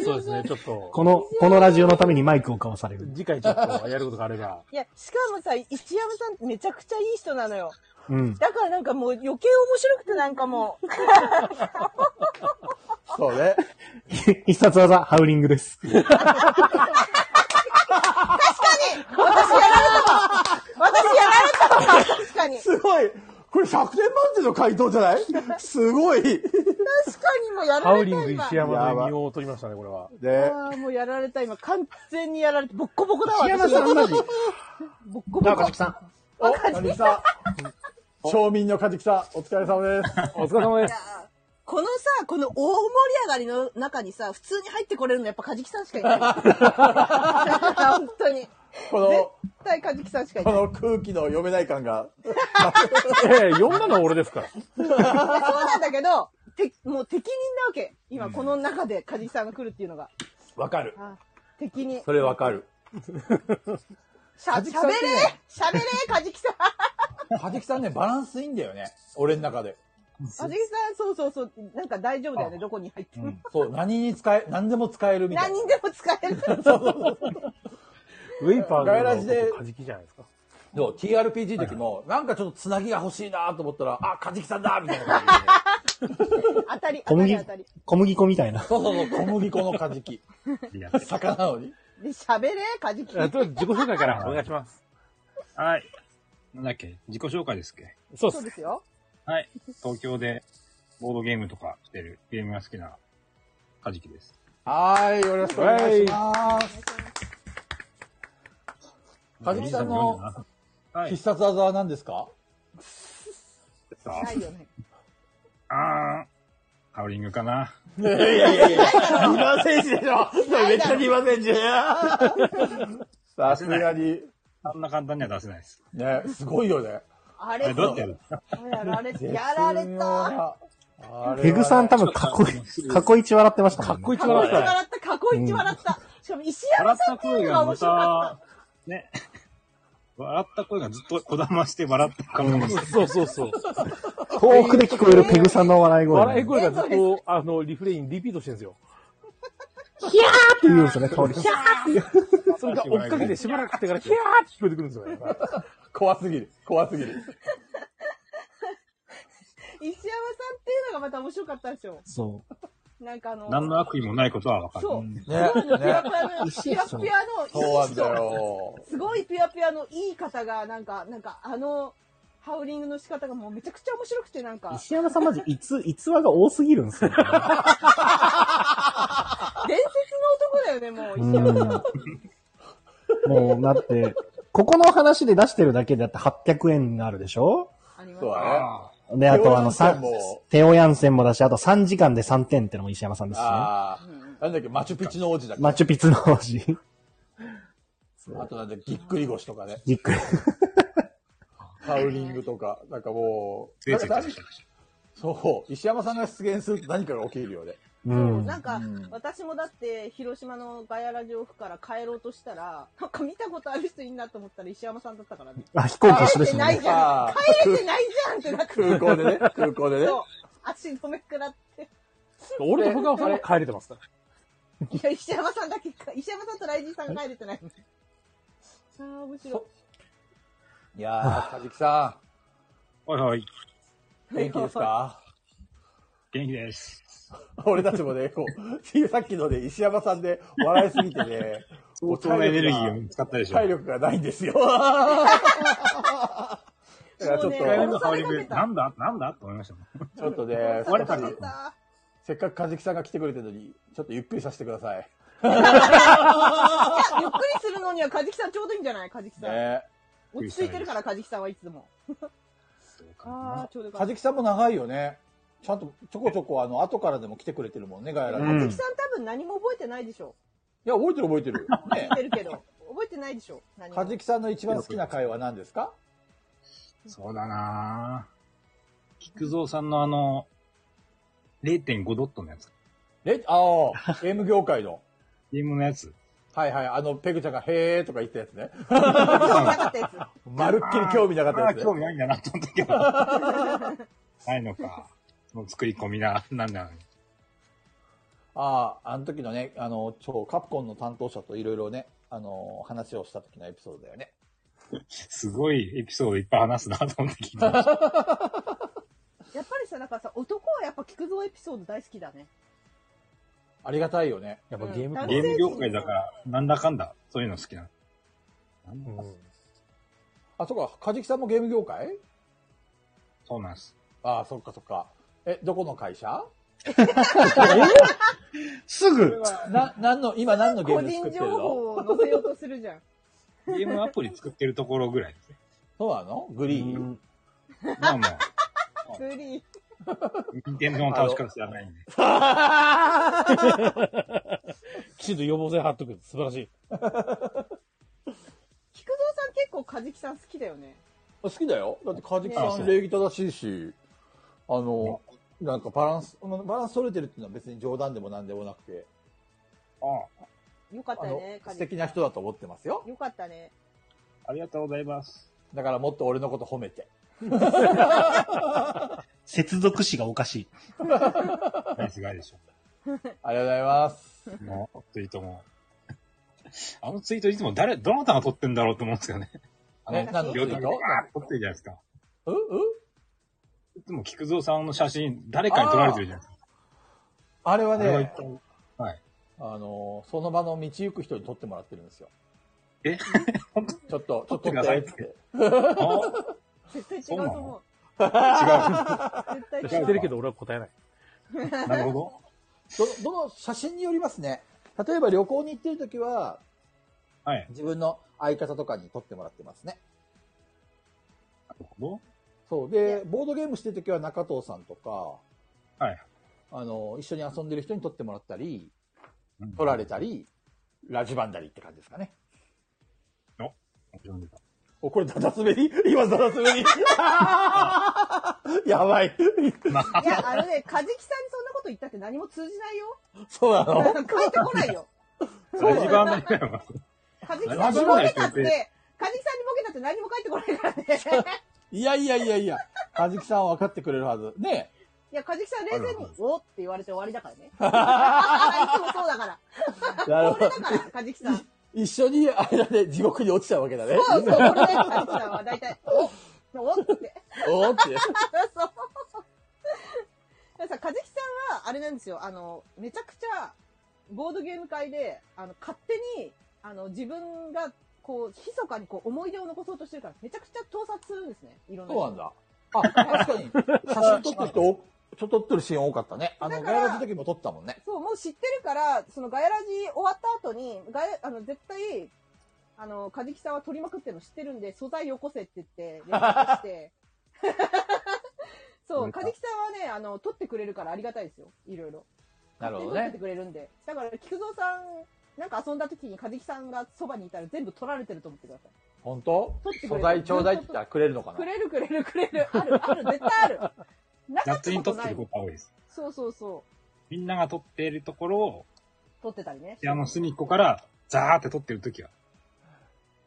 そうですね、ちょっと。この、このラジオのためにマイクを買わされる。次回ちょっとやることがあれば。いや、しかもさ、石山さんめちゃくちゃいい人なのよ。うん。だからなんかもう余計面白くてなんかもう。 *laughs* *laughs* そ *laughs* うね。必殺技、ハウリングです。確かに私やられたわ私やられたわ確かに。すごいこれ100点満点の回答じゃないすごいね確かにもうやハられウリンたグ今。石山の異名を取りましたね、これは。ああ、もうやられた今。完全にやられて、ボッコボコだわ。石山さんマ *laughs* ジボッコボコ。さん。お、かじきさん。町民のかじきさん、お疲れ様です。お疲れ様です。このさ、この大盛り上がりの中にさ、普通に入ってこれるのやっぱカジキさんしかいない。本当に。この、絶対カジキさんしかいなこい。の空気の読めない感が。ええ、読んだのは俺ですから。いやそうなんだけど、てもう適任なわけ。今この中でカジキさんが来るっていうのが。わかる。適任。それわ *laughs* かる。しゃ、カジキ喋さんれってね喋れカジキさんかじきさんね、バランスいいんだよね。俺の中で。カジキさん、そうそうそう。なんか大丈夫だよね、どこに入っても。そう、何に使え、何でも使えるみたい何な。人でも使える。ウェイパーガヤラジでのカジキじゃないですか。そう、TRPG の時も、なんかちょっとつなぎが欲しいなと思ったら、あ、カジキさんだみたいな感じで。当たり、小当た麦り当たり。、小麦粉みたいな。そうそうそう、小麦粉のカジキ。魚なのに。 *laughs* で、喋れカジキ。えとりあえず自己紹介からお願いします。はい。なんだっけ自己紹介ですっけそうですよ。はい。東京でボードゲームとかしてるゲームが好きなカジキです。はい、よろしくお願いします。カジキさんの必殺技は何ですかないよね。あー、ハウリングかな。 *laughs* いやいやい *laughs* やいや、2番選手でしょめっちゃ2番選手さすがに。あんな簡単には出せないです。ね、すごいよね。あえれどうやってやるやられた。やられた。ペグさん多分過去、過去一笑ってましたもんね。過過去去一笑った。過去一笑った。しかも石山さんっていうのが面白かっね。笑った声がずっとこだまして笑ってる感じがそうそうそう。遠くで聞こえるペグさんの笑い声。笑い声がずっと、あの、リフレインリピートしてるんですよ。ヒャーって言うんですよね、通り。ヒャそれが追っかけてしばらくしてから、キャーって聞こえてくるんですよね。 *laughs* 怖すぎる。怖すぎる。た。石山さんっていうのがまた面白かったでしょ。。そうなんかあの、何の悪意もないことはわかる。そう。ねすごいのピュアピュア *laughs* の、ピュアピュアの、いい人。よ。すごいピュアピュアのいい方が、なんか、なんかあの、ハウリングの仕方がもうめちゃくちゃ面白くて、なんか、石山さんマジ、いつ、逸話が多すぎるんですよ。伝説の男だよね、もう。石うんもう、だって、ここの話で出してるだけでだって800円があるでしょそうだね。で、あとあの、ささ、テオヤンセンもだし、あと3時間で3点ってのも石山さんですしね。ああ、なんだっけ、マチュピチュの王子だっけマチュピツの王子。あとなんだっけ、ぎっくり腰とかね。ぎっくり。ハウリングとか、なんかもう、ついついなんかそう、石山さんが出現すると何かが起きるよね。そうなんか、私もだって、広島のガヤラジオフから帰ろうとしたら、なんか見たことある人いんなと思ったら石山さんだったからね。あ飛行機一緒ですもんね帰れてないじゃんあ。帰れてないじゃんってなって。空港 *laughs* でね、空港でね。そう。足止めくらって。俺と深尾さんは帰れてますから。いや、石山さんだけか、石山さんとライジンさんが帰れてない。ああ、面 *laughs* 白い。いやー、かじきさん。はいはい。元気ですか元気です。俺たちもね、こう、 *laughs* さっきのね、石山さんで笑いすぎてね、もう相当なエネルギーを使ったでしょ。体力がないんですよ。だからちょっと、一回目のハウリング、なんだなんだと思いましたもん。ちょっとね、壊れた少しせっかくかじきさんが来てくれてるのに、ちょっとゆっくりさせてください。いやゆっくりするのには、カジキさんちょうどいいんじゃないカジキさん。ね落ち着いてるから、カジキさんはいつも。ああ、ちょうどよかかったじきさんも長いよね。ちゃんとちょこちょこ、あの、後からでも来てくれてるもんね、ガヤラジ。カジいキさん多分何も覚えてないでしょ。や、覚えてる覚えてる。覚えてるけど。覚えてないでしょ。何もかじきさんの一番好きな会は何ですかそうだなぁ。菊蔵さんのあの、0.5ドットのやつ。え、ああ、ゲーム業界の。 *laughs* ゲームのやつ。はいはい、あの、ペグちゃんが、へーとか言ったやつね。ま *laughs* まるっきり興味なかったやつね興味ないんだなと思ったけど。*laughs* *laughs* ないのか。その作り込みな、なんだろうねああ、あの時のね、あの、超カプコンの担当者といろいろね、あの、話をした時のエピソードだよね。すごいエピソードいっぱい話すなと思って聞いて。やっぱりさ、なんかさ、男はやっぱ菊蔵エピソード大好きだ *laughs* ね。ありがたいよね。やっぱゲーム、うんゲーム業界だから、なんだかんだ、そういうの好きなの。あ、そっか、カジキさんもゲーム業界そうなんです。ああ、そっかそっか。え、どこの会社すぐな、何の、今何のゲー個ム人作って情るの報を載せようとするじゃん。ゲームアプリ作ってるところぐらいですね。そうなのグリーン。まあもう、グリーン。任天堂の倒し方知らないんで。 *laughs* きちんと予防線張っとく。素晴らしい。菊蔵さん結構カジキさん好きだよね。 *laughs* 好きだよ。だってカジキさねん礼儀正しいし、あの、なんかバランス、バランス取れてるっていうのは別に冗談でも何でもなくて、あよかったよね、素カジ敵な人だと思ってますよ。よかったね。ありがとうございます。だからもっと俺のこと褒めて。接続詞がおかしい。ナイスガイでしょ。ありがとうございます。 *laughs* もう、ツイートも。あのツイートいつも誰、どなたが撮ってんだろうと思うんですよね。あえ何のツイート両手でわーっ撮ってるじゃないですか。うんうんいつも菊蔵さんの写真、誰かに撮られてるじゃないですか。あれはあれは一ね、体はい。あの、その場の道行く人に撮ってもらってるんですよ。えち *laughs* ょっと、ちょっと撮ってくださいっってて。絶対違うと思う。絶対違う。知ってるけど俺は答えない。 *laughs* なるほど。ど、どの写真によりますね。例えば旅行に行ってるときは、はい。自分の相方とかに撮ってもらってますね。なるほど。そう。で、ボードゲームしてるときは中藤さんとか、はい。あの、一緒に遊んでる人に撮ってもらったり、撮られたり、ラジバンダリって感じですかね。お、これダダ滑り今ダダ滑り *laughs* やばい。いや、あのね、カジキさんにそんなこと言ったって何も通じないよ。そうなの返ってこないよ。ラジバンダリだよ。カジキさんにボケたって、カジキさんにボケたって何も返ってこないからね。 *laughs* いやいやいやいや、かじきさんは分かってくれるはず。ねいや、カジキさん冷静に、おって言われて終わりだからね。い *laughs* つもそうだから。え。なるほど。だから、カジキさん。そう一緒に、あれだね、地獄に落ちちゃうわけだね。そう、 *laughs* これ、カジキさんは大体、おおって。 *laughs* そおーって。う。だからさ、かじきさんは、あれなんですよ、あの、めちゃくちゃ、ボードゲーム会で、あの、勝手に、あの、自分が、こう、密かにこう、思い出を残そうとしてるから、めちゃくちゃ盗撮するんですね、いろんな。そうなんだ。あ、確かに、写真撮ってる人多、ちょっと撮ってるシーン多かったね。あの、ガヤラジの時も撮ったもんね。そう、もう知ってるから、そのガヤラジ終わった後に、ガヤ、あの、絶対、あの、かじきさんは撮りまくってるの知ってるんで、素材よこせって言って、連絡して。そう、かじきさんはね、あの、撮ってくれるからありがたいですよ、いろいろ。なるほど撮ってねく。れるんで。だから、菊蔵さん、なんか遊んだ時に、かじきさんがそばにいたら全部取られてると思ってください。本当撮ってくれる素材ちょうだいって言ったらくれるのかなくれるくれるくれる。ある、ある、絶対ある。なかっ雑たにこ撮とっなている。ことが多いです。そうそうそみんなが撮っているところを、う。撮ってたりね部。屋の隅っこから、ザーって撮ってるときは。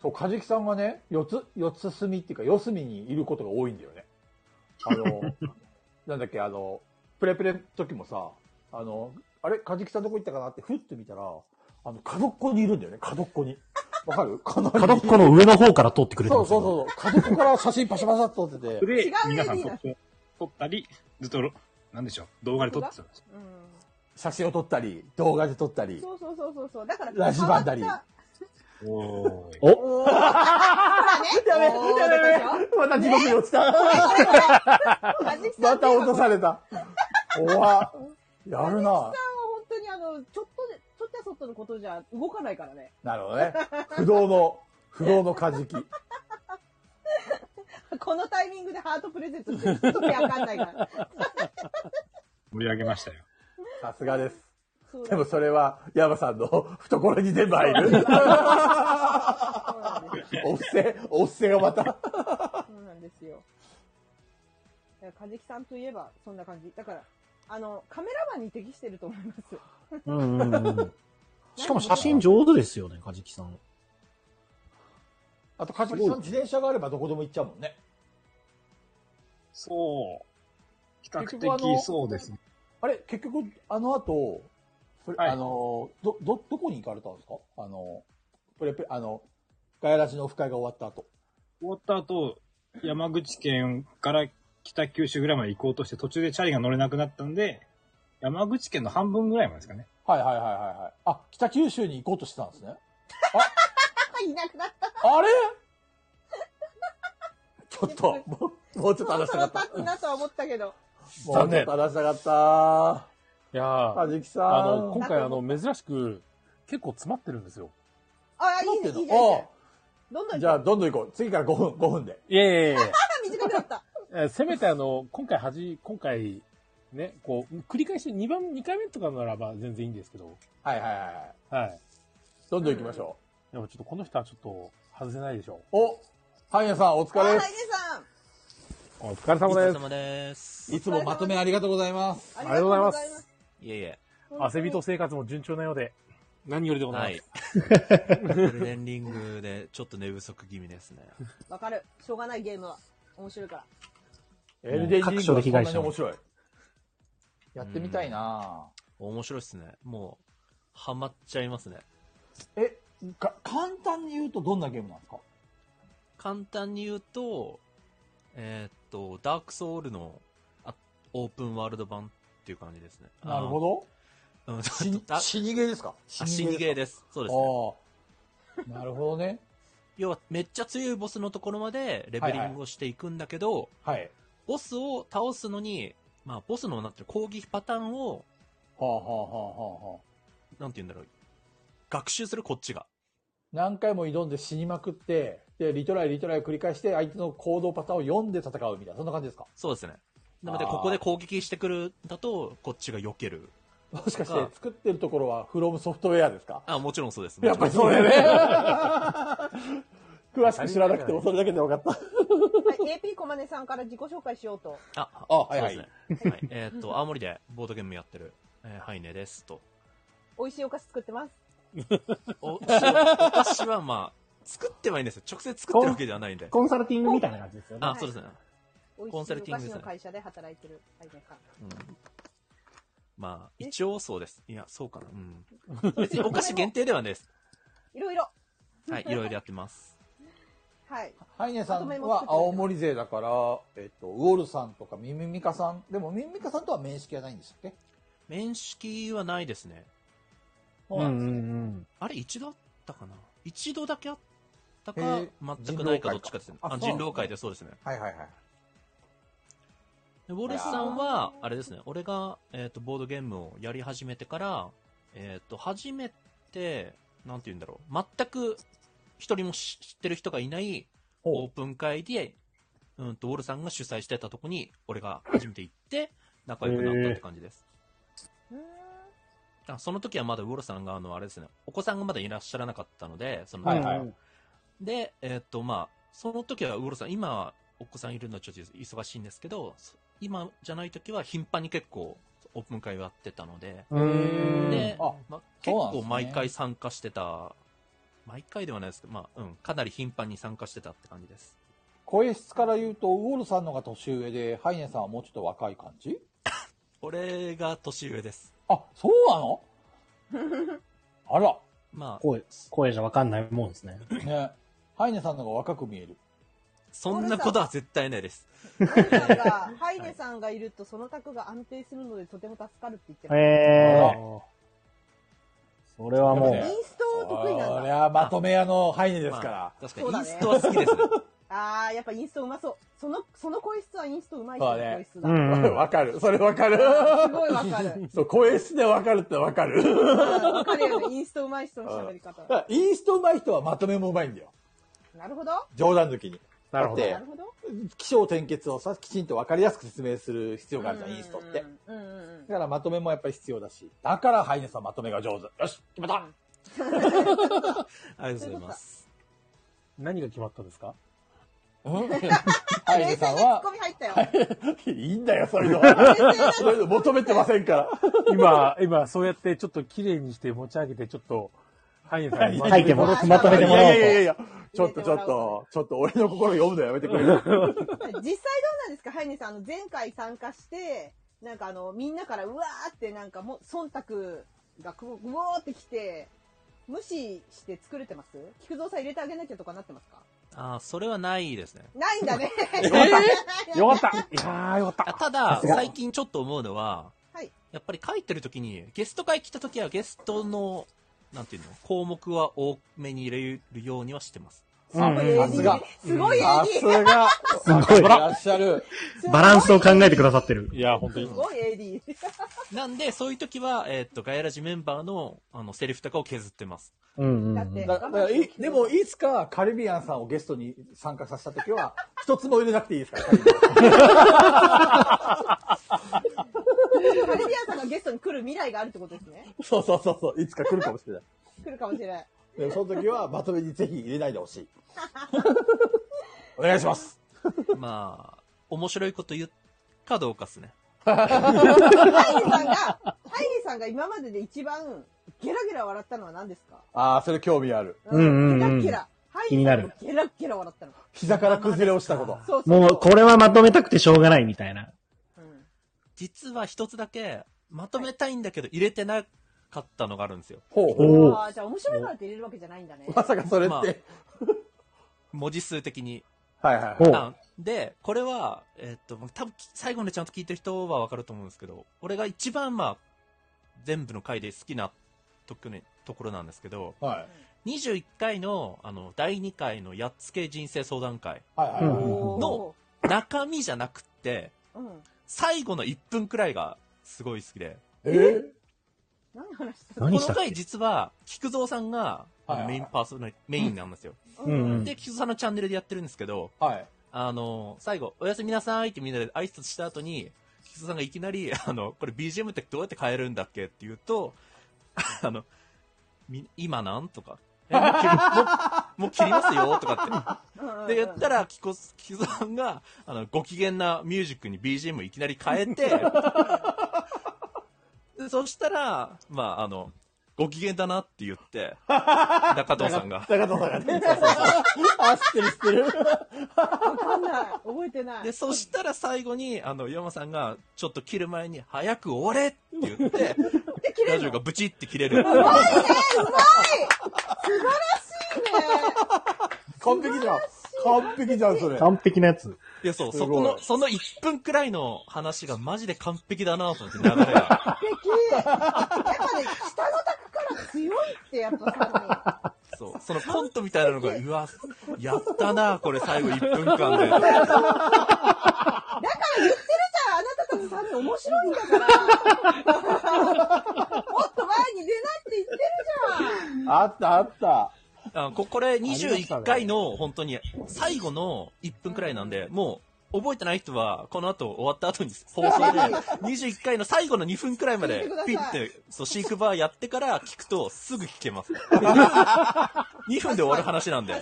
そう、カジキさんがね、四つ、四つ隅っていうか、四隅にいることが多いんだよね。 *laughs* あの、なんだっけ、あの、プレプレの時もさ、あの、あれカジキさんどこ行ったかなって、ふって見たら、あの、角っこにいるんだよね、角っこに。わ *laughs* かる角っ角っこの上の方から通ってくれてそまうす。そうそう。角っこから写真パシャパシャっと撮ってて。で、皆さん撮って撮ったり、ずっと、なんでしょう、動画で撮ってたんです。写真を撮ったり、動画で撮ったり。そうそうそうそうそう。だから、ラジバンダリ変わったおおーほらね。やべおーやべだやべでしょまた地獄に落ちたねこれこれこれカジキさんまた落とされた。怖っやさるんはな。本当にあの、ちょっとで、ちょっとやそっとのことじゃ動かないからね。 *laughs* なるほどね。不動の、不動のカジキ。このタイミングでハートプレゼントして、ちょっとわかんないから。 *laughs* 盛り上げましたよ。さすがです。そうでもそれは、ヤマさんの懐に全部入そう *laughs* る。お布施、お布施がまた。そうなんですよ。だからカジキさんといえば、そんな感じ。だから、あの、カメラマンに適してると思います。うん *laughs* うんうん。しかも写真上手ですよね、カジキさん。あと、カジキさん自転車があればどこでも行っちゃうもんね。そう。比較結局あの的そうですね。あれ、結局、あの後、プレあの、ど、ど、どこに行かれたんですかあの、プレプレ、あの、ガヤラジのオフ会が終わった後。終わった後、山口県から北九州ぐらいまで行こうとして、途中でチャリが乗れなくなったんで、山口県の半分ぐらいまでですかね。はいはいはいはいはい。あ、北九州に行こうとしてたんですね。いなくなった。 *laughs* あれちょっと、 *laughs* もう、もうちょっと話したかった。経つなとは思ったけど。もうちょっと話したかった。いやーカジキさんあの、今回あの、珍しく、結構詰まってるんですよ。あ、いいね、いいねいいね。おうどんどん行こうじゃあ、どんどん行こう。次から5分、5分で。いやいやい短くなった。やえせめてあの、今回はじ、今回、ね、こう、繰り返し2番、2回目とかならば全然いいんですけど。。はいはいはいはい。どんどん行きましう。ょでもちょっとこの人はちょっと、外せないでしょおハイネさん、お疲れです。お疲れ様です。いつもまとめありがとうございます。ありがとうございます。いえいえ。汗人生活も順調なようで、何よりでござ *laughs* いゴます。ールデンリングでちょっと寝不足気味ですね。わかる。しょうがないゲームは。面白いから。エルデンリングはそんなに面白い。やってみたいな面白いっすね。もう、ハマっちゃいますね。え、か、簡単に言うとどんなゲームなんですか簡単に言うと、えーっと、ダークソウルのあオープンワールド版っていう感じですね。なるほど。うん、死 *laughs* に死にゲーですかあ、死にゲーです。そうですね。なるほどね。要は、めっちゃ強いボスのところまでレベリングをしていくんだけど、はいはいボスを倒すのに、まあ、ボスのなんていうの攻撃パターンを、はあはあはあはあはなんて言うんだろう。学習するこっちが。何回も挑んで死にまくって、で、リトライリトライを繰り返して、相手の行動パターンを読んで戦うみたいな、そんな感じですかそうですね。なので、あーここで攻撃してくるんだと、こっちが避ける。もしかして、作ってるところは、フロムソフトウェアですかあ、もちろんそうです。やっぱりそうだよ *laughs* ね。詳しく知らなくても、それだけで分かった。はい、AP コマネさんから自己紹介しようと。あ、あはいはいそうですね。はい、えーっと、青森でボードゲームやってる、えーハイネですと。美味しいお菓子作ってます。お、お菓子は *laughs* まあ、作ってはいいんですよ。直接作ってるわけではないんで。コンサルティングみたいな感じですよね。あ、そうですね。美味コンしサいルおティン菓子グですのね会社で働いてるアイデアさん。うんまあ、一応そうです。いや、そうかな。うん。別にお菓子限定ではないです。いろいろ。はい、いろいろやってます。 *laughs* はい。 *laughs* ハイネさんまとめも作はってる青森勢だから、えっと、ウォールさんとかミミミカさん。でもミミミカさんとは面識はないんでしたっけ面識はないですね。そうなんですねあれ、一度あったかな一度だけあったへかえ、全くないか、人狼会かどっちかですね。ああ、そう人狼会でそうですね。はいはいはい。でウォルスさんは、あれですね、俺が、えっ、と、ボードゲームをやり始めてから、えっ、と、初めて、なんて言うんだろう、全く一人もし知ってる人がいないオープン会で、うんと、ウォルさんが主催してたとこに、俺が初めて行って、仲良くなったって感じです。あその時はまだウォルさんが、あの、あれですね、お子さんがまだいらっしゃらなかったので、その、はいはいで、えーっと、まあ、その時は、ウォルさん、今はお子さんいるのはちょっと忙しいんですけど、そ今じゃない時は頻繁に結構オープン会をやってたので、で、あ、まあ、そ結うなんです構ね毎回参加してた、毎回ではないですけど、まあ、うん、かなり頻繁に参加してたって感じです。声質から言うと、ウォールさんの方が年上で、ハイネさんはもうちょっと若い感じ *laughs* 俺が年上です。あ、そうな *laughs* のあら。まあ、声、声じゃわかんないもんですね。ね。ハイネさんの方が若く見える。そんなことは絶対ないです。がハイネさんがいるとその卓が安定するのでとても助かるって言ってましたえー。それはもう、インスト得意なんこだ。れはまとめ屋のハイネですから。確そうだねです。 *laughs* ああ、やっぱインストうまそう。その、その声質はインストうまい人そのう声ね質。だ。わかる。それわかる。すごいわかる。そう、声質でわかるってわかる。 *laughs* うんわかるよね。インストうまい人の喋り方 *laughs* だ。からインスト上手い人はまとめも上手いんだよ。なるほど。冗談抜きに。なるほどだなっるほどて、気象転結をさ、きちんと分かりやすく説明する必要があるじゃん、インストって。だからまとめもやっぱり必要だし。だから、ハイネさんまとめが上手。よし、決めたありがとうございます。何が決まったんです *laughs* かハイネさんは、いいんだよ、 *laughs* そういうのは。そういうの求めてませんから。今、今、そうやってちょっと綺麗にして持ち上げて、ちょっと、ハイネさんに書いてもらおうまとめてもらおうといやいやいやいやちょっとちょっと、ちょっと俺の心読むのやめてくれる。 *laughs* 実際どうなんですかハイネさん、あの、前回参加して、なんかあの、みんなからうわーってなんかもう、忖度がくうおーってきて、無視して作れてます菊蔵さん入れてあげなきゃとかなってますかああ、それはないですね。ないんだね。。よかったいやよかった。ただ、最近ちょっと思うのは、はいやっぱり書いてるときに、ゲスト会来たときはゲストの、なんていうの、項目は多めに入れるようにはしてます。さすが。すごい AD さすが。すごいいらっしゃる。バランスを考えてくださってる。いや、本当にすごい AD。 *laughs* なんで、そういう時は、えーっと、ガヤラジメンバーの、あの、セリフとかを削ってます。うんだってだからいでも、いつかカリビアンさんをゲストに参加させたと *laughs* きは、一つも入れなくていいですから、カリビアン *laughs* カリビアンさんがゲストに来る未来があるってことですね。そうそうそうそう、いつか来るかもしれない。来るかもしれない。でもその時は、まとめにぜひ入れないでほしい。お願いします。まあ、面白いこと言うかどうかっすね。ハイネさんが、ハイネさんが今までで一番ゲラゲラ笑ったのは何ですかああ、それ興味ある。うゲんうラんうんゲラ。ハイ気ネにさなんもるゲラゲラ笑ったの。膝から崩れ落ちたこと。そうそう。もう、これはまとめたくてしょうがないみたいな。実は一つだけ、まとめたいんだけど、入れてなかったのがあるんですよ。ほおああ、じゃあ面白いからって入れるわけじゃないんだね。まさかそれって *laughs* 文字数的に。はいはいはい。で、これは、えっと、多分最後までちゃんと聞いてる人はわかると思うんですけど、俺が一番まあ、全部の回で好きなとこ,、ね、ところなんですけど、は21回の、あの、第2回のやっつけ人生相談会はいはいの中身じゃなくって、うん。最後の1分くらいがすごい好きで。え何話してこの回実は、菊蔵さんがメインパーソナリメインなんですよ。うんうんで、菊蔵さんのチャンネルでやってるんですけど、あの、最後、おやすみなさいってみんなで挨拶した後に、菊蔵さんがいきなり、あの、これ BGM ってどうやって変えるんだっけって言う *laughs* と、あの、み今なんとか。えもう切るもうもう切りますよとか *laughs* って。で、言ったら、菊菊蔵さんが、あの、ご機嫌なミュージックに BGM いきなり変えて、でそしたら、まあ、あの、ご機嫌だなって言 *laughs* って、中藤さんが。中藤さんがね。あ、知ってる知ってる。わかんない。覚えてない。で、そしたら最後に、あの、山さんが、ちょっと切る前に、早く終われって言って、ラジオがブチって切れる。うまい素晴らしいね完璧じゃん。完璧じゃん、それ。完璧なやつ。いや、そう、すごいそこの、その1分くらいの話がマジで完璧だなと思って、流れが。素敵やっぱね、下の卓から強いってやっぱさ、そう、そのコントみたいなのが、うわ、やったなこれ最後1分間で。だから言ってるじゃんあなたたち3人面白いんだからもっと前に出ないって言ってるあったあった。あここれ21回の本当に最後の1分くらいなんで、もう覚えてない人はこの後終わった *laughs* 後に放送で21回の最後の2分くらいまでピッてそうシークバーやってから聞くとすぐ聞け *laughs* ます。2分で終わる話なんで。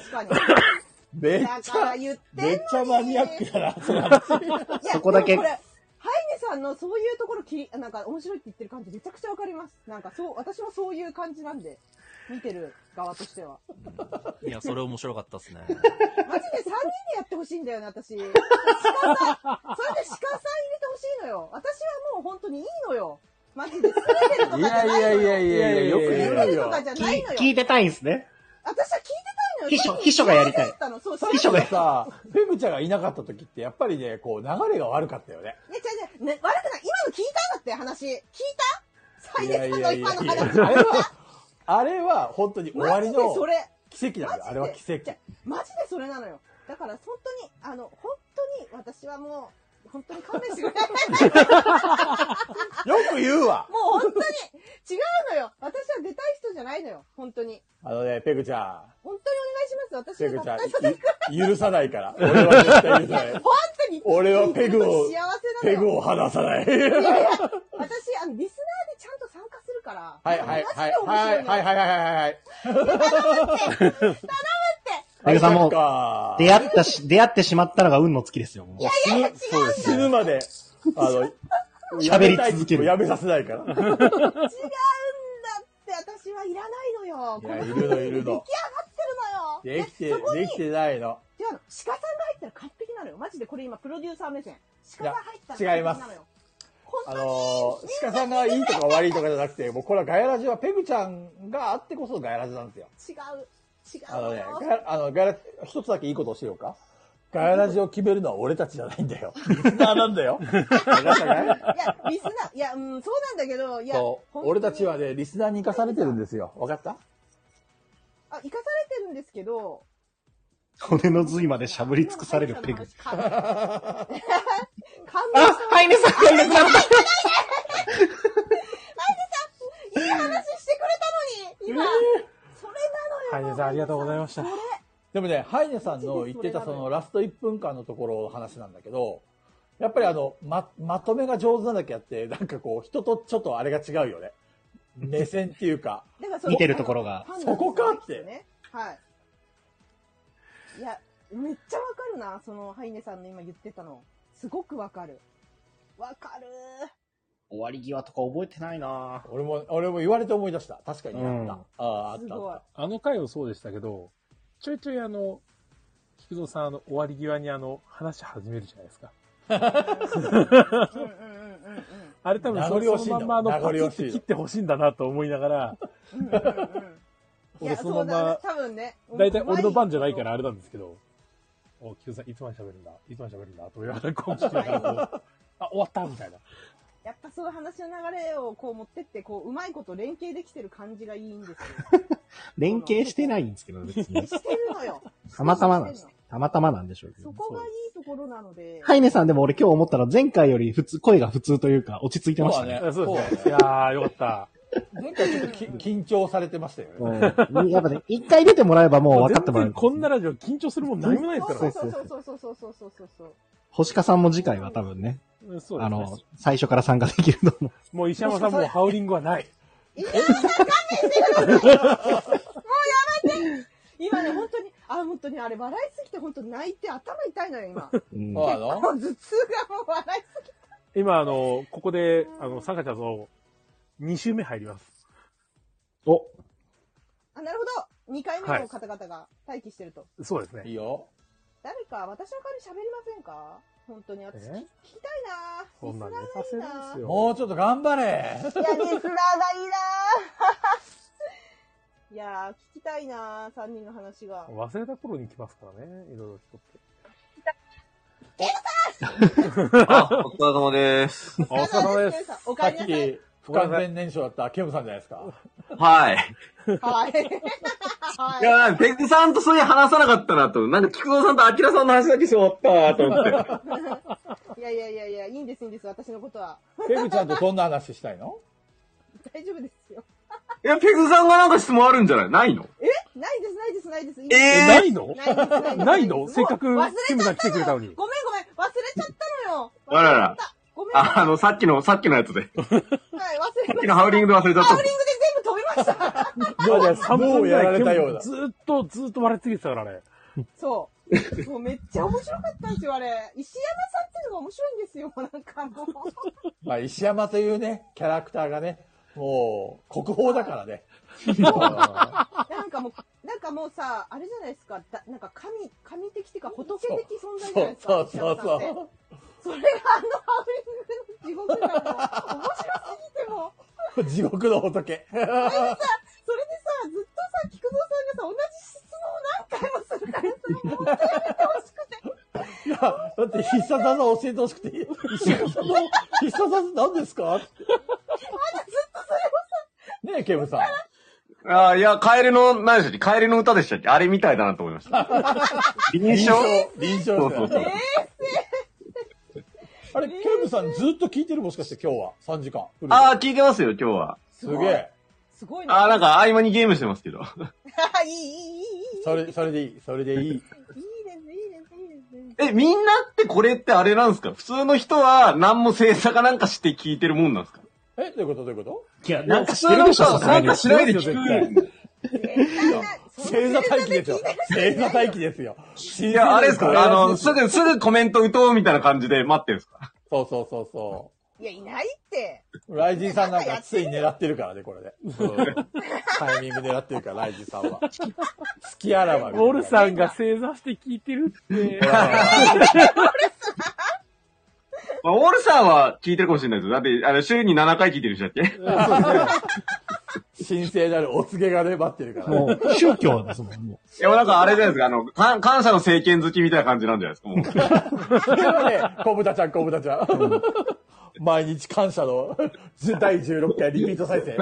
めじゃんだから言ってめっちゃマニアックだな、それ。 *laughs* そこだけでもれハイネさんのそういうところきり、なんか面白いって言ってる感じめちゃくちゃわかります。なんかそう、私もそういう感じなんで、見てる側としては。いや、それ面白かったです *laughs* ね。マジで3人でやってほしいんだよね、私。鹿さん、それで鹿さん入れてほしいのよ。私はもう本当にいいのよ。マジで、すべてのとかじゃないのよ。とかじゃないのよ。聞いてたいんですね。私は聞いてたいのよ。秘書秘書がやりたいだったのそう、秘書がさ、ペグちゃんがいなかった時って、やっぱりね、こう、流れが悪かったよね。ね、ちゃう違う、ね、悪くない。今の聞いたんだって話。聞いたサイデさんの今のいやいや話。いやあれは、あれは本当に終わりマジのでそれ奇跡なんだよ。あれは奇跡。マジでそれなのよ。だから本当に、あの、本当に私はもう、本当に勘弁 *laughs* してくれ。よく言うわもう本当に、違うのよ。私は出たい人じゃないのよ。本当に。あのね、ペグちゃ本当にお願いしまん、す。私ペはグ絶ちゃ *laughs* 対叩く。ん、ゆ許さないから。俺は絶対許さない本。当に。俺はペグを幸せなのよ、ペグを離さない。いやいや、私、あの、リスナーでちゃんと参加するから。はいはいはいマジはいで面白いのよはいはいはいはい。ペグさんもか、出会ったし、出会ってしまったのが運の月ですよ。もう死ぬそう死ぬまで、あ *laughs* の、喋り続けるやめたいやめさせないから。違うんだって、私はいらないのよ。 *laughs* いやこいるのい出るの来上がでっきてるのてよ。そこ、にできてないの。違うの。鹿さんが入ったら完璧なのよ。マジでこれ今、プロデューサー目線。鹿が入ったら完璧いや違いまなすのよ。あのー、鹿さんがいいとか悪いとかじゃなくて、もうこれはガヤラジはペグちゃんがあってこそガヤラジなんですよ。違う。違あうののね、よ。ガヤあのガヤラ一つだけいいことをしようか。ガヤラジを決めるのは俺たちじゃないん *laughs* だよ。リスナーなんだよ。いや、リスナー、いや、うん、そうなんだけど、いや、そう。俺たちはね、リスナーに生かされてるんですよ。わかったあ、生かされてるんですけど、骨の髄までしゃぶり尽くされるペグ。か感動 *laughs* あハイネさんがいなくなったハイネさんいい話してくれたのに、今。それハイネさんありがとうございました。でもね、ハイネさんの言ってたそのラスト1分間のところの話なんだけど、やっぱりあの、ま、まとめが上手なだけあって、なんかこう、人とちょっとあれが違うよね。目線ってい *laughs* うか。だからそのそこかファンなっ。んですよて。ねはい。いや、めっちゃわかるな、その、ハイネさんの今言ってたの。すごくわかる。わかる終わり際とか覚えてないな俺も、俺も言われて思い出した。確かにうんあった。ああ、あっすた。ごい。あの回もそうでしたけど、ちょいちょいあの、菊蔵さん、あの、終わり際にあの、話し始めるじゃないですか。 *laughs* あれ多分それ名残惜そしいんだのまんまあの、名パ残キッ惜しいて切ってほしいんだなと思いながら、いや、 *laughs* 俺そのそうままだね。多分ね。だいたい俺の番じゃないからあれなんですけど、お、菊蔵さん、いつまで喋るんだいつまで喋るんだと思いながら、こう聞きながら *laughs* こう、あ、終わったみたいな。やっぱそういう話の流れをこう持ってって、こう、うまいこと連携できてる感じがいいんですよ。連携してないんですけど、別に。してるのよ。たまたまなんです。たまたまなんでしょうけどそ。こがいいところなので。ハイネさんでも俺今日思ったのは前回より普通、声が普通というか落ち着いてましたね。そうだねそうだねいやー、よかった。前回ちょっとき *laughs* 緊張されてましたようんね。やっぱね、一回出てもらえばもう分かってもらえ *laughs* る。こんなラジオ緊張するもん何もないですかそうら。そうそうそうそうそうそうそうそう。星香さんも次回は多分ね、そうですねあの、最初から参加できると思う。もう石山さんもうハウリングはない。もうやめて今ね、本当に、あ、本当にあれ、笑いすぎて本当泣いて頭痛いのよ、 *laughs* 今。うんもう頭痛がもう笑いすぎて。 *laughs* 今、あの、ここで、あの、サカちゃんの2周目入ります。おあ、なるほど。2回目の方々が待機してると。そうですね。いいよ。誰か、私の代わりに喋りませんか本当に。私、聞きたいなぁ。そんなんさせるんですよもうちょっと頑張れいや、リスナーがいいなぁ。いやー、 *laughs* 聞きたいなぁ、3人の話が。忘れた頃に来ますからね、いろいろ人って。あ、お疲れ様です。お疲れ様 *laughs* です。おさ帰りなさっいき、不完全燃焼だったケムさんじゃないですか。はい。はい。いや、ペグさんとそういう話さなかったなと。なんか、菊蔵さんとアキラさんの話だけし終わったなと思って。 *laughs* いやいやいやいや、いいんです、いいんです、私のことは。ペグちゃんとどんな話したいの *laughs* 大丈夫ですよ。いや、ペグさんがなんか質問あるんじゃないないのえないです、ないです、ないです。いいで *laughs* すえーないのないですないですないのせっかく忘れちゃったのよキムさん来てくれたのにごめんごめん、忘れちゃったのよ。あらら。ごめん。あ、あの、さっきの、さっきのやつ *laughs* で。はい、忘れました。さっきのハウリングで忘れちゃったハウリングで全部飛びました。もう3分ぐらいもうやられたようだずーっと、ずーっと笑いすぎてたからね。 *laughs* そう。もうめっちゃ面白かったんですよ、あれ。石山さんっていうのが面白いんですよ、なんかもう。まあ、石山というね、キャラクターがね、もう、国宝だからね。なんかもう、なんかもうさ、あれじゃないですか、だなんか神、神的っていうか仏的存在じゃそないうですか。そうそう石山さんってそう。それがあのハウリングの地獄なの。面白すぎても。地獄の仏。それでさ、それでさ、ずっとさ、菊蔵さんがさ、同じ質問を何回もするから、それもうちょっとやめてほしくて。いや、だって必殺技教えてほしくて、石山さんの必殺技何ですかってまだずっとそれをさ、ねえ、ケムさん。ああ、いや、カエルの、何でしたっけカエルの歌でしたっけあれみたいだなと思いました。臨床臨床そうそうそう。あれ、ケムさんずっと聞いてるもしかして今日は、3時間。ああ、聞いてますよ、今日は。すげえ。すごいね。ああ、なんか合間にゲームしてますけど。いい、いい、いい、いい、それ、それでいい、それでいでい。す、いいです、いいです。え、みんなってこれってあれなんですか普通の人は何も精査かなんかして聞いてるもんなんですかえ、どういうことどういうこいや、なんかしてるでしょさすがにと星座待機ですよ。星座待機ですよ。いや、あれですかあの、すぐ、すぐコメント打とうみたいな感じで待ってるんですかそうそうそうそいや、いないって。う。ライジンさんなんかつい狙ってるからね、こ *laughs* れで。タイミング狙ってるから、ライジンさんは。月あらばみたいな。ウォルさんが正座して聞いてるって。まあ、オールさんは聞いてるかもしれないですだって、あの、週に7回聞いてる人だっけ神聖なるお告げがね、待ってるから。もう *laughs* 宗教ですもん、もう。いや、なんかあれじゃないですか、あの、か感謝の政権好きみたいな感じなんじゃないですか、もう。それはね、小豚ちゃん、小豚ちゃん。毎日感謝の第16回リピート再生。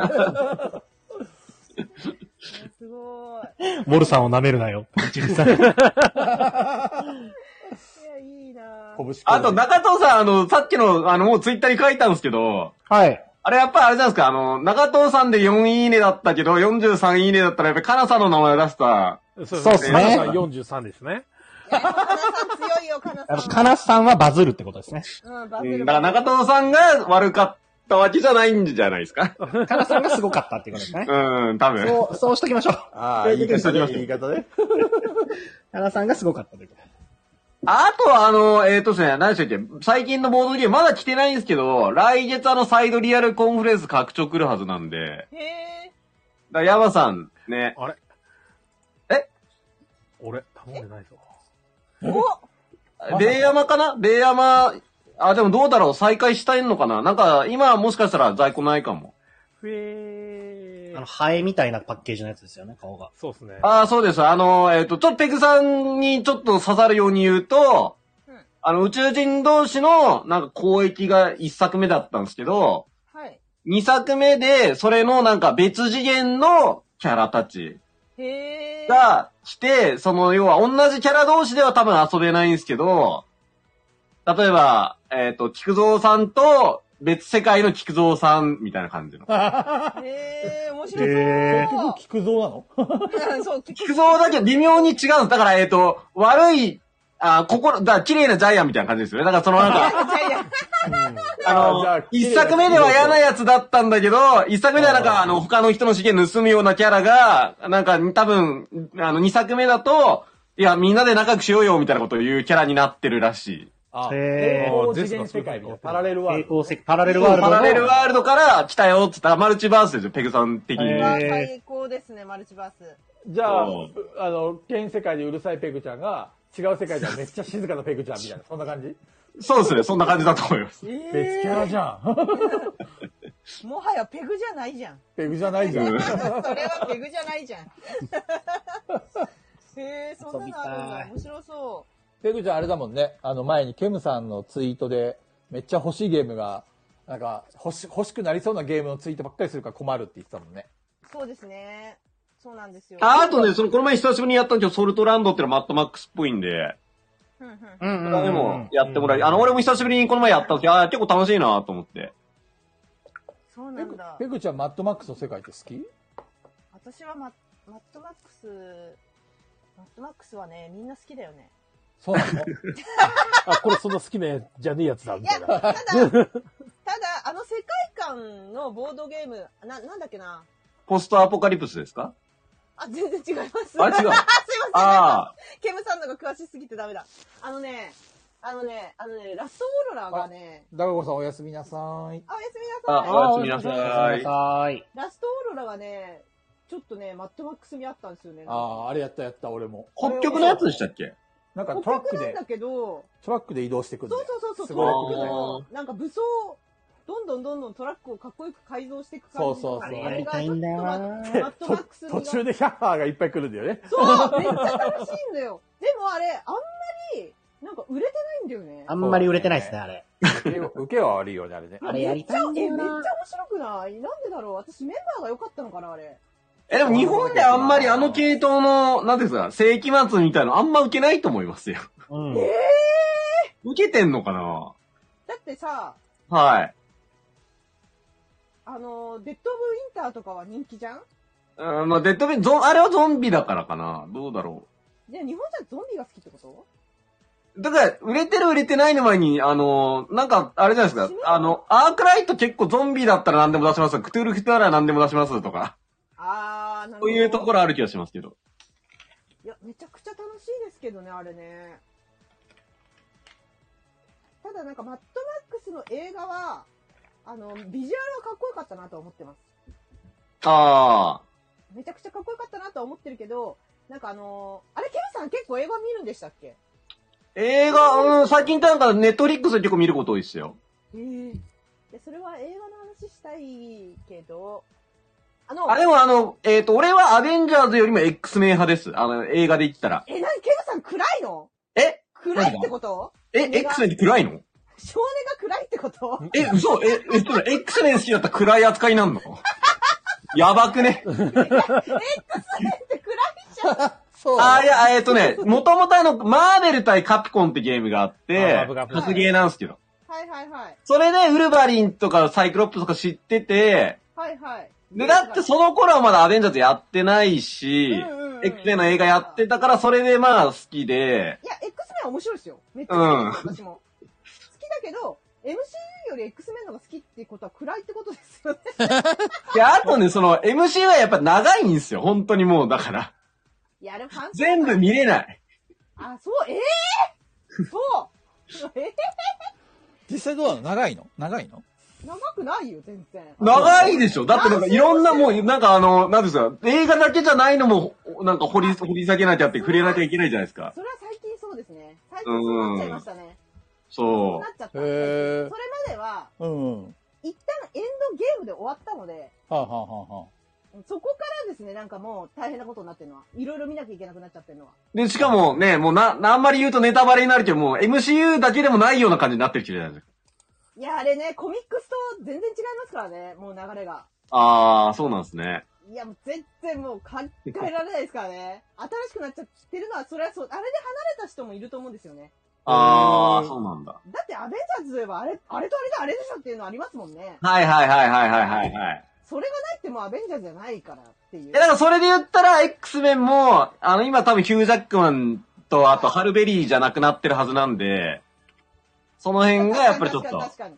すごい。 *laughs* モルさんを舐めるな *laughs* よ。ジルさん。あと、中藤さん、あの、さっきの、あの、もうツイッターに書いたんですけど、はい。あれやっぱあれじゃないですか、あの、中藤さんで4いいねだったけど、43いいねだったら、やっぱカナさんの名前を出した。そうっすねさん43ですね。強いよ、かなさん。カナスさんは *laughs* バズるってことですね。うん、バうズんる。だから中藤さんが悪かったわけじゃないんじゃないです *laughs* か。カナさんがすごかったっていうことですね。うん、多分。そう、そうしときましょう。ああいいこと言いました言い方ね。カナさんがすごかったということあとは、あの、えっ、とですね、何でしたっけ、最近のボードゲームまだ来てないんですけど、来月あの、サイドリアルコンフレンス拡張来るはずなんで、だから山さん、ね。あれえ俺、頼んでないぞ。レイヤマかなレイヤマ、あ、でもどうだろう再開したいのかななんか、今もしかしたら在庫ないかも。で。あの、ハエみたいなパッケージのやつですよね、顔が。そうですね。ああ、そうです。あの、えっ、と、ちょっとペグさんにちょっと刺さるように言うと、あの、宇宙人同士の、なんか、交易が一作目だったんですけど、はい。二作目で、それのなんか別次元のキャラたちへえ。が来て、その、要は同じキャラ同士では多分遊べないんですけど、例えば、えっ、と、菊蔵さんと別世界の菊蔵さんみたいな感じの。へえ、面白へそう。結局、菊蔵なのうんそう、聞菊蔵だけ微妙に違うんです。だから、えっ、と、悪い、あ、心、だから綺麗なジャイアンみたいな感じですよね。だからそのなん *laughs* か、あの、一作目では嫌なやつだったんだけど、一作目ではなんか、あの、他の人の資源盗むようなキャラが、なんか、多分、あの、二作目だと、いや、みんなで仲良くしようよ、みたいなことを言うキャラになってるらしい。あへ平行次元世界みたいな。パラレルワールド。パラレルワールドパの。ラレルワールドから来たよ、って言ったら、マルチバースですよ、ペグさん的に。最高ですね、マルチバース。じゃあそう、あの、現世界でうるさいペグちゃんが、違う世界ではめっちゃ静かなペグちゃんみたいな、そんな感じそうですね、そんな感じだと思います。別キャラじゃん。もはやペグじゃないじゃん。ペグじゃないじゃん。 *laughs* それはペグじゃないじゃん。 *laughs* へえ、そんなのあるんだ。面白そペグちゃんあれだもんね。あの前にケムさんのツイートで、めっちゃ欲しいゲームが、なんか欲し、欲しくなりそうなゲームのツイートばっかりするから困るって言ってたもんね。う。そうですね。そうなんですよ。ああとね、その、この前久しぶりにやったんですけど、ソルトランドってのはマットマックスっぽいんで、うそんれでもやってもらえる。あの、俺も久しぶりにこの前やったんですけど、ああ、結構楽しいなと思って。そうなんだ。ペグちゃんマッドマックスの世界って好き私はママットマックス、マットマックスはね、みんな好きだよね。そうなの *laughs* あ、これそんな好きなやつじゃねえやつだ、みいたや、い *laughs* たな。だ、た *laughs* だ、あの世界観のボードゲーム、な、なんだっけな。ポストアポカリプスですかあ、全然違います。あ違う *laughs* すいません。あケムさんのが詳しすぎてダメだ。あのね、あのね、あのね、ラストオーロラがね、ダガゴさんおやすみなさーい。あ、おやすみなさい。あおやすみなさいおやすみなさい。ラストオーロラはね、ちょっとね、マットマックスにあったんですよね。ああ、あれやったやった、俺も。北極のやつでしたっけなんか捕トラッ獲クなんでだ、けど、トラックで移動してくるんそだうよそうそうそすう、ごトいラック楽だよの、なんか武装、どんどんどんどんトラックをかっこよく改造していく感じのそうそうそうあれがやりたいんだ *laughs* よちょなっとママットマックスに途中でヒャッハーがいっぱい来るんだよね。そうめっちゃ楽しいんだよ。でもあれ、あんまり、なんか売れてないんだよね。あんまり売れてないですね、あれ。受けは受けは悪いよね、あれね。あれやりたいんだよめっちゃな面。白くないなんでだろう私メンバーが良かったのかなあれ。え、でも日本であんまりあの系統の、なんていうんですか、世紀末みたいなのあんま受けないと思いますよ。 *laughs* ええ受けてんのかなだってさ、はい。あの、デッド・オブ・ウィンターとかは人気じゃんうん、まあデッドビン、ゾン、あれはゾンビだからかな。どうだろじゃあ日本じゃゾンビが好きってことう。だから、売れてる売れてないの前に、あの、なんか、あれじゃないですか。あの、アークライト結構ゾンビだったら何でも出します。クトゥールフィトゥアラ何でも出しますとか。あー、なるそういうところある気がしますけど。いや、めちゃくちゃ楽しいですけどね、あれね。ただなんか、マットマックスの映画は、あの、ビジュアルはかっこよかったなとは思ってます。あめちゃくちゃかっこよかったなとは思ってるけど、なんかあのーあれ、ケムさん結構映画見るんでしたっけー。映画、うん、最近なんかネットリックスで結構見ること多いっすよ。ええで、それは映画の話したいけど、あの、あ、でもあの、えっ、と、俺はアベンジャーズよりも X 名派です。あの、映画で言ったら。え、なに、ケムさん暗いのえ暗いってことえ、映画 X メンって暗いの少年が暗いってことえ、嘘え、え、ちょっと X メン好きだったら暗い扱いになんの *laughs* やばく *laughs* ね。そうあ、いや、えっ、とね、もともとあの、マーベル対カプコンってゲームがあっあてーカプ、コン発芸なんですけど。はいはいはい。それで、ウルヴァリンとかサイクロップスとか知ってて、はいはい。で、だってその頃はまだアベンジャーズやってないし、X メンの映画やってたから、それでまあ好きで、いや、X メンは面白いですよ。めっちゃうん好きです、私も。好きだけど、MCU より X メンの方が好きっていうことは暗いってことですよね。で、あとね、その MC はやっぱ長いんですよ。本当にもう、だから。 *laughs* いや、でもファン全部見れない。あ、そう、ええそうええ実際どうなの長いの長いの長くないよ、全然。長いでしょだってなんかいろんなもう、なんかあの、なんですか、映画だけじゃないのも、なんか掘り、掘り下げなきゃって触れなきゃいけないじゃないですかそ。れは最近そうですね。最近そうなっちゃいましたね。そそうなっちゃっう。た。それまでは、うん。は一旦エンドゲームで終わったので、あ、はあはあはあ、そこからですね、なんかもう大変なことになってるのは。いろいろ見なきゃいけなくなっちゃってるのは。で、しかもね、もうな、あんまり言うとネタバレになるけど、もう MCU だけでもないような感じになってるじゃないですか。いや、あれね、コミックスと全然違いますからね、もう流れが。あー、そうなんですね。いや、もう全然もう考えられないですからね。新しくなっちゃってるのは、それはそう、あれで離れた人もいると思うんですよね。あー、そうなんだ。だってアベンジャーズといえば、あれ、あれとあれとあれでしょっていうのありますもんね。はいはいはいはいはいはいはい。それがないってもうアベンジャーズじゃないからっていう。え、だからそれで言ったら、X メンも、あの、今多分ヒュージャックマンと、あと、ハルベリーじゃなくなってるはずなんで、その辺がやっぱりちょっと、確かに。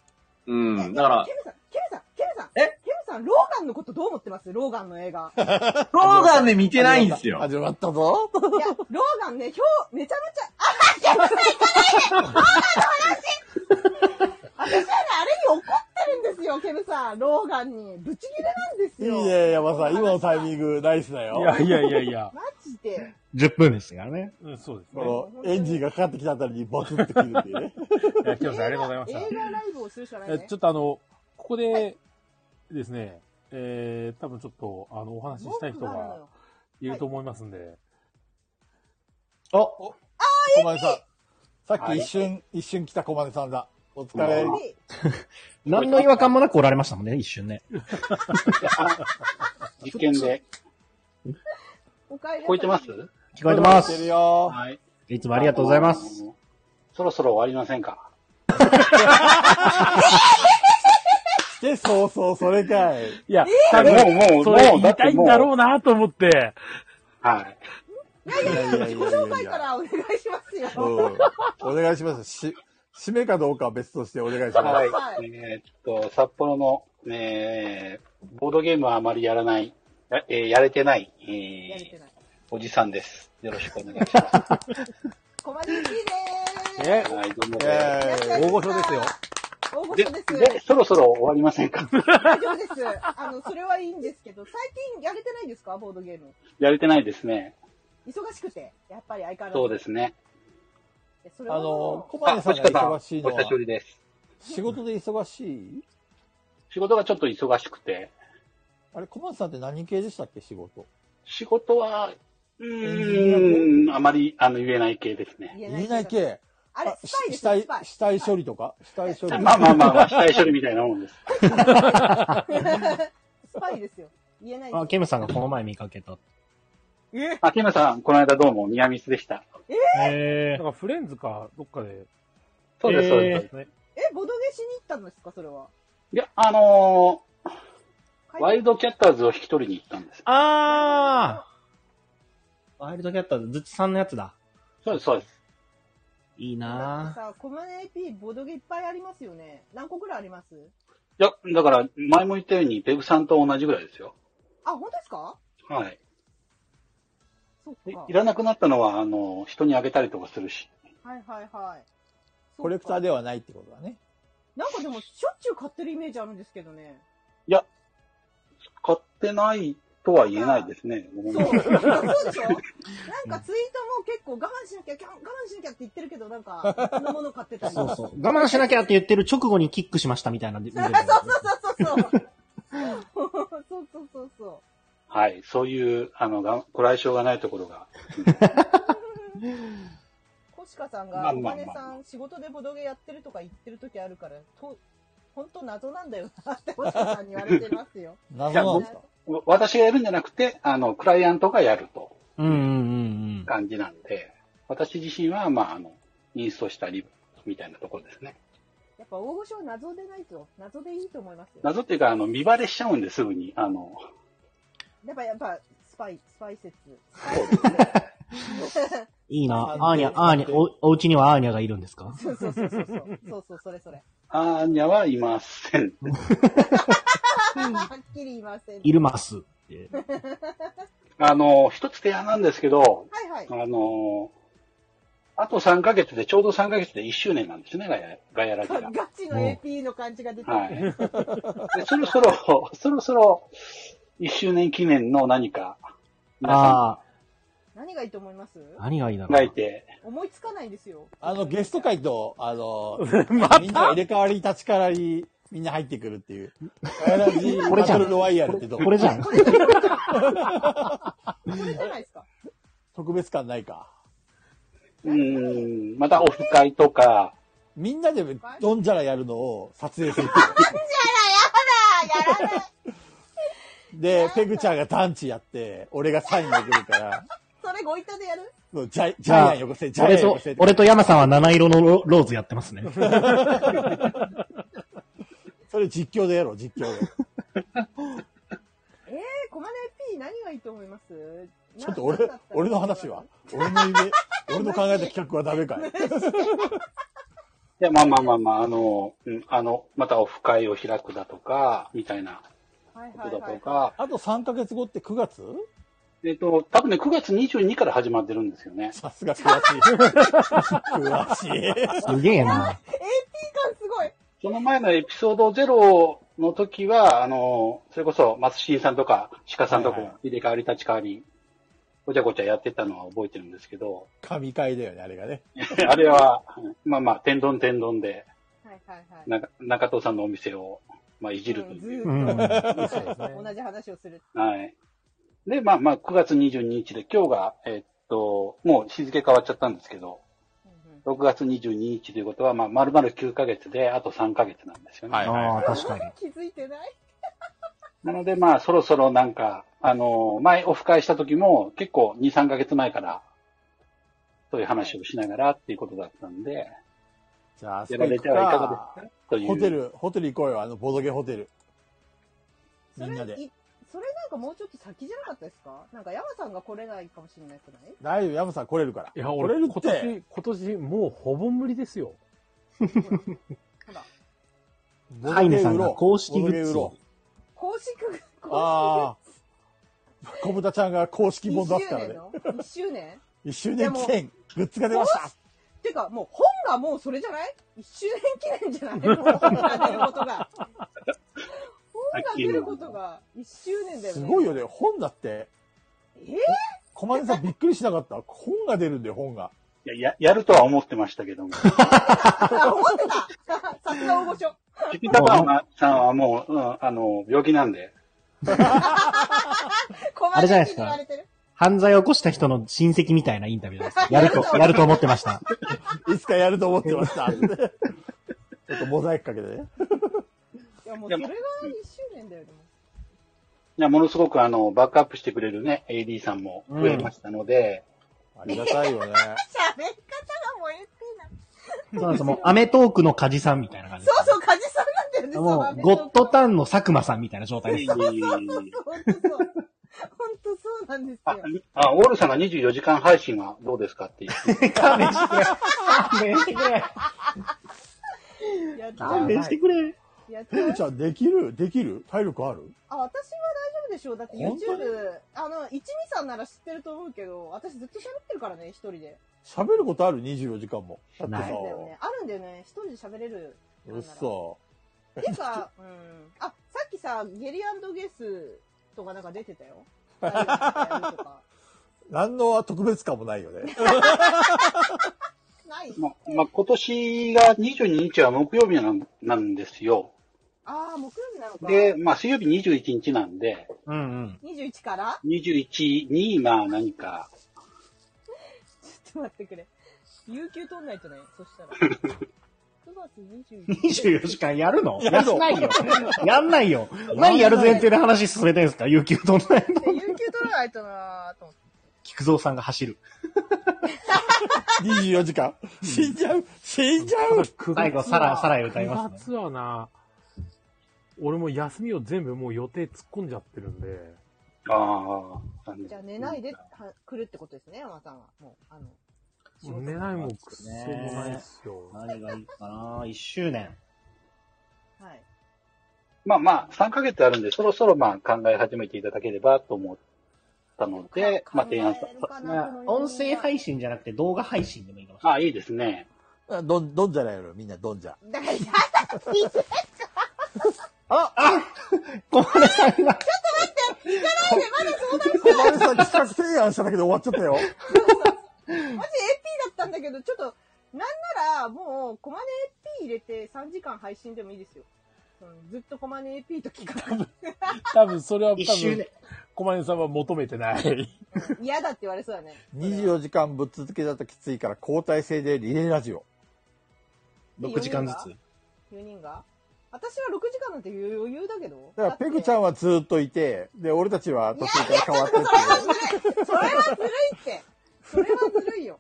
うん、だかケムさん、ケムさん、ケムさん。えケムさん、ローガンのことどう思ってますローガンの映画。いや、ら、 *laughs* ローガンで見てないんですよ。始まったぞ。ローガンね、ひょう、めちゃめちゃ、あ、ケムさん行かないでローガンの話私はね、あれに怒ってるんですよ、ケムさん。ローガンに。ぶち切れなんですいよ。いね、山さん。今のタイミング、ナイスだよ。いやいやいやいや。マジで。 10分でしたからね。うん、そうですね。この、エンジンがかかってきたあたりにボツってくるっていうね。いや、キヨさん、ありがとうございました。映画ライブをするしかないえね。ちょっとあの、ここでですね、えー、多分ちょっと、あの、お話ししたい人文句があるのがよいると思いますんで。あお小金さん。さっき一瞬、一瞬来た小金さんだ。お疲れ。何の違和感もなくおられましたもんね、一瞬ね。実験で。お帰り聞こえてます聞こえてます聞こえてるよ。はい。いつもありがとうございます。す。そろそろ終わりませんかで、そうそう、それかい。いや多分もうもうそれもう言だいってたもういんだろうなと思って。はい。いやいやいや、いやいやいやい自や己紹介からお願いしますよ。うんお願いします。し、締めかどうかは別としてお願いします。はい。えーっと、札幌の、えー、ボードゲームはあまりやらない、や,、えーやれてない、えーおじさんです。よろしくお願いします。小町いいねえはい、どうもでえー大御所ですよ。ー。大御所です。で、そろそろ終わりませ *laughs* んか大丈夫です。あの、それはいいんですけど、最近やれてないですかボードゲーム。やれてないですね。忙しくて、やっぱり相変わらず。そうですね。って、それあはのも、小林さんが忙しいのお久しぶは、りです。仕事で忙しい仕事がちょっと忙しくて、あれ、小林さんって何系でしたっけ、仕事。仕事は、うーん、あまりあの言えない系ですね。言えない系。あれ、ス死体、死体処理とか死体処理。まあまあま *laughs* あまあ、死体処理みたいなも *laughs* んです。うスパイですよ。言えないですあ、ケムさんがこの前見かけた。あ、ケムさん、この間どうもニアミスでした。えだからフレンズか、どっかで。そうです、そうです。ね。え、ボドゲしに行ったんですか、それは。いや、あのー、ワイルドキャッターズを引き取りに行ったんです。あーワイルドキャット、ズッチさんのやつだ。そうです、そうです。いいなさあ、コマネ AP、ボドゲいっぱいありますよね。何個くらいありますいや、だから、前も言ったように、ペグさんと同じぐらいですよ。あ、本当ですかはい。そっか。いらなくなったのは、あの、人にあげたりとかするし。はいはいはい。コレクターではないってことだね。なんかでも、しょっちゅう買ってるイメージあるんですけどね。いや、買ってないとは言えないですね。ごめん *laughs* なさいなんかツイートも結構我慢しなきゃ、我慢しなきゃって言ってるけど、なんか、このもの買ってたり。そうそう。我慢しなきゃって言ってる直後にキックしましたみたい *laughs* な。そうそうそう *laughs* そうそう。そうそうそうそはい。そういう、あの、がご来渉がないところが。う。 *laughs* コシカさんまが、あおまあ金さん、仕事でボドゲやってるとか言ってる時あるから、と、ほんと謎なんだよなって、 *laughs* コシカさんに言われてます *laughs* *laughs* よ。いや僕私がやるんじゃなくて、あの、クライアントがやるとうんうんうん感じなんで、私自身は、まあ、あの、インストしたり、みたいなところですね。やっぱ大御所は謎でないと、謎でいいと思いますよ。謎っていうか、あの、見バレしちゃうんですぐに、あの、やっぱ、やっぱ、スパイ、スパイ説。うん。いいな。アーニャ、アーニャ、お、お家にはアーニャがいるんですかそうそうそうそうそう。そうそう、それそれ。あーにゃはいません。はっきり言いません。 *laughs* いるますってあの、一つ提案なんですけど、はいはい。あの、あと3ヶ月で、ちょうど3ヶ月で1周年なんですね、ガヤガヤラジが。 *laughs* ガチの AP の感じが出てる。はい。でそろそろ、そろそろ、1周年記念の何か、皆さ何がいいと思いますん、何がいいだろう。書いて、思いつかないんですよ。あの、ゲスト会と、あ *laughs* のまた、みんな入れ替わり、立ち替わり、みんな入ってくるっていう。ガヤラジこれじゃんバトルロワイヤルってどうこれじゃんこれじゃないですか。特別感ないか。うーん、またオフ会とか。みんなでドンジャラやるのを撮影する。で、ペグちゃんがタンチやって、俺がサインでくるから、それご板でやるそうジャイジじゃあャイアンよこせ、ジャイア俺ンよことせっ、て。俺と山さんは七色のロローズやってま *laughs* すね。それ実況でやろう、実況で。ええー、コマネ P 何がいいと思いますちょっと俺、 *laughs* 俺の話は俺の夢、俺の考えた企画はダメかい。いや、まあまあまあまあ、あの、うん、あの、またオフ会を開くだとか、みたいなことだとか。あと3ヶ月後って9月えっと、多分ね、9月22から始まってるんですよね。さすが *laughs* 詳しい。詳しい。すげ *laughs* えな。 AP 感すごいその前のエピソード0の時は、あの、それこそ松新さんとか鹿さんとかも入れ替わり立ち替わり、ごちゃごちゃやってたのは覚えてるんですけど、 *laughs* 神回だよね、あれがね。あれは、まあまあ、天丼天丼で、はいはいはい。な中藤さんのお店を、まあ、いじるとずいーう。っと、はい同じ話をする。はい。で、まあまあ、9月22日で、今日が、えっと、もう日付変わっちゃったんですけど、6月22日ということは、まあ、丸々9ヶ月で、あと3ヶ月なんですよね。ああ、確かに。気づいてないなので、まあ、そろそろなんか、あの、前オフ会した時も、結構2、3ヶ月前から、そういう話をしながらっていうことだったんで、じゃあ、やられてはいかがですかという。ホテル、ホテル行こうよ、あの、ボドゲホテル。みんなで。いそれなんかもうちょっと先じゃなかったですかなんか山さんが来れないかもしれないくない大丈夫、ヤムさん来れるから。いや、来れ俺、る今って。年、今年、もうほぼ無理ですよ。 *laughs* ハイネさんが公式グッズを。公式、公式ああ。小豚ちゃんが公式本出1す周から年ね。の ?1 周年1周年記念、グッズが出ましたてか、もう本がもうそれじゃない ?1 周年記念じ *laughs* ゃないもう本が出ることが。本が出ることが1周年だよね。すごいよね、本だって。えー小金さんびっくりしなかった本が出るんだよ、本が。いや、や、やるとは思ってましたけども。思ってたさすが大御所。ピピタパンさんはもう、うん、あの、病気なんで。あれじゃないですか。犯罪を起こした人の親戚みたいなインタビューじゃないですか。やると、やると思って *laughs* ました。いつかやると思ってました。ちょっとモザイクかけてね。いや、もうそれが1周年だよね。いや、ものすごくあの、バックアップしてくれるね、AD さんも増えましたので。ありがたいよね。喋り方が燃えてそうなんですよもう、アメトークのカジさんみたいな感じ。そうそう、カジさんなんだよね、そのもアう、メトーゴクッドタンの佐久間さんみたいな状態 *laughs* です。本当そう。本当そうなんですよ。 *laughs* あ、オールさんが24時間配信はどうですかって言って。 *laughs* 勘弁してくれ。勘弁してくれ。やった勘弁してくれ。やったペルちゃん、できるできる体力あるあ、私は大丈夫でしょう。だって本当 YouTube に、あの、一味さんなら知ってると思うけど、私ずっと喋ってるからね、一人で。喋ることある ?24 時間も。だってあるんさだ、よね。あるんだよね。一人で喋れる。うっそ。て *laughs* か、うん。あ、さっきさ、ゲリゲスとかなんか出てた *laughs* よ。何の特別感もないよね。ない。ま、まあ、今年が22日は木曜日なんなんですよ。ああ、木曜日なのか。で、まあ、水曜日21日なんで、うんうん。 21から *laughs* 21に、まあ、何か、ちょっと待ってくれ。有給取んないとね、そした *laughs* ら。9月21 24時間やるのややるらのない *laughs* よ。やんないよ。何やる前提で話進めてるんですか有給取ん *laughs* ないの有給取らないとなぁと思って。菊蔵さんが走る。 24時間。死んじゃう死んじゃう最後、サラ、サライ歌いますね。す、ね。はな、俺も休みを全部もう予定突っ込んじゃってるんで。ああ、じゃあ寝ないでは来るってことですね、山さんは。もう、 *laughs* あの、もう寝ないもんくっそもないっすよ。何がいいかな一周年。はい。まあまあ、3ヶ月あるんで、そろそろまあ、考え始めていただければと思ったので、まあ、提案さ、音声配信じゃなくて動画配信でもいいかもしああ、いいですね。あどん、どんじゃないのみんなどんじゃ。だから、やだ、聞いてああ小丸さんが。ちょっと待って行かないでまだ相談小丸さん企画提案しただけで終わっちゃったよ。マジ AP だったんだけど、ちょっと、なんなら、もう、コマネ AP 入れて3時間配信でもいいですよ。うんずっとコマネ AP と聞かない。多分それは多一周分年、小金さんは求めてない。嫌だって言われそうだね。 24時間ぶっ続けだときついから交代制でリレーラジオ。 6時間ずつ。4人が私は6時間なんて余裕だけど。だから、ペグちゃんはずっといて、で、俺たちは途中から変わってっていう。それはずるいって。それはずるいよ。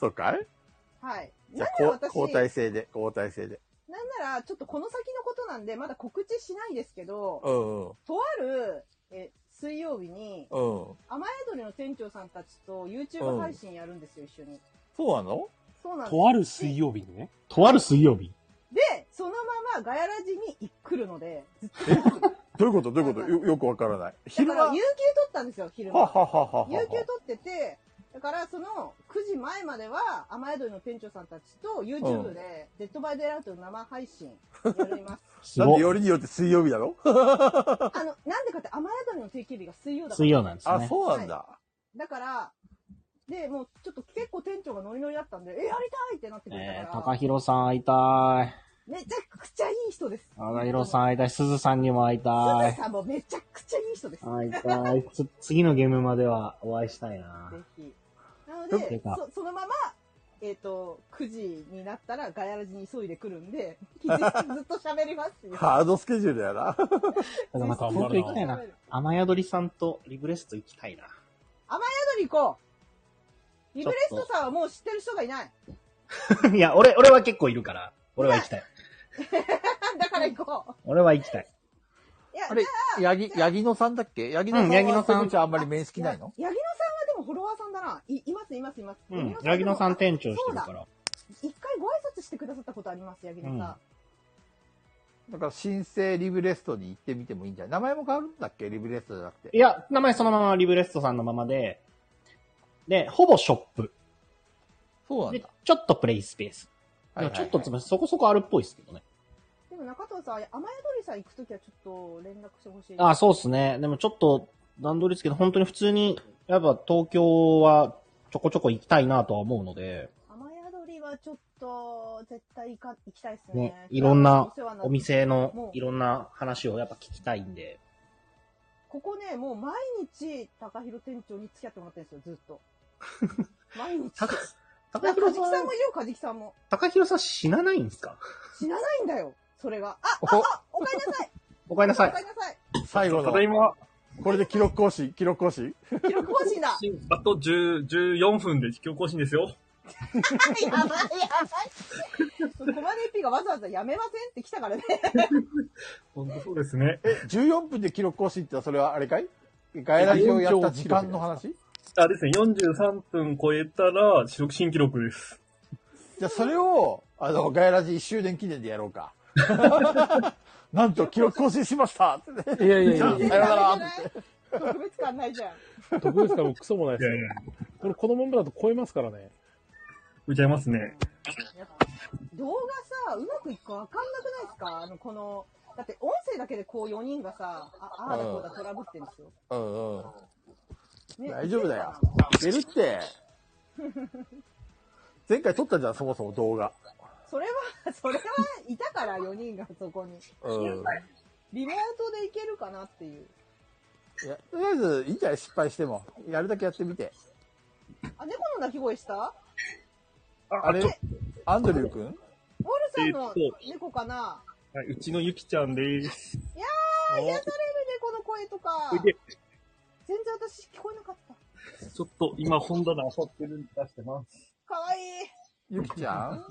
そうかいはい。じなゃんあなら私、こう交代制で、交代制で。なんなら、ちょっとこの先のことなんで、まだ告知しないですけど、うんうん。とある、え、水曜日に、うん。雨宿りの店長さんたちと YouTube 配信やるんですよ、一緒に。そうなのそうなんですとある水曜日にね。とある水曜日で、そのままガヤラジに来るので、どういうことどういうことよよくわから *laughs* ない。だ昼か間、らは有給取ったんですよ、昼間。はははは有給取ってて、だからその9時前までは雨宿りの店長さんたちと YouTube でデッドバイデイラウトの生配 *laughs* 信やります。なんでよりによって水曜日だろあの、なんでかって雨宿りの定休日が水曜だから。水曜なんですねはいあそうなんだだから、で、もうちょっと結構店長がノリノリだったんで、え、やりたいってなってくれたから、えー、高弘さん会いたい。めちゃくちゃいい人です。高弘さん会いたい。鈴さんにも会いた鈴い。さんもめちゃくちゃいい人です。 *laughs* 会いたい。つ *laughs* 次のゲームまではお会いしたいな。なのてで、かそそのまま、えっ、と、9時になったらガヤラジに急いでくるん *laughs* で、ずっと喋りますよ。ハードスケジュールやだな。からま *laughs* た東京行きたいな。雨宿りさんとリブレスト行きたいな。 *laughs* 雨宿り行こうリブレストさんはもう知ってる人がい *laughs* ない。いや、俺、俺は結構いるから。俺は行きたい。だから行こ俺は行きたい。あれ、ヤギ、ヤギ野さんだっけヤギ野うんさヤんギ野はさペんグちゃんあんまり面識ないのう。ヤギノさんはでもフォロワーさんだな。いいます、います、います。うん野。ヤギ野さんでも店長してるから。一回ご挨拶してくださったことあります、ヤギノさだから、新生リブレストに行ってみてもいいんじゃない名前も変わるんだっけリブレストじゃなくて。いや、名前そのままリブレストさんのままで、で、ほぼショップ。そうなんだ。ちょっとプレイスペース。はいはいはちいょっとつまりそこそこあるっぽいですけどね。ん。でも中藤さん、雨宿りさん行くときはちょっと連絡してほしい。あ、そうっすね。でもちょっと段取りですけど、本当に普通に、やっぱ東京はちょこちょこ行きたいなとは思うので、雨宿りはちょっと、絶対行か行きたいですよね。ね、いろんな世話にってお店のもういろんな話をやっぱ聞きたいんで、ここね、もう毎日、高弘店長に付き合ってもらってるんですよ、ずっ *laughs* と。毎日。高高弘さん。さんもいるよ、カジキさんも。高弘さん死なないんですか知らないんだよ、それが。あ、おおかえりなさい。おかえりなさいおかえりなさい。最後の。ただいこれで記録更新、記録更新。記録更新 *laughs* だ。 *laughs* あと10 14分で今日更新ですよ。 *laughs* やばい、やばい。コマネピがわざわざやめませんって来たからね。本当そうですね。え、14分で記録更新ってのはそれはあれかい外来表やった時間の話あれですね、43分超えたら、新記録です。じゃあそれを、あの、ガイラジ1周年記念でやろ *laughs* うか。なんと記録更新しましたってねいやいやいやさよなら *laughs* 特別感ないじゃん。特別感もクソもないですよ。これこのままだと超えますからね。超えちゃいますね。動画さ、うまくいくかわかんなくないですかあの、この、だって音声だけでこう4人がさ、ああーだこうだトラブってんですよ。 *laughs* うんうん。ね大丈夫だよ。いけるって。前回撮ったじゃん、そもそも動画。それは、それは、いたから4人がそこに。うん。リモートでいけるかなっていう。いや、とりあえず、いいんじゃない失敗しても。やるだけやってみて。あ、猫の鳴き声したあれ、アンドリュー君ウォルさんのえっと猫かなはい、うちのゆきちゃんです。いやー、癒される猫の声とか。おいで全然私聞こえなかった。ちょっと今本棚漁ってるんで出してます。かわいい。ゆきちゃん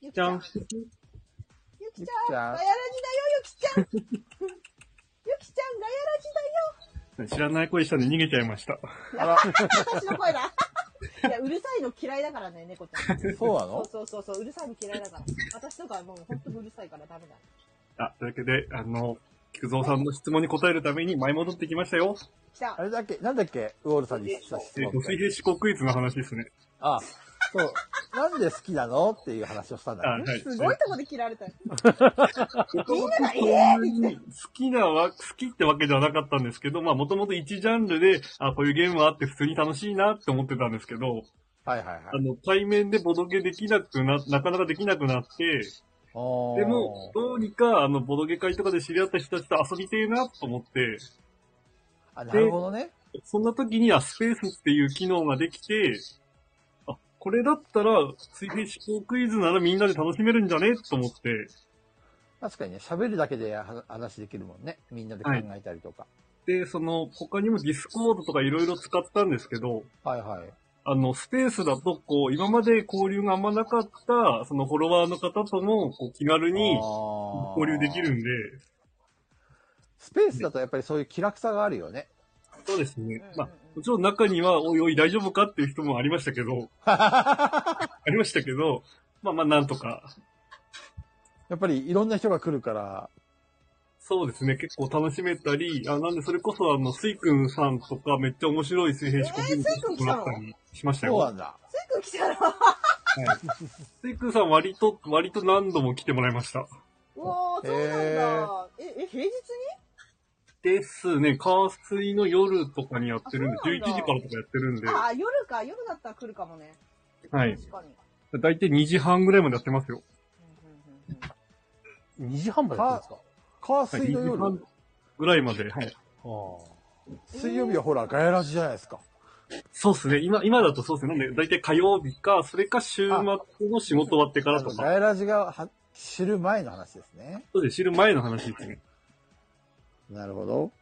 ゆきちゃん。ゆきちゆきちゃゃん、ガヤんラジだよ、ゆきちゃん。ゆきちゃん、ガヤラジだよ。知らない声したんで逃げちゃいました。やばい私の声だ。いや、うるさいの嫌いだからね、猫ちゃん。そうなのそうそうそうそう、うるさいの嫌いだから。私とかはもう本当うるさいからダメだ。あ、というわけで、あの、菊蔵さんの質問に答えるために前戻ってきましたよ。来た。あれだっけ、なんだっけ、ウォールさんにした質えっ問と、。水平思考クイズの話ですね。あそう。なんで好きなのっていう話をしたんだっけ、すごいとこで切られた。 *laughs* みんな *laughs* が、えーって言って。好きなわ、好きってわけじゃなかったんですけど、まあもともと一ジャンルで、あ、こういうゲームはあって普通に楽しいなって思ってたんですけど、はいはいはい。あの、対面でボドゲできなくな、なかなかできなくなって、でも、どうにか、あの、ボドゲ会とかで知り合った人たちと遊びてえなと思って、あ、でなるほどね。そんな時にはスペースっていう機能ができて、あ、これだったら、水平思考クイズならみんなで楽しめるんじゃねと思って、確かにね、喋るだけでは話できるもんね。みんなで考えたりとか。で、その、他にもディスコードとかいろいろ使ったんですけど、はいはい。あの、スペースだと、こう、今まで交流があんまなかった、そのフォロワーの方とも、こう、気軽に交流できるんで、スペースだとやっぱりそういう気楽さがあるよね。そうですね。まあ、もちろん中には、おいおい大丈夫かっていう人もありましたけど、ありましたけど、まあまあ、なんとか、やっぱりいろんな人が来るから、そうですね、結構楽しめたり、あ、なんでそれこそ、あの、スイくんさんとか、めっちゃ面白い水平思考クイズえースイくんも来たらのったりしましたよ。そうなんだ。すぐ来たら。スイくんさん割と、割と何度も来てもらいました。うわー、そうなんだ。え、え、平日にですね、カースイの夜とかにやってるんで、あそうなん11だ時からとかやってるんで、ああ、夜か。夜だったら来るかもね。はい。確かに。だいたい2時半ぐらいまでやってますよ。 2時半までやってるんですかカー水の夜はい2時半ぐらいまで、はい。水曜日はほら、ガヤラジじゃないですか。そうですね、今、今だとそうですね、なんで、だいたい火曜日か、それか週末の仕事終わってからとガか、ヤラジがは知る前の話ですね。そうです、知る前の話ですね。なるほど。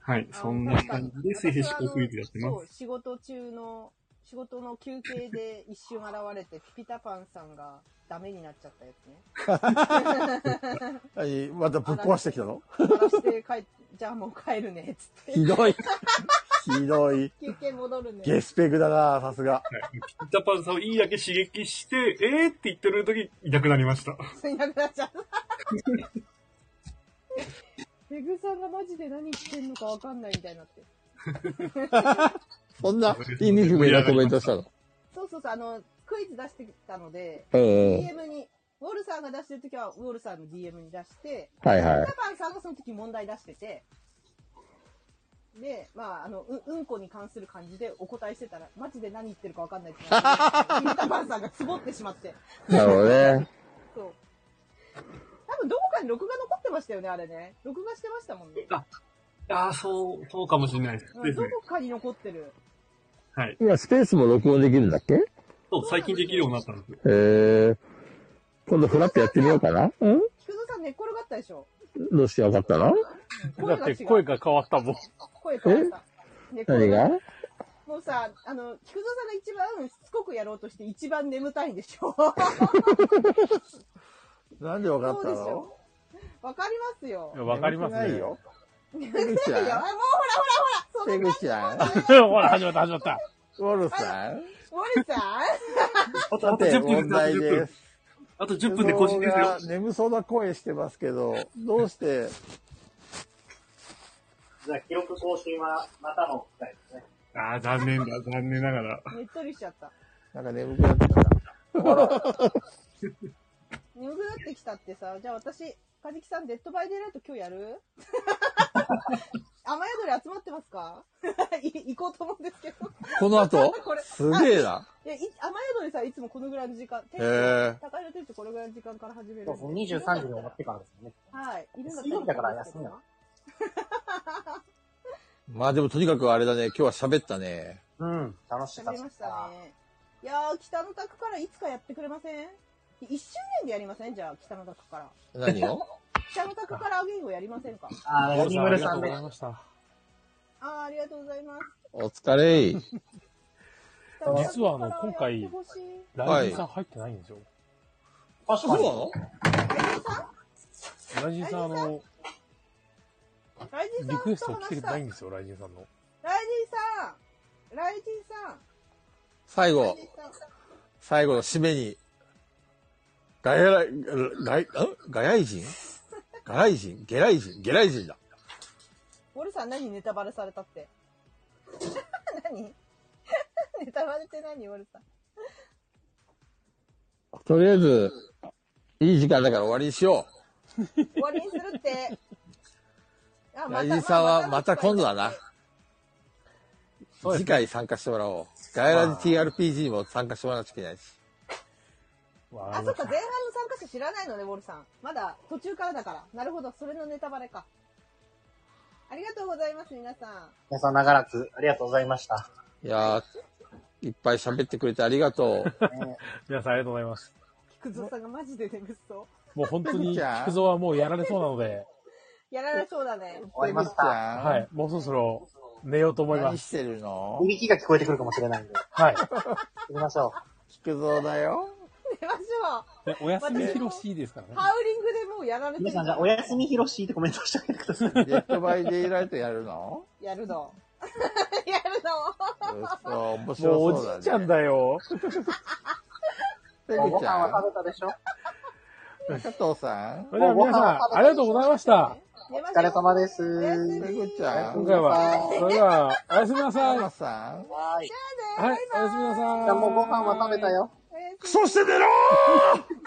はい、そんな感じで水平思考クイズやってまそう、す。仕事中の、仕事の休憩で一瞬現れて、ピピタパンさんがダメになっちゃったやつね。 *laughs* はいまたぶっ壊してきたの鳴らして帰っじゃあもう帰るね、つって。ひどい。ひどい。休憩戻るね。ゲスペグだな、さすが。ピタパンさんをいいだけ刺激して、えーって言ってる時、いなくなりました。いなくなっちゃう。ペグさんがマジで何言ってんのかわかんないみたいになって。そんな意味不明なコメントしたの。そうそうそう、あの、クイズ出してきたので、うん DM に、ウォルさんが出してるときは、ウォルさんの DM に出して、はいはいピタパンさんがその時問題出してて、で、まあ、あの、う、うんこに関する感じでお答えしてたら、マジで何言ってるかわかんないってな *laughs* って。ミルタパンさんがつぼってしまって。なるほどね。そう。多分どこかに録画残ってましたよね、あれね。録画してましたもんね。ああ、そう、そうかもしれないです。うん、どこかに残ってる。はい。今、スペースも録音できるんだっけへそう、最近できるようになったんですよ。えー。今度フラップやってみようかな。うん菊蔵さん寝っ転がったでしょどうしてわかったのだって声が変わったもん。声変わった。寝っ転何ががもうさ、あの、菊蔵さんが一番しつこくやろうとして一番眠たいんでし *laughs* ょなんでわかっそうたでしのょわかりますよ。やわかりますね *laughs* い眠くやなもうほいよぐちゃんらほらほら、そのペグちゃん。ほら、始まった、始まった。ウォルさん。森さんさて、問題です。あと10分で更新ですよ人が眠そうな声してますけど、どうして、じゃあ、記録更新はまたの機会ですね。ああ、残念だ、残念ながら。ねっとりしちゃった。なんか眠くなってきた。眠くなってきたってさ、じゃあ私、かじきさん、デッドバイデイライト今日やる雨宿り集まってますかい行こうと思うんですけど。 *laughs* この後これすげえな。え、い雨宿りさ、いつもこのぐらいの時間。へー高井の店ってこのぐらいの時間から始める。そう23時に終わってからですよね。はい。いるんだった水曜日だから休みなの。まあでもとにかくあれだね、今日は喋ったね。うん、楽し喋りましたね。いやー、北の宅からいつかやってくれません一周年でやりませんじゃあ、北の宅から。何を *laughs* 北の宅からアゲイをやりませんかあー、ムさんで。あー、ありがとうございます。お疲れ。実はあの、今回、ライジンさん入ってないんですよ。あ、そうなのライジンさん、あの、ライジンさんリクエストと来て話しなたいんい。ですよ、ライジンさんの。ライジンさんライジンさん最後ライジ、ンさん最後の締めに、ガヤラ、ガヤ、んガヤイ人ガライ人ゲライ人ゲライ人だ。ウォルさん何ネタバレされたって。 *laughs* 何 *laughs* ネタバレって何ウォルさん。とりあえず、いい時間だから終わりにしよ終わりにするって。あ、う。また、ライジンさんはままた今度だな。次回参加してもらおう。ガヤラジ TRPG にも参加してもらわなきゃいけないし。あ、そっか、前半の参加者知らないのね、ウォルさん。まだ途中からだから。なるほど、それのネタバレか。ありがとうございます、皆さん。皆さん長らくありがとうございました。いやー、いっぱい喋ってくれてありがとう。皆さんありがとうございます。菊蔵さんがマジで眠そう。もう本当に、じゃあ菊蔵はもうやられそうなので、やられそうだね。終わりました。は。はいもうそろそろ寝ようと思います。何してるのいびきが聞こえてくるかもしれないんで。はい。行きましょう。菊蔵だよ。寝ましょえお休み私もひろしですからう。ね。ハウリングでもうやられて皆さんじゃあおやすみひろしってコメントしてあげてください。デッドバイデイライトやるのやるの。やるの。そう、面白もうそうだ、ね。おじいちゃんだよ。ペもうグごち飯ゃはん、食べたでしょ中藤さん。それでは皆さん、ありがとうございました。お疲れ様です。ペグちゃん。今回は、それでは、おやすみなさい。ママさん。はい。はい、おやすみなさい。じゃあもうご飯は食べたよ。クソして寝ろー